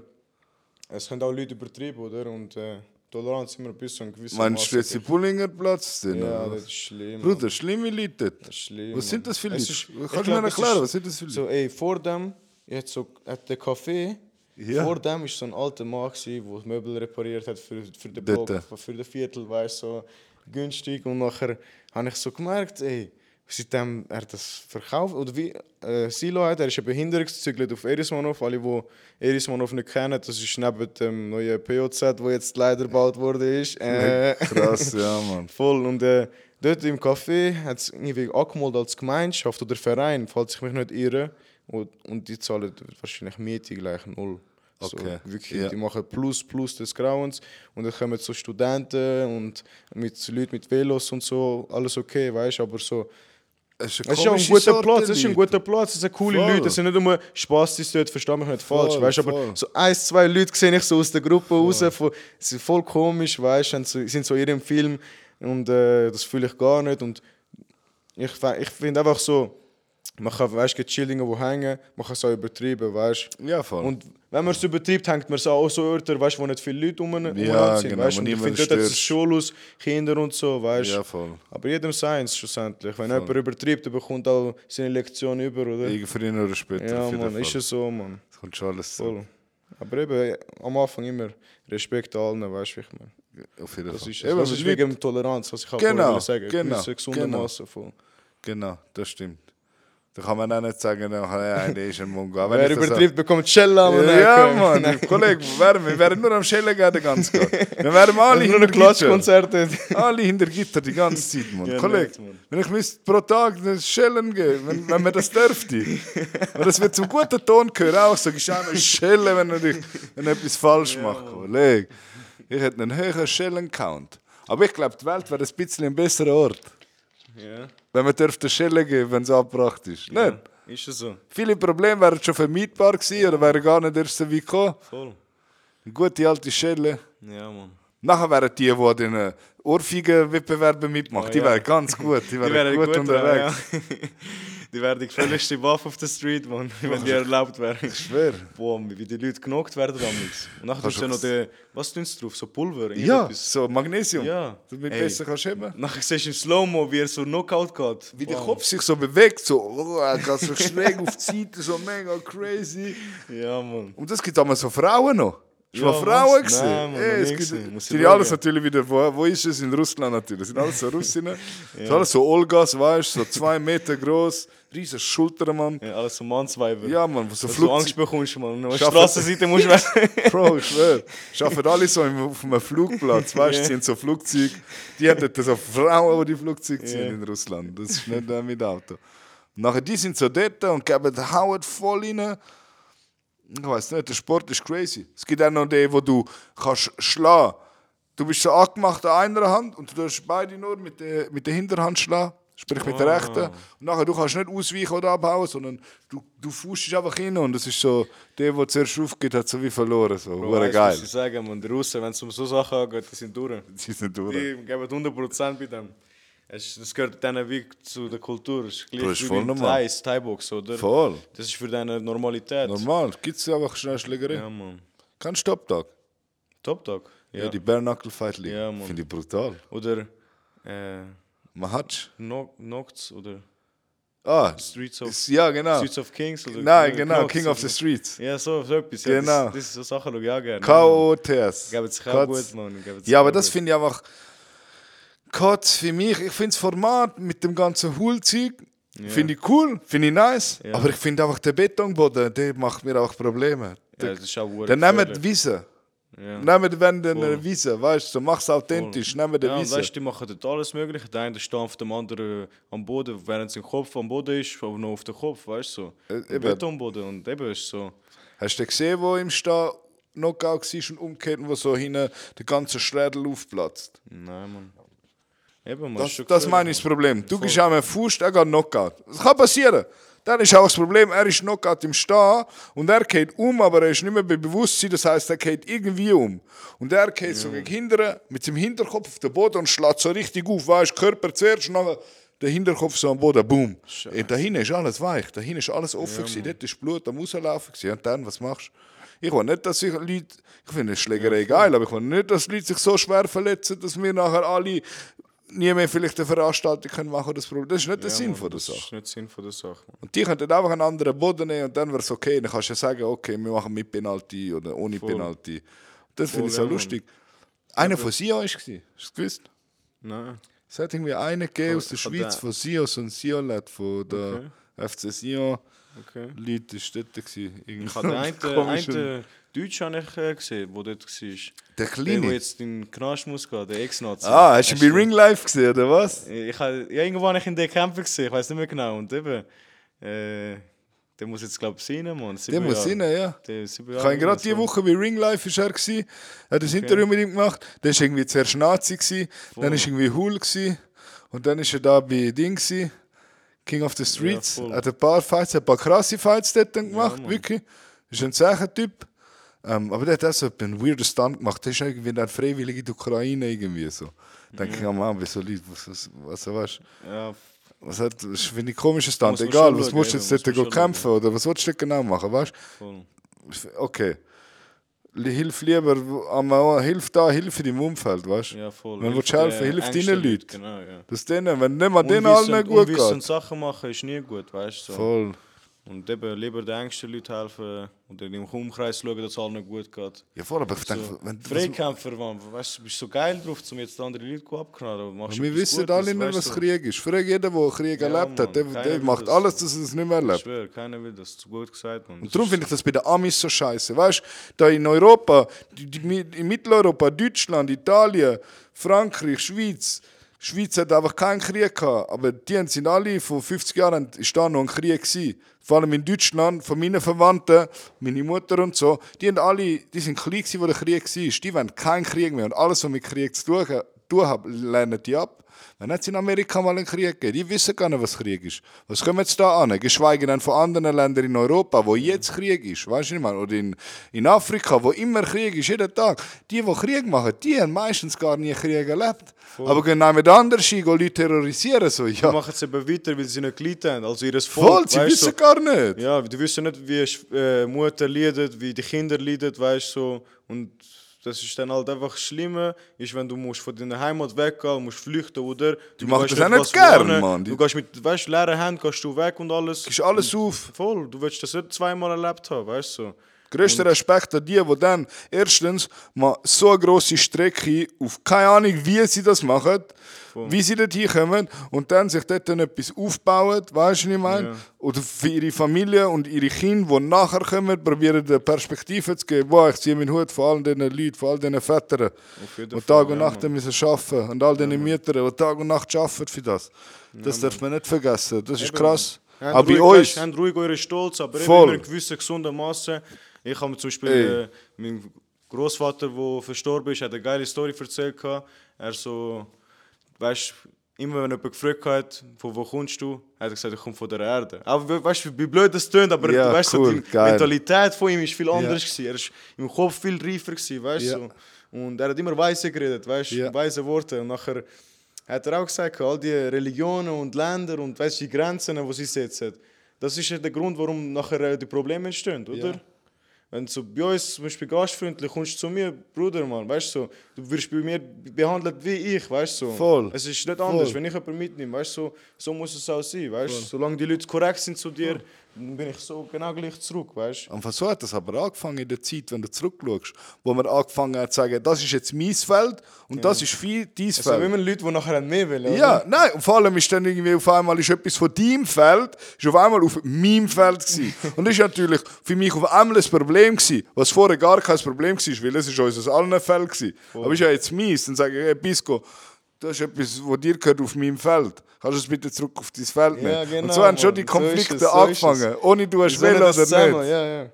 B: es können auch Leute übertrieben, oder? Und äh, Toleranz ist immer bis zu einem gewissen
A: Meinst du
B: Maße.
A: jetzt die Pullinger Platz? sind,
B: Ja,
A: oder
B: das
A: was?
B: ist schlimm. Mann.
A: Bruder, schlimme Leute. dort.
B: Das ist schlimm,
A: Was sind das für
B: Mann. Es
A: Leute?
B: ist-
A: Kannst
B: ich
A: du mir
B: glaub, es
A: erklären,
B: ist
A: was sind das für Leute?
B: So, ey, vor dem, jetzt so, hat der Café,
A: Ja.
B: vor dem war so ein alter Mann, der Möbel repariert hat für, für den
A: Dort.
B: Block, für den Viertel, weißt du, so günstig. Und nachher habe ich so gemerkt, ey, seitdem er das verkauft, oder wie äh, Silo hat, er ist eben hintergezügelt auf Erismanov. Alle, die Erismanov nicht kennen, das ist neben dem neuen POZ, wo jetzt leider gebaut wurde. Ist. Äh,
A: Krass, ja, Mann.
B: Voll. Und äh, dort im Café hat es irgendwie angemeldet als Gemeinschaft oder Verein, falls ich mich nicht irre. Und, und die zahlen wahrscheinlich Miete gleich null.
A: Okay,
B: So, wirklich,
A: ja.
B: die machen plus, plus des Grauens. Und dann kommen so Studenten und mit Leuten mit Velos und so, alles okay, weißt du, aber so.
A: Es
B: Es ist ja ein guter Platz, es ist ein guter Platz, es sind coole
A: Voll.
B: Leute, es sind nicht nur Spastis dort, verstehe mich nicht falsch,
A: Voll,
B: weißt du,
A: voll.
B: aber so ein, zwei Leute sehe ich so aus der Gruppe raus, von, sie sind voll komisch, weißt du, und so- sind so in ihrem Film und äh, das fühle ich gar nicht und ich, fe- ich finde einfach so, man kann, weißt du, chillen, wo hängen, man kann es auch übertreiben, weißt du.
A: Ja, voll.
B: Und wenn man es übertreibt, hängt man es auch an so Orte, weißt, wo nicht viele Leute um, umeinander sind.
A: genau,
B: weißt,
A: wo
B: und ich
A: niemand
B: finde, dort hat
A: stört.
B: es Schulhaus, Kinder und so, weißt
A: Ja, voll.
B: Aber jedem seins schlussendlich. Wenn jemand übertreibt, dann bekommt auch seine Lektion über, oder?
A: Irgend früher oder später.
B: ja,
A: auf jeden
B: Mann,
A: Fall.
B: ist ja so, Mann.
A: Es kommt schon alles so.
B: Voll. Aber eben, äh, am Anfang immer Respekt allen, weißt du, wie ich meine.
A: Auf jeden
B: Das
A: Fall.
B: ist,
A: Eben,
B: Eben, das ist
A: Leute-
B: wegen Toleranz, was ich auch
A: Genau,
B: vorher sagen wollte.
A: genau,
B: Gewisse gesunde
A: genau.
B: Masse voll.
A: Genau, das stimmt. Da kann man auch nicht sagen, ja, der ist ein Mungo. Aber
B: Wer
A: wenn ich das
B: übertreibt, bekommt Schella,
A: sage-
B: Mann.
A: Ja,
B: Nein,
A: Mann,
B: nein.
A: Kollege, wir wären, wir wären nur am Schellen gehen den ganzen Tag. Wir wären alle
B: Nur
A: hinter
B: ein
A: Gitter.
B: Klatschkonzert. dort.
A: Alle hinter Gitter die ganze Zeit, Mann.
B: Ja,
A: Kollege,
B: nicht, Mann.
A: wenn ich müsste pro Tag eine Schellen geben, wenn, wenn man das dürfte. Aber das wird zum guten Ton gehören auch. So, gibst du auch eine Schelle, wenn er dich wenn er etwas falsch macht, Kollege. Ich hätte einen höheren Schellen-Count. Aber ich glaube, die Welt wäre ein bisschen ein besserer Ort.
B: Ja,
A: Wenn man dürfte Schellen geben, wenn es angebracht ist. Nicht?
B: ist ja so.
A: Viele Probleme wären schon vermeidbar gewesen oder wären gar nicht erst so weit gekommen.
B: Voll.
A: Eine gute alte Schelle.
B: Ja, Mann.
A: Nachher wären die, äh, die an den ohrfeigen Wettbewerben mitmachen,
B: Oh,
A: die
B: ja.
A: wären ganz gut. Die wären, gut, unterwegs.
B: Ja. die wären die gefährlichste Waffe auf der Street, Mann, wenn die erlaubt wären.
A: Ich schwöre.
B: Boah, wie die Leute genockt werden damals. Und nachher tust du
A: du
B: noch den. Was tust du drauf? So Pulver?
A: Ja,
B: irgendetwas?
A: so Magnesium.
B: Ja.
A: Damit
B: Ey.
A: besser kannst du heben.
B: Nachher siehst du im Slow-Mo, wie er so Knockout geht.
A: Wie der Kopf sich so bewegt, so, oh, er geht so schräg auf die Seite, so mega crazy.
B: Ja, Mann.
A: Und das gibt es mal so Frauen noch. Ist
B: Ja,
A: mal Frauen
B: was?
A: gewesen?
B: Nein, Mann,
A: Ey,
B: noch nie
A: es
B: gesehen.
A: gibt,
B: Muss ich
A: sind ja alles
B: schauen.
A: natürlich wieder, wo, wo ist es? In Russland natürlich. Sind alles so Russinnen. Sind alles so Olgas, weißt du, so zwei Meter groß, riesen Schultern, Mann.
B: Ja, alles so Mannsweiber.
A: Ja, Mann, so
B: Dass du
A: Flugzeug.
B: Angst bekommst, man. An der
A: Schaffen-
B: Straßenseite musst du weg.
A: Bro, ich schwör. Schaffen alle so im- auf einem Flugplatz, weißt du,
B: Ja.
A: sind so Flugzeuge. Die haben dort so Frauen, die die Flugzeuge ziehen
B: Ja.
A: in Russland. Das ist nicht äh, mit Auto. Und nachher die sind so dort und geben hauen voll rein. Ich weiß nicht, der Sport ist crazy. Es gibt auch noch den, wo du kannst schlagen. Du bist so angemacht an einer Hand und du darfst beide nur mit der, mit der Hinterhand schlagen. Sprich mit der
B: Ah.
A: rechten. Und nachher, du kannst nicht ausweichen oder abhauen, sondern du, du fußst einfach hin und es ist so, der, der zuerst aufgeht, hat so wie verloren. So,
B: Bro,
A: Hure
B: weißt du,
A: geil.
B: was ich sagen, man. Die Russen, wenn es um so Sachen geht, die sind durch.
A: Sie sind
B: Die
A: durch.
B: geben 100% bei dem. Es- Das gehört denen wie zu der Kultur. Es ist gleich
A: Bro, ist
B: wie
A: voll
B: beim
A: normal.
B: Thai, das Thai-Box, oder?
A: Voll.
B: Das ist für deine Normalität.
A: Normal, gibt es einfach schnell Schlägerei.
B: Ja, man.
A: Kein Stopptag.
B: Top-Tag.
A: Ja.
B: Ja.
A: die Bare Knuckle Fight League.
B: Ja, Mann.
A: Finde ich brutal.
B: Oder äh,
A: Man hat.
B: no Nocts oder
A: Ah,
B: Streets of,
A: ist- ja, genau.
B: Streets of Kings. Oder
A: Nein,
B: oder
A: genau,
B: Knocks
A: King of the
B: oder-
A: Streets.
B: Ja, genau. so, so etwas. Ja,
A: Genau.
B: Das, das ist so Sachen, die ich auch gerne.
A: K.O.T.S.
B: Geben sich auch
A: Kotz.
B: gut, Mann. Geben sich
A: Ja, aber
B: auch
A: das
B: gut.
A: finde ich einfach. Kotz für mich, ich finde das Format mit dem ganzen Hulzeug, finde ich cool, finde ich nice. Aber ich finde einfach den Betonboden, der macht mir auch Probleme.
B: Ja, das ist auch hure
A: Dann nehmen
B: gefährlich.
A: die Wiese.
B: Ja.
A: Nehmen wenn dann
B: Voll.
A: eine Wiese, weißt du, mach's authentisch, nehmen die
B: Ja, und
A: Wiese.
B: weißt du, die machen dort alles Mögliche. Der eine stampft dem anderen am Boden, während sein Kopf am Boden ist, aber nur auf den Kopf, weißt du? So.
A: Äh, eben.
B: Betonboden und eben ist so.
A: Hast du gesehen, wo im Stehen Knockout war und umgekehrt, wo so hinten der ganze Schädel aufplatzt?
B: Nein, Mann. Eben, man ist
A: Das,
B: schon
A: das
B: gefährlich,
A: meine ich das
B: Mann.
A: Problem. Du gibst einem Fuß, er geht Knockout. Das kann passieren. Dann ist auch das Problem, er ist Knockout im Stehen und er geht um, aber er ist nicht mehr bei Bewusstsein, das heißt, er geht irgendwie um. Und er geht so gegen hinten mit dem Hinterkopf auf den Boden und schlägt so richtig auf, weißt du, Körper zuerst und dann der Hinterkopf so am Boden, boom. Ey, Da hinten ist alles weich, da hinten ist alles offen, gewesen. dort ist Blut am Rauslaufen. gewesen. Und dann, was machst du? Ich will nicht, dass sich Leute, ich finde eine Schlägerei geil, aber ich will nicht, dass Leute sich so schwer verletzen, dass wir nachher alle nie mehr vielleicht eine Veranstaltung können machen das Problem. Das ist nicht der
B: Ja,
A: Sinn
B: Mann,
A: von der
B: das
A: Sache.
B: ist nicht Sinn von der Sache. Mann.
A: Und die könnten einfach einen anderen Boden nehmen und dann wäre es okay. Dann kannst du ja sagen, okay, wir machen mit Penalty oder ohne Penalty. Das finde ich so
B: ja, Mann.
A: lustig. Einer von Sion war es. Hast du es gewusst?
B: Nein.
A: Es hat irgendwie einen gegeben aus der
B: Von- von
A: Schweiz,
B: der-
A: von Sios und Siolet, von der FC Sion.
B: Okay.
A: Leute, das war dort. gewesen. Irgendwie
B: Ich habe den einen,
A: komischen-
B: einen Deutschen habe ich äh, gesehen, der dort war.
A: Der
B: Der, der
A: Kleine.
B: jetzt in den Knast muss gehen, der Ex-Nazi.
A: Ah, hast du ihn bei Ring Life gesehen, oder was?
B: Ich habe, ja, irgendwo habe ich ihn in den Kämpfen gesehen, ich weiß nicht mehr genau. Und eben, äh, der muss jetzt, glaube ich, rein, Mann.
A: Der
B: Sieben
A: muss
B: Jahre.
A: rein, ja.
B: Der sieben
A: Ich
B: Jahre
A: habe ihn gerade
B: alt,
A: diese
B: so.
A: Woche bei Ring Life ist er gewesen, hat das Interview mit ihm gemacht. Der war irgendwie zuerst Nazi, gewesen, dann war irgendwie Hull gewesen, und dann war er da bei Ding, gewesen, King of the Streets.
B: voll.
A: hat ein paar Fights, hat ein paar krasse Fights dort dann gemacht, wirklich. Ist ein Zeichentyp. Ähm, aber der hat auch so einen weirden Stunt gemacht. Der ist irgendwie dann freiwillig in der Ukraine irgendwie so. Dann
B: Mhm.
A: denke ich, oh Mann, wieso Leute, was, was, was, was,
B: Ja,
A: was hat, das finde ich komischer Stunt.
B: Muss man
A: Egal,
B: schon
A: was
B: schauen,
A: musst du
B: ja,
A: jetzt
B: muss
A: dort
B: man
A: gehen
B: schon
A: kämpfen oder was willst du dort genau machen, weißt du?
B: voll.
A: Okay. Li- Hilf lieber, am Au- hilf da, hilf in deinem Umfeld, weißt du?
B: Ja, voll.
A: Wenn du
B: Hilft,
A: willst helfen,
B: äh,
A: hilf
B: Ängsten
A: deinen Leuten.
B: Genau, ja.
A: Dass denen, wenn nicht mal denen
B: Unwissend-
A: allen gut
B: unwissend
A: geht.
B: Sachen machen ist nie gut, weißt du. So.
A: Voll.
B: Und eben lieber den engsten Leuten helfen und in dem Umkreis schauen, dass es allen gut geht.
A: Ja, voll, aber ich denke,
B: So,
A: wenn was,
B: Freikämpfer, Mann, weißt du, bist so geil drauf, um jetzt andere Leute gut abknallen. und machst
A: wir
B: etwas
A: wissen
B: Gutes,
A: alle nicht,
B: weißt
A: was
B: du.
A: Krieg ist. Frag jeden, der Krieg
B: Ja,
A: erlebt hat, der,
B: Mann,
A: der
B: keiner
A: macht
B: will das.
A: alles, dass er es nicht mehr
B: Ich
A: erlebt.
B: schwöre, keiner will das. Zu gut gesagt, Mann.
A: Und darum finde ich das bei den Amis so scheiße. Weißt du, da in Europa, die, die, Mi- in Mitteleuropa, Deutschland, Italien, Frankreich, Schweiz. Schweiz hat einfach keinen Krieg gehabt. Aber die haben- sind alle vor 50 Jahren ist da noch ein Krieg gewesen. Vor allem in Deutschland, von meinen Verwandten, meine Mutter und so. Die haben alle, die sind klein gewesen, wo der Krieg war. Die wollen keinen Krieg mehr. Und alles, was mit Krieg zu tun hat, tun hat, lernen die ab. Wenn jetzt in Amerika mal einen Krieg gegeben? Die wissen gar nicht, was Krieg ist. Was kommen jetzt da an? Geschweige denn von anderen Ländern in Europa, wo jetzt Krieg ist. Weißt du nicht mal? Oder in, in Afrika, wo immer Krieg ist, jeden Tag. Die, die Krieg machen, die haben meistens gar nie Krieg erlebt. Aber gehen mit anders hin, gehen Leute terrorisieren. So,
B: Die
A: ja.
B: machen es eben weiter, weil sie nicht gelitten haben. Also ihr Volk,
A: Voll, sie
B: weißt
A: wissen
B: du.
A: gar nicht.
B: Ja, du wissen nicht, wie Sch- äh, Mutter leidet, wie die Kinder leiden, weißt du. So. Und das ist dann halt einfach schlimm, ist, wenn du musst von deiner Heimat weggehen musst, flüchten, oder? Du
A: machen
B: weißt
A: das auch nicht
B: was
A: gern,
B: wohnen.
A: Mann. Die-
B: Du gehst mit weißt, leeren Händen gehst du weg und alles.
A: Ist alles auf.
B: Voll, du willst das nicht zweimal erlebt haben, weißt du. so.
A: Größter Respekt an die, die dann erstens mal so eine grosse Strecke auf keine Ahnung, wie sie das machen, wie sie dort hinkommen und dann sich dort dann etwas aufbauen, weißt du, was ich meine?
C: Ja.
A: Oder für ihre Familie und ihre Kinder, die nachher kommen, probieren eine Perspektive zu geben. Boah, ich ziehe meinen Hut vor all diesen Leuten, vor all diesen Vätern,
C: jeden Fall,
A: die Tag und
C: ja,
A: Nacht müssen arbeiten und all diesen Müttern, die Tag und Nacht arbeiten für das. Das darf man nicht vergessen. Das ist krass.
B: Habt
A: Auch bei uns.
B: ruhig, Weißt, habt ruhig euren Stolz, aber eben in
A: Voll.
B: einer gewissen gesunden Masse. Ich habe zum
A: Ey.
B: Beispiel äh, meinen Großvater, der verstorben ist, hat eine geile Story erzählt. gehabt. Er so, weißt immer wenn jemand gefragt hat, von wo kommst du, hat er gesagt, ich komme von der Erde. Aber we- weißt du, wie blöd das tönt, aber
A: Ja,
B: du weißt so,
A: cool,
B: die
A: geil.
B: Mentalität von ihm ist viel anders. gewesen. Er ist im Kopf viel reifer, gewesen, weißt du.
A: Ja.
B: So. Und er hat immer weise geredet, weißt du,
A: Ja.
B: weise Worte. Und nachher hat er auch gesagt, all die Religionen und Länder und weißt, die Grenzen, die sie setzen, das ist ja der Grund, warum nachher äh, die Probleme entstehen, oder?
A: Ja.
B: Wenn du so bei uns zum Beispiel gastfreundlich kommst zu mir, Bruder, Mann, weißt du, so, du wirst bei mir behandelt wie ich, weißt du. So.
A: Voll.
B: Es ist nicht anders,
A: Voll.
B: wenn ich jemanden mitnehme, weißt du, so, so muss es auch sein, weißt du. Solange die Leute korrekt sind zu dir, bin ich so genau gleich zurück, weißt du.
A: Am Anfang so hat das aber angefangen in der Zeit, wenn du zurückschaust, wo man angefangen hat zu sagen, das ist jetzt mein Feld und das ist viel dein
B: Es sind
A: Feld.
B: immer Leute, die nachher mehr wollen. oder?
A: Ja, nein, und vor allem ist dann irgendwie auf einmal ist etwas von deinem Feld, ist auf einmal auf meinem Feld gewesen. Und das ist natürlich für mich auf einmal ein Problem gewesen, was vorher gar kein Problem war, weil es ist unser allen Feld gewesen. Aber ist ja jetzt meins, dann sage ich, hey, Bisco, das ist etwas, was dir gehört auf meinem Feld. Kannst du es bitte zurück auf dein Feld nehmen? und so
B: genau,
A: haben schon die
B: Mann. So ist es,
A: Konflikte
B: so ist es.
A: angefangen, ohne du hast
B: Wieso nicht
A: wollen
B: das
A: oder
B: zusammen?
A: nicht.
B: Ja, ja.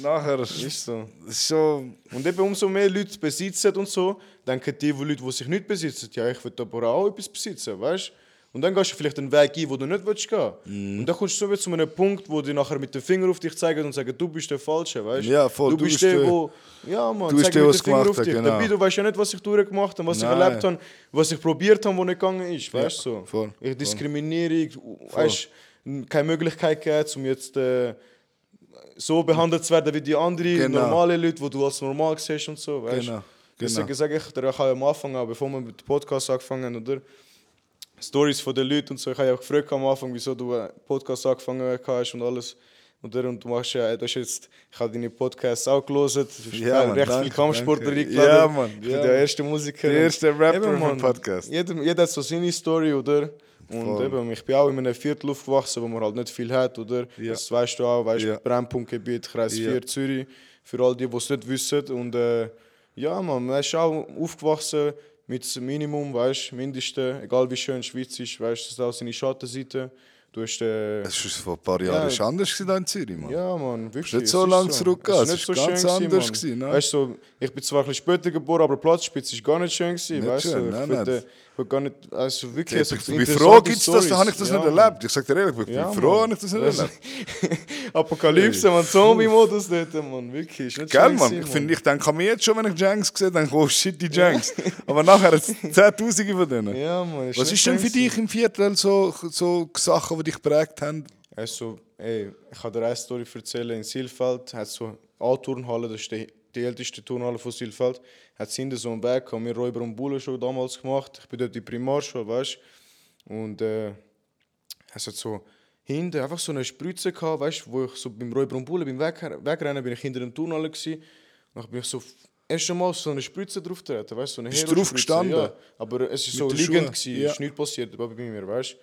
A: Nachher
B: Ist so.
A: so...
B: Und eben umso mehr Leute besitzen und so, denken die, die Leute, die sich nicht besitzen, ja, ich will aber auch etwas besitzen, weißt du? Und dann gehst du vielleicht einen Weg ein, wo du nicht willst gehen.
A: Mhm.
B: Und dann kommst du so wieder zu einem Punkt, wo die nachher mit dem Finger auf dich zeigen und sagen, du bist der Falsche, weißt
A: Ja, voll,
B: du?
A: du
B: bist
A: bist
B: der,
A: der-
B: wo... Ja, Mann,
A: du bist
B: zeig
A: der,
B: mit
A: was
B: dem Finger
A: gemacht
B: auf
A: hat,
B: dich.
A: genau.
B: Dabei, du weißt ja nicht, was ich durchgemacht habe, was
A: Nein.
B: ich erlebt habe, was ich probiert habe, was nicht gegangen ist, weißt du? so.
A: voll,
B: ich diskriminiere, weißt du, keine Möglichkeit gegeben, um jetzt... Äh, so behandelt zu werden wie die anderen
A: Genau.
B: normale Leute, die du als normal siehst und so, weißt
A: Genau, genau.
B: Deswegen sage ich dir, ich habe ja am Anfang, auch, bevor wir mit dem Podcast angefangen haben, oder? Stories von den Leuten und so. Ich habe ja auch gefragt am Anfang, wieso du einen Podcast angefangen hast und alles. Oder? Und du machst ja, du hast jetzt, ich habe deine Podcasts auch gelesen, du hast
A: Ja, Mann,
B: recht
A: danke,
B: viel Kampfsport
A: danke.
B: reingeladen.
A: Ja, Mann,
B: Ich bin
A: ja.
B: der erste Musiker.
A: Der erste Rapper
B: Eben,
A: im
B: Mann,
A: Podcast.
B: Jeder, jeder hat so seine Story, oder? Und
A: Voll.
B: eben, ich bin auch in einem Viertel aufgewachsen, wo man halt nicht viel hat, oder?
A: Ja.
B: Das weißt du auch, weißt du,
A: Ja.
B: Brennpunktgebiet, Kreis
A: Ja.
B: 4, Zürich, für all die, die es nicht wissen. Und äh, ja, man, man ist auch aufgewachsen mit dem Minimum, weißt du, mindestens, egal wie schön die Schweiz ist, weißt du, das ist auch seine Schattenseite. Du hast. Äh,
A: Es war vor ein paar Jahren
B: Ja.
A: ist anders gewesen hier in Zürich, Mann.
B: ja, Mann, wirklich.
A: nicht
B: es
A: so
B: ist
A: lang zurückgegangen,
B: Es ist nicht
A: es
B: so
A: ist
B: schön
A: ganz
B: gewesen,
A: anders
B: Mann.
A: gewesen, ne?
B: Weißt du, so, ich bin zwar ein bisschen später geboren, aber Platzspitze ist gar nicht schön gewesen,
A: Nicht
B: weißt du?
A: schön,
B: Ich
A: nein,
B: will,
A: nein.
B: äh, will gar nicht, also
A: Ich
B: wirklich.
A: ich
B: so
A: bin froh,
B: interessante
A: gibt's das,
B: Stories.
A: da habe ich das
B: Ja,
A: nicht
B: Mann.
A: erlebt. Ich sag dir ehrlich, ich bin
B: Ja,
A: froh,
B: Mann.
A: habe ich das nicht
B: Das-
A: erlebt.
B: Apokalypse, man, Zombie-Modus dort, man, wirklich. Ist nicht
A: Gell,
B: schön
A: Mann?
B: gewesen,
A: Ich finde, ich denke an mich jetzt schon, wenn ich Jenks sehe, dann oh shit, die Jenks. Aber nachher hat's Zehntausende von denen.
B: Ja, Mann,
A: Was
B: nicht
A: ist denn
B: schön
A: für dich im Viertel so, so Sachen, die dich geprägt haben?
B: Also, ey, ich kann dir eine Story erzählen. In Silfeld hat so eine Turnhalle, das ist die, die älteste Turnhalle von Silfeld, hat hinten so einen Weg gehabt. Wir Räuber und Bullen schon damals gemacht. Ich bin dort in die Primarschule, weißt du? Und äh, es hat so hinten einfach so eine Spritze gehabt, weißt du, wo ich so beim Räuber und Bullen, beim Weg, Wegrennen, bin ich hinter dem Turnhalle gsi. Dann bin ich so erst einmal so eine Spritze drauf getreten, weißt du, so eine
A: Bist du
B: Hero-Spritze,
A: draufgestanden?
B: Ja, aber es ist so
A: den
B: liegend,
A: Schuhen?
B: gewesen,
A: Ja.
B: ist nichts passiert bei bei mir, weißt du?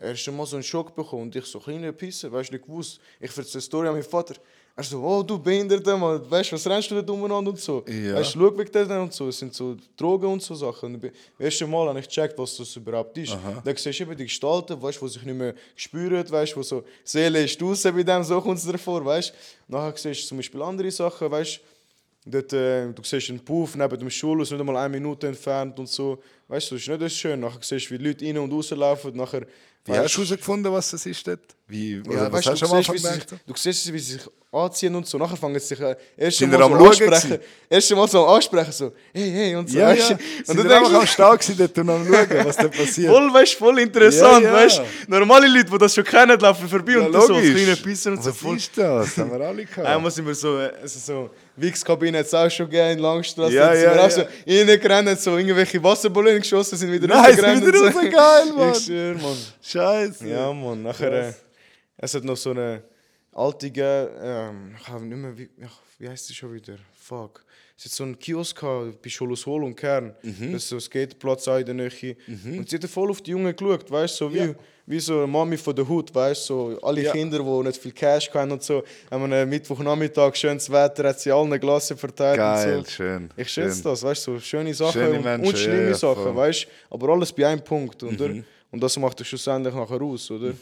B: Er ist schon mal so einen Schock bekommen und ich so kleine Pisse, weißt du, nicht gewusst. Ich erzähle eine Story an meinen Vater. Er so, oh du Behinderter, Mann, weißt du, was rennst du dort umeinander und so.
A: Ja.
B: Weißt du, schau weg da und so, es sind so Drogen und so Sachen. Und beim ersten Mal habe ich gecheckt, was das überhaupt ist. Dann siehst du eben die Gestalten, weißt du, die sich nicht mehr spüren, weißt du, wo so Seele ist draußen bei dem, so kommt es davor, weißt du. Nachher siehst du zum Beispiel andere Sachen, weißt du. Dort, äh, du siehst einen Puff neben dem Schulhaus, nicht einmal eine Minute entfernt und so. Weißt du, das ist nicht das schön. Nachher siehst du, wie die Leute rein und rauslaufen. Nachher,
A: Wie
B: weißt
A: hast du herausgefunden, was das ist dort? Wie, also, was
B: ja, weißt,
A: hast
B: du,
A: du am
B: siehst,
A: Anfang
B: wie sie sich,
A: gemerkt?
B: du siehst, wie sie sich anziehen und so. Nachher fangen sie sich äh, erst
A: Sind
B: einmal
A: ihr
B: so
A: am Schauen
B: ansprechen. Erst einmal so ansprechen, so hey, hey und so.
A: Ja,
B: weißt
A: ja.
B: du?
A: Und
B: Und du
A: dann einfach am
B: denkst,
A: Stau gewesen dort und am Schauen, was da passiert.
B: voll, weißt, du, voll interessant,
A: Ja, ja.
B: weißt du? Normale Leute, die das schon kennen, laufen vorbei
A: Ja,
B: und du so als
A: logisch.
B: kleine Pisser und so.
A: Was
B: Voll,
A: ist das? Haben wir alle gehabt.
B: Einmal sind wir so, äh, also so Wichskabine hat es auch schon gegeben in Langstrasse.
A: Ja,
B: Ja, sind
A: ja,
B: wir
A: ja.
B: auch so reingerannt, so irgendwelche Wasserballons geschossen, sind wieder
A: Nein, sind wieder
B: und
A: raus, geil, Mann.
B: Ich schwör, Mann.
A: Scheiße.
B: Ja, Mann, nachher, äh, es hat noch so eine altige, ähm, ich habe nicht mehr, wie, ach, wie heißt die schon wieder? Fuck. Es hat so einen Kiosk gehabt, bei Scholus Hol und Kern.
A: Mhm.
B: Das ist so ein Skateplatz auch in der Nähe. Und sie hat voll auf die Jungen geschaut, weißt du, so wie,
A: Ja.
B: wie so eine Mami von der Hut, weißt du, so alle
A: Ja.
B: Kinder, die nicht viel Cash haben und so. An einem Mittwochnachmittag, schönes Wetter, hat sie allen Gläser verteilt
A: Geil,
B: und so.
A: schön.
B: Ich schätze
A: schön.
B: das, weißt du, so schöne Sachen
A: Schöne
B: und,
A: Menschen,
B: und schlimme
A: ja, voll. Mhm.
B: Sachen, weißt du, aber alles bei einem Punkt, oder? Und das macht es schlussendlich nachher aus, oder?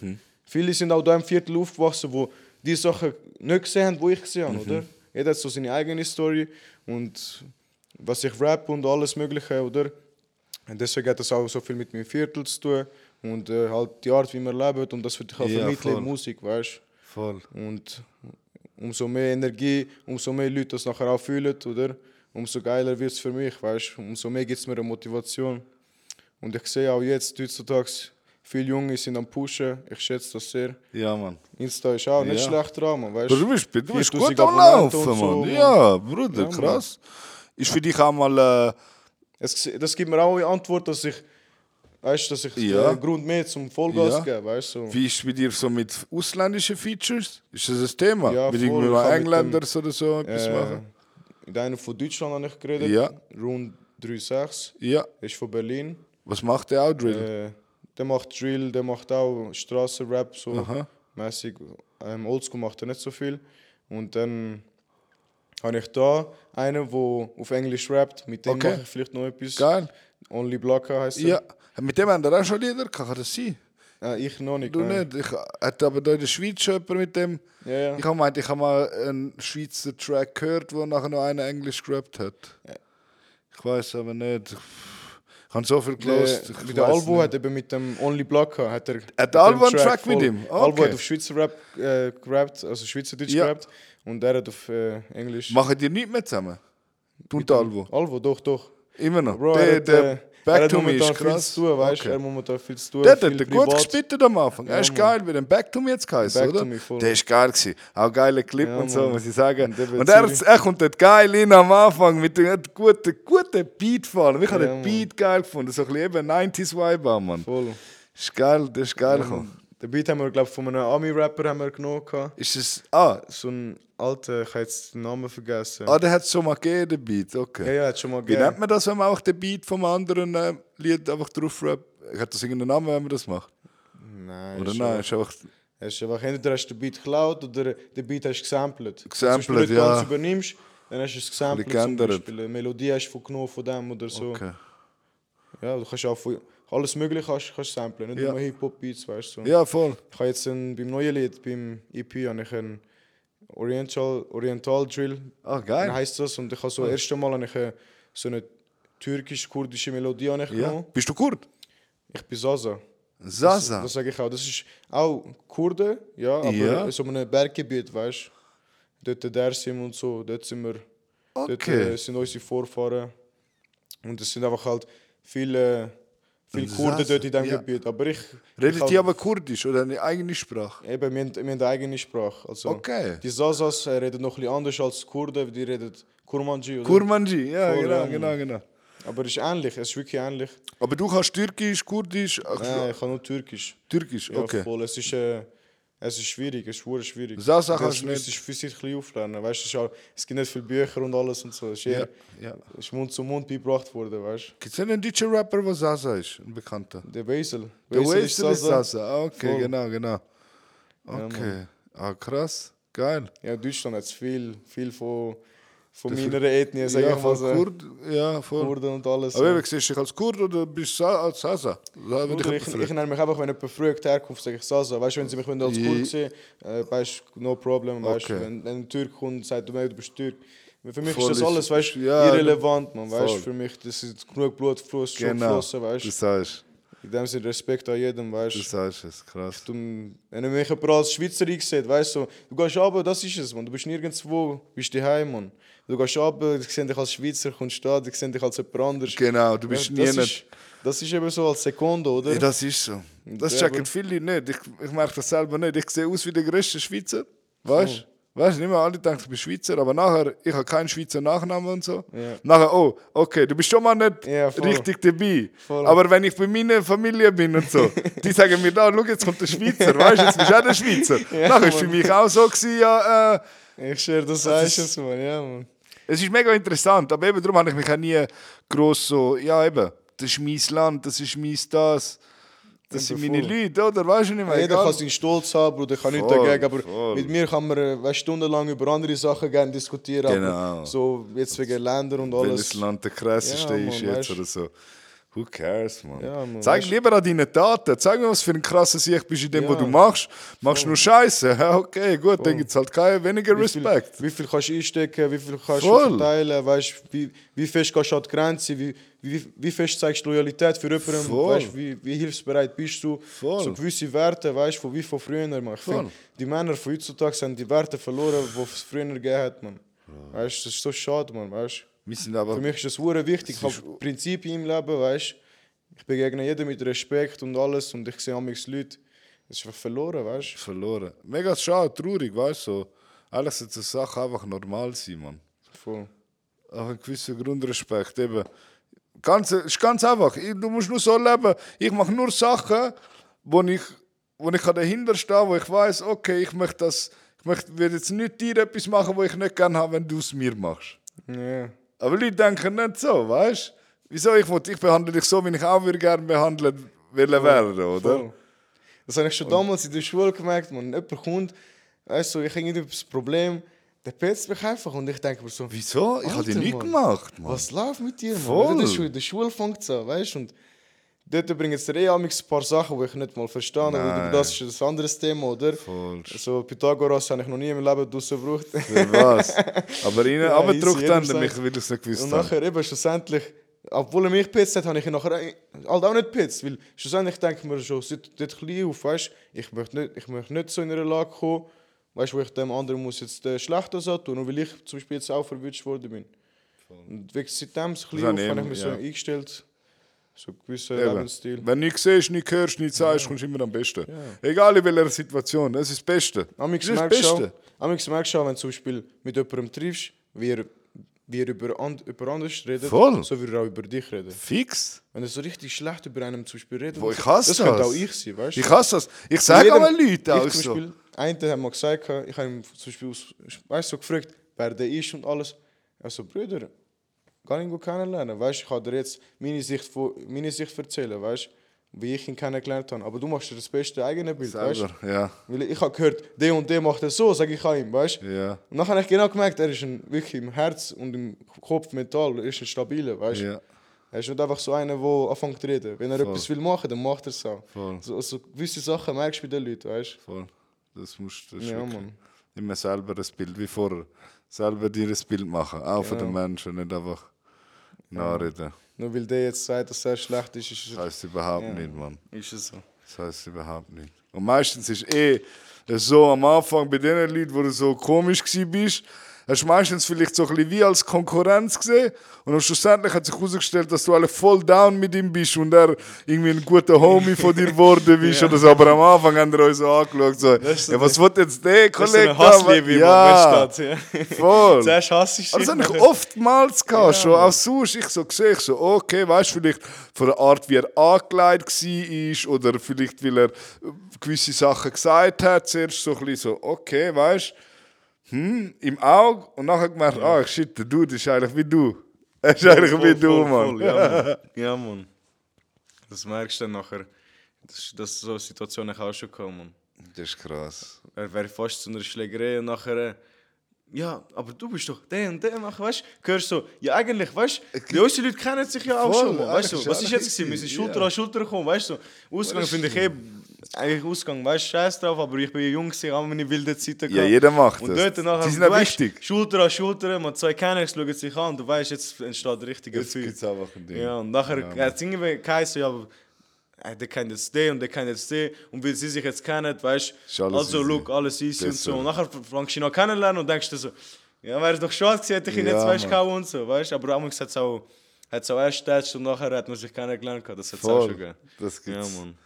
B: Viele sind auch da im Viertel aufgewachsen, wo die Sachen nicht gesehen haben, die ich gesehen
A: Mhm.
B: habe, oder? Jeder hat so seine eigene Story und was ich rap und alles Mögliche, oder? Und deswegen hat das auch so viel mit meinem Viertel zu tun und äh, halt die Art, wie wir leben und das wird ich auch
A: Ja,
B: vermitteln
A: voll.
B: in Musik, weißt du?
A: Voll.
B: Und umso mehr Energie, umso mehr Leute das nachher auch fühlen, oder? Umso geiler wird es für mich, weißt Umso mehr gibt es mir eine Motivation. Und ich sehe auch jetzt heutzutage, viele Junge sind am Pushen. Ich schätze das sehr.
A: Ja, Mann.
B: Insta ist auch nicht
A: Ja.
B: schlecht dran, man, weißt
A: Du bist, du bist
B: 4000
A: gut am
B: Abonnenten
A: Laufen,
B: und
A: Mann.
B: so, Mann.
A: Ja, Bruder,
B: Ja, Mann.
A: krass. Ist für dich auch mal. Äh,
B: Es, das gibt mir auch eine Antwort, dass ich, weißt, dass ich
A: Ja.
B: einen Grund mehr zum Vollgas
A: Ja.
B: gebe, weißt So.
A: Wie ist bei dir so mit ausländischen Features? Ist das ein Thema?
B: Ja,
A: mit
B: voll.
A: irgendwie
B: Ich hab mit
A: Engländern oder so etwas machen?
B: Äh, mit einem von Deutschland habe ich geredet,
A: Ja.
B: rund 3,6.
A: Ja.
B: Er ist von Berlin.
A: Was macht der auch Drill?
B: Äh, der macht Drill, der macht auch Straßenrap, so
A: Aha.
B: mäßig. Ähm, Oldschool macht er nicht so viel. Und dann habe ich da einen, der auf Englisch rappt. Mit dem
A: Okay.
B: mache ich vielleicht noch etwas.
A: Geil.
B: Only Blacka heißt er.
A: Ja. Mit dem haben wir auch schon Lieder gehabt, kann das sein?
B: Äh, ich noch nicht.
A: Du
B: nein.
A: nicht. Ich hatte aber da in der Schweiz schon jemanden mit dem.
B: Ja, ja.
A: Ich habe meint, ich habe mal einen Schweizer Track gehört, wo nachher noch einer Englisch gerappt hat. Ich weiß aber nicht. Ich habe so viel gelost.
B: Der, mit der Alvo hat eben mit dem Only Blacka hat er
A: der
B: mit dem
A: Alvo einen Track mit
B: voll-
A: ihm?
B: Alvo
A: Okay.
B: hat auf Schweizer Rap äh, gerappt, also Schweizerdeutsch
A: Ja.
B: gerappt und er hat auf äh, Englisch.
A: Machen die nicht mehr zusammen? Du und der Alvo.
B: Alvo, doch, doch.
A: Immer noch.
B: Bro,
A: der,
B: er hat,
A: der
B: äh, er
A: Back
B: hat
A: to Me
B: momentan
A: ist
B: viel
A: krass.
B: zu tun, weißt du?
A: Okay.
B: Er hat momentan viel zu tun.
A: Der, der,
B: viel
A: der gut
B: privat.
A: gespittet am Anfang. er ist
B: Mann.
A: geil, wie den Back to Me jetzt geheißen,
B: Back to
A: oder?
B: Me, voll.
A: der ist geil gewesen. Auch geiler Clip
B: Ja,
A: und so,
B: Mann.
A: muss ich sagen.
B: Und der
A: Und, er,
B: Bezirk.
A: er kommt dort geil rein am Anfang mit dem guten, guten Beat vor allem. Ich habe
B: Ja,
A: den Beat geil gefunden. So ein bisschen eben 90s-Vibe an, Mann.
B: Voll.
A: Ist geil, das ist geil gekommen.
B: Den Beat haben wir, glaube ich, von einem Ami-Rapper haben wir genommen. gehabt.
A: Ist es. Ah,
B: So ein alter, ich habe jetzt den Namen vergessen.
A: ah der hat es schon mal gegeben, den Beat.
B: Ja,
A: Okay.
B: ja, genau. hat schon mal
A: Wie nennt
B: gegeben.
A: man das, wenn man auch den Beat vom anderen äh, Lied einfach drauf rappt? Hat das irgendeinen Namen, wenn man das macht?
B: Nein,
A: Oder
B: ist
A: nein?
B: schon-
A: Ist einfach.
B: Hast du einfach entweder hast du den Beat geklaut oder den Beat hast du gesampelt.
A: Gesampelt,
B: Wenn du nicht
A: ja.
B: ganz übernimmst, dann hast du es gesampelt. Zum
A: Geändert.
B: Beispiel. Eine Melodie hast du genommen von dem oder so.
A: Okay.
B: Ja, du kannst auch von, alles Mögliche kannst, kannst samplen, nicht
A: Ja.
B: nur Hip-Hop-Beats, weißt du.
A: Ja, voll.
B: Ich habe jetzt ein, beim neuen Lied, beim EP, habe ich einen Oriental, Oriental Drill.
A: Ah,
B: Dann
A: geil.
B: heisst das. Und ich habe
A: Ah.
B: so das erste Mal habe ich äh, so eine türkisch-kurdische Melodie habe ich
A: Ja.
B: genommen.
A: Bist du Kurd?
B: Ich bin Zaza.
A: Zaza.
B: Das sage ich auch. Das ist auch Kurden, ja, aber
A: Ja.
B: in so einem Berggebiet, weißt du. Dort Dersim und so, dort sind wir. Dort
A: Okay.
B: äh, sind unsere Vorfahren. Und es sind einfach halt viele, viele Kurden
A: Zaza,
B: dort in diesem
A: ja.
B: Gebiet. Aber ich. ich
A: Redet
B: hab-
A: ihr aber Kurdisch oder eine eigene Sprache?
B: Eben, wir haben, wir haben eine eigene Sprache. Also,
A: Okay.
B: Die Zazas äh, reden noch ein bisschen anders als die Kurden, die reden Kurmanji. Oder?
A: Kurmanji, ja,
B: Voll,
A: genau,
B: ja,
A: genau, genau.
B: Aber es ist ähnlich, es ist wirklich ähnlich.
A: Aber du kannst Türkisch, Kurdisch, ach,
B: Nein, ich kann nur Türkisch.
A: Türkisch,
B: Ja,
A: okay.
B: voll. Es ist, äh, es ist schwierig, es ist verdammt schwierig.
A: Zaza
B: Das
A: kannst du
B: müsstest du für sich ein bisschen auflernen. Weißt, es, ist auch, es gibt nicht viele Bücher und alles und so. Es ist,
A: Ja,
B: eher,
A: ja.
B: es ist Mund zu Mund beigebracht worden, weißt
A: Gibt es einen deutschen Rapper, der Zaza ist? Ein bekannter.
B: du. Der Basil.
A: Der Wastel ist
B: Zaza.
A: Zaza, ah, okay,
B: Voll.
A: genau, genau. Okay, ah, krass, geil.
B: Ja, in Deutschland hat es viel, viel von, von meiner Ethnie, sag
A: ja,
B: ich mal
A: voll
B: so.
A: Kurd, ja, voll.
B: Kurden und alles.
A: Aber
B: ja.
A: eben, siehst du dich als Kurd oder bist du Za- als Zaza? Da
B: Bruder,
A: würde ich
B: ich,
A: jemanden
B: ich
A: fragen.
B: nenne mich einfach, wenn jemand fragt, Herkunft, sage ich Sasa. Weißt du, wenn sie mich wollen als
A: Ja.
B: Kurd sehen, äh, weißt du, no problem. Weißt, du,
A: Okay.
B: wenn, wenn ein Türk kommt und sagt, du meinst, du bist Türk. Für mich
A: Voll
B: ist
A: ist-
B: das alles weißt, du,
A: ja,
B: irrelevant, man. Weißt, du,
A: voll.
B: für mich das ist genug Blutfluss schon
A: Genau,
B: geflossen.
A: du
B: Weißt. du.
A: sagst,
B: In dem Sinne Respekt an jedem. Weißt.
A: du
B: du.
A: sagst es, krass.
B: Du, wenn mich jemand als Schweizer sieht, weißt du, so, du gehst runter, das ist es, man. Du bist nirgendwo, bist daheim, man. Du gehst runter, die sehen dich als Schweizer, kommst da, die sehen dich als jemand anderes.
A: Genau, du bist
B: Ja,
A: nie
B: das,
A: nicht.
B: ist, das ist eben so als Sekunde, oder?
A: Ja, das ist so. Das
B: Ja,
A: checken
B: aber-
A: viele nicht. Ich, ich merke das selber nicht. Ich sehe aus wie der größte Schweizer. Weißt du? Weißt du, nicht mehr alle denken, ich bin Schweizer, aber nachher, ich habe keinen Schweizer Nachnamen und so.
B: Ja.
A: Nachher, oh, okay, du bist schon mal nicht
B: Ja, voll.
A: richtig dabei.
B: Voll.
A: Aber wenn ich bei meiner Familie bin und so, die sagen mir, da, schau, jetzt kommt der Schweizer, weißt du, jetzt bist du auch der Schweizer. nachher ist für mich auch so, gewesen, ja, äh,
B: Ich schwöre, das sagst du jetzt, Mann. Ja, Mann.
A: es ist mega interessant, aber eben darum habe ich mich auch nie gross so, ja eben, das ist mein Land, das ist mein das, das sind meine
B: voll.
A: Leute, oder? Weißt du nicht mehr?
B: Jeder
A: egal.
B: kann seinen Stolz haben, Bruder, ich kann nichts
A: Voll,
B: dagegen, aber
A: voll.
B: mit mir kann man äh, weißt, stundenlang über andere Sachen gerne diskutieren.
A: Genau.
B: Aber so jetzt wegen Länder und
A: Welches
B: alles.
A: Land der krasseste
B: Ja,
A: ist
B: Mann,
A: jetzt
B: weißt-
A: oder so. Who cares, man?
B: Ja, Mann,
A: Zeig
B: weißt-
A: lieber an deine Taten. Zeig mir, was für ein krasser Sieg bist in dem, was
B: Ja.
A: du machst. Machst du nur Scheiße. Ja, okay, gut, dann gibt es halt keinen weniger
B: Wie viel,
A: Respekt.
B: wie viel kannst du einstecken, wie viel kannst
A: Voll.
B: du verteilen, weißt, wie, wie fest kannst du an die Grenze, wie, wie, wie fest zeigst du Loyalität für jemanden,
A: Voll.
B: weißt, wie, wie hilfsbereit bist du.
A: Voll.
B: So gewisse Werte, weißt du, von wie von früher. Man. Ich
A: Voll.
B: find, die Männer von heutzutage haben die Werte verloren, die es früher gegeben hat. Man. Weißt, das ist so schade, man, weißt du.
A: Wir sind aber.
B: Für mich ist das hure wichtig. Ich habe Prinzipien im Leben, weißt Ich begegne jedem mit Respekt und alles und ich sehe amigs Leute. Das ist einfach verloren, weißt du?
A: verloren. Mega schade, traurig, weißt du. So. Eigentlich sollte so Sachen einfach normal sein, man.
B: Voll.
A: Auch ein gewisser Grundrespekt, eben. Ganz, ist ganz einfach. Ich- Du musst nur so leben. Ich mache nur Sachen, wo ich, wo ich dahinter stehe, wo ich weiß, okay, ich möchte das, ich möchte, werde jetzt nicht dir etwas machen, wo ich nicht gerne habe, wenn du es mir machst.
B: Ja.
A: Aber Leute denken nicht so, weißt du? Wieso ich will, ich behandle dich so, wie ich auch würde gerne behandelt wollen werden, oder?
B: Voll. Das habe ich schon damals in der Schule gemerkt, man. Jemand kommt, weißt du, ich habe irgendein Problem, der petzt mich einfach und ich denke mir so,
A: Wieso? Ich habe dir
B: Alter,
A: nichts
B: Mann.
A: gemacht, Mann.
B: was läuft mit dir,
A: Voll.
B: Mann? In der Schule, in der Schule fängt es an, weißt du? Und dort übrigens der eh amigs ein paar Sachen, die ich nicht mal verstehe, aber
A: Nein.
B: über das ist ein anderes Thema, oder?
A: Voll.
B: So Pythagoras habe ich noch nie im Leben draussen gebraucht.
A: Für was? Aber ihnen
B: Ja,
A: abgedruckt
B: easy,
A: haben,
B: jeder
A: mich
B: sagt-
A: will ich es nicht
B: Und
A: gewusst haben.
B: nachher eben schlussendlich, obwohl er mich gepitzt hat, habe ich ihn nachher ein- halt auch nicht gepitzt. Weil schlussendlich denke ich mir schon, seit dort klein auf, weißt ich möchte nicht, ich möchte nicht so in eine Lage kommen, weißt wo ich dem anderen muss jetzt äh, schlecht oder so tun, nur weil ich zum Beispiel jetzt auch verwünscht worden bin. Und wegen seitdem so
A: Das
B: klein
A: habe
B: auf,
A: ich
B: habe ich
A: immer,
B: mich so
A: ja.
B: eingestellt, so einen gewissen
A: Eben.
B: Lebensstil.
A: Wenn du nichts siehst, nichts hörst, nichts sagst, kommst du immer am besten. Egal in welcher Situation, es ist das Beste.
B: Amix
A: es ist das
B: merkst du auch-
A: Beste.
B: amix merkst du auch, wenn du zum Beispiel mit jemandem triffst, wie er, wie er über, and, über anders redet,
A: Voll.
B: so würde er auch über dich reden.
A: Fix.
B: Wenn er so richtig schlecht über einen zum Beispiel redet.
A: Wo ich hasse
B: das. könnte
A: das.
B: auch ich sein, weißt du?
A: Ich hasse das. Ich sage
B: Jedem-
A: aber Leuten auch
B: ich zum
A: so.
B: Beispiel, Einen hat mal gesagt, ich habe ihm zum Beispiel aus- weißt, so gefragt, wer der ist und alles. Also, Brüder, kann ich ihn gut kennenlernen. Weißt, ich kann dir jetzt meine Sicht, von, meine Sicht erzählen, weißt, wie ich ihn kennengelernt habe. Aber du machst dir das beste eigene Bild, weißt
A: Selber, ja.
B: Weil ich habe gehört, der und der macht das so, sage ich an ihm, weißt
A: Ja.
B: Und dann habe ich genau gemerkt, er ist ein, wirklich im Herz und im Kopf mental, er ist ein stabiler, weißt
A: ja.
B: er ist nicht einfach so einer, der anfängt zu reden. Wenn er etwas will machen, dann macht er es auch.
A: Voll.
B: So, so gewisse Sachen merkst du bei den Leuten, weißt
A: Voll. Das musst du das ist
B: Ja,
A: wirklich-
B: Mann.
A: immer selber das Bild wie vorher. Selber dir ein Bild machen, auch von den Menschen, nicht einfach nachreden.
B: du? Nur weil der jetzt sagt, dass er schlecht ist, ist
A: Das heißt überhaupt nicht, Mann.
C: Ist es so?
A: Das heißt überhaupt nicht. Und meistens ist eh so am Anfang bei den Leuten, wo du so komisch gsi bist, hast du meistens vielleicht so ein bisschen wie als Konkurrenz gesehen. Und dann schlussendlich hat sich herausgestellt, dass du alle voll down mit ihm bist und er irgendwie ein guter Homie von dir geworden bist oder so. Aber am Anfang haben wir uns so angeschaut, so,
C: ist so
A: ja, was will jetzt der
C: Das ist so
A: Kollege?
C: eine Hassliebe, die
A: ja,
C: ja. steht. Ja.
A: voll.
C: Zuerst hasse ich
A: Aber das
C: dich,
A: habe ich
C: nachher-
A: oftmals gehabt, schon auch sonst. Ich so gesehen, ich so, okay, weißt du, vielleicht von der Art, wie er angekleidet war oder vielleicht, weil er äh, gewisse Sachen gesagt hat, zuerst so ein bisschen so, okay, weißt du, hm, im Auge und nachher gemerkt, ah, shit, der Dude ist eigentlich wie du. Er ist eigentlich
C: Voll,
A: wie du,
C: voll,
A: Mann.
C: voll, Ja, Mann. ja, Mann. Das merkst du dann nachher. Das, ist- das so eine Situation ich auch schon gehabt, Mann.
A: Das ist krass.
C: Er wäre fast zu einer Schlägerei und nachher. Äh, ja, aber du bist doch der und der, machen, weißt du? Hörst so, ja, eigentlich, weißt du, die unsere Leute kennen sich ja auch
A: Äh, Voll,
C: schon, Mann, weißt du?
A: eigentlich
C: Was
A: ist
C: ist
A: alles
C: jetzt gewesen? Wir sind
A: easy,
C: Schulter
A: ja.
C: an Schulter gekommen, weißt du? Ausgang finde ich eh, eigentlich Ausgang, weißt du, scheiß drauf, aber ich bin ja jung, gewesen, haben meine wilden Zeiten
A: Ja, jeder macht
C: und
A: das.
C: Dort nachher,
A: Die sind
C: du
A: auch
C: weißt,
A: wichtig.
C: Schulter an Schulter, man zwei kennen, sich, schauen sich an, du weißt, jetzt entsteht der richtige
A: Jetzt gibt es einfach ein Ding.
C: ja, und nachher hat es irgendwie geheißen, ja, aber äh, der kennt jetzt den und der kennt jetzt den. Und weil sie sich jetzt kennen, weißt
A: Ist
C: du,
A: alles
C: also
A: easy.
C: look, alles easy und so.
A: Besser.
C: Und nachher fängst du ihn noch kennenlernen und denkst du so, ja, wäre doch schade gewesen, hätte ich ihn
A: Ja,
C: jetzt, weißt du,
A: Mann.
C: gehauen und so, weißt du. Aber damals hat es auch, hat's auch erst getatscht und nachher hat man sich kennengelernt. gehabt. Das hat es auch
A: Voll.
C: schon gegeben.
A: Das
C: Ja,
A: gibt's.
C: Mann.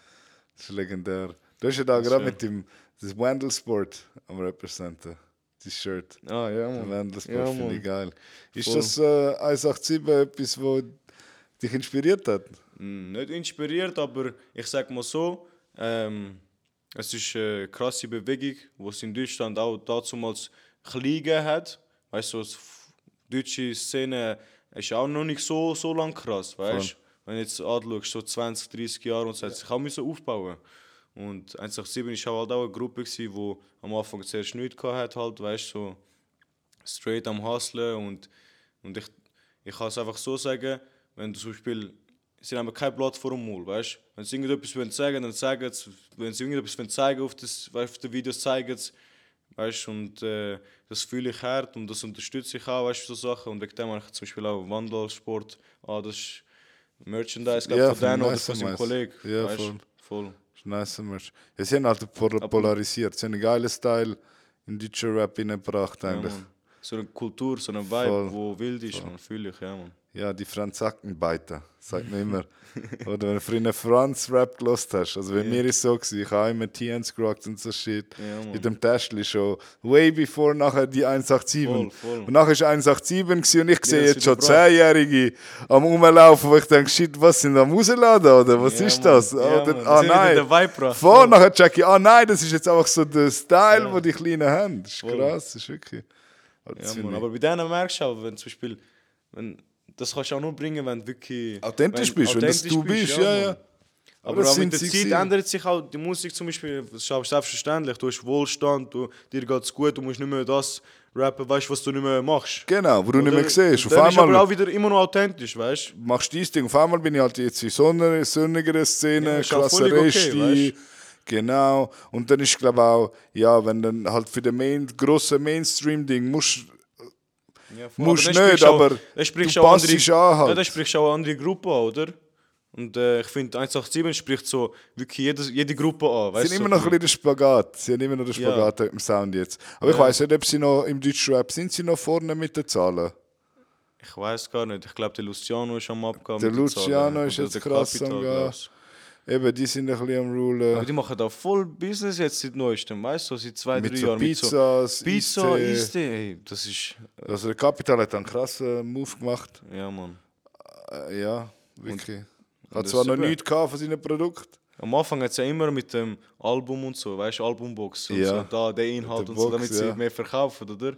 A: Das ist legendär. Du hast ja da gerade
C: schön.
A: mit dem das Wandelsport am Repräsenten. das Shirt.
F: Ah, ja,
A: Der
F: Mann.
A: Wendelsbach
F: Ja,
A: finde ich
F: Mann.
A: geil. Ist
F: Voll.
A: das äh, 187 etwas, wo dich inspiriert hat?
B: Mm, Nicht inspiriert, aber ich sag mal so, ähm, es ist eine krasse Bewegung, die es in Deutschland auch damals klein gegeben hat. Weißt du, die deutsche Szene ist auch noch nicht so, so lang krass, weißt du? Wenn du jetzt anschaust, so 20, 30 Jahre und es hat sich auch müssen aufbauen Und 187 war halt auch eine Gruppe, gewesen, die am Anfang zuerst nichts hatte, halt, weißt du, so straight am Hustlen und, und ich, ich kann es einfach so sagen, wenn du zum Beispiel, sie haben keine Plattform mal, weißt du, wenn sie irgendetwas wollen sagen, dann sagen sie, wenn sie irgendetwas wollen zeigen auf, das, auf den Videos, zeigen sie, weißt du, und äh, das fühle ich hart und das unterstütze ich auch, weißt du, so Sachen und wegen dem habe ich zum Beispiel auch Wandelsport, ah, das ist Merchandise, glaub,
A: Ja,
B: von
A: von
B: denen oder
A: Nice
B: von seinem
A: Nice.
B: Kollegen,
A: Ja,
B: weißt
A: voll.
B: du, voll.
A: Ist nice, Mensch. Ja, sie haben halt pol- polarisiert. Sie haben einen geilen Style in deutschen Rap hineingebracht,
B: Ja,
A: eigentlich.
B: Mann. so eine Kultur, so ein Vibe,
A: Voll.
B: wo wild ist, man fühle ich, ja, man.
A: Ja, die Franzackenbeiter, sagt man immer. Oder wenn du früher Franz-Rap gelost hast. Also bei mir ist so, gewesen, ich habe immer TNs gerockt und so shit.
B: Ja, Mann.
A: in dem Täschli schon. Way before nachher die 187.
B: Voll, voll.
A: Und nachher war 187 gewesen und ich sehe
B: das
A: jetzt schon
B: wieder gebracht.
A: 10-Jährige am Rumlaufen, wo ich denke, shit, was sind am Rausladen oder was
B: Ja,
A: ist
B: Mann.
A: das?
B: Ja,
A: oder,
B: Mann. Das
A: ah
B: hat wieder
A: nein.
B: den Vibe gebracht.
A: Voll,
B: Voll.
A: nachher check ich, ah nein, das ist jetzt einfach so der Style, wo die Kleinen haben. Das ist krass, das ist wirklich. Aber das
B: Ja,
A: finde
B: Mann,
A: ich-
B: aber bei denen merkst du auch, wenn zum Beispiel, wenn, das kannst du auch nur bringen, wenn du wirklich
A: Authentisch bist, wenn das
B: authentisch
A: du bist, ja, ja.
B: Mann.
A: Aber
B: Aber,
A: das
B: auch
A: sind
B: mit der
A: sie
B: Zeit
A: gewesen.
B: ändert sich auch die Musik zum Beispiel, das ist auch selbstverständlich, du hast Wohlstand, du, dir geht's gut, du musst nicht mehr das rappen, weißt du, was du nicht mehr machst.
A: Genau, wo du nicht mehr siehst. Auf
B: Dann ist aber
A: einmal
B: auch wieder immer noch authentisch, weißt du.
A: machst du dein Ding. Auf einmal bin ich halt jetzt in so einer sonniger Szene,
B: Ja, ist auch
A: krasser
B: völlig
A: Resti.
B: okay, weißt
A: Genau. Und dann ist, glaube ich, auch, ja, wenn dann halt für den Main, grossen Mainstream-Ding musst
B: Ja, voll.
A: Musst
B: dann
A: nicht,
B: sprichst auch-
A: aber
B: dann sprichst
A: du
B: auch
A: passt dich an halt.
B: Ja, dann sprichst du auch eine andere Gruppe an, oder? Und äh, ich finde, 187 spricht so wirklich jede, jede Gruppe an,
A: Sie
B: weißt
A: sind
B: du?
A: immer
B: so
A: noch ein
B: ein
A: bisschen der Spagat. Sie haben immer noch den
B: Ja.
A: Spagat mit dem Sound jetzt. Aber ich weiß nicht, ob sie noch im deutschen Rap sind. Sie noch vorne mit den Zahlen?
B: Ich weiß gar nicht. Ich glaube, der Luciano ist am Abgang.
A: Der
B: mit den Zahlen.
A: Luciano ist
B: Oder
A: jetzt
B: der
A: krass
B: Capital,
A: am Gehen.
B: glaub's.
A: Eben, die sind ein bisschen am
B: Aber
A: Rulen.
B: die machen da voll Business jetzt seit neuestem, weißt du? So Seit zwei,
A: Mit
B: drei
A: so
B: Jahren.
A: Pizzas,
B: Pizza,
A: Iste.
B: Iste. Ey, das ist.
A: Also, der Kapital hat einen krassen Move gemacht.
B: Ja, Mann.
A: Äh, ja, wirklich. Hat
B: das
A: zwar
B: ist
A: noch
B: super.
A: nichts gehabt von seinen Produkten.
B: Am Anfang hat es ja immer mit dem Album und so, weißt du, Albumbox und
A: Ja.
B: so, da, der Inhalt
A: Mit
B: und,
A: der
B: so,
A: Box,
B: damit sie
A: ja.
B: mehr verkaufen, oder?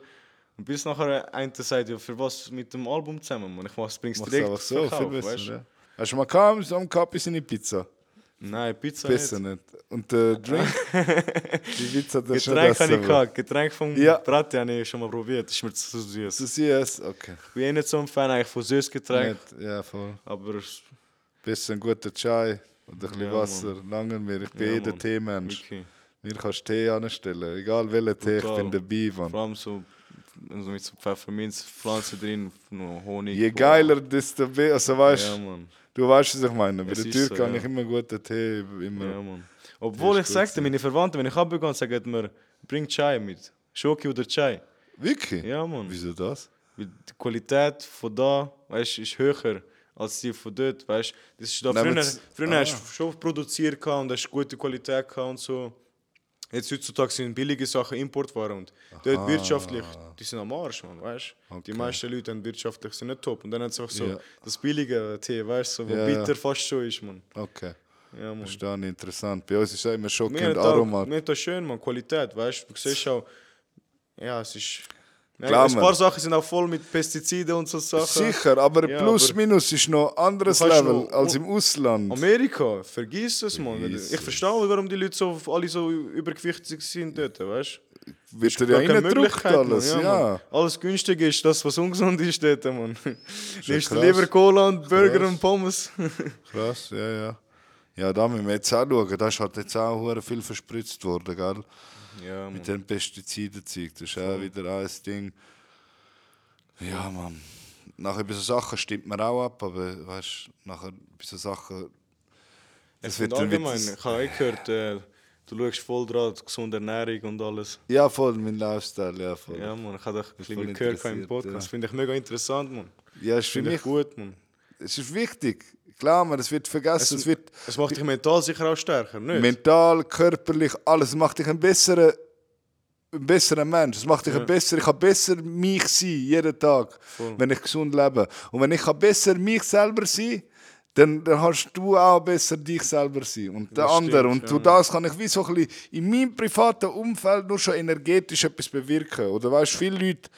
B: Und bis nachher einer sagt, ja, für was mit dem Album zusammen? Und ich mach's, bring's
A: Mach's
B: direkt
A: einfach so, viel
B: Verkauf,
A: besser.
B: weißt du?
A: Ja. Hast du mal kam, so am Kapi seine Pizza?
B: Nein, Pizza
A: Besser
B: nicht.
A: nicht. Und der Drink? die Pizza hat er schon
B: Getränk habe ich
A: essen wollen.
B: gehabt, Getränk vom
A: Ja.
B: ja. Brati habe ich schon mal probiert, ist mir zu
A: Zu
B: süß.
A: CS? Okay.
B: Ich bin eh nicht so ein Fan eigentlich von süß Getränk,
A: Nicht. Ja, voll.
B: aber es-
A: Besser ein guter Chai und ein bisschen
B: Ja,
A: Wasser. Lange mir. Ich bin
B: Ja,
A: jeder
B: Mann.
A: Teemensch.
B: wirklich.
A: Mir kannst du Tee anstellen. Egal welchen Tee, ich bin
B: Brutal.
A: dabei. Mann.
B: Vor allem so, also mit so Pfefferminz, Pflanzen drin, noch Honig.
A: Je
B: boah.
A: geiler, desto besser. Also, weißt
B: Ja, Mann.
A: du, weißt, was ich meine. Bei
B: Es
A: der
B: ist
A: Tür
B: so,
A: kann
B: ja.
A: ich immer guten Tee. Immer.
B: Ja, Mann. Obwohl
A: Das
B: ich
A: ist gut
B: sagte, meine Verwandten, wenn ich abgegangen sagen mir, bring Chai mit. Schoki oder Chai.
A: Wirklich?
B: Ja, Mann.
A: Wieso das?
B: Weil die Qualität von da, weißt ist höher als die von dort, weißt Das ist da
A: Nein, aber Ah.
B: früher,
A: das-
B: früher hast du schon produziert gehabt und hast gute Qualität gehabt und so. Jetzt heutzutage sind billige Sachen Importware und dort wirtschaftlich, die sind am Arsch, Mann, weißt
A: Okay.
B: Die meisten Leute haben wirtschaftlich sind nicht top und dann hat es einfach so
A: Ja.
B: das billige Tee, weißt du, so, wo
A: Ja, ja.
B: bitter fast schon ist, Mann.
A: Okay.
B: Ja, Mann.
A: Verstehe, interessant. Bei uns ist es immer Schock
B: Mir
A: und
B: hat
A: Aromat.
B: auch, mir hat auch schön, man, Qualität, weißt du, du siehst auch, ja, es ist,
A: Klar,
B: ja, ein paar
A: Mann.
B: Sachen sind auch voll mit Pestiziden und so Sachen.
A: Sicher, aber
B: Ja,
A: plus
B: aber-
A: minus ist noch ein anderes
B: Du kannst
A: Level
B: noch-
A: als im Ausland.
B: Amerika, vergiss es, man.
A: Vergiss
B: Ich verstehe, warum die Leute so, alle so übergewichtig sind dort, weißt du.
A: Wird dir ja
B: Oh, Gar keine
A: reingedrückt
B: Möglichkeit, Mann,
A: alles, ja.
B: Mann. Alles günstig ist, das, was ungesund ist dort, man. Nimmst du
A: krass.
B: lieber Cola und Burger
A: Krass.
B: und Pommes.
A: Krass, ja, ja. Ja, da müssen wir jetzt auch schauen. Da ist halt jetzt auch hure viel verspritzt worden, gell?
B: ja, man.
A: Mit den Pestizidenzeug. Das ist auch wieder ein Ding. Ja, Mann. Nachher bei so Sachen stimmt man auch ab, aber weißt du, nachher bei so Sachen.
B: Ich
A: Das
B: finde
A: dann wieder-
B: allgemein, ich habe eh gehört, äh, du schaust voll dran, gesunde Ernährung und alles.
A: Ja, voll, mein Lifestyle, ja, voll.
B: Ja, man, ich habe dich ein
A: voll
B: bisschen gehört im
A: interessiert,
B: Podcast.
A: ja.
B: Finde ich mega interessant, man.
A: Ja, ist für
B: Finde
A: mich
B: ich gut, man.
A: Es ist wichtig. Klar, man, es wird vergessen. Es, wird
B: Es macht dich mental sicher auch stärker, nicht?
A: mental, körperlich, alles macht dich ein besserer ein besserer Mensch. Es macht dich ein besser. Ich kann besser mich sein, jeden Tag, wenn ich gesund lebe. Und wenn ich kann besser mich selber sein dann, dann hast du auch besser dich selber sein und der
C: Das stimmt,
A: andere. Und
C: ja.
A: durch das kann ich wie so ein bisschen in meinem privaten Umfeld nur schon energetisch etwas bewirken. Oder weißt du, viele Leute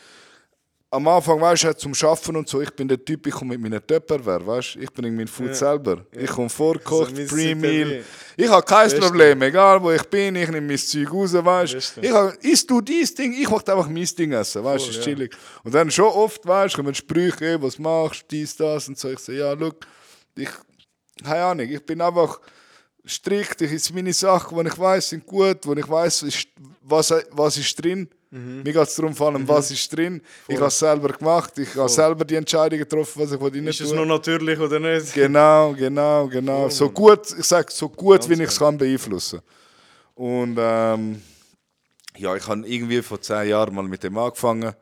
A: am Anfang, weißt du, zum Schaffen und so, ich bin der Typ, ich komme mit meiner Töpperware, weißt du, ich bringe meinen Food selber. Ich komme vorgekocht,
B: So mein
A: Pre-Meal.
B: Supermeal.
A: Ich habe kein Problem, egal wo ich bin, ich nehme mein Zeug raus, weißt du.
B: Bestimmt.
A: Ich habe, isst du dein Ding, ich möchte einfach mein Ding essen, weißt du, ist chillig. Und dann schon oft, weißt du, kommen Sprüche, ey, was machst du, dies, das und so. Ich sage, ja, schau, ich, keine Ahnung, ich bin einfach strikt, ich ist meine Sachen, die ich weiß, sind gut, wo ich weiß, was, was ist drin. Mir geht es darum, vor allem, was ist drin. Ich habe es selber gemacht, ich habe selber die Entscheidung getroffen, was ich rein
B: Ist es
A: tue.
B: noch natürlich oder nicht?
A: Genau, genau, genau. So gut, ich sag so gut, wie ich es kann beeinflussen. Und ähm, ja, ich habe irgendwie vor zehn Jahren mal mit dem angefangen.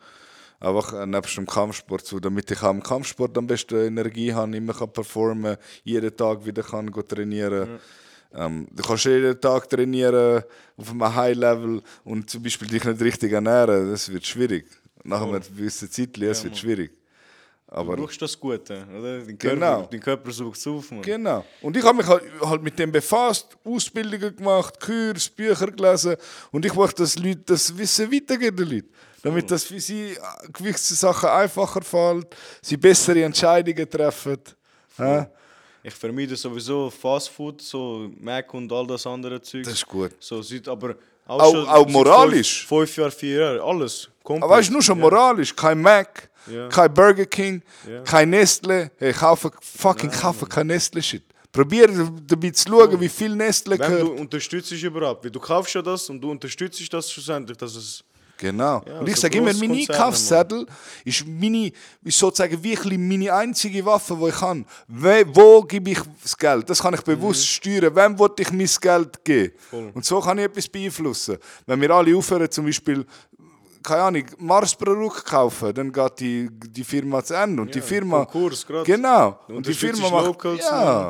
A: Einfach äh, nebst dem Kampfsport zu, damit ich am Kampfsport am besten Energie habe, immer kann performen, jeden Tag wieder kann go trainieren. Ähm, du kannst jeden Tag trainieren auf einem High-Level und zum Beispiel dich nicht richtig ernähren, das wird schwierig. Nach einer gewissen Zeit, es wird schwierig.
B: Du
A: Aber
B: brauchst das Gute, oder? Dein Körper,
A: Genau.
B: dein Körper sucht es auf, Mann.
A: Genau. Und ich habe mich halt, halt mit dem befasst, Ausbildungen gemacht, Kurs, Bücher gelesen. Und ich möchte, dass Leute das Wissen weitergeben, den Leuten. Damit das für sie äh, gewisse Sachen einfacher fallen, sie bessere Entscheidungen treffen. Hä?
C: Ich vermeide sowieso Fast Food, so Mac und all das andere Zeug.
A: Das ist gut.
C: so seit aber
A: Auch-
C: schon
A: auch
C: seit
A: moralisch?
C: Fünf, fünf Jahre, vier Jahre, alles. Komplett.
A: Aber weißt du, nur schon moralisch. Kein Mac,
C: Ja.
A: kein Burger King, kein Nestle. Hey, kaufe, fucking kaufe kein Nestle-Shit. Probier dabei zu schauen, wie viel Nestle
C: Wenn
A: gehört.
C: du unterstützt es überhaupt, weil du kaufst ja das und du unterstützt das schlussendlich, dass es
A: Genau. und ich
C: so
A: sage immer,
C: grosse
A: mein
C: Konzerne,
A: Einkaufszettel ist, meine, ist sozusagen wirklich meine einzige Waffe, die ich habe. We, wo gebe ich das Geld? Das kann ich bewusst steuern. Wem wollte ich mein Geld geben? Und so kann ich etwas beeinflussen. Wenn wir alle aufhören, zum Beispiel, keine Ahnung, Mars-Produkt kaufen, dann geht die, die Firma zu Ende. Und die Firma.
C: Konkurs, grad.
A: Genau. Und die
C: Unterstützt
A: Firma macht.
C: Locals,
A: ja.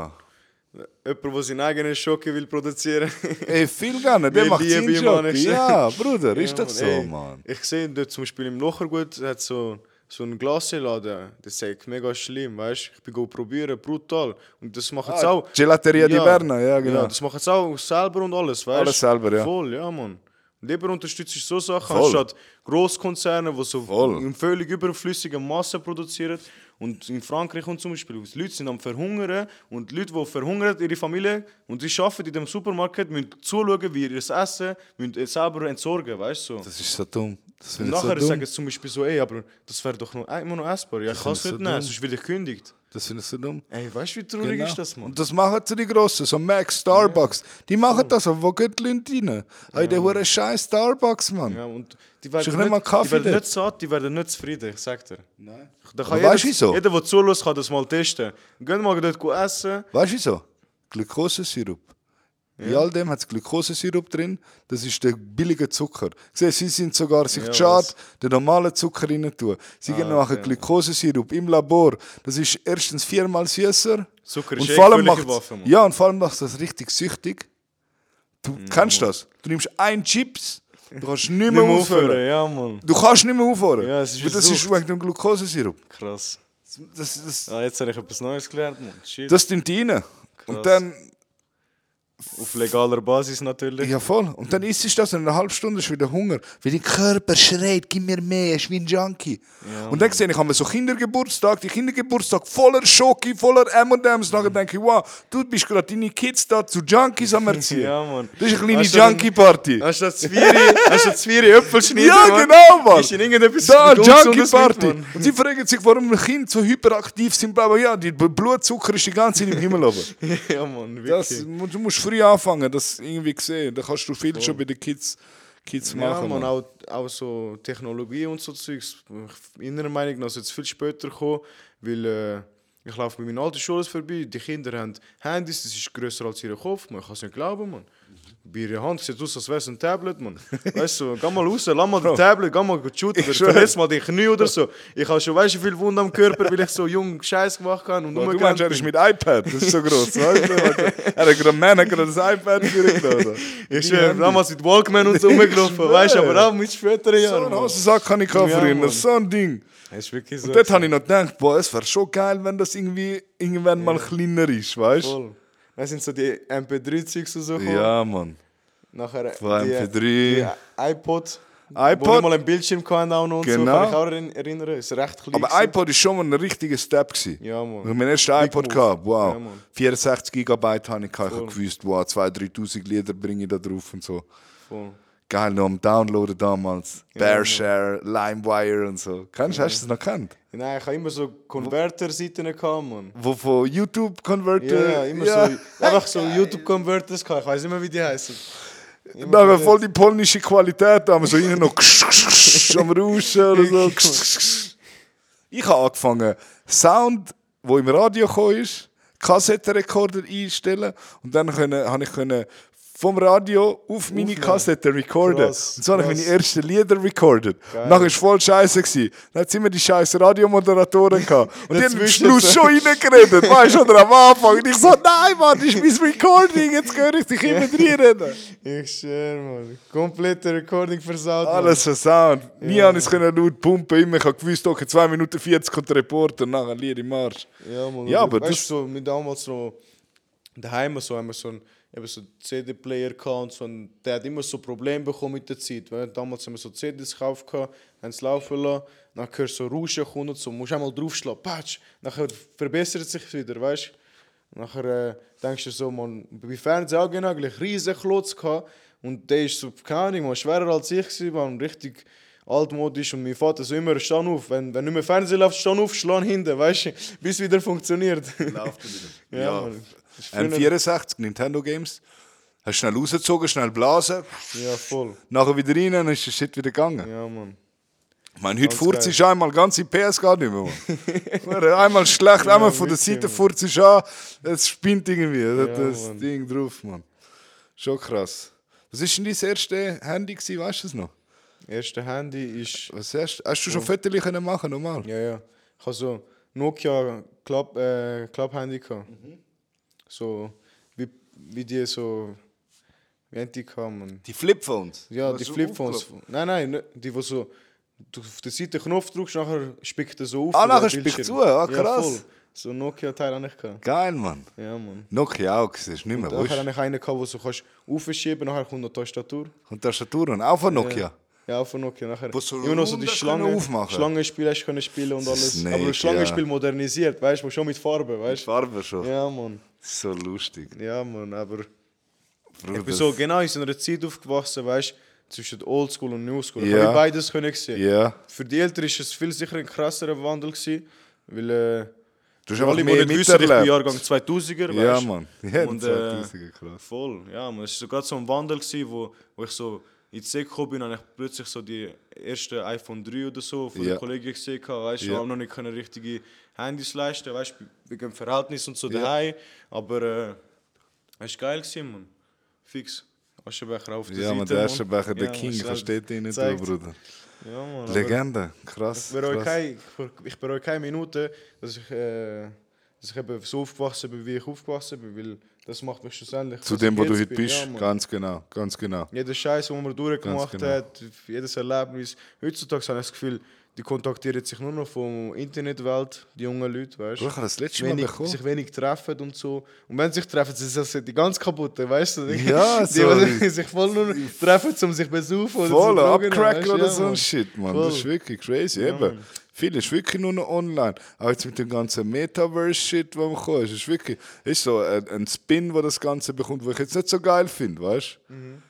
B: Jemand, der seinen eigenen Schocke will produzieren.
A: Ey, viel gerne. Der
B: Wir
A: macht seinen
B: lieben ihn,
A: Job.
B: Mann. Ich-
A: Ja, Bruder, ist doch
B: Mann,
A: so,
B: ey.
A: Mann.
B: Ich sehe dort zum Beispiel im Lochergut, hat so, so einen Glasladen. Das ist mega schlimm, weißt du? Ich bin go probieren, brutal. Und das machen sie auch.
A: Ah, Gelateria di Berna, ja, genau.
B: das machen sie auch selber und alles, weißt du?
A: Alles selber, ja.
B: Voll, ja, Mann. Lieber unterstützt ich so Sachen,
A: Voll.
B: anstatt Großkonzerne, die so
A: Voll.
B: in völlig überflüssiger Masse produzieren. Und in Frankreich und zum Beispiel, die Leute sind am Verhungern und die Leute, die verhungern, ihre Familie und die arbeiten in dem Supermarkt, müssen zuschauen, wie ihr das Essen müssen es selber entsorgen, weißt du? So.
A: Das ist so dumm. Das
B: Und
A: finde ich so
B: nachher
A: dumm.
B: sagen sie zum Beispiel so, ey, aber das wäre doch noch immer noch essbar. Ja, ich kann es
A: finde ich so
B: nicht nehmen,
A: dumm.
B: sonst werde ich gekündigt.
A: Das finde ich so dumm. Genau.
B: Ey, weißt du, wie traurig ist das, Mann?
A: Und das machen so die Grossen, so Mac, Starbucks. Die machen das, aber wo geht die Leute rein? Hey, der hure scheiß Starbucks, Mann.
B: Ja, und die
A: Ist doch
B: werden,
A: nicht mal
B: nicht,
A: Kaffee
B: die werden
A: dort.
B: nicht satt, die werden nicht zufrieden, ich sag dir. Nein. Da kann
A: Aber
B: jeder,
A: weißt du, wieso?
B: jeder, der zulässt, kann das mal testen. Geh mal dort gut essen.
A: Weißt du wieso? Glukosesirup. In all dem hat es Glukosesirup drin, das ist der billige Zucker. Siehst, sie sind sogar sich ja, schade, den normalen Zucker rein tun. Sie gehen machen Glukosesirup im Labor. Das ist erstens viermal süßer.
B: Zucker
A: und
B: ist eh
A: vor allem
B: völlige
A: macht's-
B: Waffe, Mann.
A: Ja, und vor allem macht das richtig süchtig. Du kennst das. Du nimmst einen Chips, du kannst nicht mehr
B: Mhm. Nicht mehr
A: aufhören.
B: aufhören, ja, Mann.
A: Du kannst nicht mehr aufhören.
B: Ja, es ist
A: weil das
B: eine
A: ist wegen dem Glukosesirup.
B: Krass.
A: Das, das,
B: Ah, jetzt habe ich etwas Neues gelernt, Mann. Shit.
A: das dient die rein. Und dann
B: Auf legaler Basis natürlich.
A: Ja, voll. Und dann isst du das und in einer halben Stunde ist wieder Hunger. Weil dein Körper schreit, gib mir mehr, ist wie ein Junkie. und dann sehe ich, haben wir so Kindergeburtstag, die Kindergeburtstag voller Schoki, voller M&M's. Nachher denke ich, wow, du bist gerade deine Kids da zu Junkies am Erziehen.
B: Ja, Mann.
A: Das ist eine kleine
B: Hast du dann-
A: Junkie-Party.
B: Anstatt Zwiebeln, anstatt Zwiebeln Äpfel schneiden,
A: Ja,
B: Mann.
A: genau, Mann.
B: Ist in irgendetwas
A: Da,
B: Gesundes mit,
A: Junkie-Party.
B: Mann.
A: Und sie fragen sich, warum Kinder so hyperaktiv sind. Aber ja, die Blutzucker ist die ganze Zeit im Himmel oben.
B: Ja, Mann, wirklich.
A: Das, du musst früh anfangen, das irgendwie sehen. Da kannst du viel schon bei den Kids, Kids
B: Ja,
A: machen.
B: man,
A: Mann.
B: auch, auch so Technologie und so Zeugs. Meiner Meinung nach sollte es viel später kommen, weil äh, ich laufe mit meinen alten Schulen vorbei, die Kinder haben Handys, das ist grösser als ihr Kopf, man kann es nicht glauben, man. Bei ihrer Hand sieht aus, als wäre es ein Tablet, Mann. Weißt du, geh mal raus, lass mal
A: Bro.
B: den Tablet, geh mal gut shooten,
A: Ich schwör.
B: verletz mal die Knie oder so. Ich habe schon, weißt du, wie viel Wunden am Körper, weil ich so jung Scheiß gemacht habe und
A: Du
B: rumgerannt
A: meinst, er
B: bin.
A: ist mit iPad, das ist so groß, weißt du? Er hat gerade Männer gerade das iPad gerückt,
B: Ich schwör, damals mit Walkman und so rumgelaufen,
A: schwör.
B: weißt du, aber auch mit späteren
A: So
B: Jahren.
A: einen
B: Mann.
A: Hosensack kann ich kaufen,
B: Ja,
A: früher,
B: Mann.
A: so ein Ding.
B: Das ist wirklich so.
A: Und dort habe ich noch gedacht, boah, es wäre schon geil, wenn das irgendwie irgendwann mal kleiner ist, weißt du?
B: Voll. Das sind so die MP3-Zeugs und so. gekommen.
A: Ja, Mann.
B: Nachher
A: Vor
B: die-
A: MP3.
B: die iPod.
A: iPod.
B: Wo nicht mal ein Bildschirm kann auch noch und so,
A: Genau.
B: kann ich auch erin- erinnern. Ist recht klein.
A: Aber
B: gewesen.
A: iPod Hm. ist schon mal ein richtiger Step. Gewesen.
B: Ja, Mann.
A: Ich hab meinen ersten iPod
B: Move.
A: gehabt, wow.
B: Ja, Mann.
A: 64 GB habe ich gehabt. Ich habe gewusst, wow, 2.000, 3.000 Lieder bringe ich da drauf und so.
B: Voll.
A: Geil, noch am Downloaden damals. Bearshare, LimeWire und so. Kennst du, hast du das noch gekannt?
B: Nein, ich habe immer so Converter-Seiten gehabt, Mann.
A: Wo von YouTube
B: Ja,
A: Converter.
B: ja, immer so. Einfach so YouTube-Converters gehabt. Ich weiß nicht mehr, wie die heißen.
A: Nachher voll die polnische Qualität, da haben wir so innen noch am Rauschen oder so. ich habe angefangen, Sound, wo im Radio gekommen ist, Kassettenrekorder einstellen und dann können, habe ich können vom Radio auf meine
B: Aufnehmen.
A: Kassette recorden.
B: Krass,
A: und so habe ich
B: krass.
A: meine ersten Lieder recorded.
B: Geil.
A: Und nachher war es voll scheiße. Gewesen. Dann hatten immer die scheiß Radiomoderatoren. Gehabt. Und die haben am
B: Dazwischen
A: Schluss schon reingeredet, weißt du, oder am Anfang. Und ich so, nein, Mann, das ist mein Recording, jetzt höre ich dich immer reinreden.
B: Ich schwör, Mann. Komplette Recording versaut. Mann.
A: Alles für Sound. Nie habe ich es können laut pumpen. Immer. Ich habe gewusst, okay, 2 Minuten 40 kommt der Reporter, nachher Lied im Marsch.
B: Ja, Mann.
A: Ja,
B: oder
A: aber
B: weißt,
A: das-
B: du, so, mit damals so daheim so haben wir so einen eben so einen CD-Player gehabt und so, und der hat immer so Probleme bekommen mit der Zeit. Weil damals haben wir so CDs gekauft, gehabt, haben es laufen lassen, dann hörst du so Rauschen kommen und so, musst einmal draufschlagen, patsch, nachher verbessert es sich wieder, weißt du. Nachher äh, denkst du so, man, bei Fernsehen auch genau gleich, riesen Klotz gehabt und der ist so, keine Ahnung, man, schwerer als ich gewesen, man, richtig altmodisch und mein Vater so immer, steh auf, wenn, wenn nicht mehr Fernsehen läuft, steh auf, schlag hinten, weißt du, bis wieder funktioniert.
A: Läuft wieder.
B: Ja,
A: Ja.
B: Mann. Das ist früher-
A: M64, Nintendo Games. Hast schnell rausgezogen, schnell blasen.
B: Ja, voll.
A: Nachher wieder rein, dann ist der Shit wieder gegangen.
B: Ja, Mann.
A: Ich meine, heute
B: Ganz
A: furzt
B: geil.
A: ist einmal ganz in PS gar nicht mehr. Mann. einmal schlecht, einmal von der
B: wirklich,
A: Seite
B: Mann.
A: furzt ist an, es spinnt irgendwie. das
B: Ja,
A: das
B: Mann.
A: Ding drauf, Mann. Schon krass. Was war denn dein erstes Handy, gewesen, weißt du es noch?
B: Erste Handy ist.
A: Was hast, hast du schon Fotos können machen normal?
B: Ja, ja. Ich habe so Nokia Club, äh, Club Handy gehabt.
A: Mhm.
B: So, wie, wie die so. Wie haben die gehabt, Mann?
A: Die Flipphones?
B: Ja, die Flipphones. Nein, nein, ne- die, die so. Du auf der Seite Knopf drückst, nachher spickt er so auf.
A: Ah,
B: oder
A: nachher
B: der
A: spickt
B: Bildschirm.
A: zu, ah,
B: Ja,
A: krass.
B: voll. so Nokia-Teil habe ich gehabt.
A: Geil, Mann.
B: Ja, Mann.
A: Nokia auch, siehst du nicht mehr. wo
B: Nachher habe
A: ist-
B: ich einen gehabt, wo du kannst aufschieben, nachher kommt eine Tastatur.
A: Und Tastatur und auch von Nokia.
B: Ja, auch von Nokia. Nachher
A: Wo so
B: immer noch so die
A: Runden
B: Schlange,
A: können aufmachen.
B: Schlangenspiel hast du können spielen und alles.
A: Snake,
B: Aber das Schlangenspiel
A: ja.
B: modernisiert, weißt du, schon mit Farbe, weißt du?
A: Farbe schon.
B: Ja, Mann.
A: So lustig.
B: Ja, Mann, aber
A: Bruder,
B: ich bin so genau in so einer Zeit aufgewachsen, weißt du, zwischen Oldschool und Newschool. Ich
A: Ja.
B: habe beides können sehen.
A: Ja.
B: Für die Eltern ist es viel sicher ein krasserer Wandel gewesen, weil äh,
A: Du hast
B: für alle,
A: einfach
B: die
A: mehr
B: nicht wissen, ich bin Jahrgang
A: miterlebt.
B: 2000er, weißt
A: Ja, Mann. Ja, halt
B: Und,
A: und,
B: äh,
A: 2000er, krass.
C: Voll, ja. Man, es war so gerade so ein Wandel, gewesen, wo, wo ich so in die Sek gekommen bin und ich plötzlich so die ersten iPhone 3 oder so von
A: Ja.
C: den Kollegen gesehen habe. Weißt du,
A: Ja.
C: wir haben noch nicht können richtige Handys leisten, weißt du, wegen dem Verhältnis und so
A: Ja.
C: daheim. Aber äh, es war geil, gewesen, Mann. Fix. Aschenbecher auf der
A: Ja,
C: Seite.
A: man, der Aschenbecher, der
C: Ja,
A: King,
C: Mann,
A: kannst steht drin, du,
B: zeigt.
A: Bruder.
B: ja, Mann, aber-
A: Legende, krass.
B: Ich bereue,
A: krass.
B: keine, ich bereue keine Minute, dass ich, äh, dass ich eben so aufgewachsen bin, wie ich aufgewachsen bin, weil das macht mich schlussendlich.
A: Zu
B: was
A: dem,
B: ich
A: wo du
B: also jetzt
A: heute
B: bin.
A: bist,
B: Ja, Mann.
A: ganz genau, ganz genau.
B: Jeder Scheiß, den man durchgemacht
A: Ganz genau.
B: hat, jedes Erlebnis. Heutzutage habe ich das Gefühl, die kontaktieren sich nur noch von Internetwelt, die jungen Leute, weißt
A: Du hast das letzte Mal
B: Wenig,
A: bekommen.
B: sich wenig treffen und so. Und wenn sie sich treffen, sind das die ganz kaputten, weißt du?
A: Ja,
B: die,
A: so-
B: die sich voll nur treffen, um sich besaufen oder
A: Voll,
B: zum Drogen nehmen,
A: Upcrack
B: weißt du?
A: oder
B: Ja,
A: so
B: Mann.
A: ein Shit, man. Das ist
B: Voll.
A: wirklich crazy.
B: Ja,
A: Eben.
B: Mann.
A: Viel ist wirklich nur noch online. Auch jetzt mit dem ganzen Metaverse-Shit, was man kommt, ist wirklich ist so ein, ein Spin, wo das Ganze bekommt, wo ich jetzt nicht so geil finde, weißt du?
B: Mhm.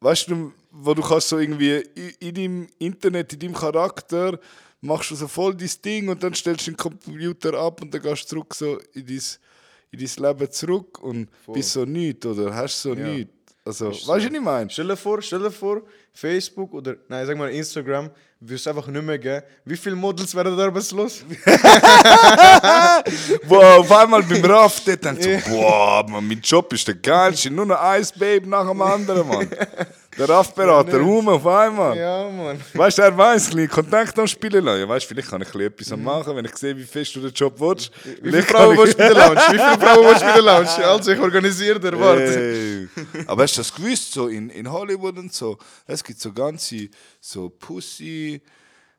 A: Weißt du, wo du kannst so irgendwie in, in deinem Internet, in deinem Charakter, machst du so voll dein Ding und dann stellst du den Computer ab und dann gehst du zurück so in dein, in dein Leben zurück und bist so nichts oder hast so
B: Ja.
A: nichts. Also, weißt du, was ich meine?
B: Stell dir vor, stell dir vor, Facebook oder, nein, sag mal Instagram, würde es einfach nicht mehr geben. Wie viele Models wären da arbeitslos?
A: Wo auf einmal beim Raff der denkt so, boah, Mann, mein Job ist der geilste, nur noch ein Babe nach dem anderen, Mann. Der Raffberater, rum auf einmal.
B: ja, Mann.
A: Weißt du, er weiß, ein bisschen Kontakt am Spielen lassen. Weißt du, vielleicht kann ich ein bisschen etwas am machen, wenn ich sehe, wie fest du den Job willst.
B: Mhm. Wie viele Frauen willst du mit der Lounge? Wie viele Frauen willst du mit der Lounge?
A: Ja.
B: Also, ich organisiere dir, warte.
A: Ey. Aber hast du das gewusst, so in, in Hollywood und so, es gibt so ganze, so Pussy,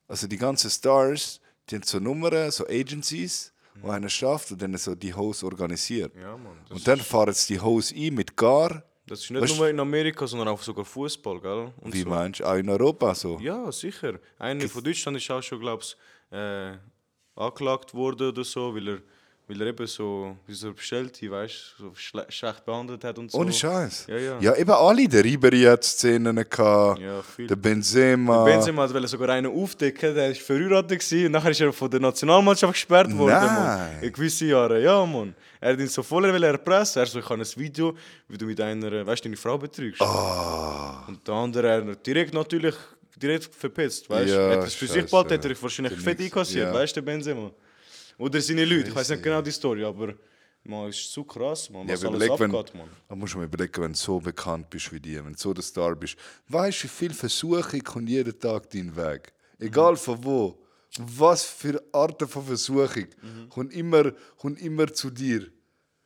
A: also die ganzen Stars, die haben so Nummern, so Agencies,
B: Mhm.
A: wo einer schafft und dann so die Hoes organisiert.
C: Ja, Mann. Das,
A: und dann fahren sie die Hoes ein mit Gar,
C: das ist nicht nur in Amerika, sondern auch sogar Fußball, gell? Und
A: wie
C: so.
A: meinst du, auch in Europa so.
C: Ja, sicher. Einer von Deutschland ist auch schon, glaube ich, äh, angeklagt worden oder so, weil er, weil er eben so, wie so Bestellte, weißt so schle schlecht behandelt hat und so.
A: Ohne Scheiß.
C: Ja, ja.
A: ja, eben alle. Der Ribery hat Szenen gehabt,
C: Ja, viel.
A: der Benzema.
C: Benzema wollte sogar einen aufdecken, der war verheiratet gewesen, und nachher ist er von der Nationalmannschaft gesperrt worden.
A: Nein.
C: Mann. In gewissen Jahren, ja, Mann. Er hat ihn so voll erpressen. Er so, ich habe ein Video, wie du mit einer, weißt du, deine Frau betrügst.
A: Ah.
C: Und der andere, er direkt natürlich, direkt verpetzt, weißt du.
A: Ja,
C: Ja, hat das für sich
A: scheiße.
C: bald, hätte er wahrscheinlich
A: Der
C: fett
A: Nix,
C: einkassiert,
A: ja.
C: weißt du, der Benzema. Oder seine Leute, ich weiß nicht genau die Story, aber, man, ist zu krass, man,
A: Ja,
C: was
A: aber
C: alles
A: überleg, wenn-
C: abgeht, man.
A: Da musst du mir überlegen, wenn du so bekannt bist wie die, wenn du so der Star bist. Weißt du, wie viel Versuche kommt jeden Tag deinen Weg? Egal von wo. Was für Arten von Versuchung
C: Mhm.
A: kommt, immer, kommt immer zu dir.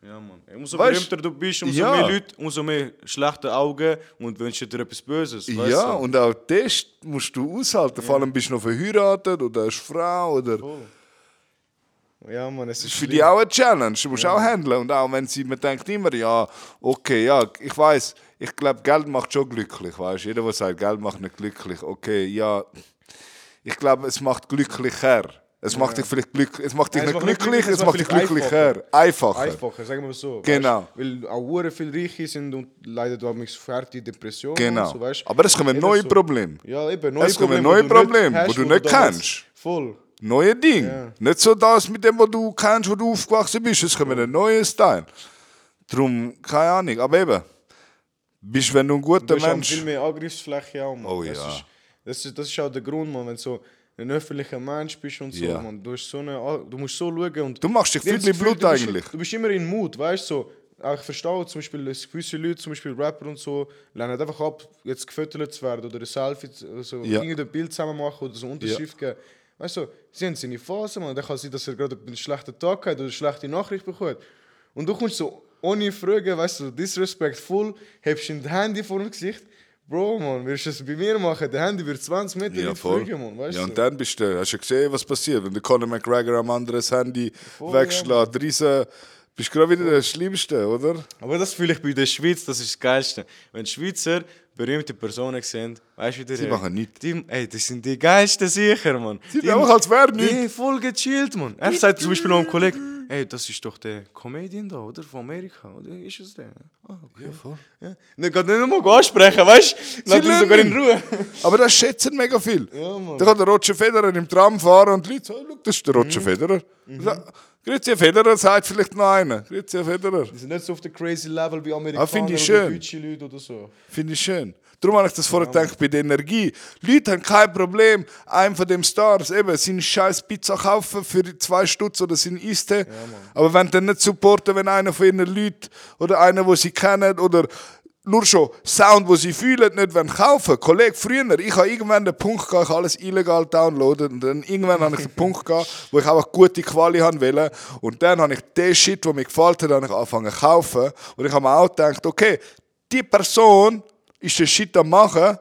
C: Ja, Mann. Umso
A: Weißt-
C: berühmter du bist, umso
A: Ja.
C: mehr Leute, umso mehr schlechte Augen und wünschen dir etwas Böses. Weißt
A: ja,
C: du?
A: und auch das musst du aushalten. Vor allem bist du noch verheiratet oder hast Frau. Oder
B: Ja, Mann, es ist
A: für die auch eine Challenge. Du musst auch handeln. Und auch wenn sie, man denkt immer, ja, okay, ja, ich weiß, ich glaube, Geld macht schon glücklich. Weißt? Jeder, der sagt, Geld macht nicht glücklich, okay, ja, ich glaube, es macht glücklicher. Es macht dich vielleicht glück, es macht dich
B: Nein,
A: nicht
B: es macht nicht
A: glücklich,
B: glücklich,
A: es macht dich
B: vielleicht
A: glücklicher. Einfacher.
B: einfacher, sagen wir so.
A: Genau.
B: Weißt, weil auch hure viel Reiche sind und leider du mich fährt die Depression.
A: Genau.
B: Und so, weißt.
A: Aber es kommen
B: Eben
A: neue
B: so.
A: Probleme.
B: Ja, eben, neue
A: Es kommen
B: Probleme,
A: neue
B: wo du
A: Probleme,
B: nicht
A: wo
B: hast,
A: du nicht
B: damals-
A: kennst.
B: Voll.
A: Neue Dinge.
B: Ja.
A: Nicht so das mit dem, was du kennst, wo du aufgewachsen bist. Es kommt ein neues Teil. Darum, keine Ahnung. Aber eben, bist, wenn du ein guter
B: Du hast auch
A: Mensch
B: viel mehr Angriffsfläche auch, Mann.
A: Oh
B: das
A: ja.
B: Ist, das, ist, das ist auch der Grund, Mann, wenn du so ein öffentlicher Mensch bist und so,
A: Ja.
B: Mann. Du, hast so eine, Ar- du musst so schauen und...
A: Du machst dich
B: Ich
A: viel
B: hab das
A: mit
B: Gefühl,
A: Blut
B: du bist-
A: eigentlich.
B: Du bist immer in Mut, weißt du? So. Auch Ich verstehe zum Beispiel, dass gewisse Leute, zum Beispiel Rapper und so, lernen einfach ab, jetzt gefüttert zu werden oder ein Selfie, zu- also oder so,
A: Ja.
B: irgendein Bild zusammen machen oder so eine Unterschrift geben. Weißt du, sie haben seine Phase, man. Dann kann sein, dass er gerade einen schlechten Tag hat oder eine schlechte Nachricht bekommt. Und du kommst so ohne Fragen, weißt du, disrespectful, hebst ihm das Handy vor dem Gesicht. Bro, man, wirst du es bei mir machen? Das Handy wird 20 Meter
A: Ja,
B: nicht
A: voll.
B: fragen, man. Weißt
A: ja,
B: du?
A: und dann bist du, hast du gesehen, was passiert, wenn der Conor McGregor am anderen das Handy wegschlägt, riesen, bist du gerade wieder der Schlimmste, oder?
C: Aber das fühle ich bei der Schweiz, das ist das Geilste. Wenn Schweizer berühmte Personen sehen, weißt du, wie die reagieren?
A: machen nichts.
C: Die, ey, das sind die Geilsten sicher, Mann.
A: Die sind einfach als wäre nichts.
C: Die voll gechillt, Mann. Er sagt zum Beispiel einem Kollegen, ey, das ist doch der Comedian da, oder? Von Amerika, oder? Ist es der? Ah, okay. Ja, voll. Ja. Dann geht er nicht mal ansprechen, weißt du? Lass ihn
A: lernen
C: sogar in
A: ihn.
C: Ruhe.
A: Aber das schätzen mega viel.
B: Ja, Mann.
A: da kann der Roger Federer im Tram fahren und die Leute sagen, «Schau, das ist der Roger
B: Mhm.
A: Federer. Sa- Grüezi Herr Federer, sagt vielleicht noch einer. Grüezi Herr Federer.
B: Die sind nicht so auf dem crazy Level wie
C: Ah,
B: Amerikaner
A: finde ich
B: oder
A: schön.
B: deutsche Leute oder so.
A: Finde ich schön. Darum habe ich das vorher gedacht, bei der Energie. Leute haben kein Problem, einem von den Stars eben seine scheiß Pizza kaufen für zwei Stutz oder sein Iste. Aber wenn dann nicht supporten, wenn einer von ihren Leuten oder einer, wo sie kennen oder nur schon Sound, wo sie fühlen, nicht wollen kaufen. Kollege, früher, ich habe irgendwann den Punkt gehabt, ich habe alles illegal downloaden und dann irgendwann habe ich den Punkt gehabt, wo ich einfach gute Quali haben wollte. Und dann habe ich den Shit, der mir gefällt hat, habe ich angefangen zu kaufen. Und ich habe mir auch gedacht, okay, die Person ist den Shit am machen,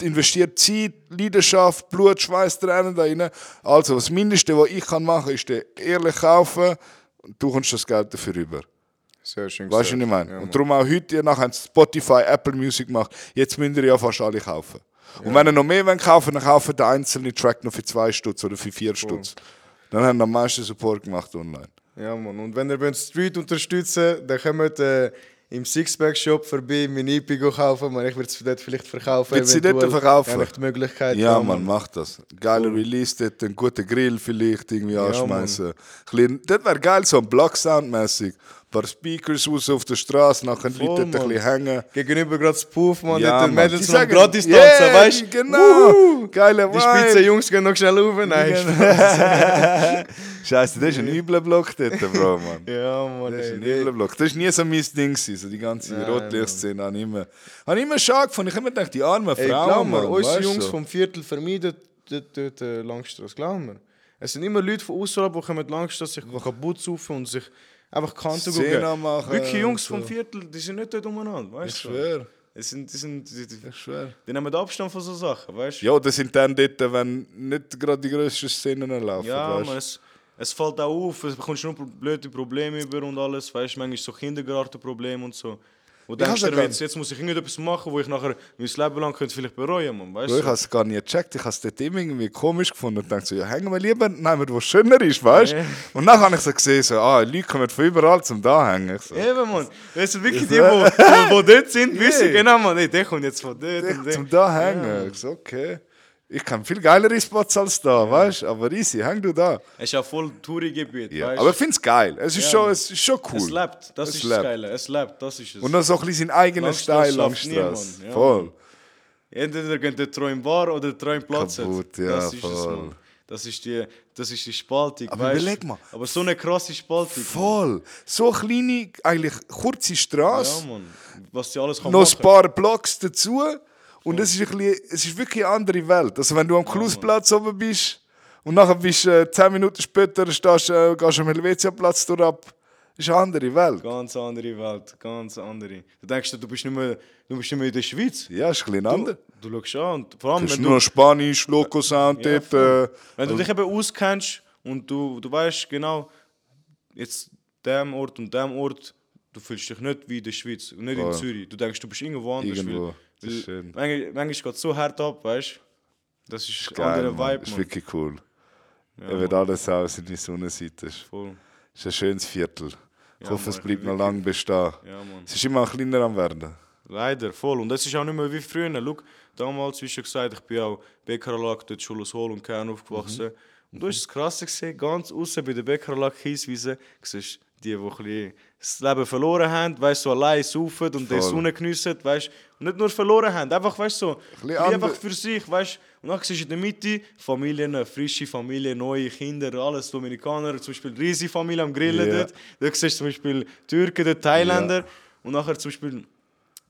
A: investiert Zeit, Leidenschaft, Blut, Schweiß, Tränen da rein. Also das Mindeste, was ich kann machen kann, ist den ehrlich kaufen und du kommst das Geld dafür rüber.
B: Sehr schön
A: Weißt du, was ich meine? und darum auch heute, ihr nachher habt Spotify, Apple Music macht, jetzt müsst ihr ja fast alle kaufen. Und wenn ihr noch mehr wollt kaufen dann kauft der einzelne Track noch für zwei Stutz oder für vier Stutz. Dann haben wir am meisten Support gemacht online.
B: Ja, Mann. Und wenn ihr wollt Street unterstützen dann kommt äh, im Sixpack-Shop vorbei, mein EP go kaufen. Man, ich würde es dort vielleicht verkaufen.
A: Willst du sie dort
B: eventuell,
A: verkaufen?
B: Wenn ich die Möglichkeit
A: Ja,
B: habe,
A: man, mach das. Geiler Release, dort einen guten Grill vielleicht irgendwie anschmeißen. Klein- Das wäre geil, so ein Block-Sound-mäßig. paar Speakers raus auf der Straße, nachher die
G: Voll,
A: Leute
B: Oh,
A: dort
G: Mann.
A: ein bisschen hängen.
G: Gegenüber gerade das Puff, man,
A: Ja,
G: ja, die
A: Mann.
G: Mädels
A: Die
G: noch
A: sagen,
G: gratis tanzen,
A: yeah,
G: weißt
A: genau.
G: Wuhu!
A: Geiler
G: Die
A: Vibe.
G: spitzen Jungs gehen noch schnell rauf. Nein,
A: Scheiße, das ist ein übler Block dort, Bro, Mann.
G: Ja, Mann,
A: Das ist
G: ey,
A: ein
G: die-
A: übler Block. Das war nie so mein Ding, gewesen, so die ganze
G: Nein,
A: Rotlichtszene. Habe ich immer, hab ich immer schade gefunden. Ich habe immer gedacht, die armen
G: Ey,
A: Frauen,
G: glaub
A: Mann.
G: mir, unsere
A: weißt
G: Jungs
A: so.
G: vom Viertel vermeiden dort, dort äh, Langstrasse, glaub mir. Es sind immer Leute von außerhalb, die kommen die Langstrasse, sich kaputt saufen und sich einfach Kante
A: Szene
G: gucken.
A: machen
G: Wirklich
A: und
G: Jungs
A: so.
G: vom Viertel, die sind nicht dort umeinander,
A: Ich
G: weißt du?
A: schwöre,
G: Es sind, die, sind, die, die,
A: ich schwöre.
G: die nehmen Abstand von so Sachen, weißt du?
A: Ja, das sind dann dort, wenn nicht gerade die grössten Szenen laufen,
G: Ja,
A: weißt
G: man, es, es fällt auch auf, es bekommst nur pro- blöde Probleme über und alles, weißt du, manchmal so Kindergartenprobleme und so. Und
A: Ich
G: denkst
A: hab's
G: du, dir,
A: ja
G: jetzt, jetzt muss ich irgendetwas machen, wo ich nachher mein Leben lang könnte vielleicht bereuen, man, weißt
A: Bro, ich habe es gar nicht gecheckt. Ich habe es dort immer irgendwie komisch gefunden und dachte so, ja, hängen wir lieber nehmen, wo schöner ist, weißt du?
G: Ja.
A: Und dann habe ich so gesehen, so, ah, Leute kommen von überall zum da hängen. Ich so,
G: Eben, Mann. Es sind wirklich die, die,
A: Ja.
G: die, die dort sind, wissen
A: Yeah.
G: genau, Mann, ey, der kommt jetzt von dort.
A: ich,
G: und der-
A: zum da hängen. Ich so, okay. Ich kann viel geilere Spots als da, weißt du? Aber easy, häng du da.
B: Es ist ja voll Touri-Gebiet,
A: Ja.
B: weißt
A: Aber ich finde es geil. Es ist,
B: Ja,
A: schon,
B: Mann.
A: es ist schon cool.
B: Es lebt, das
A: Es
B: ist
A: lebt.
B: das Geile, es lebt, das ist es.
A: Und noch so ein bisschen seinen eigenen
B: Langstrasse
A: Style
B: schafft
A: Langstrasse.
B: niemand, ja.
A: Voll.
B: Entweder geht der Treu im Bar oder der Treu im Platz. hat.
A: Kaputt, ja,
B: das ist es,
A: voll.
B: Mann. Das ist die, das ist die Spaltung,
A: Aber
B: weißt?
A: überleg mal.
B: Aber so eine krasse Spaltung.
A: Voll. So eine kleine, eigentlich kurze Straße.
B: Ja, Mann. Was die alles kann
A: noch
B: machen.
A: ein paar Blocks dazu. Und es ist, ein bisschen, es ist wirklich eine andere Welt. Also wenn du am Klausplatz oben bist und nachher bist äh, 10 Minuten später stehst, äh, gehst am Helvetiaplatz durch ab, ist eine andere Welt.
B: Ganz andere Welt, ganz andere. Du denkst, du bist nicht mehr, du bist nicht mehr in der Schweiz.
A: Ja, ist ein bisschen anders.
B: Du, du schaust an, und vor allem,
A: Es ist
B: wenn
A: nur
B: du,
A: noch Spanisch, Loco-Sound
B: Ja,
A: dort. Äh,
B: wenn du dich eben auskennst und du, du weißt genau, jetzt dem Ort und dem Ort, du fühlst dich nicht wie in der Schweiz und nicht
A: Voll.
B: in Zürich. Du denkst, du bist irgendwo anders.
A: Irgendwo.
B: weil-
A: Das ist
B: weil
A: schön.
B: Manchmal, manchmal geht es so hart ab, weißt du? Das ist ein
A: geil,
B: anderer
A: Mann.
B: Vibe,
A: ist
B: Mann.
A: wirklich cool. er wird alles aus in die Sonnenseite. Ist
B: Voll.
A: ist ein schönes Viertel. Ich
B: Ja,
A: hoffe, es
B: Mann,
A: bleibt noch lange bestehen.
B: Ja, Mann.
A: Es ist immer kleiner am werden.
B: Leider, voll. Und es ist auch nicht mehr wie früher. Schau, damals, wie schon gesagt, ich bin auch Bäckerlack, dort Schulhaus Hol und Kern aufgewachsen. Und da war es krass, gewesen, ganz außen bei der Bäckerlack Kieswiese, siehst du die, die ein bisschen das Leben verloren haben, weißt du, so allein saufen und die
A: Voll.
B: Sonne geniessen, weißt und nicht nur verloren haben, einfach, weißt du, so, ein bisschen
A: ander-
B: einfach für sich, weißt Und dann siehst du in der Mitte Familien, frische Familien, neue Kinder, alles Dominikaner, zum Beispiel riesige Familie am Grillen
A: Ja.
B: dort. Da siehst du zum Beispiel Türken, dort Thailänder. Und nachher zum Beispiel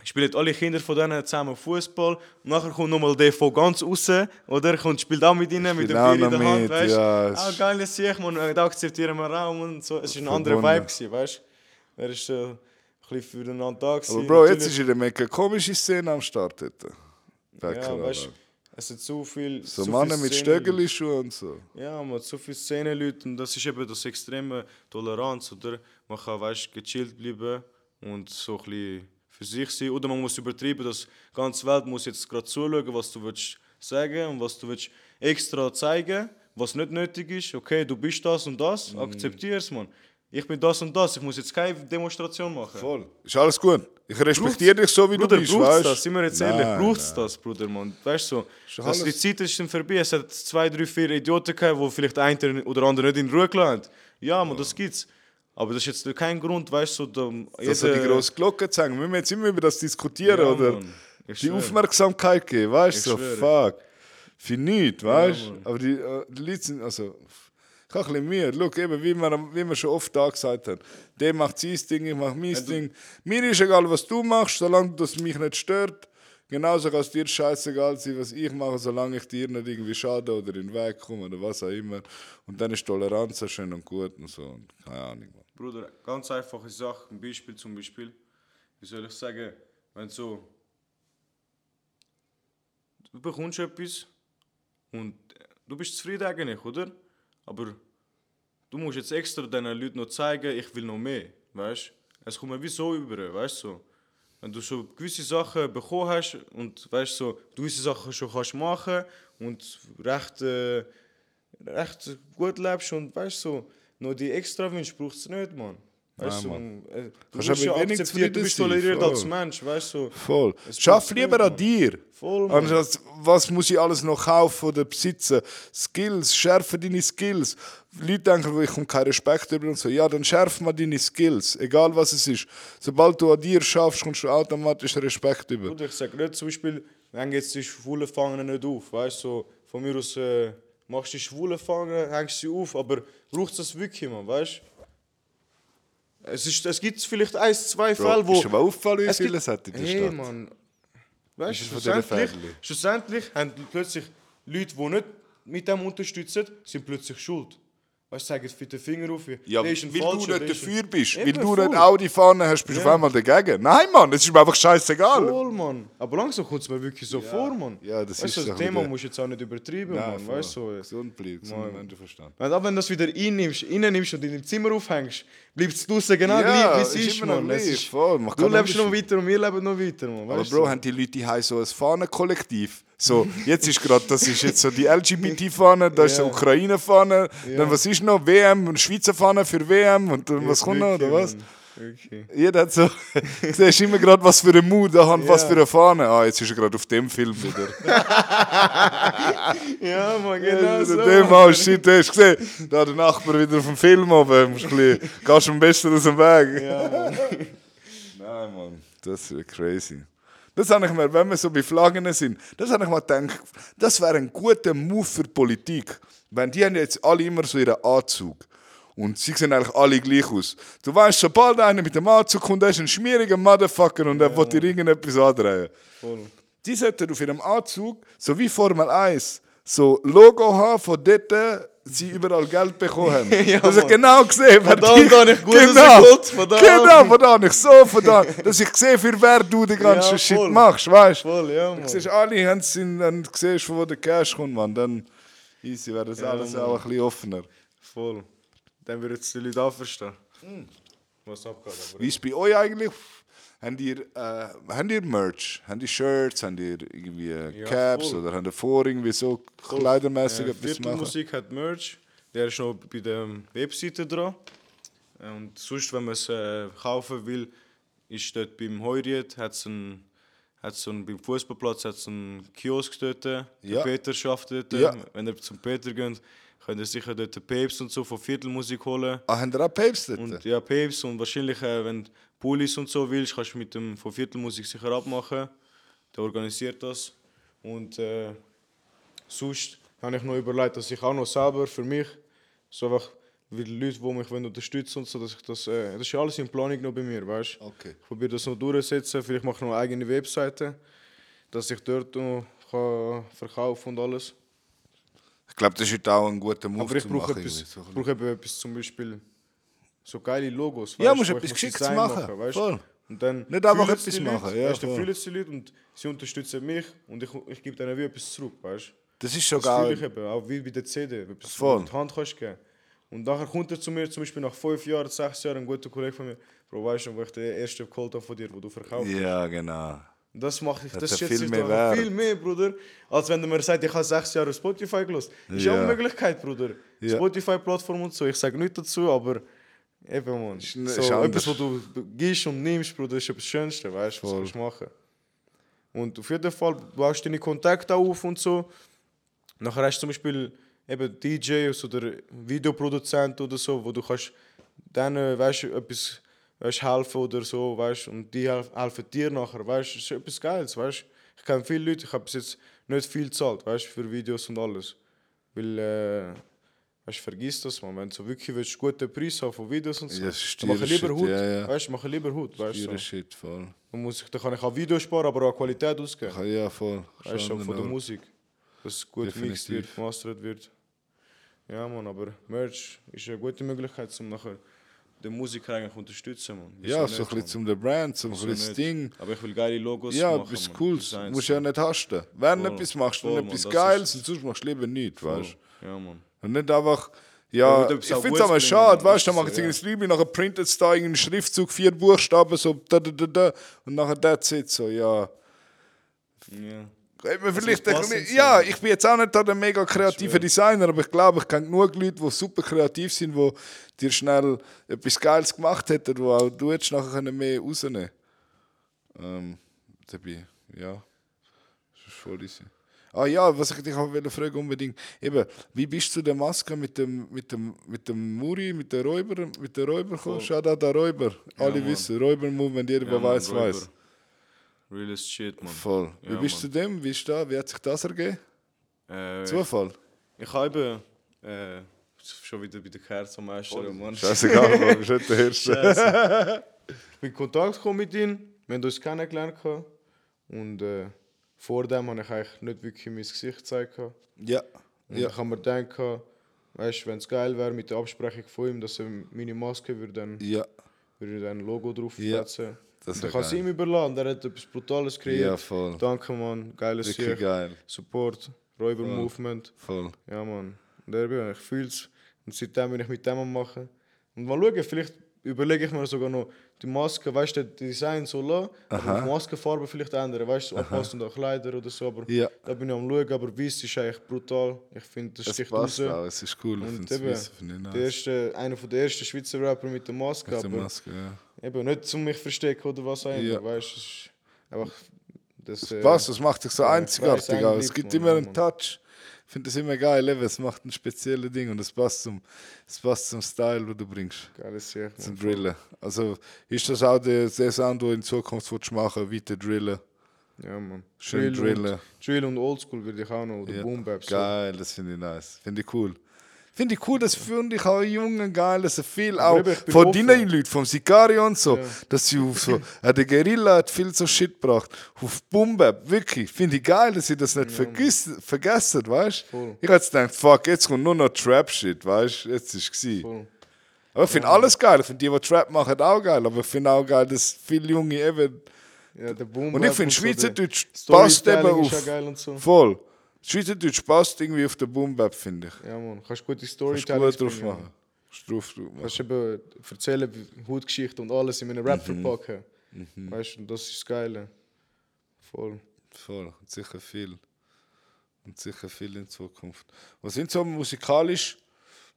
B: spielen alle Kinder von denen zusammen Fußball. Und nachher kommt nochmal der von ganz außen, oder? Kommt, spielt auch mit ihnen, mit
A: Spielt
B: dem
A: auch
B: Bier in
A: noch
B: der Hand,
A: mit,
B: weißt du?
A: ja, es
B: auch
A: ist-
B: geil, das sehe ich, man, äh, da akzeptieren wir auch. Und so. Es war ein anderer
A: Verbunden.
B: Vibe, gewesen, weißt du? Er ist äh, ein bisschen füreinander da. gewesen.
A: Aber Bro, jetzt
B: Natürlich-
A: ist wieder eine mega komische Szene am Start. Dort.
B: ja,
A: Bäckerlack.
B: weißt, du, es sind so viel.
A: So
B: viel
A: Männer mit
B: Szenen-
A: Stöckelschuhen und so.
B: Ja, man hat so viele Szenenleute und das ist eben das extreme Toleranz, oder? Man kann, weißt gechillt bleiben und so ein bisschen für sich sein. Oder man muss übertreiben, dass die ganze Welt muss jetzt gerade zuschauen, was du willst sagen und was du willst extra zeigen, was nicht nötig ist. Okay, du bist das und das, akzeptier es, Mann. Ich bin das und das, ich muss jetzt keine Demonstration machen.
A: Voll. Ist alles gut. Ich respektiere dich so, wie
B: Bruder,
A: du bist,
B: braucht's
A: weißt
B: das? Sind wir jetzt ehrlich?
A: Nein,
B: Braucht's das, Bruder, Mann? Weißt du, so, dass die
A: alles-
B: Zeit ist dann vorbei. Es hat zwei, drei, vier Idioten gehabt, die vielleicht einen oder andere nicht in Ruhe gelassen haben. Ja, man, das gibt's. Aber das ist jetzt kein Grund, weißt du, so, da-
A: Dass er die
B: jeder-
A: grosse Glocke zeigen. Müssen wir jetzt immer über das diskutieren
B: Ja,
A: oder
B: Mann. Ich
A: die
B: schwöre.
A: Aufmerksamkeit geben, weißt du? So,
B: Ich schwöre.
A: fuck. Für nichts, weißt du? Aber die, äh, die Leute sind. Also, ich habe ein bisschen Mühe. Schau, eben, wie wir, wie wir schon oft da gesagt haben. Der macht sein Ding, ich mache mein Ding. Mir ist egal, was du machst, solange das mich nicht stört. Genauso kann es dir scheißegal sein, was ich mache, solange ich dir nicht irgendwie schade oder in den Weg komme oder was auch immer. Und dann ist Toleranz auch schön und gut und so. Und keine Ahnung. Mann.
B: Bruder, ganz einfache Sache, ein Beispiel zum Beispiel. Wie soll ich sagen, wenn so. Du bekommst etwas und du bist zufrieden eigentlich, oder? Aber du musst jetzt extra deinen Leuten noch zeigen, ich will noch mehr, weißt du? Es kommt mir wie so über, weißt du? So. Wenn du so gewisse Sachen bekommen hast und weißt so, gewisse Sachen schon kannst machen und recht. Äh, recht gut lebst und weißt so, noch die extra Wünsche braucht es nicht, Mann. Weißt
A: Ja,
B: du,
A: Mann.
B: äh, du
A: Kannst
B: wirst
A: aber
B: ja
A: wenig
B: akzeptiert, du
A: zufrieden
B: bist
A: sein,
B: toleriert
A: voll.
B: als Mensch, weißt du.
A: Voll.
B: Es
A: Schaff
B: bringt
A: lieber
B: viel,
A: an
B: Mann.
A: dir.
B: Voll, Mann.
A: Anstatt, was muss ich alles noch kaufen oder besitzen? Skills, schärfe deine Skills. Leute denken, ich komme keinen Respekt über und so. Ja, dann schärf mal deine Skills, egal was es ist. Sobald du an dir schaffst, kommst du automatisch Respekt über.
B: Gut, ich sage nicht zum Beispiel, wenn jetzt die Schwulen fangen nicht auf, weißt du, so, von mir aus äh, machst du die Schwulen fangen, hängst sie auf, aber braucht es das wirklich, man, weißt du? Es, ist, es gibt vielleicht ein, zwei Fälle, wo...
A: ist aber auffallend, wie
B: Es
A: viel
B: gibt-
A: es hat in der
B: hey,
A: Stadt.
B: Mann. Weißt
A: Ist
B: du,
A: es von diesen
B: schlussendlich,
A: Fädeli?
B: schlussendlich haben plötzlich Leute, die nicht mit dem unterstützen, sind plötzlich schuld. Weißt du, zeigen mit den Finger auf,
A: Ja,
B: der
A: weil
B: ist ein
A: du
B: Falscher,
A: nicht
B: der ist ein-
A: dafür bist, weil
B: Eben,
A: du nicht
B: voll.
A: Audi fahren hast, bist du auf einmal dagegen. Nein, Mann, es ist mir einfach scheißegal.
B: Voll, Mann. Aber langsam kommt es mir wirklich so vor, Mann.
A: Ja, das
B: weißt,
A: ist
B: du, das
A: so ein
B: Thema
A: bisschen-
B: musst du jetzt auch nicht übertreiben,
A: Nein,
B: Mann.
A: voll.
B: Weißt du, so.
A: Gesund bleiben, gesunder Menschenverstand.
B: Wenn, auch wenn du das wieder einnimmst, innennimmst und in deinem Zimmer aufhängst, bleibt es draußen genau gleich, wie es ist,
A: immer noch
B: Mann. Es
A: gleich,
B: ist-
A: voll, man
B: Du
A: kann
B: lebst noch
A: Unterschied.
B: weiter und wir leben noch weiter, Mann.
A: Aber
B: weißt
A: Bro,
B: du?
A: haben die Leute hier so ein Fahnenkollektiv? So, jetzt ist gerade, das ist jetzt so die LGBT-Fahne, da ist
B: Ja.
A: die Ukraine-Fahne,
B: Ja.
A: dann was ist noch? WM und Schweizer Fahne für WM und dann
B: Ja,
A: was kommt noch, oder
B: wirklich,
A: was?
B: Mann. Wirklich.
A: Jeder hat so, du siehst immer gerade, was für eine Mut da haben, was
B: Ja.
A: für eine Fahne. Ah, jetzt ist er gerade auf dem Film wieder.
B: Ja, Mann, genau
A: Genau
B: so.
A: so. Dem
B: Mann.
A: hast du gesehen, hast du gesehen, da hat der Nachbar wieder auf dem Film oben. Musst ein bisschen, gehst am besten aus dem Weg.
B: Ja, Mann.
A: Nein, Mann, das wäre crazy. Das habe ich mir, wenn wir so bei Flaggen sind, das habe ich mal gedacht, das wäre ein guter Move für die Politik. Wenn die haben jetzt alle immer so ihren Anzug. Und sie sehen eigentlich alle gleich aus. Du weißt, sobald einer mit dem Anzug kommt, der ist ein schmieriger Motherfucker und der will dir irgendetwas andrehen.
B: Voll.
A: Die sollten auf ihrem Anzug, so wie Formel 1, so Logo haben von dort, sie überall Geld bekommen haben.
B: Ja,
A: dass ich
B: Mann.
A: genau gesehen wer
B: Von da
A: die-
B: und da habe ich gut rausgeholt, von da
A: genau,
B: an.
A: von da habe ich so, von da. Dass ich sehe, für wer du den ganzen
B: Ja,
A: Shit
B: voll.
A: machst, weißt du?
B: Voll, ja,
A: Du
B: Mann.
A: siehst, alle haben es in, dann siehst du, wo der Cash kommt, Mann. Dann easy, wäre das alles
B: Mann.
A: auch ein bisschen offener.
B: Voll. Dann würden es die Leute auch verstehen.
A: Hm.
B: Was abgeht, aber...
A: Wie ist es bei euch eigentlich? Habt ihr, äh, habt ihr Merch? Habt ihr Shirts? Habt ihr irgendwie äh,
B: Ja,
A: Caps?
B: voll.
A: oder habt ihr vor, irgendwie so kleidermäßig
B: äh,
A: etwas zu machen?
B: Viertelmusik hat Merch, der ist noch bei der Webseite dran. Äh, Und sonst, wenn man es äh, kaufen will, ist dort beim Heuriet, hat's einen, hat's einen, beim Fußballplatz hat es einen Kiosk dort, der
A: Ja.
B: Peter schafft dort.
A: Ja.
B: Wenn ihr zum Peter geht, könnt ihr sicher dort den Peps und so von Viertelmusik holen.
A: Ah, haben ihr auch Papes dort?
B: Und ja, Peps und wahrscheinlich, äh, wenn du Pullis und so willst, kannst du mit dem von Viertelmusik sicher abmachen. Der organisiert das. Und äh, sonst habe ich noch überlegt, dass ich auch noch selber für mich, so einfach wie die Leute, die mich wollen unterstützen und so, dass ich das, äh, das ist ja alles in Planung noch bei mir, weißt du.
A: Okay.
B: Ich probiere das noch durchzusetzen, vielleicht mache ich noch eine eigene Webseite, dass ich dort noch kann verkaufen und alles.
A: Ich glaube, das ist heute auch ein guter Move
B: Aber ich
A: zu
B: brauche
A: machen.
B: etwas,
A: irgendwie.
B: brauche eben etwas zum Beispiel so geile Logos.
A: Ja,
B: weißt,
A: musst
B: wo ich
A: etwas
B: muss
A: Geschicktes
B: Design
A: machen,
B: weißt?
A: voll.
B: Und dann
A: Nicht einfach
B: fühlen es die
A: etwas
B: Leute,
A: machen, ja,
B: Weißt, dann
A: voll.
B: fühlen es die Leute und sie unterstützen mich und ich, ich gebe denen wie etwas zurück, weißt du?
A: Das ist schon
B: Das fühle ich
A: geil.
B: eben, auch wie bei der CD, wenn du etwas
A: Voll.
B: in die Hand kannst geben. Und nachher kommt er zu mir, zum Beispiel nach fünf Jahren, sechs Jahren, ein guter Kollege von mir, Bro, weißt du, wo ich den ersten geholt habe von dir, wo du verkaufst.
A: Ja, genau.
B: Das mache ich,
A: Hat
B: das
A: ja
B: schätze
A: viel
B: ich
A: mehr
B: doch
A: Wert.
B: viel mehr, Bruder, als wenn du mir sagst, ich habe sechs Jahre Spotify gelost. Ist ja auch
A: Ja.
B: eine Möglichkeit, Bruder.
A: Ja.
B: Spotify-Plattform und so, ich sage nichts dazu, aber eben, Mann. So,
A: ne- ist anders.
B: etwas, was du gibst und nimmst, Bruder, ist das Schönste, weißt du, was
A: Voll.
B: kannst du machen. Und auf jeden Fall baust du deine Kontakte auf und so. Nachher hast du zum Beispiel eben DJs oder Videoproduzent oder so, wo du kannst denen, weißt du, etwas weißt, helfen oder so, weißt du, und die helf- helfen dir nachher, weißt du, das ist etwas Geiles, weißt du. Ich kenne viele Leute, ich habe bis jetzt nicht viel gezahlt, weißt du, für Videos und alles. Weil, äh, weißt du, vergiss das, man, wenn du so wirklich willst, guten Preis haben von Videos und so,
A: Ja, das ist
B: dann mache
A: teurer
B: lieber
A: Shit,
B: Hut,
A: ja, ja.
B: weißt du, mache lieber Hut, weißt du.
A: Ihre
B: So.
A: Shit, voll.
B: Dann, muss ich, dann kann ich auch Videos sparen, aber auch Qualität ausgeben.
A: Ja, voll.
B: Weißt du,
A: Schon
B: auch von der
A: genau.
B: Musik. Dass es gut gemixt
A: Definitiv.
B: wird, gemastert wird. Ja, Mann, aber Merch ist eine gute Möglichkeit, um nachher den Musiker eigentlich unterstützen, Mann. Wieso
A: Ja,
B: nicht,
A: so ein bisschen
B: Mann?
A: zum der Brand, zum so
B: Wieso
A: ein bisschen das
B: nicht?
A: Ding.
B: Aber ich will geile Logos
A: Ja,
B: machen,
A: etwas
B: Mann.
A: Cooles.
B: Designs,
A: Musst du ja
B: Mann.
A: nicht hasten. Wenn du
B: Voll.
A: etwas machst, dann
B: Voll, Mann,
A: etwas
B: das
A: Geiles
B: ist-
A: und sonst machst du lieber nichts, weißt du.
B: Ja, Mann.
A: Und nicht einfach,
B: Ja,
A: ja,
B: aber du
A: ich
B: bist auch
A: finde es
B: gut
A: aber
B: bringen,
A: schade,
B: Mann.
A: weißt du, dann
B: Das
A: machen
B: ist
A: sie
B: so,
A: irgendein Liebling, nachher printet es da irgendeinen Schriftzug, vier Buchstaben, so da da da da und nachher that's it, so, ja.
B: Ja.
A: Könnte
C: Also
A: man vielleicht ein
C: muss passend
A: bisschen,
C: sein.
A: ja, ich bin jetzt auch nicht der mega kreative Designer, aber ich glaube, ich kenne genug Leute, die super kreativ sind, die dir schnell etwas Geiles gemacht hätten, wo auch du jetzt nachher können mehr rausnehmen ähm, dabei, ja. Das ist voll easy. Ah ja, was ich dich auch wollte fragen unbedingt. Eben, wie bist du der Maske mit dem, mit dem, mit dem Muri, mit der Räuber, mit der Räuber gekommen? Schau da, der Räuber. Alle
C: Mann.
A: wissen, Räuber-Movement, jeder, der
C: Mann,
A: weiß,
C: Räuber.
A: weiß.
C: Realest shit, Mann.
A: Voll. Wie
C: Ja,
A: bist du dem? Wie, ist da? wie hat sich das ergeben?
C: Äh,
A: Zufall.
C: ich habe äh, schon wieder bei der Kerze am
A: Oh,
C: Meister, Mann.
A: Scheißegal, Bro, bist nicht der Erste.
B: Ich bin in Kontakt gekommen mit ihm, wir haben uns kennengelernt. gehabt. Und äh, vor dem habe ich eigentlich nicht wirklich mein Gesicht gezeigt. gehabt.
A: Ja.
B: Und
A: Ja.
B: ich habe mir gedacht, gehabt, weißt, wenn es geil wäre mit der Absprechung von ihm, dass er meine Maske würde dann,
A: Ja.
B: würde dann ein Logo drauf
A: Ja,
B: setzen.
A: das
B: Und
A: wär
B: ich habe es
A: geil.
B: ihm überladen, er hat etwas Brutales
A: Ja,
B: kreiert.
A: voll.
B: Danke, Mann, geiles
A: Wirklich
B: Sieg.
A: geil.
B: Support, Räuber-Movement.
A: Voll.
B: Ja, Mann. Und der bin ich, fühle es. Und seitdem bin ich mit dem am Machen. Und mal schauen, vielleicht überlege ich mir sogar noch, die Maske, weißt du, das Design so lassen, aber die Maskenfarbe vielleicht ändern, weißt du, anpassend an Kleider oder so. Aber
A: Ja.
B: da bin ich am Schauen, aber weiß ist eigentlich brutal. Ich finde, das
A: Es
B: sticht
A: passt
B: raus.
A: auch, es ist cool. Ich
B: Und
A: finde es
B: eben,
A: nice, ich finde es
B: der
A: nice.
B: erste, einer von der ersten Schweizer Rapper mit der Maske,
A: Mit der
B: aber
A: Maske, ja.
B: eben nicht, um mich zu verstecken oder was auch immer,
A: Ja.
B: weißt du. es ist Einfach, das, äh,
A: Was? Das macht dich so
B: ja,
A: einzigartig
B: weiß,
A: aus. Es
B: einblickt,
A: gibt
B: Mann,
A: immer
B: ja,
A: einen
B: Mann.
A: Touch. Ich finde das immer geil, eben. es macht ein spezielles Ding und es passt zum, es passt zum Style, den du bringst,
B: Geiles Sieg, Mann.
A: zum Drillen. Also ist das auch der, der Sound, den du in Zukunft willst machen weiter drillen.
B: Ja, Mann.
A: Schön drillen.
B: Und, Drill und Oldschool würde ich auch noch. Oder
A: Ja.
B: Boom Bap. So.
A: Geil, das finde ich nice. Finde ich cool. Finde ich cool, dass finde ich auch jungen geil, dass er viel
B: Aber
A: auch
B: eben, ich bin
A: von
B: offen.
A: deinen Leuten, vom Sicario und so,
B: Ja.
A: dass sie auf so, äh, der Guerilla hat viel so Shit gebracht, auf Bumbe, wirklich, finde ich geil, dass sie das nicht vergiss, vergessen, weißt
B: Voll.
A: Ich hätte gedacht, fuck, jetzt kommt nur noch Trap-Shit, weißt jetzt ist es gewesen.
B: Voll.
A: Aber ich finde alles geil, ich finde die, die Trap machen, auch geil, aber ich finde auch geil, dass viele Junge eben,
B: Ja, der Boom
A: und
B: Bap
A: ich finde
B: so, der
A: Schweizerdeutsch passt
B: Storytelling
A: eben
B: Ist
A: auf,
B: auch geil und so.
A: voll. Schweizerdeutsch passt irgendwie auf den Bumbe, finde ich.
B: Ja, Mann. Kannst gute
A: Kannst
B: Storytelling
A: gut drauf
B: bringen, Mann.
A: machen. Kannst drauf drauf machen.
B: Kannst eben erzählen, wie- Hautgeschichte und alles in meinen Rap
A: Mhm.
B: verpacken. Weißt du, und das ist das Geile. Voll.
A: Voll. Und sicher viel. Und sicher viel in Zukunft. Was sind so musikalisch?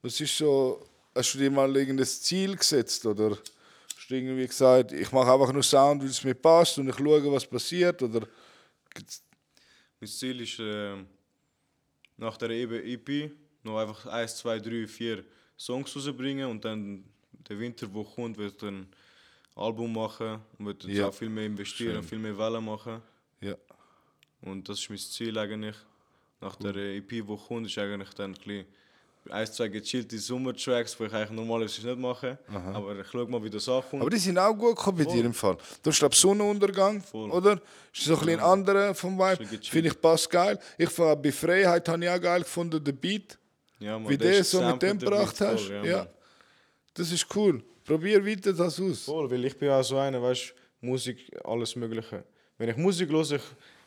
A: Was ist so. Hast du dir mal irgendein Ziel gesetzt? Oder hast du irgendwie gesagt, ich mache einfach nur Sound, weil es mir passt und ich schaue, was passiert? Oder gibt's-
C: Mein Ziel ist, ähm, nach der eben EP noch einfach 1, 2, 3, 4 Songs rausbringen und dann der Winter, wo kommt, wird ein Album machen und wird jetzt
A: Ja.
C: auch viel mehr investieren und viel mehr Wellen machen.
A: ja.
C: Und das ist mein Ziel eigentlich. Nach der EP, wo kommt, ist eigentlich dann ein bisschen ein, zwei gechillte Sommertracks, die ich eigentlich normalerweise nicht mache. Aber ich schaue mal, wie das ankommt.
A: Aber die sind auch gut gekommen bei dir im Fall. Du hast, glaube Sonnenuntergang,
C: Voll.
A: oder? Ist so ein bisschen anderer vom Vibe.
C: Ist ein gechillt.
A: Finde ich passt geil. Ich fand bei Freiheit habe ich auch geil gefunden, den Beat.
C: ja, Mann,
A: wie
C: der
A: der
C: ist
A: so mit dem
C: gesampled damit,
A: gebracht
C: voll,
A: hast. Ja,
C: Mann.
A: das ist cool. Probier weiter das aus.
B: Voll, weil ich bin auch so einer, weißt du, Musik, alles Mögliche. Wenn ich Musik höre, ich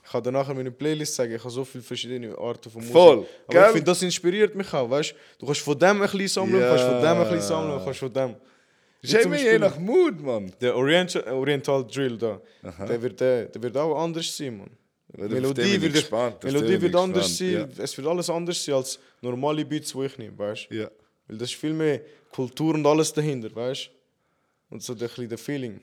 B: ich kann dann nachher meine Playlist zeigen, ich habe so viele verschiedene Arten von Musik.
A: Voll,
B: Aber
A: gell?
B: ich finde, das inspiriert mich auch, weißt du. Du kannst von dem ein bisschen sammeln,
A: Ja.
B: kannst von dem ein bisschen sammeln, kannst von dem. Wie
A: Schau
B: zum
A: mir je
B: Beispiel
A: nach Mut, Mann.
B: Der Orient Oriental Drill da, der wird, der, der wird auch anders sein, Mann.
A: auf den
B: Melodie
A: bin ich
B: wird,
A: gespannt, auf den bin
B: Melodie
A: ich
B: wird anders sein,
A: gespannt,
B: es wird alles anders sein als normale Beats, die ich nehme, weißt du.
A: Ja.
B: Weil das ist viel mehr Kultur und alles dahinter, weißt du. Und so der, der Feeling.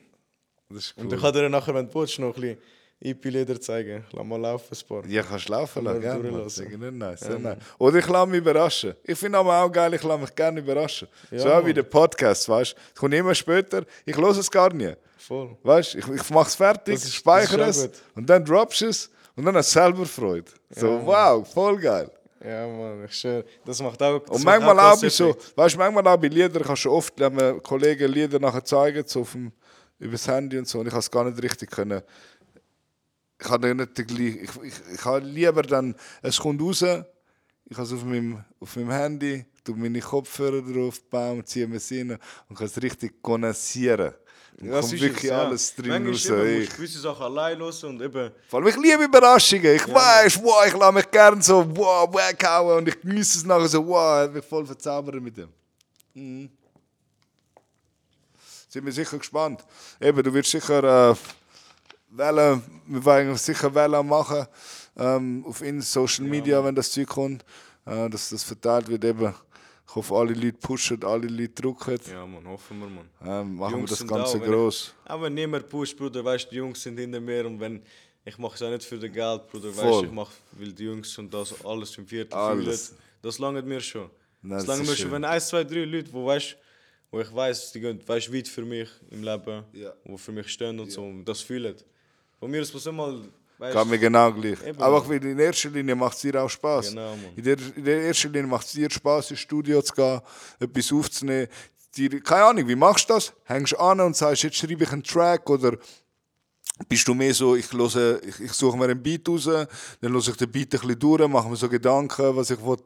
A: Das ist
B: Und ich
A: cool.
B: kann dir nachher, wenn du willst, noch ein bisschen EP-Lieder zeigen. Lass mal laufen, ein paar.
A: Ja, kannst laufen
B: Kann
A: lassen,
B: man
A: gell? Mann. Das
B: durchlassen.
A: ist nicht nice. sehr nice. Oder ich lasse mich überraschen. Ich finde aber auch geil, ich lasse mich gerne überraschen.
B: Ja,
A: so auch wie
B: Mann.
A: der Podcast, weißt du? Es kommt immer später, ich höre es gar nicht.
B: Voll.
A: Weißt du, ich, ich mache es fertig,
B: Das ist-
A: speichere
B: das ist
A: es
B: auch gut.
A: und dann droppst du es und dann hast du selber Freude. So, wow, voll geil.
B: Ja, Mann, ich schwöre. Das macht auch. das
A: Und
B: macht
A: manchmal
B: auch
A: auch bei so, weißt du, manchmal auch bei Liedern kannst du oft wenn man Kollegen Lieder nachher zeigen, so auf dem, übers Handy und so, und ich habe es gar nicht richtig können. Ich habe nicht den gleichen, ich, ich, ich habe lieber dann, es kommt raus, ich habe es auf meinem, auf meinem Handy, tue meine Kopfhörer drauf, bam, ziehe mir es rein und kann es richtig kondensieren. Dann
B: Das
A: kommt
B: ist es,
A: wirklich
B: ja.
A: alles drin
C: Manchmal
A: raus.
C: eben,
A: Ich.
C: musst du gewisse Sachen allein hören und eben
A: Vor allem, ich liebe Überraschungen. Ich weiß, wow, ich lasse mich gerne so wow, weghauen und ich genieße es nachher so, wow, hat mich voll verzaubert mit dem. Mhm. Sind wir sicher gespannt. Eben, du wirst sicher äh, Wellen, wir wollen sicher Wellen machen. ähm, auf in Social Media, wenn das Zeug kommt, äh, dass das verteilt wird. Eben. Ich hoffe, alle Leute pushen, alle Leute drucken.
B: Ja, man, hoffen wir, man.
A: Ähm, machen
B: Jungs
A: wir das
B: sind
A: Ganze
B: da, wenn-
A: groß.
B: Aber niemand pusht, Bruder, weißt du, die Jungs sind hinter mir und wenn. Ich mache es auch nicht für den Geld, Bruder, weißt
A: Voll.
B: du, ich mache, weil die Jungs und das alles im Viertel
A: Alles.
B: fühlen. Das langt mir schon.
A: Nein,
B: das
A: das
B: langt
A: ist
B: mir schon,
A: schön.
B: wenn eins, zwei, drei Leute, wo weißt wo ich weiß, die gehen weißt, weit für mich im Leben,
A: Ja.
B: wo für mich stehen und so, und das fühlen. Von mir aus muss mal, weißt
A: Geht mir genau gleich.
B: Eben.
A: Aber ich will, in erster Linie macht es dir auch Spaß.
B: Genau, Mann.
A: in, der, in der ersten Linie macht es dir Spaß, ins Studio zu gehen, etwas aufzunehmen. Dir, keine Ahnung, wie machst du das? Hängst du an und sagst, jetzt schreibe ich einen Track oder bist du mehr so, ich, höre, ich, ich suche mir einen Beat raus, dann höre ich den Beat ein bisschen durch, mache mir so Gedanken, was ich will,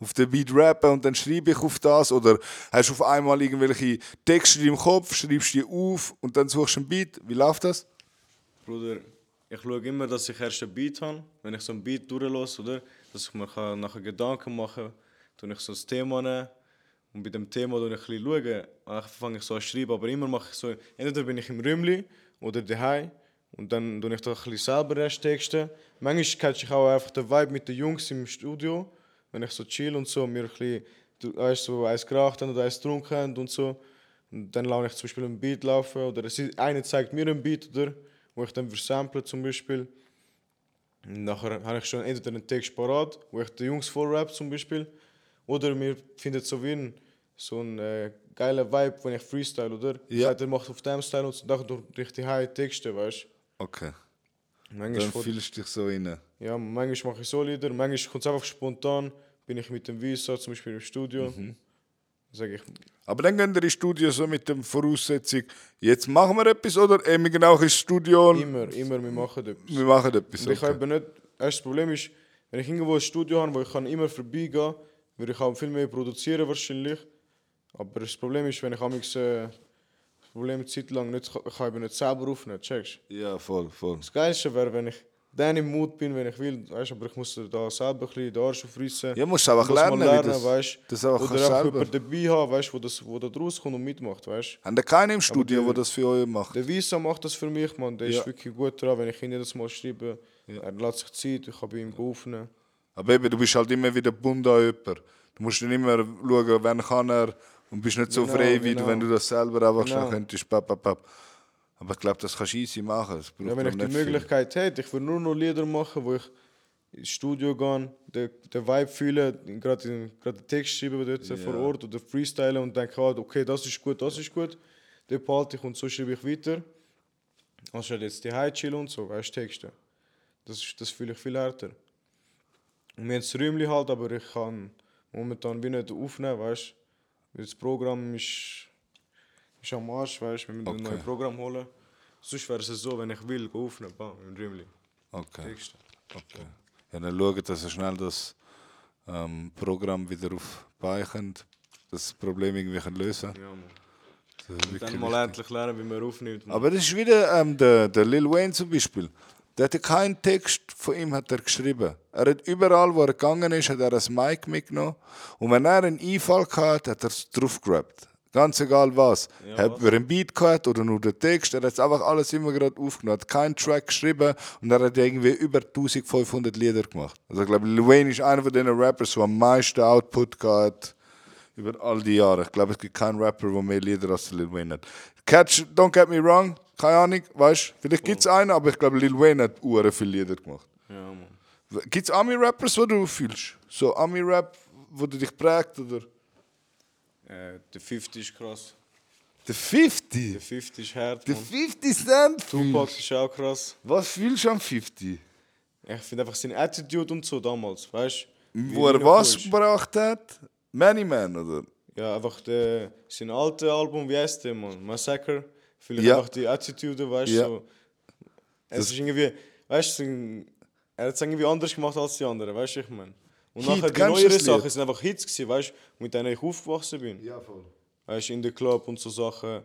A: auf den Beat rappen und dann schreibe ich auf das. Oder hast du auf einmal irgendwelche Texte im Kopf, schreibst die auf und dann suchst du einen Beat. Wie läuft das?
B: Bruder, ich schaue immer, dass ich erst einen Beat habe. Wenn ich so einen Beat durchlasse, oder? Dass ich mir kann nachher Gedanken machen kann, tue ich so das Thema nehmen. Und bei dem Thema schaue ich ein bisschen. Schauen. Dann fange ich so an zu schreiben. Aber immer mache ich so, entweder bin ich im Räumli oder daheim. Und dann tue ich da ein bisschen selber erst Texte. Manchmal catch ich auch einfach den Vibe mit den Jungs im Studio. Wenn ich so chill und so, mir ein bisschen, du weißt, so eins geraucht haben oder eins getrunken haben und so. Und dann lasse ich zum Beispiel einen Beat laufen oder es ist- einer zeigt mir einen Beat, oder, wo ich dann versample zum Beispiel. Und nachher habe ich schon entweder einen Text parat, wo ich den Jungs vorrap zum Beispiel. Oder mir findet so wie ein, so ein äh, geiler Vibe, wenn ich freestyle, oder?
A: Ja.
B: Sagt, er macht auf dem Style und so, nachher durch richtig high Texte, weißt
A: Okay.
B: du? Manchmal,
A: Dann
B: vor-
A: fühlst du dich so rein.
B: ja, manchmal mache ich so Lieder, manchmal kommt es einfach spontan, bin ich mit dem Visa zum Beispiel im Studio.
A: Mhm.
B: Sage ich,
A: Aber dann gehen wir ins Studio so mit der Voraussetzung, jetzt machen wir etwas oder eben genau ins Studio und
B: immer, immer, wir machen etwas.
A: wir machen etwas.
B: Und ich
A: Okay.
B: habe nicht. Erst das Problem ist, wenn ich irgendwo ein Studio habe, wo ich kann immer vorbeigehen kann, würde ich auch viel mehr produzieren wahrscheinlich. Aber das Problem ist, wenn ich amigs, äh, das Problem eine Zeit lang nicht, ich kann eben nicht selber aufnehmen, checkst
A: Ja, voll, voll.
B: Das Geilste wäre, wenn ich dann im Mut bin, wenn ich will, weißt, aber ich muss da selber ein bisschen den Arsch aufreißen.
A: Ja, musst du einfach
B: muss mal
A: lernen, wie das,
B: weißt.
A: das einfach
B: Oder
A: kannst
B: einfach
A: selber.
B: jemanden dabei haben, weißt, wo, das, wo da draus kommt und mitmacht, weißt.
A: Haben da keinen im Studio,
B: die-
A: der das für euch macht?
B: Der Visa macht das für mich, Mann. Der
A: Ja.
B: ist wirklich gut dran, wenn ich ihn jedes Mal schreibe. Er lässt sich Zeit, ich habe ihn aufnehmen.
A: Aber eben, du bist halt immer wieder bunt an jemanden. Du musst dann immer schauen, wann kann er und bist nicht so
B: Genau,
A: frei, wie du,
B: genau.
A: wenn du das selber einfach
B: Genau.
A: schon könntest. Pap, pap, pap. Aber ich glaube, das kannst du easy machen. Das braucht
B: Ja, wenn ich
A: glaub,
B: die
A: nicht viel.
B: Möglichkeit hätte, ich würde nur noch Lieder machen, wo ich ins Studio gehe, den, den Vibe fühle, gerade den, gerade den Text schreiben dort vor Ort oder freestylen und denke, ah, okay, das ist gut, das ist gut. Den behalte ich und so schreibe ich weiter. Anstatt jetzt die High chillen und so, weißt du, Texte. Das, ist- das fühle ich viel härter. Und wir haben das Räumchen halt, aber ich kann momentan wie nicht aufnehmen, weißt du. Weil Das Programm ist, ist am Arsch, weißt du. Wir müssen ein
A: Okay.
B: neues Programm holen. Sonst wäre es so, wenn ich will, geh aufnehmen, bam, im Räumchen.
A: Okay.
B: Texte.
A: okay. Ja, dann schaut, dass ihr schnell das ähm, Programm wieder auf die Beine könnt, das Problem irgendwie könnt lösen
B: Ja, Mann.
A: Das ist wirklich
B: Dann mal endlich lernen, wie man aufnimmt. Mann.
A: Aber das ist wieder ähm, der, der Lil Wayne zum Beispiel. Der hatte keinen Text von ihm hat er geschrieben. Er hat überall, wo er gegangen ist, hat er ein Mic mitgenommen. Und wenn er einen Einfall hatte, hat er es draufgerappt. Ganz egal was. hat er einen Beat gehabt oder nur den Text, er hat einfach alles immer gerade aufgenommen. hat keinen Track geschrieben und er hat irgendwie über 1500 Lieder gemacht. Also ich glaube, Lil Wayne ist einer von den Rappers, der am meisten Output gehabt über all die Jahre. Ich glaube, es gibt keinen Rapper, der mehr Lieder als Lil Wayne hat. Catch, don't get me wrong, keine Ahnung, weißt du? Vielleicht gibt es einen, aber ich glaube, Lil Wayne hat uhren viele Lieder gemacht.
B: Ja, Mann.
A: Gibt es Ami-Rappers, die du fühlst? So Ami-Rap, wo du dich prägt, oder?
B: Äh, der 50 ist krass.
A: Der
B: Der
A: 50?
B: 50 ist hart,
A: Der
B: Mann.
A: 50 Cent?
B: Tupac
A: fühlst?
B: ist auch krass.
A: Was fühlst du am 50?
B: Ich finde einfach seine Attitude und so damals, weißt du?
A: Wo er was gebracht hat? Many Man, oder?
B: Ja, einfach der, sein altes Album, wie heißt der, Mann? Massacre. Vielleicht
A: Ja.
B: einfach die Attitude, weißt du?
A: Ja.
B: So. Es ist irgendwie, weißt du, er hat es irgendwie anders gemacht als die anderen, weißt du, ich meine. Und
A: Hit,
B: nachher die
A: kennst du
B: neueren
A: das Lied?
B: Sachen sind einfach Hits gewesen, weißt du, mit denen ich aufgewachsen bin.
A: Ja, voll.
B: weißt, in den Club und so Sachen.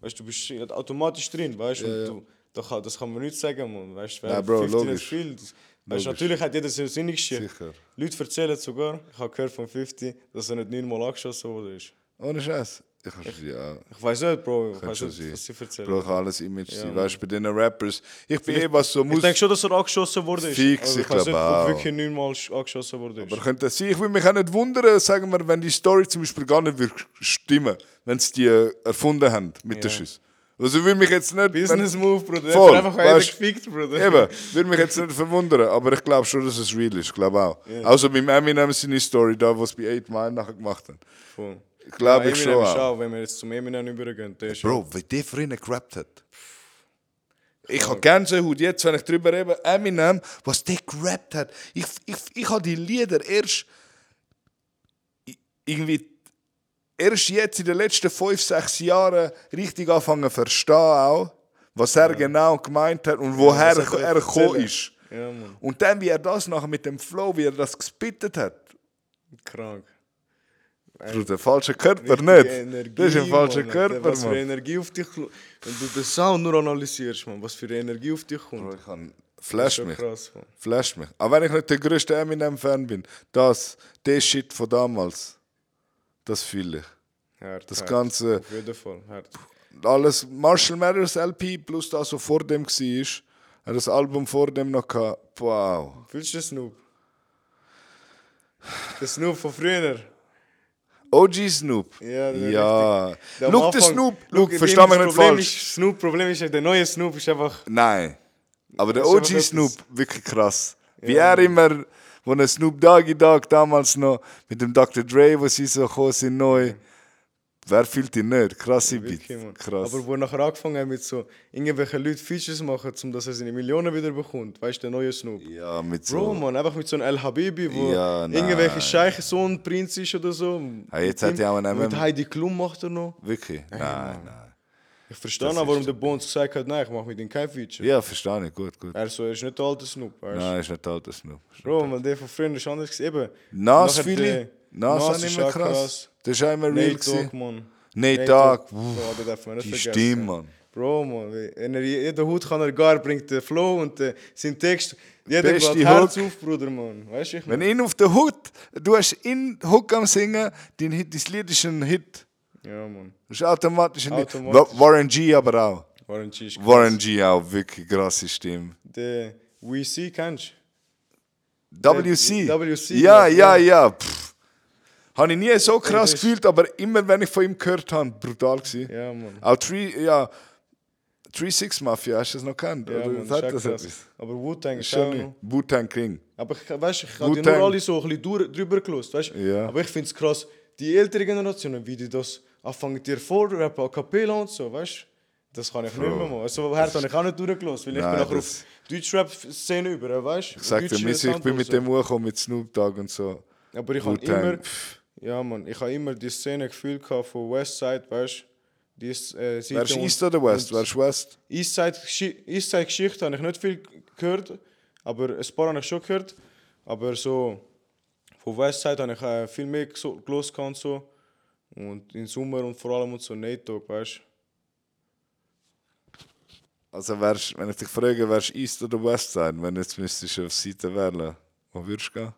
B: Weißt, du bist automatisch drin, weißt und
A: ja.
B: du. Da kann, das kann man nicht sagen, man. Weißt, wer
A: Nein, Bro,
B: 15 hat
A: logisch.
B: viel. das-
A: Logisch.
B: Weißt, natürlich hat jeder seine Sinn Geschichte.
A: Sicher.
B: Leute erzählen sogar, ich habe gehört von 50, dass er nicht neunmal angeschossen wurde.
A: Ohne Scheiß. Ich kann schon ja.
B: Ich weiß nicht, Bro. Ich
A: Kann
B: weiß
A: schon
B: nicht,
A: sein.
B: was sie erzählen.
A: Bro, kann alles Image sein.
B: Mann.
A: weißt du, bei diesen Rappers. Ich bin eh was so
B: ich
A: muss.
B: denke schon, dass er angeschossen wurde. ist.
A: Fix,
B: Also
A: ich
B: weiß
A: glaube
B: nicht, ob
A: auch.
B: wirklich neunmal sch- angeschossen wurde. ist.
A: Aber könnte das sein? Ich würde mich auch nicht wundern, sagen wir, wenn die Story zum Beispiel gar nicht würde stimmen, wenn sie die äh, erfunden haben mit den Schüssen. Also würde mich jetzt nicht.
B: Business Move, Bruder.
A: Voll,
B: Voll, einfach einen
A: weißt-
B: gefickt, Bruder.
A: Wenn, eben, würde mich jetzt nicht verwundern, aber ich glaube schon, dass es real ist. Ich glaube auch. Also beim Eminem seine Story, da, was bei 8 Mile nachher gemacht haben.
B: Voll.
A: Glaube
B: Ja,
A: ich
B: Eminem
A: schon.
B: ist
A: Auch.
B: Wenn wir jetzt zum Eminem übergehen, der ist
A: Bro, wie der vorhin gerappt hat. Ich
B: Äh.
A: habe Gänsehaut jetzt, wenn ich drüber rede. Eminem, was der gerappt hat. Ich, ich, ich habe die Lieder erst i- irgendwie erst jetzt in den letzten fünf, sechs Jahren richtig anfangen zu verstehen, auch, was er genau gemeint hat und woher
B: was hat er
A: er gekommen
B: erzählt?
A: ist.
B: Ja, Mann,
A: Und dann, wie er das nachher mit dem Flow, wie er das gespittet hat.
B: krank.
A: Bruder, falscher Körper,
B: Richtige
A: nicht?
B: Äh. Energie,
A: das ist ein falscher
B: Mann, Alter,
A: Körper,
B: Was für
A: Mann.
B: Energie auf dich. Wenn du den Sound nur analysierst, Mann, was für Energie auf dich kommt.
A: Bro, ich kann
B: das ist
A: flash
B: schon
A: mich.
B: krass, Mann.
A: Flasht mich. Auch wenn ich nicht der größte Eminem-Fan bin, das, der Shit von damals, das fühle ich.
B: Hart,
A: Das
B: hart.
A: Ganze,
B: Auf jeden Fall, hart.
A: alles Marshall Mathers LP plus das, was vor dem war, hat das Album vor dem noch gehabt. Wow.
B: Fühlst du den Snoop? Der Snoop von früher.
A: OG Snoop.
B: Ja, das ist
A: ja.
B: Der am
A: Look, der
B: Anfang-
A: Snoop.
B: Look,
A: Look, versteh mich
B: das
A: nicht
B: Problem
A: falsch.
B: Ist, Snoop, Problem ist, der neue Snoop ist einfach.
A: Nein. Aber der
B: Das ist
A: OG
B: einfach etwas-
A: Snoop, wirklich krass. Wie er immer, wo ein Snoop Doggy Dogg damals noch mit dem Dr. Dre, wo sie so gekommen sind, neu. Wer fühlt ihn nicht? Krasse Beat.
B: Wirklich, Mann.
A: Krass.
B: Aber wo er nachher angefangen hat mit so irgendwelchen Leuten Features machen, um dass er seine Millionen wieder bekommt, weißt du, der neue Snoop.
A: ja, mit so.
B: Bro, Mann, einfach mit so einem El Habibi, wo
A: Ja, nein.
B: irgendwelche Scheich Sohn Prinz ist oder so.
A: Ah, jetzt hat er auch einen
B: Mit
A: MM.
B: Heidi Klum macht er noch.
A: Wirklich? Nein, nein.
B: Ich verstehe auch, warum der Bones gesagt hat, nein, ich mache mit ihm kein Feature.
A: Ja, verstehe ich. Gut, gut.
B: Er so, er ist nicht der alte Snoop, weißt du.
A: Nein, ist nicht alter Snoop.
B: Bro, man, der von früher ist anders gewesen. Eben.
A: Nas
B: nachher
A: viele?
B: der-
A: Nas
B: Nas
A: war
B: ist
A: nicht mehr
B: auch
A: krass. Das war immer real.
B: Nate Dogg,
A: gewesen.
B: Mann.
A: Nate Dogg.
B: Bro,
A: wuh,
B: den darf man nicht
A: Die
B: vergessen.
A: Stimme, Mann.
B: Bro, man, wenn er jeder Hut kann er gar, bringt den Flow und äh, seinen Text. Jeder
A: Beste
B: geht Herz
A: Hook.
B: auf, Bruder, man. Weißt du, ich
A: Wenn
B: meine.
A: ihn auf der Hut, du hast ihn Hook am Singen, dein, Hit, dein Lied ist ein Hit.
B: Ja, man.
A: Das ist automatisch ein Hit.
B: Automatisch.
A: Wa- Warren G aber auch.
B: Warren G ist
A: Warren G auch, wirklich krasse Stimme.
B: Der WC kennst du?
A: WC.
B: WC,
A: Ja, ja,
B: ja.
A: ja. Pff. Habe ich nie so krass
B: das-
A: gefühlt, aber immer wenn ich von ihm gehört habe, brutal gewesen.
B: Ja, Mann.
A: Auch Three, ja, 3-6 Mafia, hast du das noch gekannt?
B: Ja,
A: Oder
B: Mann,
A: hat
B: das
A: das
B: krass.
A: etwas?
B: Aber Wu-Tang ist auch
A: Schön.
B: noch.
A: Wu-Tang King.
B: Aber ich, weißt, ich habe die nur
A: Wu-Tang.
B: alle so ein bisschen dur- drüber gelost, weißt
A: Ja.
B: Aber ich finde es krass, die ältere Generationen, wie die das anfangen, dir vorrappen, a cappella und so, weißt Das kann ich nicht mehr machen. Also, hart habe ich auch nicht durchgelost, weil ich
A: Nein,
B: bin nachher
A: das-
B: auf Deutschrap-Szene über, weißt du?
A: Ich sag dir, Missy, ich bin mit dem angekommen, mit Snoop Dogg und so.
B: Aber ich habe
A: Wu-Tang,
B: immer, ja Mann, ich habe immer die Szene Gefühl gehabt von Westside, weißt du? Die S- äh, Seite
A: Wärst du
B: und-
A: East oder West?
B: und
A: Wärst du West?
B: Eastside Geschi- Eastside Geschichte habe ich nicht viel gehört, aber ein paar habe ich schon gehört. Aber so von Westside habe ich äh, viel mehr geso- gelost und so. Und im Sommer und vor allem und so Nate Dogg, weißt
A: Also wärst, wenn ich dich frage, wärst du East oder West sein, wenn jetzt müsstest du auf Seite wählen, wo würdest du gehen?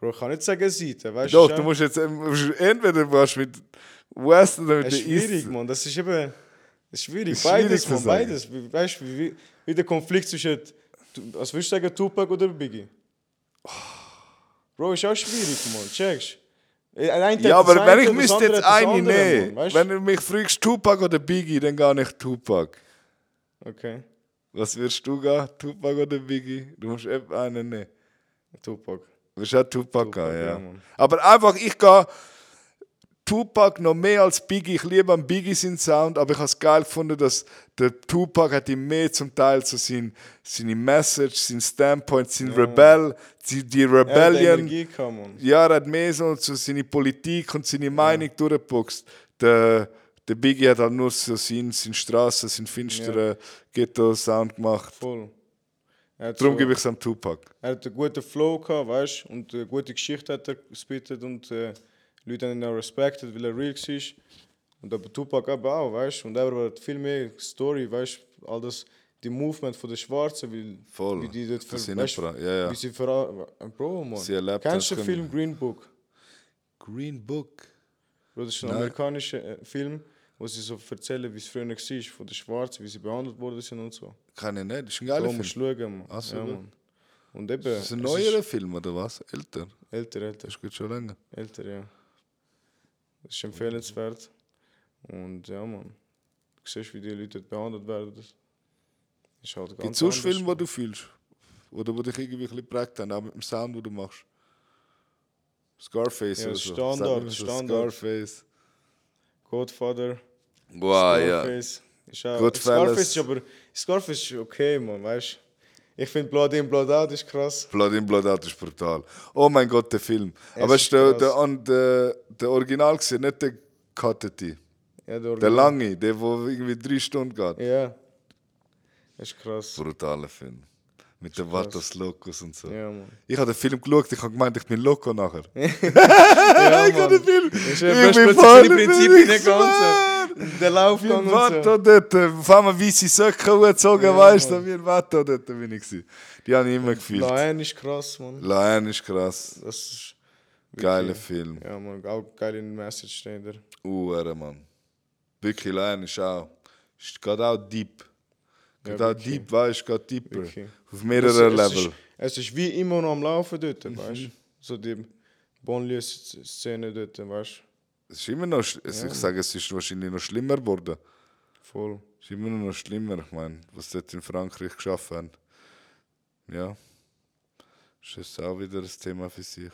B: Bro, ich kann nicht sagen Seite, weißt
A: Doch, du musst jetzt ähm, musst- entweder du warst mit West oder mit
B: Es
A: der
B: ist schwierig,
A: East.
B: Mann. Das ist eben. Es ist schwierig.
A: Ist schwierig
B: beides,
A: zu
B: Mann.
A: sagen.
B: Beides. Wie- Weißt du, wie, wie- wie der Konflikt zwischen. Tu- Was würdest du sagen, Tupac oder Biggie? Bro, ist auch schwierig, Mann. Checkst Äh, ein Teil
A: Ja,
B: das
A: aber
B: eine
A: wenn ich
B: und das
A: müsste
B: andere
A: jetzt
B: hat das
A: eine
B: andere,
A: nehmen,
B: Mann, weißt
A: wenn du mich fragst, Tupac oder Biggie, dann gehe ich Tupac.
B: Okay,
A: Was würdest du gehen, Tupac oder Biggie? Du musst eben einen nehmen.
B: Tupac.
A: Du bist auch Tupac, gehen,
B: ja,
A: ja.
B: Mann.
A: Aber einfach, ich gehe Tupac noch mehr als Biggie. Ich liebe am Biggie seinen Sound, aber ich habe es geil gefunden, dass der Tupac hat ihm mehr zum Teil so sein, seine Message, sein Standpoint, sein Rebell, die, die
B: Er hat
A: Rebellion.
B: Energie gehabt, Mann.
A: Ja, er hat mehr so zu seine Politik und seine Meinung durchgeboxt. Der, der Biggie hat halt nur so seinen, seinen Straßen, seinen finsteren Ghetto-Sound gemacht.
B: Voll. Er hat
A: Darum
B: so-
A: gebe ich es am Tupac.
B: Er hat einen guten Flow gehabt, weißt du, und eine gute Geschichte hat er gespittet und äh, Leute haben ihn auch respektet, weil er real war. Und aber Tupac eben auch, weißt du, und er hat viel mehr Story, weißt du, all das, die Movement von den Schwarzen, weil
A: Voll,
B: wie die dort
A: das sind
B: weißt,
A: nicht bra- ja, ja.
B: Wie sie ver äh, Bro, Mann.
A: Sie erlebt
B: Kennst du
A: das
B: den
A: können-
B: Film Green Book?
A: Green Book.
B: Bro, das ist ein
A: Nein.
B: amerikanischer äh, Film, wo sie so erzählen, wie es früher war, von den Schwarzen, wie sie behandelt worden sind und so.
A: Kann ich nicht, das ist ein
B: Alle
A: geiler
B: Bro, musst
A: Film.
B: du schauen, Mann.
A: Ach so,
B: ja,
A: gut.
B: Mann. Und eben.
A: Das ist ein
B: es
A: neuerer Film, oder was? Älter?
B: Älter, älter,
A: Das ist gut schon länger.
B: älter, ja. Das ist empfehlenswert. Und ja, Mann. Du siehst, wie die Leute dort behandelt werden. Das ist halt ganz
A: Gibt es sonst
B: anders,
A: Filme,
B: Mann.
A: die du fühlst? Oder die dich irgendwie ein bisschen geprägt haben, auch mit dem Sound, den du machst? Scarface
B: Ja,
A: oder so.
B: Standard,
A: Sag mir so
B: Standard.
A: Scarface.
B: Godfather.
A: Wow,
B: Scarface. Ist auch,
A: Ah, Goodfellas.
B: Scarface ist aber. Scarface ist okay, Mann, weißt du? Ich finde Blood in, Blood out ist krass.
A: Blood in, Blood out ist brutal. Oh mein Gott, der Film.
B: Es
A: Aber
B: ist
A: ist der,
B: krass.
A: der, an- der, der Original gesehen, nicht der Cuttete.
B: Ja,
A: Der
B: Original.
A: lange, der, wo irgendwie drei Stunden geht.
B: Ja. Das ist krass.
A: Brutaler Film. Mit den Vatos Locos und so.
B: Ja, Mann.
A: Ich habe den Film geschaut, ich habe gemeint, ich bin Loco nachher.
B: Ja,
A: ich habe den Film.
B: Ich
A: bin voll-
B: bin voll
A: ich
B: Prinzip nicht ganz. Der
A: Wie ein
B: Laufgang und so.
A: Vato dort. äh, Auf einmal weiße Socken gezogen,
B: Ja,
A: weißt du,
B: Mann.
A: wie ein Vato dort bin ich. Gewesen. Die habe ich immer gefühlt.
B: Lion ist krass, Mann.
A: Lion ist krass.
B: Das ist.
A: Geiler Film.
B: Ja, Mann, auch geile Message dahinter.
A: Uhr, Mann. Wirklich, Lion ist auch. Ist gerade auch deep.
B: Ja,
A: Gerade auch
B: wirklich.
A: deep, weißt du, gerade deeper.
B: Wirklich.
A: Auf mehreren
B: Es- es
A: Level. Mhm.
B: Ist, es ist wie immer noch am Laufen dort, weißt du? So die Bonlieu-Szene dort, weißt du?
A: Es ist immer noch, sch- also ich sage, es ist wahrscheinlich noch schlimmer geworden.
B: Voll.
A: Es ist immer noch schlimmer, ich meine, was dort in Frankreich geschaffen haben. Ja. Ist jetzt auch wieder ein Thema für sich.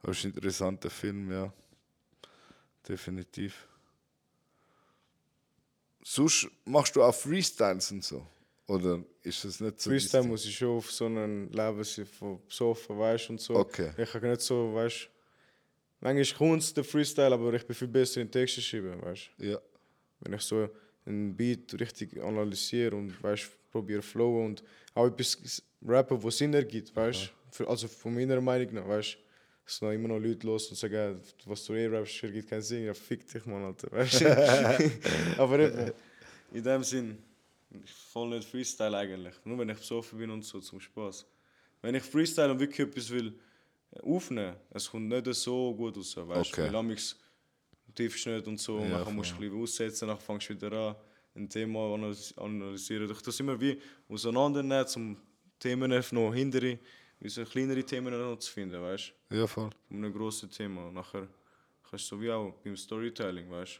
A: Aber es ist ein interessanter Film, ja. Definitiv. Sonst machst du auch Freestyles und so? Oder ist das nicht so? dein
B: Freestyle
A: Ding?
B: muss ich schon auf so einem Level sein, von Sofa, weißt du, und so.
A: Okay.
B: Ich kann nicht so, weißt du. Manchmal kommt es der Freestyle, aber ich bin viel besser in Texte schreiben, weißt du.
A: Ja.
B: Wenn ich so einen Beat richtig analysiere und, weißt du, probiere flowen und auch etwas rappen, was Sinn ergibt, weißt du. Also von meiner Meinung nach, weißt du. Es sind auch immer noch Leute los und sagen, «Ja, was du eh rappst, ergibt keinen Sinn. Ja, fick dich, Mann, Alter, weißt du. aber eben, in dem Sinn. Ich voll nicht Freestyle eigentlich. Nur wenn ich besoffen bin und so zum Spaß. Wenn ich Freestyle und wirklich etwas will äh, aufnehmen, es kommt nicht so gut raus, weißt
A: Okay.
B: du? Weil amigs triffst du nicht und so, und
A: Ja,
B: dann musst du ein bisschen aussetzen, dann fängst du wieder an, ein Thema analys- analysieren. Ich das immer wie auseinandernehmen, um Themen noch hintere, wie so kleinere Themen noch zu finden, weißt du?
A: Ja, voll.
C: Um ein grosses Thema. Nachher kannst du so wie auch beim Storytelling, weißt du?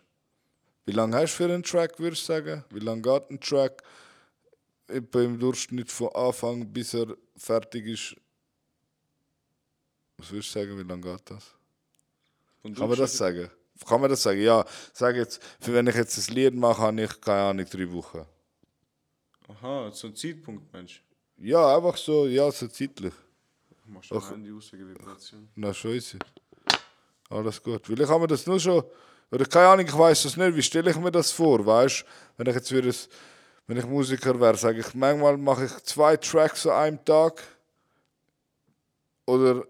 A: Wie lange hast du für einen Track, würdest du sagen? Wie lange geht ein Track? Etwa im Durchschnitt von Anfang bis er fertig ist. Was würdest du sagen, wie lange geht das?
C: Von
A: Kann man das sagen? Kann man das sagen? Ja, sag jetzt, für wenn ich jetzt ein Lied mache, habe ich keine Ahnung, drei Wochen.
C: Aha, so ein Zeitpunkt, Mensch.
A: Ja, einfach so, ja, so zeitlich.
C: Du machst auch Handy raus wegen Vibration.
A: Na, scheiße. Alles gut. Weil ich habe mir das nur schon. Oder keine Ahnung, ich weiß das nicht. Wie stelle ich mir das vor? Weißt wenn ich jetzt wieder. ein- Wenn ich Musiker wäre, sage ich, manchmal mache ich zwei Tracks an einem Tag. Oder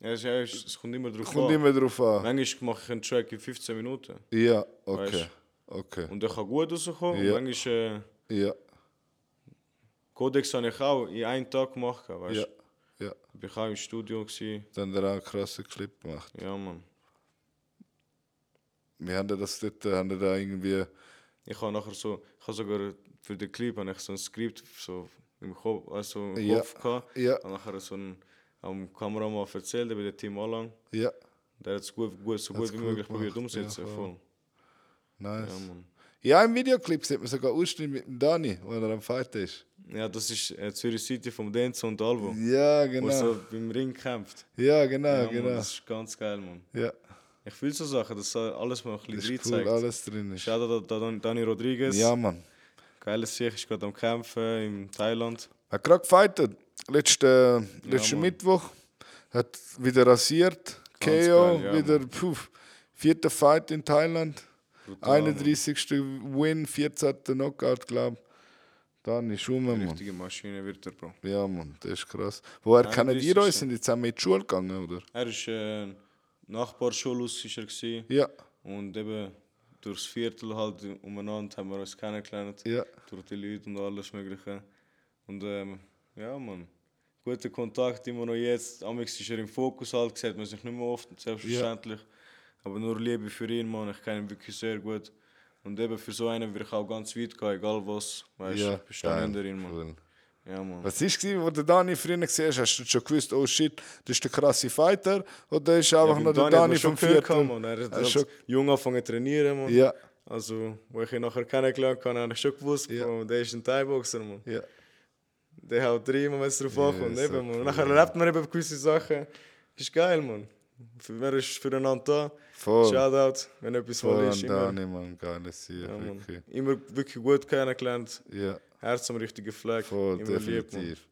C: Ja, es, ja, es es kommt immer drauf
A: kommt
C: an.
A: immer drauf an.
C: Manchmal mache ich einen Track in 15 Minuten.
A: Ja, okay.
C: Weißt
A: Okay.
C: Und der kann gut rauskommen.
A: Ja.
C: Und manchmal äh,
A: Ja,
C: Codex habe ich auch in einem Tag gemacht, weißt du?
A: ja, ja.
C: Ich war auch im Studio. Gewesen.
A: Dann der auch einen krassen Clip gemacht.
C: Ja, Mann.
A: Wir haben das dort, äh, haben da irgendwie.
C: Ich habe nachher so, ich habe sogar für den Clip habe ich so ein Skript so im Kopf, also im
A: Ja.
C: Kopf gehabt.
A: Ja.
C: Habe nachher so ein, am Kameramann erzählt, bei dem Team Alan.
A: Ja,
C: Der hat es gut, gut, so
A: Hat's
C: gut wie
A: gut
C: möglich
A: gemacht.
C: probiert umzusetzen.
A: Ja, voll.
C: voll.
A: nice.
C: Ja, Mann.
A: Ja, im Videoclip sieht man sogar Ausschnitt mit dem Dani, wo er am Fighten ist.
C: ja, das ist äh, Zürich City vom Denzo und Alvo.
A: Ja,
C: Wo
A: genau.
C: er so beim Ring kämpft.
A: ja, genau,
C: Ja, Mann,
A: genau.
C: das ist ganz geil, Mann.
A: Ja,
C: Ich fühle so Sachen, dass so alles mal ein
A: das
C: bisschen
A: ist
C: drin
A: cool,
C: zeigt.
A: alles drin ist.
C: Shoutout an Dan- Dani Rodriguez.
A: Ja, Mann.
C: Geiles Sieg, ist gerade am Kämpfen in Thailand.
A: Er hat gerade gefightet. Letzte, letzten
C: Mann.
A: Mittwoch. Hat wieder rasiert.
C: Ganz
A: KO,
C: geil, ja,
A: wieder, puh, vierter Fight in Thailand. 31. Win, 14. Knockout, glaube ich. Dani ist rum, Mann.
C: Richtige Maschine wird er, Bro.
A: Ja, Mann, das ist krass. Woher kennen die
C: 31..
A: euch? Sind die zusammen in die Schule gegangen, oder?
C: Er ist äh, Nachbarschulhaus ist er gewesen.
A: Ja,
C: und eben durchs Viertel halt umeinander haben wir uns kennengelernt.
A: ja.
C: Durch die Leute und alles mögliche. Und ähm, ja, man. Guter Kontakt immer noch jetzt. Amix ist er im Fokus halt, sieht man sich nicht mehr oft, selbstverständlich. Aber nur Liebe für ihn, Mann. Ich kenne ihn wirklich sehr gut. Und eben für so einen würde ich auch ganz weit gehen, egal was. Weißt du, ich stehe
A: geil,
C: hinter ihm, Mann.
A: cool.
C: Ja, Mann.
A: Was war es, wo du Dani früher gesehen hast? Hast du schon gewusst, oh shit, das ist der krasse Fighter? Oder ist einfach
C: beim
A: nur der
C: hat man
A: Dani
C: schon
A: vom
C: gehört,
A: Viertel?
C: Mann. Er hat
A: Er ist schon-
C: als jung angefangen zu trainieren, Mann.
A: Ja,
C: Also, wo ich ihn nachher kennengelernt habe, habe ich schon gewusst,
A: Ja.
C: Mann, der ist ein Thai-Boxer, Mann.
A: ja.
C: Der haut rein, wenn es drauf ankommt.
A: so
C: eben, Mann.
A: cool,
C: Und nachher
A: Mann.
C: erlebt man eben gewisse Sachen. Ist geil, Mann. Für wer ist füreinander da?
A: Voll.
C: Shoutout, wenn etwas
A: Voll
C: voll
A: an
C: ist. Immer,
A: Dani, Mann. Geiles Sieg,
C: ja, Mann.
A: wirklich.
C: immer wirklich gut kennengelernt.
A: Ja,
C: Herz am richtigen Fleck.
A: voll,
C: immer lieb, Mann.
A: definitiv.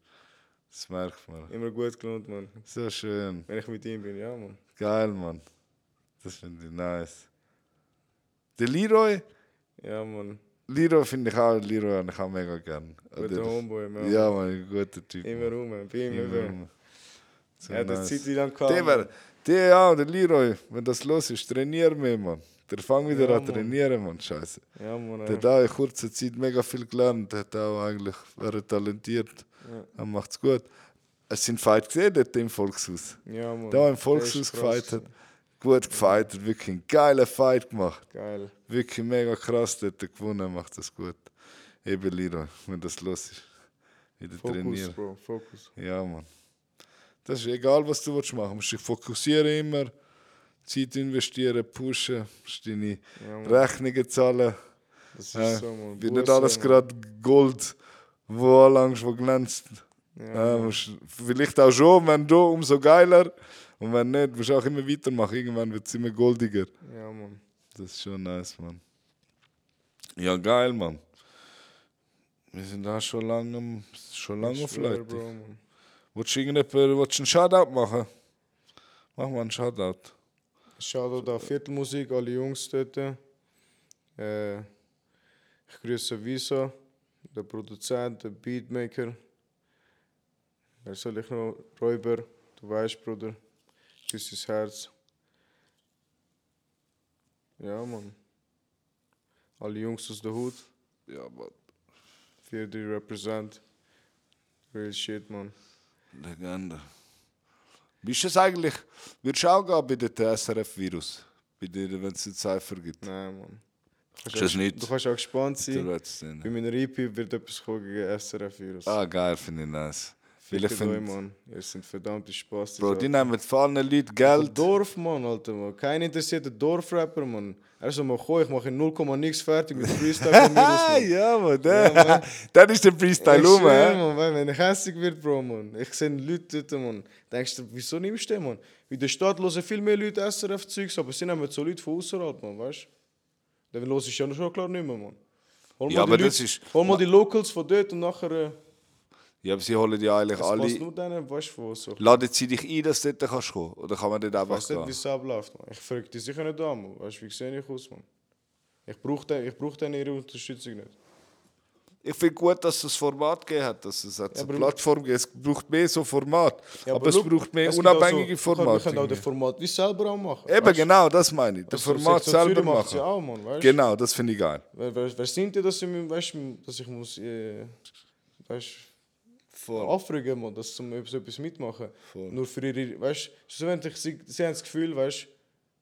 A: das merkt man.
C: Immer gut gelohnt, Mann.
A: So schön.
C: Wenn ich mit ihm bin, ja, Mann.
A: Geil, Mann. Das finde ich nice. Der Leroy,
C: Ja, Mann.
A: Leroy finde ich auch, Leroy habe ich auch mega gern.
C: Guter Homeboy, Mann.
A: Ah, Ja, Mann, ein guter Typ.
C: Immer rum, bei ihm.
A: Mann.
C: eben.
A: So
C: Er hat eine
A: nice.
C: Zeit lang gehabt.
A: Der, wär, der ja, der Leroy, wenn das los ist, trainier mehr, Mann. Der fang wieder
C: Ja,
A: an
C: Mann.
A: trainieren, Mann, scheiße.
C: Ja, Mann.
A: Der
C: Ja.
A: hat auch in kurzer Zeit mega viel gelernt, hat auch eigentlich, wäre talentiert,
C: Ja.
A: er macht's gut. Es sind Fight gesehen dort im Volkshaus.
C: ja, Mann.
A: Da
C: Oh, Der
A: im
C: ist krass.
A: Volkshaus gefightet, gut gefightet, wirklich einen geilen Fight gemacht.
C: Geil.
A: Wirklich mega krass, dort gewonnen, macht das gut. Eben Leroy, wenn das los ist, wieder
C: Fokus,
A: trainieren.
C: Bro. Fokus.
A: Ja, Mann. Das ist egal, was du willst machen. Du musst dich fokussieren immer. Zeit investieren, pushen, musst deine
C: Ja, Mann.
A: Rechnungen zahlen.
C: Das ist
A: Äh,
C: so, Mann.
A: wird
C: Buße,
A: nicht alles
C: Mann.
A: gerade Gold, wo anlangst, wo glänzt.
C: Ja,
A: äh, musst, vielleicht auch schon, wenn du, umso geiler. Und wenn nicht, musst du auch immer weitermachen. Irgendwann wird es immer goldiger.
C: ja, Mann.
A: Das ist schon nice, Mann. Ja, geil, Mann. Wir sind da schon lange, am- schon lange auf
C: Schwör,
A: Leute.
C: Bro, Mann.
A: Willst du irgendjemand, willst du einen Shoutout machen? Mach mal einen Shoutout.
B: Shoutout an Viertelmusik, alle Jungs dort. Äh, ich grüße Visa, der Produzent, der Beatmaker. Wer soll ich noch? Räuber, du weißt, Bruder. Küss das Herz. Ja, Mann. Alle Jungs aus der Hut.
A: Ja, Mann.
B: Für die Represent. Real shit, Mann.
A: Legende. Bist du es eigentlich, würdest du auch gehen bei dem SRF-Virus? Bei dir, wenn es einen Cypher gibt?
B: Nein, Mann. Du kannst
A: Ist das
B: auch-
A: nicht?
B: Du kannst auch gespannt
A: Der
B: sein.
A: Reds, den-
B: Bei meiner EP wird etwas kommen gegen SRF-Virus.
A: Ah, geil, finde ich nice. Weil ich
B: Fickt euch,
A: finde,
B: Mann. Ihr sind verdammte Spaß.
A: Bro, die nehmen von allen Leuten Geld.
B: Dorf, Mann, Alter, Mann. Kein interessierter Dorfrapper, Mann. Er soll mal kommen, ich mache in 0, nix fertig mit Freestyle von mir aus,
A: Ah,
B: Mann.
A: ja, Mann, der, das ist der Freestyle
B: Ich
A: rum,
B: schwör,
A: hä?
B: Mann, weil wenn ich hässig wird, Bro, Mann. Ich sehe Leute dort, Mann. Denkst du, wieso nimmst du den, Mann? In der Stadt hören viel mehr Leute SRF-Zeugs, aber sie nehmen so Leute von außerhalb, Mann, weißt du? Dann los ich ja schon klar nicht mehr, Mann. Hol mal
A: Ja,
B: die
A: aber das ist-
B: Hol mal die Locals von dort und nachher... Äh,
A: Ja, aber sie holen ja eigentlich
B: es passt
A: alle.
B: nur denen, weißt du, von so.
A: Laden sie dich ein, dass du dort kannst kommen? Oder kann man dort einfach
B: Weißt du nicht, wie
A: gehen?
B: es abläuft, Mann? Ich frage dich sicher nicht an, Mann. Weißt du, wie sehe ich aus, Mann? Ich brauche den, ich brauch den ihre Unterstützung nicht.
A: Ich finde gut, dass es das Format gegeben hat, dass es jetzt eine
B: aber-
A: Plattform gibt. Es braucht mehr so Format. aber es
B: schau,
A: braucht mehr
B: gibt auch
A: unabhängige
B: so, Wir
A: Formate.
B: können auch das Format wie selber auch machen.
A: Eben, genau, das meine ich. Das
B: Also,
A: Format
B: Sektion
A: selber
B: Zürich macht's
A: machen.
B: Ja auch, Mann, weißt?
A: Genau, das finde ich geil.
B: Wer, wer, wer sind die, dass ich, mich- weißt, du, dass ich muss, äh, weißt,
A: Voll.
B: anfragen muss, dass sie so etwas mitmachen? Nur für ihre, weißt du, schlussendlich, sie, sie haben das Gefühl, weißt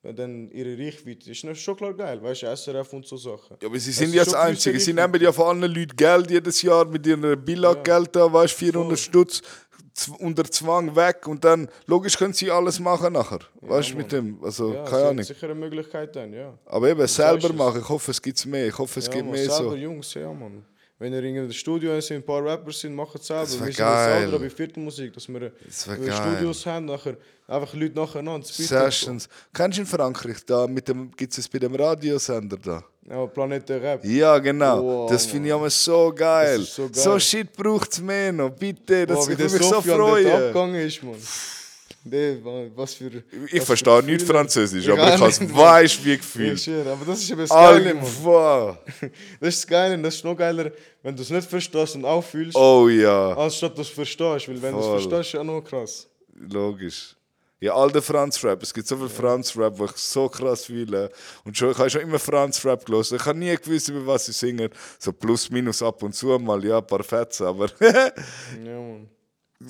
B: wenn dann ihre Reichweite ist, ist schon klar geil, weißt du, SRF und so Sachen.
A: Ja, aber sie
B: Es
A: sind
B: ist
A: ja das
B: schon gewisse
A: Einzige. Sie
B: Richtung.
A: nehmen ja von allen Leuten Geld jedes Jahr mit ihrem Billag-Geld da, weißt du, 400 Stutz z- unter Zwang weg und dann, logisch können sie alles machen nachher. Weißt du, mit dem, also
B: Ja,
A: keine
B: sie
A: Ahnung.
B: hat sicher eine Möglichkeit dann, ja.
A: Aber eben,
B: sagst
A: selber
B: es.
A: machen, ich hoffe, es gibt mehr, ich hoffe, es
B: ja,
A: gibt
B: Mann,
A: mehr
B: selber
A: so.
B: Jungs, ja, Mann. Wenn ihr in einem Studio sind, ein paar Rappers sind, macht es selber.
A: Das wär
B: wir sind
A: geil.
B: selber bei Viertelmusik, dass wir
A: Das wär
B: äh,
A: geil.
B: Studios haben, nachher einfach Leute nacheinander. zu bieten.
A: Sessions. Kennst du in Frankreich, da mit dem, gibt es bei dem Radiosender da?
B: Ja, Planet der Rap.
A: Ja, genau.
B: Wow,
A: das finde ich immer so geil.
B: Das ist so
A: So,
B: geil.
A: Shit braucht es mehr noch, bitte. Das
B: Boah, wie
A: würde
B: der
A: mich so
B: Sofian dort
A: freuen.
B: abgegangen ist, Mann. Der, Mann, was für.
A: Ich verstehe nicht Französisch,
B: Französisch. Ich
A: aber ich
B: auch
A: habe es
B: nicht.
A: weiß wie gefühlt.
B: Aber das ist eben das Geile,
A: Alle,
B: Mann.
A: wow.
B: Das ist das Geile, das ist noch geiler, wenn du es nicht verstehst und auch fühlst,
A: Oh ja,
B: anstatt dass du es verstehst. Weil wenn du es
A: Voll.
B: verstehst, ist ja noch krass.
A: logisch. Ja, all der Franz-Rap. Es gibt so viel Franz-Rap, wo ich so krass fühle. Und schon, ich habe schon immer Franz-Rap gelesen. Ich habe nie gewusst, über was sie singen. So plus, minus, ab und zu mal, ja, ein paar Fetzen, aber...
B: Ja, Mann.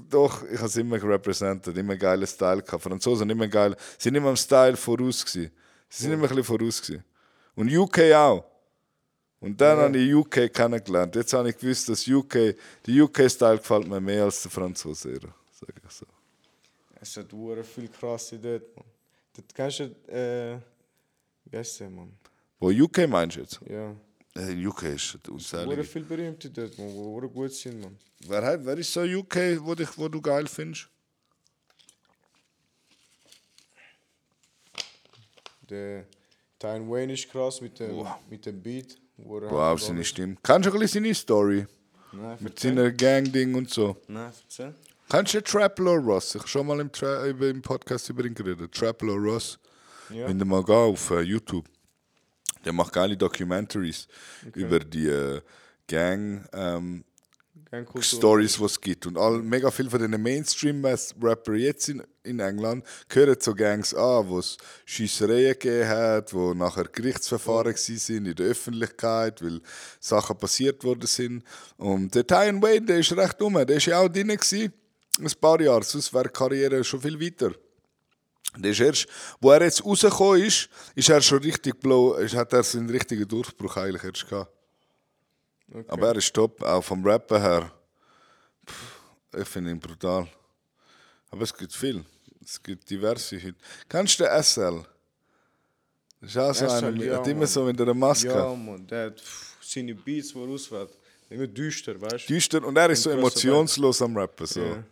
A: Doch, ich habe es immer represented, immer geilen Style gehabt. Franzosen haben immer geil, sind immer am Style voraus gewesen. Sie sind immer ein bisschen voraus. Gewesen. Und UK auch. Und dann habe ich UK kennengelernt. Jetzt habe ich gewusst, dass UK, der UK-Style gefällt mir mehr als der Franzose. eher, Sag ich so.
B: Es hat hure viel krasse dort, Mann. Dort kennst du, äh, wie heißt der, Mann?
A: Wo UK meinst du jetzt?
B: Ja.
A: Äh, UK ist
B: Hure
A: unzählig.
B: viel Berühmte dort, Mann, die hure gut sind, Mann.
A: Wer, hat- wer ist so UK, wo, dich, wo du geil findest?
B: Der Tyne Wayne ist krass mit dem, mit dem Beat. wo er
A: Wow,
B: halt-
A: seine Stimme. Kannst du ein bisschen seine Story?
B: Nein,
A: Mit
B: erzähl.
A: seiner Gang-Ding und so.
B: Nein, erzähl.
A: Kannst du den Trapler Ross? Ich habe schon mal im, Tra über, im Podcast über ihn geredet. Trapler Ross.
B: Ja.
A: Wenn du mal gehst auf äh, YouTube, der macht geile Documentaries über die äh, Gang. Ähm,
B: Kein Kultur.
A: Stories, die es gibt. Und all, mega viele von den Mainstream-Rapper jetzt in, in England gehören zu Gangs an, wo es Schiessereien gegeben hat, wo nachher Gerichtsverfahren gsi sind in der Öffentlichkeit, weil Sachen passiert worden sind. Und der Tyan Wayne, der ist recht dumm, der ist ja auch drin gsi, ein paar Jahre, sonst wäre die Karriere schon viel weiter. Der ist erst, wo er jetzt rausgekommen ist, ist er schon richtig blow, ist- hat er seinen richtigen Durchbruch eigentlich erst gehabt. Aber er ist top, auch vom Rappen her. Pff, ich finde ihn brutal. Aber es gibt viel. Es gibt diverse heute. Kennst du den SL? Das ist auch so
B: SL,
A: einer, mit-
B: ja,
A: hat immer
B: Mann.
A: so mit einer Maske.
B: Ja, Mann, der hat pff, seine Beats, die er auswählt. Immer düster, weißt du?
A: Düster und er ist so
B: Ein krasser
A: emotionslos am Rappen. So.
B: Ja.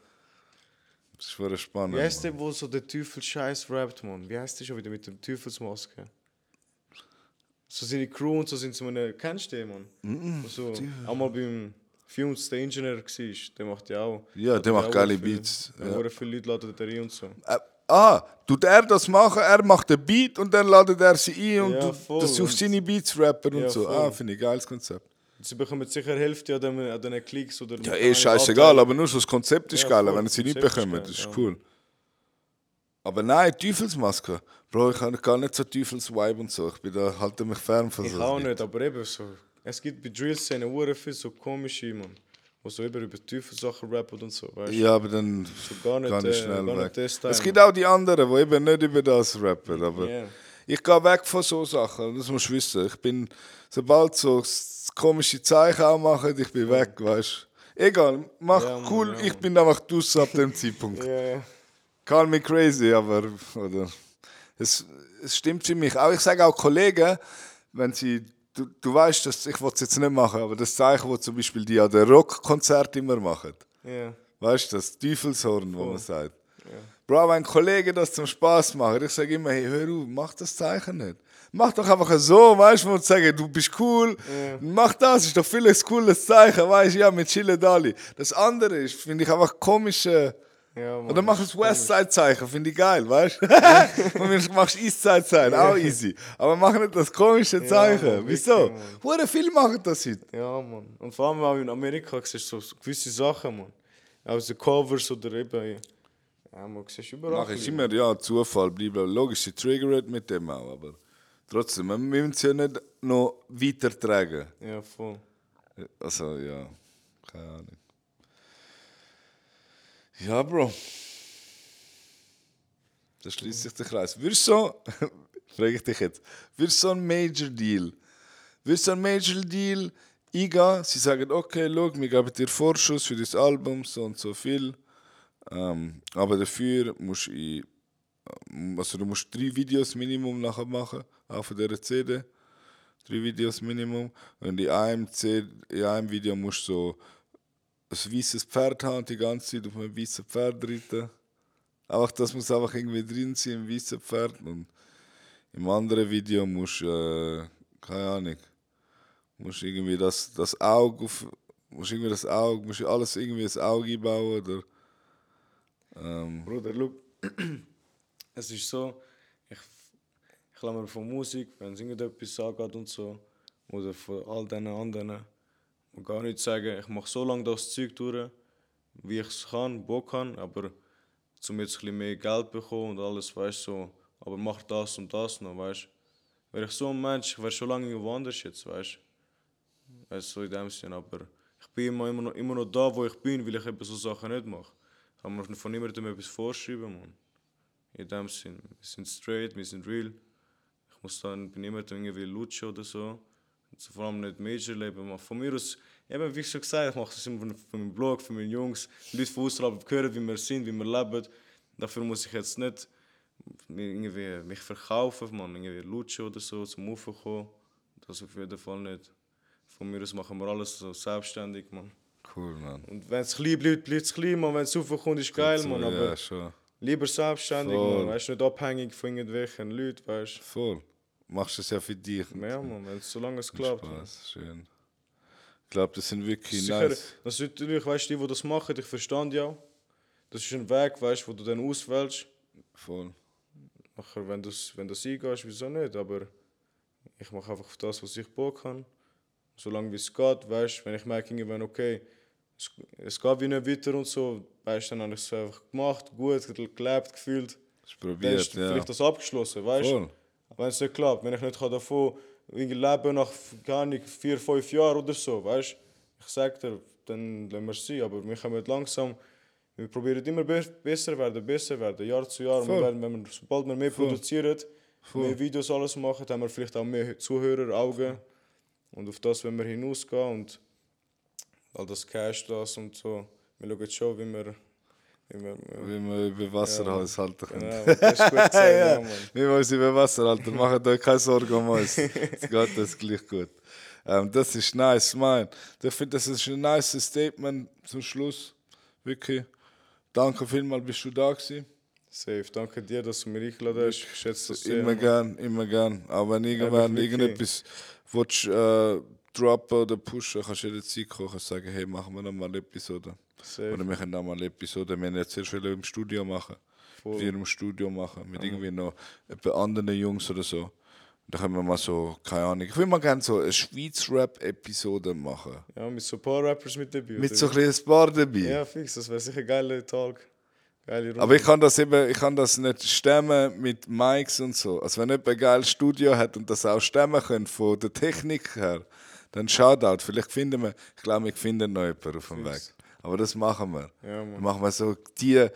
A: Das ist voll spannend.
B: Wie heißt
A: Mann.
B: der, wo so der Teufel Scheiß rappt, Mann? Wie heißt der schon wieder mit dem Teufelsmaske? So seine Crew und so sind so eine. Kennst du den, Mann?
A: Mm,
B: Und so, einmal beim Films, der Ingenieur war, der macht ja auch.
A: Ja, der
B: hat ja
A: macht
B: auch
A: geile
B: viele-
A: Beats,
B: Ja.
A: ja.
B: hure viele Leute laden da rein und so.
A: Äh, ah, tut er das machen? Er macht den Beat und dann ladet er sie ein und
B: Ja,
A: tut
B: voll.
A: das auf
B: Und-
A: seine Beats rappen und
B: Ja,
A: so.
B: voll.
A: Ah, finde ich geiles Konzept.
B: Sie bekommen sicher Hälfte an den, an den Klicks oder.
A: Ja,
B: keine
A: eh scheißegal,
B: Anteil.
A: aber nur so das Konzept ist
B: Äh, Ja,
A: geil,
B: voll,
A: wenn sie
B: das
A: nicht
B: Konzept ist
A: bekommen,
B: geil,
A: das ist
B: ja.
A: cool. Aber nein, Teufelsmaske. Bro, ich habe gar nicht so Teufelsvibe und so. Ich bin da, halte mich fern von
B: Ich
A: so.
B: auch nicht, aber eben so. Es gibt bei Drill-Szenen hure viel so komische, Mann. Wo so eben über Teufel-Sachen rappen und so, weißt du?
A: Ja, aber dann
B: gar nicht,
A: kann ich
B: äh,
A: schnell
B: gar nicht
A: weg.
B: der Style,
A: es gibt auch die anderen, die eben nicht über das rappen. Aber
B: Ja.
A: ich gehe weg von so Sachen, das musst du wissen. Ich bin, sobald so s- komische Zeichen auch machen, ich bin weg, weißt du. Egal, mach
B: Ja, Mann,
A: cool,
B: ja,
A: ich bin einfach draussen ab dem Zeitpunkt.
B: Ja, ja.
A: Call me crazy, aber oder, es, es stimmt für mich. Auch ich sage auch Kollegen, wenn sie, du, du weißt, dass ich will es jetzt nicht machen, aber das Zeichen, wo zum Beispiel die an den Rockkonzert immer machen,
B: ja.
A: weißt du, das Teufelshorn, wo man sagt. Bro, wenn Kollegen das zum Spaß machen, ich sage immer, hey, hör auf, mach das Zeichen nicht. Mach doch einfach so, weißt du, und sagen, du bist cool, mach das, ist doch viel ein cooles Zeichen, weißt du, ja, mit chillen alle. Das andere ist, finde ich einfach komisch. Äh,
B: Ja, Mann,
A: und dann
B: Oh, das
A: machst
B: ist
A: du das Westside-Zeichen, finde ich geil, weißt du? Und wenn du machst Eastside-Zeichen, auch easy. Aber mach nicht das komische Zeichen.
B: Mann,
A: Wieso?
B: wirklich,
A: Hure viel machen das heute.
B: Ja, Mann. Und vor allem auch in Amerika siehst du so gewisse Sachen, Mann. Aus den Covers oder eben. Ja, man siehst du überall.
A: Mach ich immer, ja, Zufall, blablabla. Logisch, sie triggert mit dem auch, aber trotzdem, wir müssen es ja nicht noch weiter tragen.
B: Ja, voll.
A: Also, ja, keine Ahnung. Ja, Bro. Da schließt sich der Kreis. Würdest du so, frage ich dich jetzt, würdest du so einen Major Deal, würdest du so einen Major Deal eingehen? Sie sagen, okay, schau, wir geben dir Vorschuss für das Album, so und so viel. Ähm, aber dafür musst du, in- also du musst drei Videos Minimum nachher machen, auch von dieser CD drei Videos Minimum. Und in einem, C in einem Video musst du so ein weißes Pferd haben und die ganze Zeit auf einem weißen Pferd reiten. Einfach das muss einfach irgendwie drin sein, im weißen Pferd. Und im anderen Video musst du, äh, keine Ahnung, musst irgendwie das, das Auge auf, musst irgendwie das Auge, musst alles irgendwie ins Auge einbauen oder
B: Bruder, schau. es ist so, ich, ich lasse mir von Musik, wenn es irgendetwas angeht und so, oder von all diesen anderen, und gar nicht sagen, ich mache so lange das Zeug durch, wie ich es kann, Bock kann, aber zum jetzt ein bisschen mehr Geld bekommen und alles, weißt du, so, aber mach das und das noch, weißt du. Wäre ich so ein Mensch, ich wäre schon lange irgendwo anders jetzt, weißt du. Weißt du, so in dem Sinn, aber ich bin immer, immer, noch, immer noch da, wo ich bin, weil ich eben so Sachen nicht mache. Kann man von niemandem etwas vorschreiben, Mann. In dem Sinn, wir sind straight, wir sind real. muss dann, bin immer irgendwie lutschen oder so. Also vor allem nicht Major-Leben. Aber Von mir aus, eben wie schon gesagt, ich mache das immer für- für meinen Blog, für meine Jungs. Die Leute von außerhalb hören, wie wir sind, wie wir leben. Dafür muss ich jetzt nicht mir irgendwie mich verkaufen, man, irgendwie lutschen oder so, zum Aufkommen. Das auf jeden Fall nicht. Von mir aus machen wir alles so selbstständig, man.
A: Cool, man.
B: Und wenn es klein bleibt, bleibt es klein, man. Wenn es raufkommt, ist geil,
A: So,
B: man. Aber
A: Ja, schon.
B: lieber selbstständig,
A: Voll.
B: man. Weißt du, nicht abhängig von irgendwelchen Leuten, weißt
A: Voll. Machst es ja für dich.
B: du. Ja, man, wenn's- solange es
A: Macht
B: klappt. man.
A: Spaß, schön. Ich glaube, das sind wirklich
B: Sicher,
A: nice.
B: das sind natürlich, weißt du, die, die das machen, ich verstand ja. Das ist ein Weg, weißt du, wo du dann auswählst.
A: Voll.
B: Nachher, wenn du es wenn du's eingehst, wieso nicht? Aber ich mache einfach auf das, was ich Bock habe. Solange wie es geht, weißt du, wenn ich merke, irgendwann, okay, es, es geht wie nicht weiter und so, weißt du, dann habe ich es einfach gemacht, gut, gelebt, gefühlt.
A: Ich
B: Dann
A: probiert,
B: ist
A: ja.
B: vielleicht das abgeschlossen, weißt du?
A: Voll.
B: Wenn es nicht klappt, wenn ich nicht kann davon irgendwie leben nach gar nicht vier, fünf Jahren oder so, weißt du? Ich sag dir, dann lassen wir es sein, aber wir kommen langsam, wir probieren immer be besser werden, besser werden, Jahr zu Jahr. Wir
A: Voll.
B: werden, wenn wir, sobald wir mehr produzieren, mehr Videos alles machen, haben wir vielleicht auch mehr Zuhörer, Augen und auf das wenn wir hinausgehen und all das Cash, das und so. Wir schauen schon, wie wir... Wie wir
A: Wie wir über Wasser alles halten können.
B: ja, das ist gut gesagt, ja, Mann.
A: Wir wollen sie über Wasser halten, macht euch keine Sorgen um uns. Es geht uns gleich gut. Ähm, das ist nice, man. Ich finde, das ist ein nice Statement zum Schluss. Wirklich. Danke vielmals, bist du da gewesen.
B: Safe, danke dir, dass du mir eingeladen hast. Ich schätze das sehr.
A: Immer
B: Mann.
A: gern, immer gern. Aber wenn irgendwann
B: wirklich.
A: irgendetwas willst, äh, droppen oder pushen, kannst du jederzeit kommen und sagen, hey, machen wir noch mal eine Episode.
B: Safe.
A: Oder wir können noch mal eine Episode. Wir haben jetzt sehr viel im Studio machen.
B: Voll.
A: Wir im Studio machen. Mit irgendwie noch etwa anderen Jungs oder so. Da können wir mal so, keine Ahnung. Ich will mal gerne so eine Schweiz-Rap-Episode machen.
B: Ja, mit so ein paar Rappers mit dabei.
A: Mit
B: oder?
A: so ein bisschen ein paar dabei.
B: Ja, fix, das wäre sicher ein geiler Talk. Geile Runde.
A: Aber ich kann das eben, ich kann das nicht stemmen mit Mics und so. Also wenn jemand ein geiles Studio hat und das auch stemmen kann von der Technik her, dann Shoutout. Vielleicht finden wir, ich glaube, wir finden noch jemanden auf dem Weg. Aber das machen wir.
B: Ja, Mann.
A: Dann machen wir so die,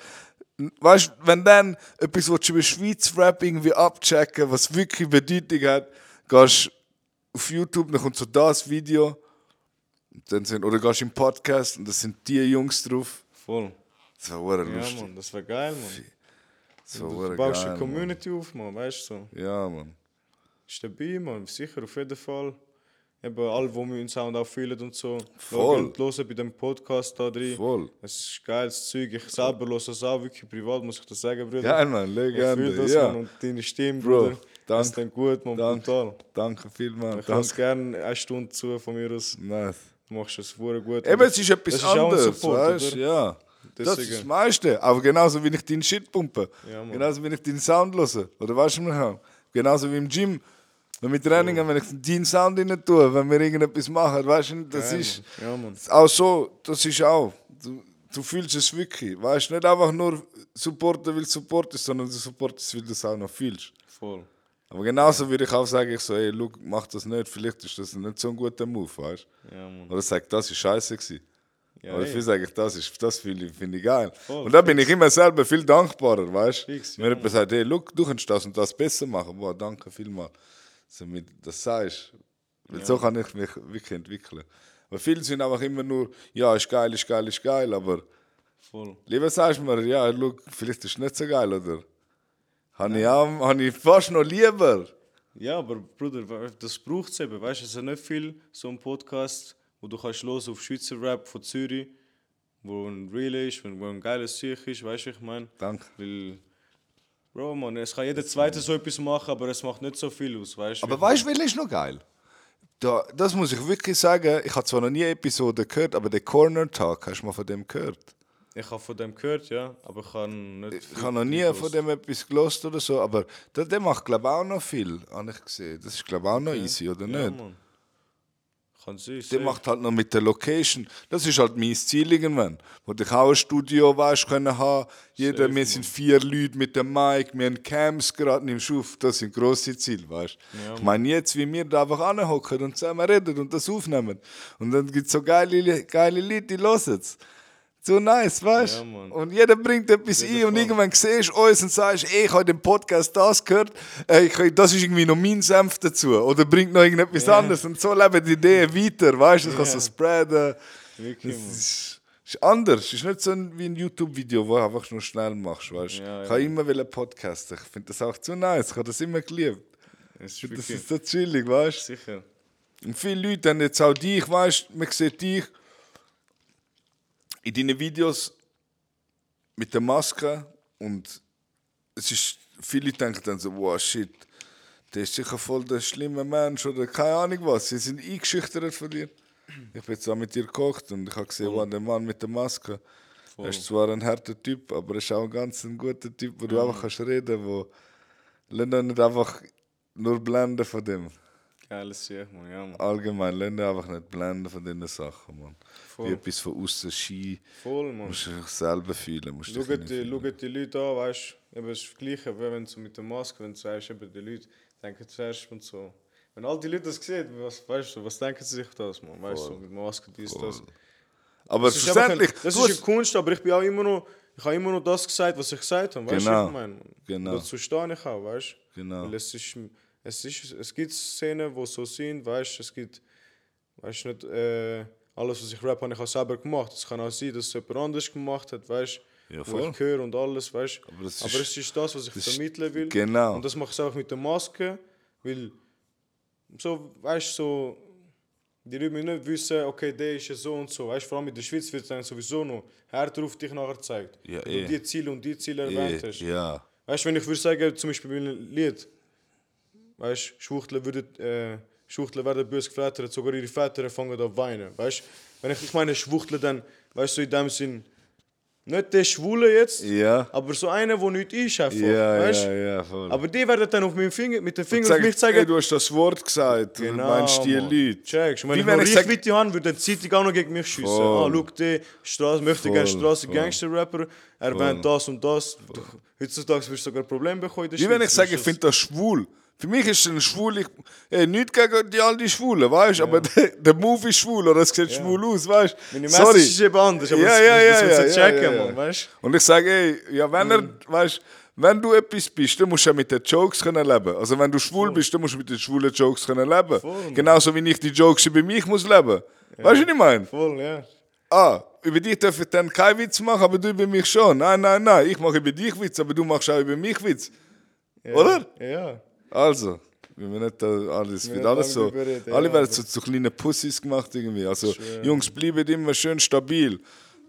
A: weißt du, wenn dann etwas willst, über Schweiz Rap irgendwie abchecken, was wirklich Bedeutung hat, gehst auf YouTube, dann kommt so das Video, Und dann sind, oder gehst im Podcast und das sind die Jungs drauf.
B: Voll.
A: Das war verdammt
B: Ja,
A: lustig.
B: Mann, das wäre geil, Mann.
A: So,
B: Du
A: hure
B: baust
A: geil,
B: eine Community auf, Mann, weißt du. So.
A: Mann. Ja, Mann.
B: Ist dabei, Mann, sicher, auf jeden Fall. Eben alle, die meinen Sound auch fühlen und so.
A: Voll.
B: Schauen und Hören bei dem Podcast da drin.
A: Voll.
B: Es ist geiles Zeug. Ich selber höre das auch wirklich privat, muss ich das sagen, Bruder.
A: Geil, Mann.
B: ich fühle
A: Legende.
B: das,
A: Ja.
B: Mann. Und deine Stimme,
A: Bro,
B: Bruder. Das ist
A: danke.
B: dann gut, Mann,
A: Danke.
B: brutal.
A: Danke vielmals.
B: Ich höre
A: Danke.
B: es gerne eine Stunde zu von mir aus.
A: Nice.
B: Du machst es sehr gut.
A: Eben, es ist etwas
B: Das ist auch ein
A: anderes.
B: Support,
A: weißt?
B: oder?
A: Ja. Das
B: Deswegen.
A: ist das meiste. Aber genauso wie ich deinen Shit pumpe.
B: Ja, Mann.
A: genauso wie ich deinen Sound höre. Oder weißt du, was ich meine? Genauso wie im Gym. Wenn wir Training haben, wenn ich deinen Sound rein tue, wenn wir irgendetwas machen, weißt du, das
B: Geil,
A: ist.
B: Mann. Ja, Mann.
A: Auch so, das ist auch. Du, du fühlst es wirklich. Weißt du, nicht einfach nur supporten, weil es Support ist, sondern du supportest, weil du es auch noch fühlst.
B: Voll.
A: Aber genauso würde ich auch sagen, ich so, ey, look, mach das nicht, vielleicht ist das nicht so ein guter Move, weißt du?
B: Ja, Mann.
A: Oder sag, das ist scheiße gewesen.
B: Mhm. Ja,
A: Oder
B: ey.
A: viel sage ich, das ist, das finde ich, finde ich geil.
B: Voll,
A: und da bin ich immer selber viel dankbarer, weißt du?
B: Fix, ja,
A: Wenn jemand sagt, hey, look, du kannst das und das besser machen, boah, danke vielmals, dass du mir das sagst. Weil so kann ich mich wirklich entwickeln. Weil viele sind einfach immer nur, ja, ist geil, ist geil, ist geil, aber
B: Voll.
A: Lieber sagst du mir, ja, look, vielleicht ist es nicht so geil, oder? Habe ich, auch- hab ich fast noch lieber.
B: Ja, aber Bruder, we- das braucht es eben. Weißt du, es ist nicht viel, so ein Podcast, wo du kannst los auf Schweizer Rap von Zürich, wo ein Real ist, wo wo ein geiles Sieg ist, weißt du, ich meine.
A: Danke.
B: Weil, Bro, Mann, es kann jeder Zweite so etwas machen, aber es macht nicht so viel aus, weißt du?
A: Aber weißt du, welches ist noch geil? Da, das muss ich wirklich sagen. Ich habe zwar noch nie Episoden gehört, aber den Corner Talk, hast du mal von dem gehört?
B: Ich habe von dem gehört, ja, aber ich kann nicht.
A: Ich habe noch nie von dem etwas gelost oder so, aber der, der macht, glaube ich, auch noch viel, habe ich gesehen. Das ist, glaube ich, auch noch easy, oder
B: Ja,
A: nicht?
B: Mann. Kann sein.
A: Der
B: safe.
A: macht halt noch mit der Location. Das ist halt mein Ziel irgendwann. Wo ich auch ein Studio weißt, können haben. Jeder,
B: Safe,
A: wir sind vier Leute mit dem Mic, wir haben Camps gerade, nimmst auf. Das sind grosse Ziele, weißt
B: Ja,
A: Ich meine, jetzt, wie wir da einfach anhocken und zusammen reden und das aufnehmen. Und dann gibt es so geile, geile Leute, die hören es. So nice, weißt
B: Ja, Mann.
A: Und jeder bringt etwas ein und irgendwann siehst du uns und sagst, ey, ich habe den Podcast das gehört, ey, ich, hab- das ist irgendwie noch mein Senf dazu. Oder bringt noch irgendetwas anderes. Und so leben die Ideen weiter, weißt du, das kannst du spreaden.
B: Wirklich,
A: Das
B: Mann.
A: ist, ist anders. Es ist nicht so ein, wie ein YouTube-Video, wo du einfach nur schnell machst, weißt du.
B: Ja,
A: ich
B: ja.
A: habe immer wollen podcasten. Ich finde das auch zu nice. Ich habe das immer geliebt.
B: Es ist
A: Das
B: wirklich
A: ist so chillig, weißt du.
B: sicher.
A: Und viele Leute haben jetzt auch dich, weißt man sieht dich in deinen Videos mit der Maske und es ist, viele Leute denken dann so, wow, shit, der ist sicher voll der schlimme Mensch oder keine Ahnung was, sie sind eingeschüchtert von dir. Ich bin jetzt auch mit dir gekocht und ich habe gesehen, wow, der Mann mit der Maske, er ist zwar ein harter Typ, aber er ist auch ein ganz ein guter Typ, wo du einfach kannst reden, wo Lass dich nicht einfach nur blenden von dem.
B: Geiles Sieg, Mann. Ja,
A: Ah,
B: Mann.
A: Allgemein, lass dich einfach nicht blenden von diesen Sachen, Mann. Wie etwas von außen Ski.
B: Voll, Mann.
A: Musst du dich selber fühlen. Musst dich
B: Schaut
A: nicht
B: die,
A: fühlen.
B: schaut die Leute an, weißt du, eben, es ist das Gleiche, wie wenn du mit der Maske, wenn du sagst, eben, die Leute denken zuerst und so. Wenn all die Leute das sehen, was, weißt du, was denken sie sich das, man? Weißt du, mit Maske, dies, das.
A: Aber
B: Das ist, einfach ein,
A: verständlich.
B: das ist
A: gut.
B: eine Kunst, aber ich bin auch immer noch, ich habe immer noch das gesagt, was ich gesagt habe, weißt du,
A: Genau,
B: ich meine, Mann?
A: genau.
B: Dazu stehe ich auch, weißt du.
A: Genau.
B: Weil es ist, es ist, es gibt Szenen, die so sind, weißt du, es gibt, weißt du nicht, äh, alles, was ich rappe, habe ich auch selber gemacht. Es kann auch sein, dass es jemand anders gemacht hat, weißt du.
A: Ja,
B: wo
A: voll.
B: ich höre und alles, weißt du.
A: Aber das
B: Aber
A: ist-
B: es ist das, was ich
A: das ist-
B: vermitteln will.
A: genau.
B: Und das mache ich einfach mit der Maske, weil, so, weißt du, so, die Leute müssen nicht wissen, okay, der ist ja so und so. Weißt du, vor allem in der Schweiz wird es dann sowieso noch härter auf dich nachher gezeigt.
A: Ja,
B: wenn
A: eh.
B: du die Ziele und die Ziele erwähnt hast.
A: Ja,
B: Weißt du, wenn ich würde sagen, zum Beispiel bei einem Lied, weißt du, Schwuchteln würden, äh, Schwuchteln werden böse geflattert, sogar ihre Väter fangen an zu weinen. Weißt du, wenn ich, ich meine Schwuchteln, dann, weißt du, in dem Sinn, nicht der Schwule jetzt,
A: ja.
B: aber so einer, der nichts ist, einfach.
A: Ja,
B: weißt
A: ja, ja, voll.
B: Aber die werden dann auf meinen Finger, mit dem Finger auf
A: Sag,
B: mich zeigen,
A: ey, du hast das Wort gesagt. Genau,
B: Genau,
A: du meinst die
B: Mann.
A: Leute.
B: Checkst. Und wenn
A: Wie
B: ich
A: wenn
B: noch
A: ich sag-
B: Reichweite habe, würde die Zeitung auch noch gegen mich schiessen.
A: Voll.
B: Ah, schau, der Straße, möchte
A: Voll,
B: gerne Straße-Gangster-Rapper, er wähnt das und das. Heutzutage wirst du sogar Probleme bekommen in der
A: Wie wenn ich
B: Schweiz,
A: sage, ich
B: weißt
A: finde das schwul. Für mich ist ein schwul, ich, ey, nichts gegen die all die Schwulen, weißt du, aber der, der Move ist schwul oder es sieht schwul aus, weißt
B: du?
A: du.
B: Meine Message ist eben anders, aber das, das müssen sie checken, Mann, weißt du?
A: Und ich sage, ey, ja, wenn,
B: Mhm.
A: er, weißt, wenn du etwas bist, dann musst du ja mit den Jokes können leben. Also wenn du schwul bist, dann musst du mit den schwulen Jokes können leben.
B: Mann.
A: Genauso wie ich die Jokes über mich muss leben. Weißt du, was ich meine?
B: Voll, ja.
A: Ah, über dich darf ich dann keinen Witz machen, aber du über mich schon. Nein, nein, nein, ich mache über dich Witz, aber du machst auch über mich Witz.
B: ja.
A: Oder?
B: Ja.
A: Also, wenn wir nicht da alles, wird
B: nicht
A: alles so,
B: lange drüber reden,
A: alle
B: ja,
A: werden
B: aber-
A: so zu kleinen Pussys gemacht irgendwie. Also, Jungs, bleibt immer schön stabil.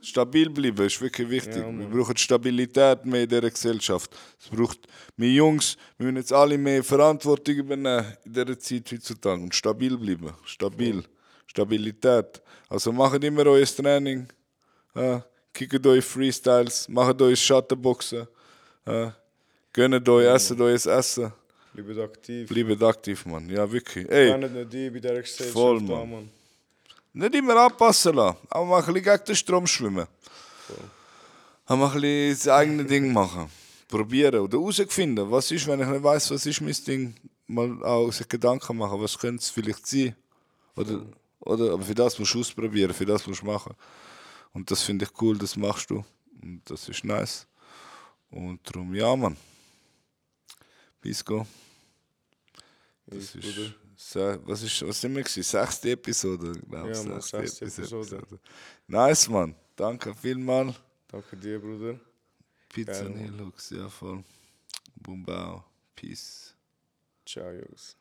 A: Stabil bleiben ist wirklich wichtig. wir brauchen Stabilität mehr in dieser Gesellschaft. Es braucht, wir Jungs, wir müssen jetzt alle mehr Verantwortung übernehmen in dieser Zeit heutzutage und stabil bleiben. Stabil. Stabilität. Also, macht immer euer Training. Äh, kickt euch Freestyles, macht euch Schattenboxen. Äh, gönnt euch, esset euch Essen.
B: Bleibt aktiv.
A: Bleibt aktiv, Mann. Ja, wirklich. Ey,
B: Bleibt nicht die bei dieser Gesellschaft.
A: Voll,
B: da,
A: Mann. nicht immer anpassen lassen. Aber mal ein bisschen gegen den Strom schwimmen. Aber mal ein bisschen das eigene Ding machen. Probieren oder herausfinden, was ist, wenn ich nicht weiß, was ist mein Ding. Mal auch sich Gedanken machen, was könnte es vielleicht sein. Oder, oder, aber für das musst du ausprobieren, für das musst du machen. Und das finde ich cool, das machst du. Und das ist nice. Und darum, ja, Mann. Bis go. Das ist, se- was ist, was sind wir gewesen? Sechste Episode, glaube ich.
B: Ja, Mann, sechste Episode.
A: Nice, Mann. Danke vielmals.
B: Danke dir, Bruder.
A: Pizza
B: Geil, Mann.
A: Nilux, ja voll. Bumbau. Peace.
B: Ciao, Jungs.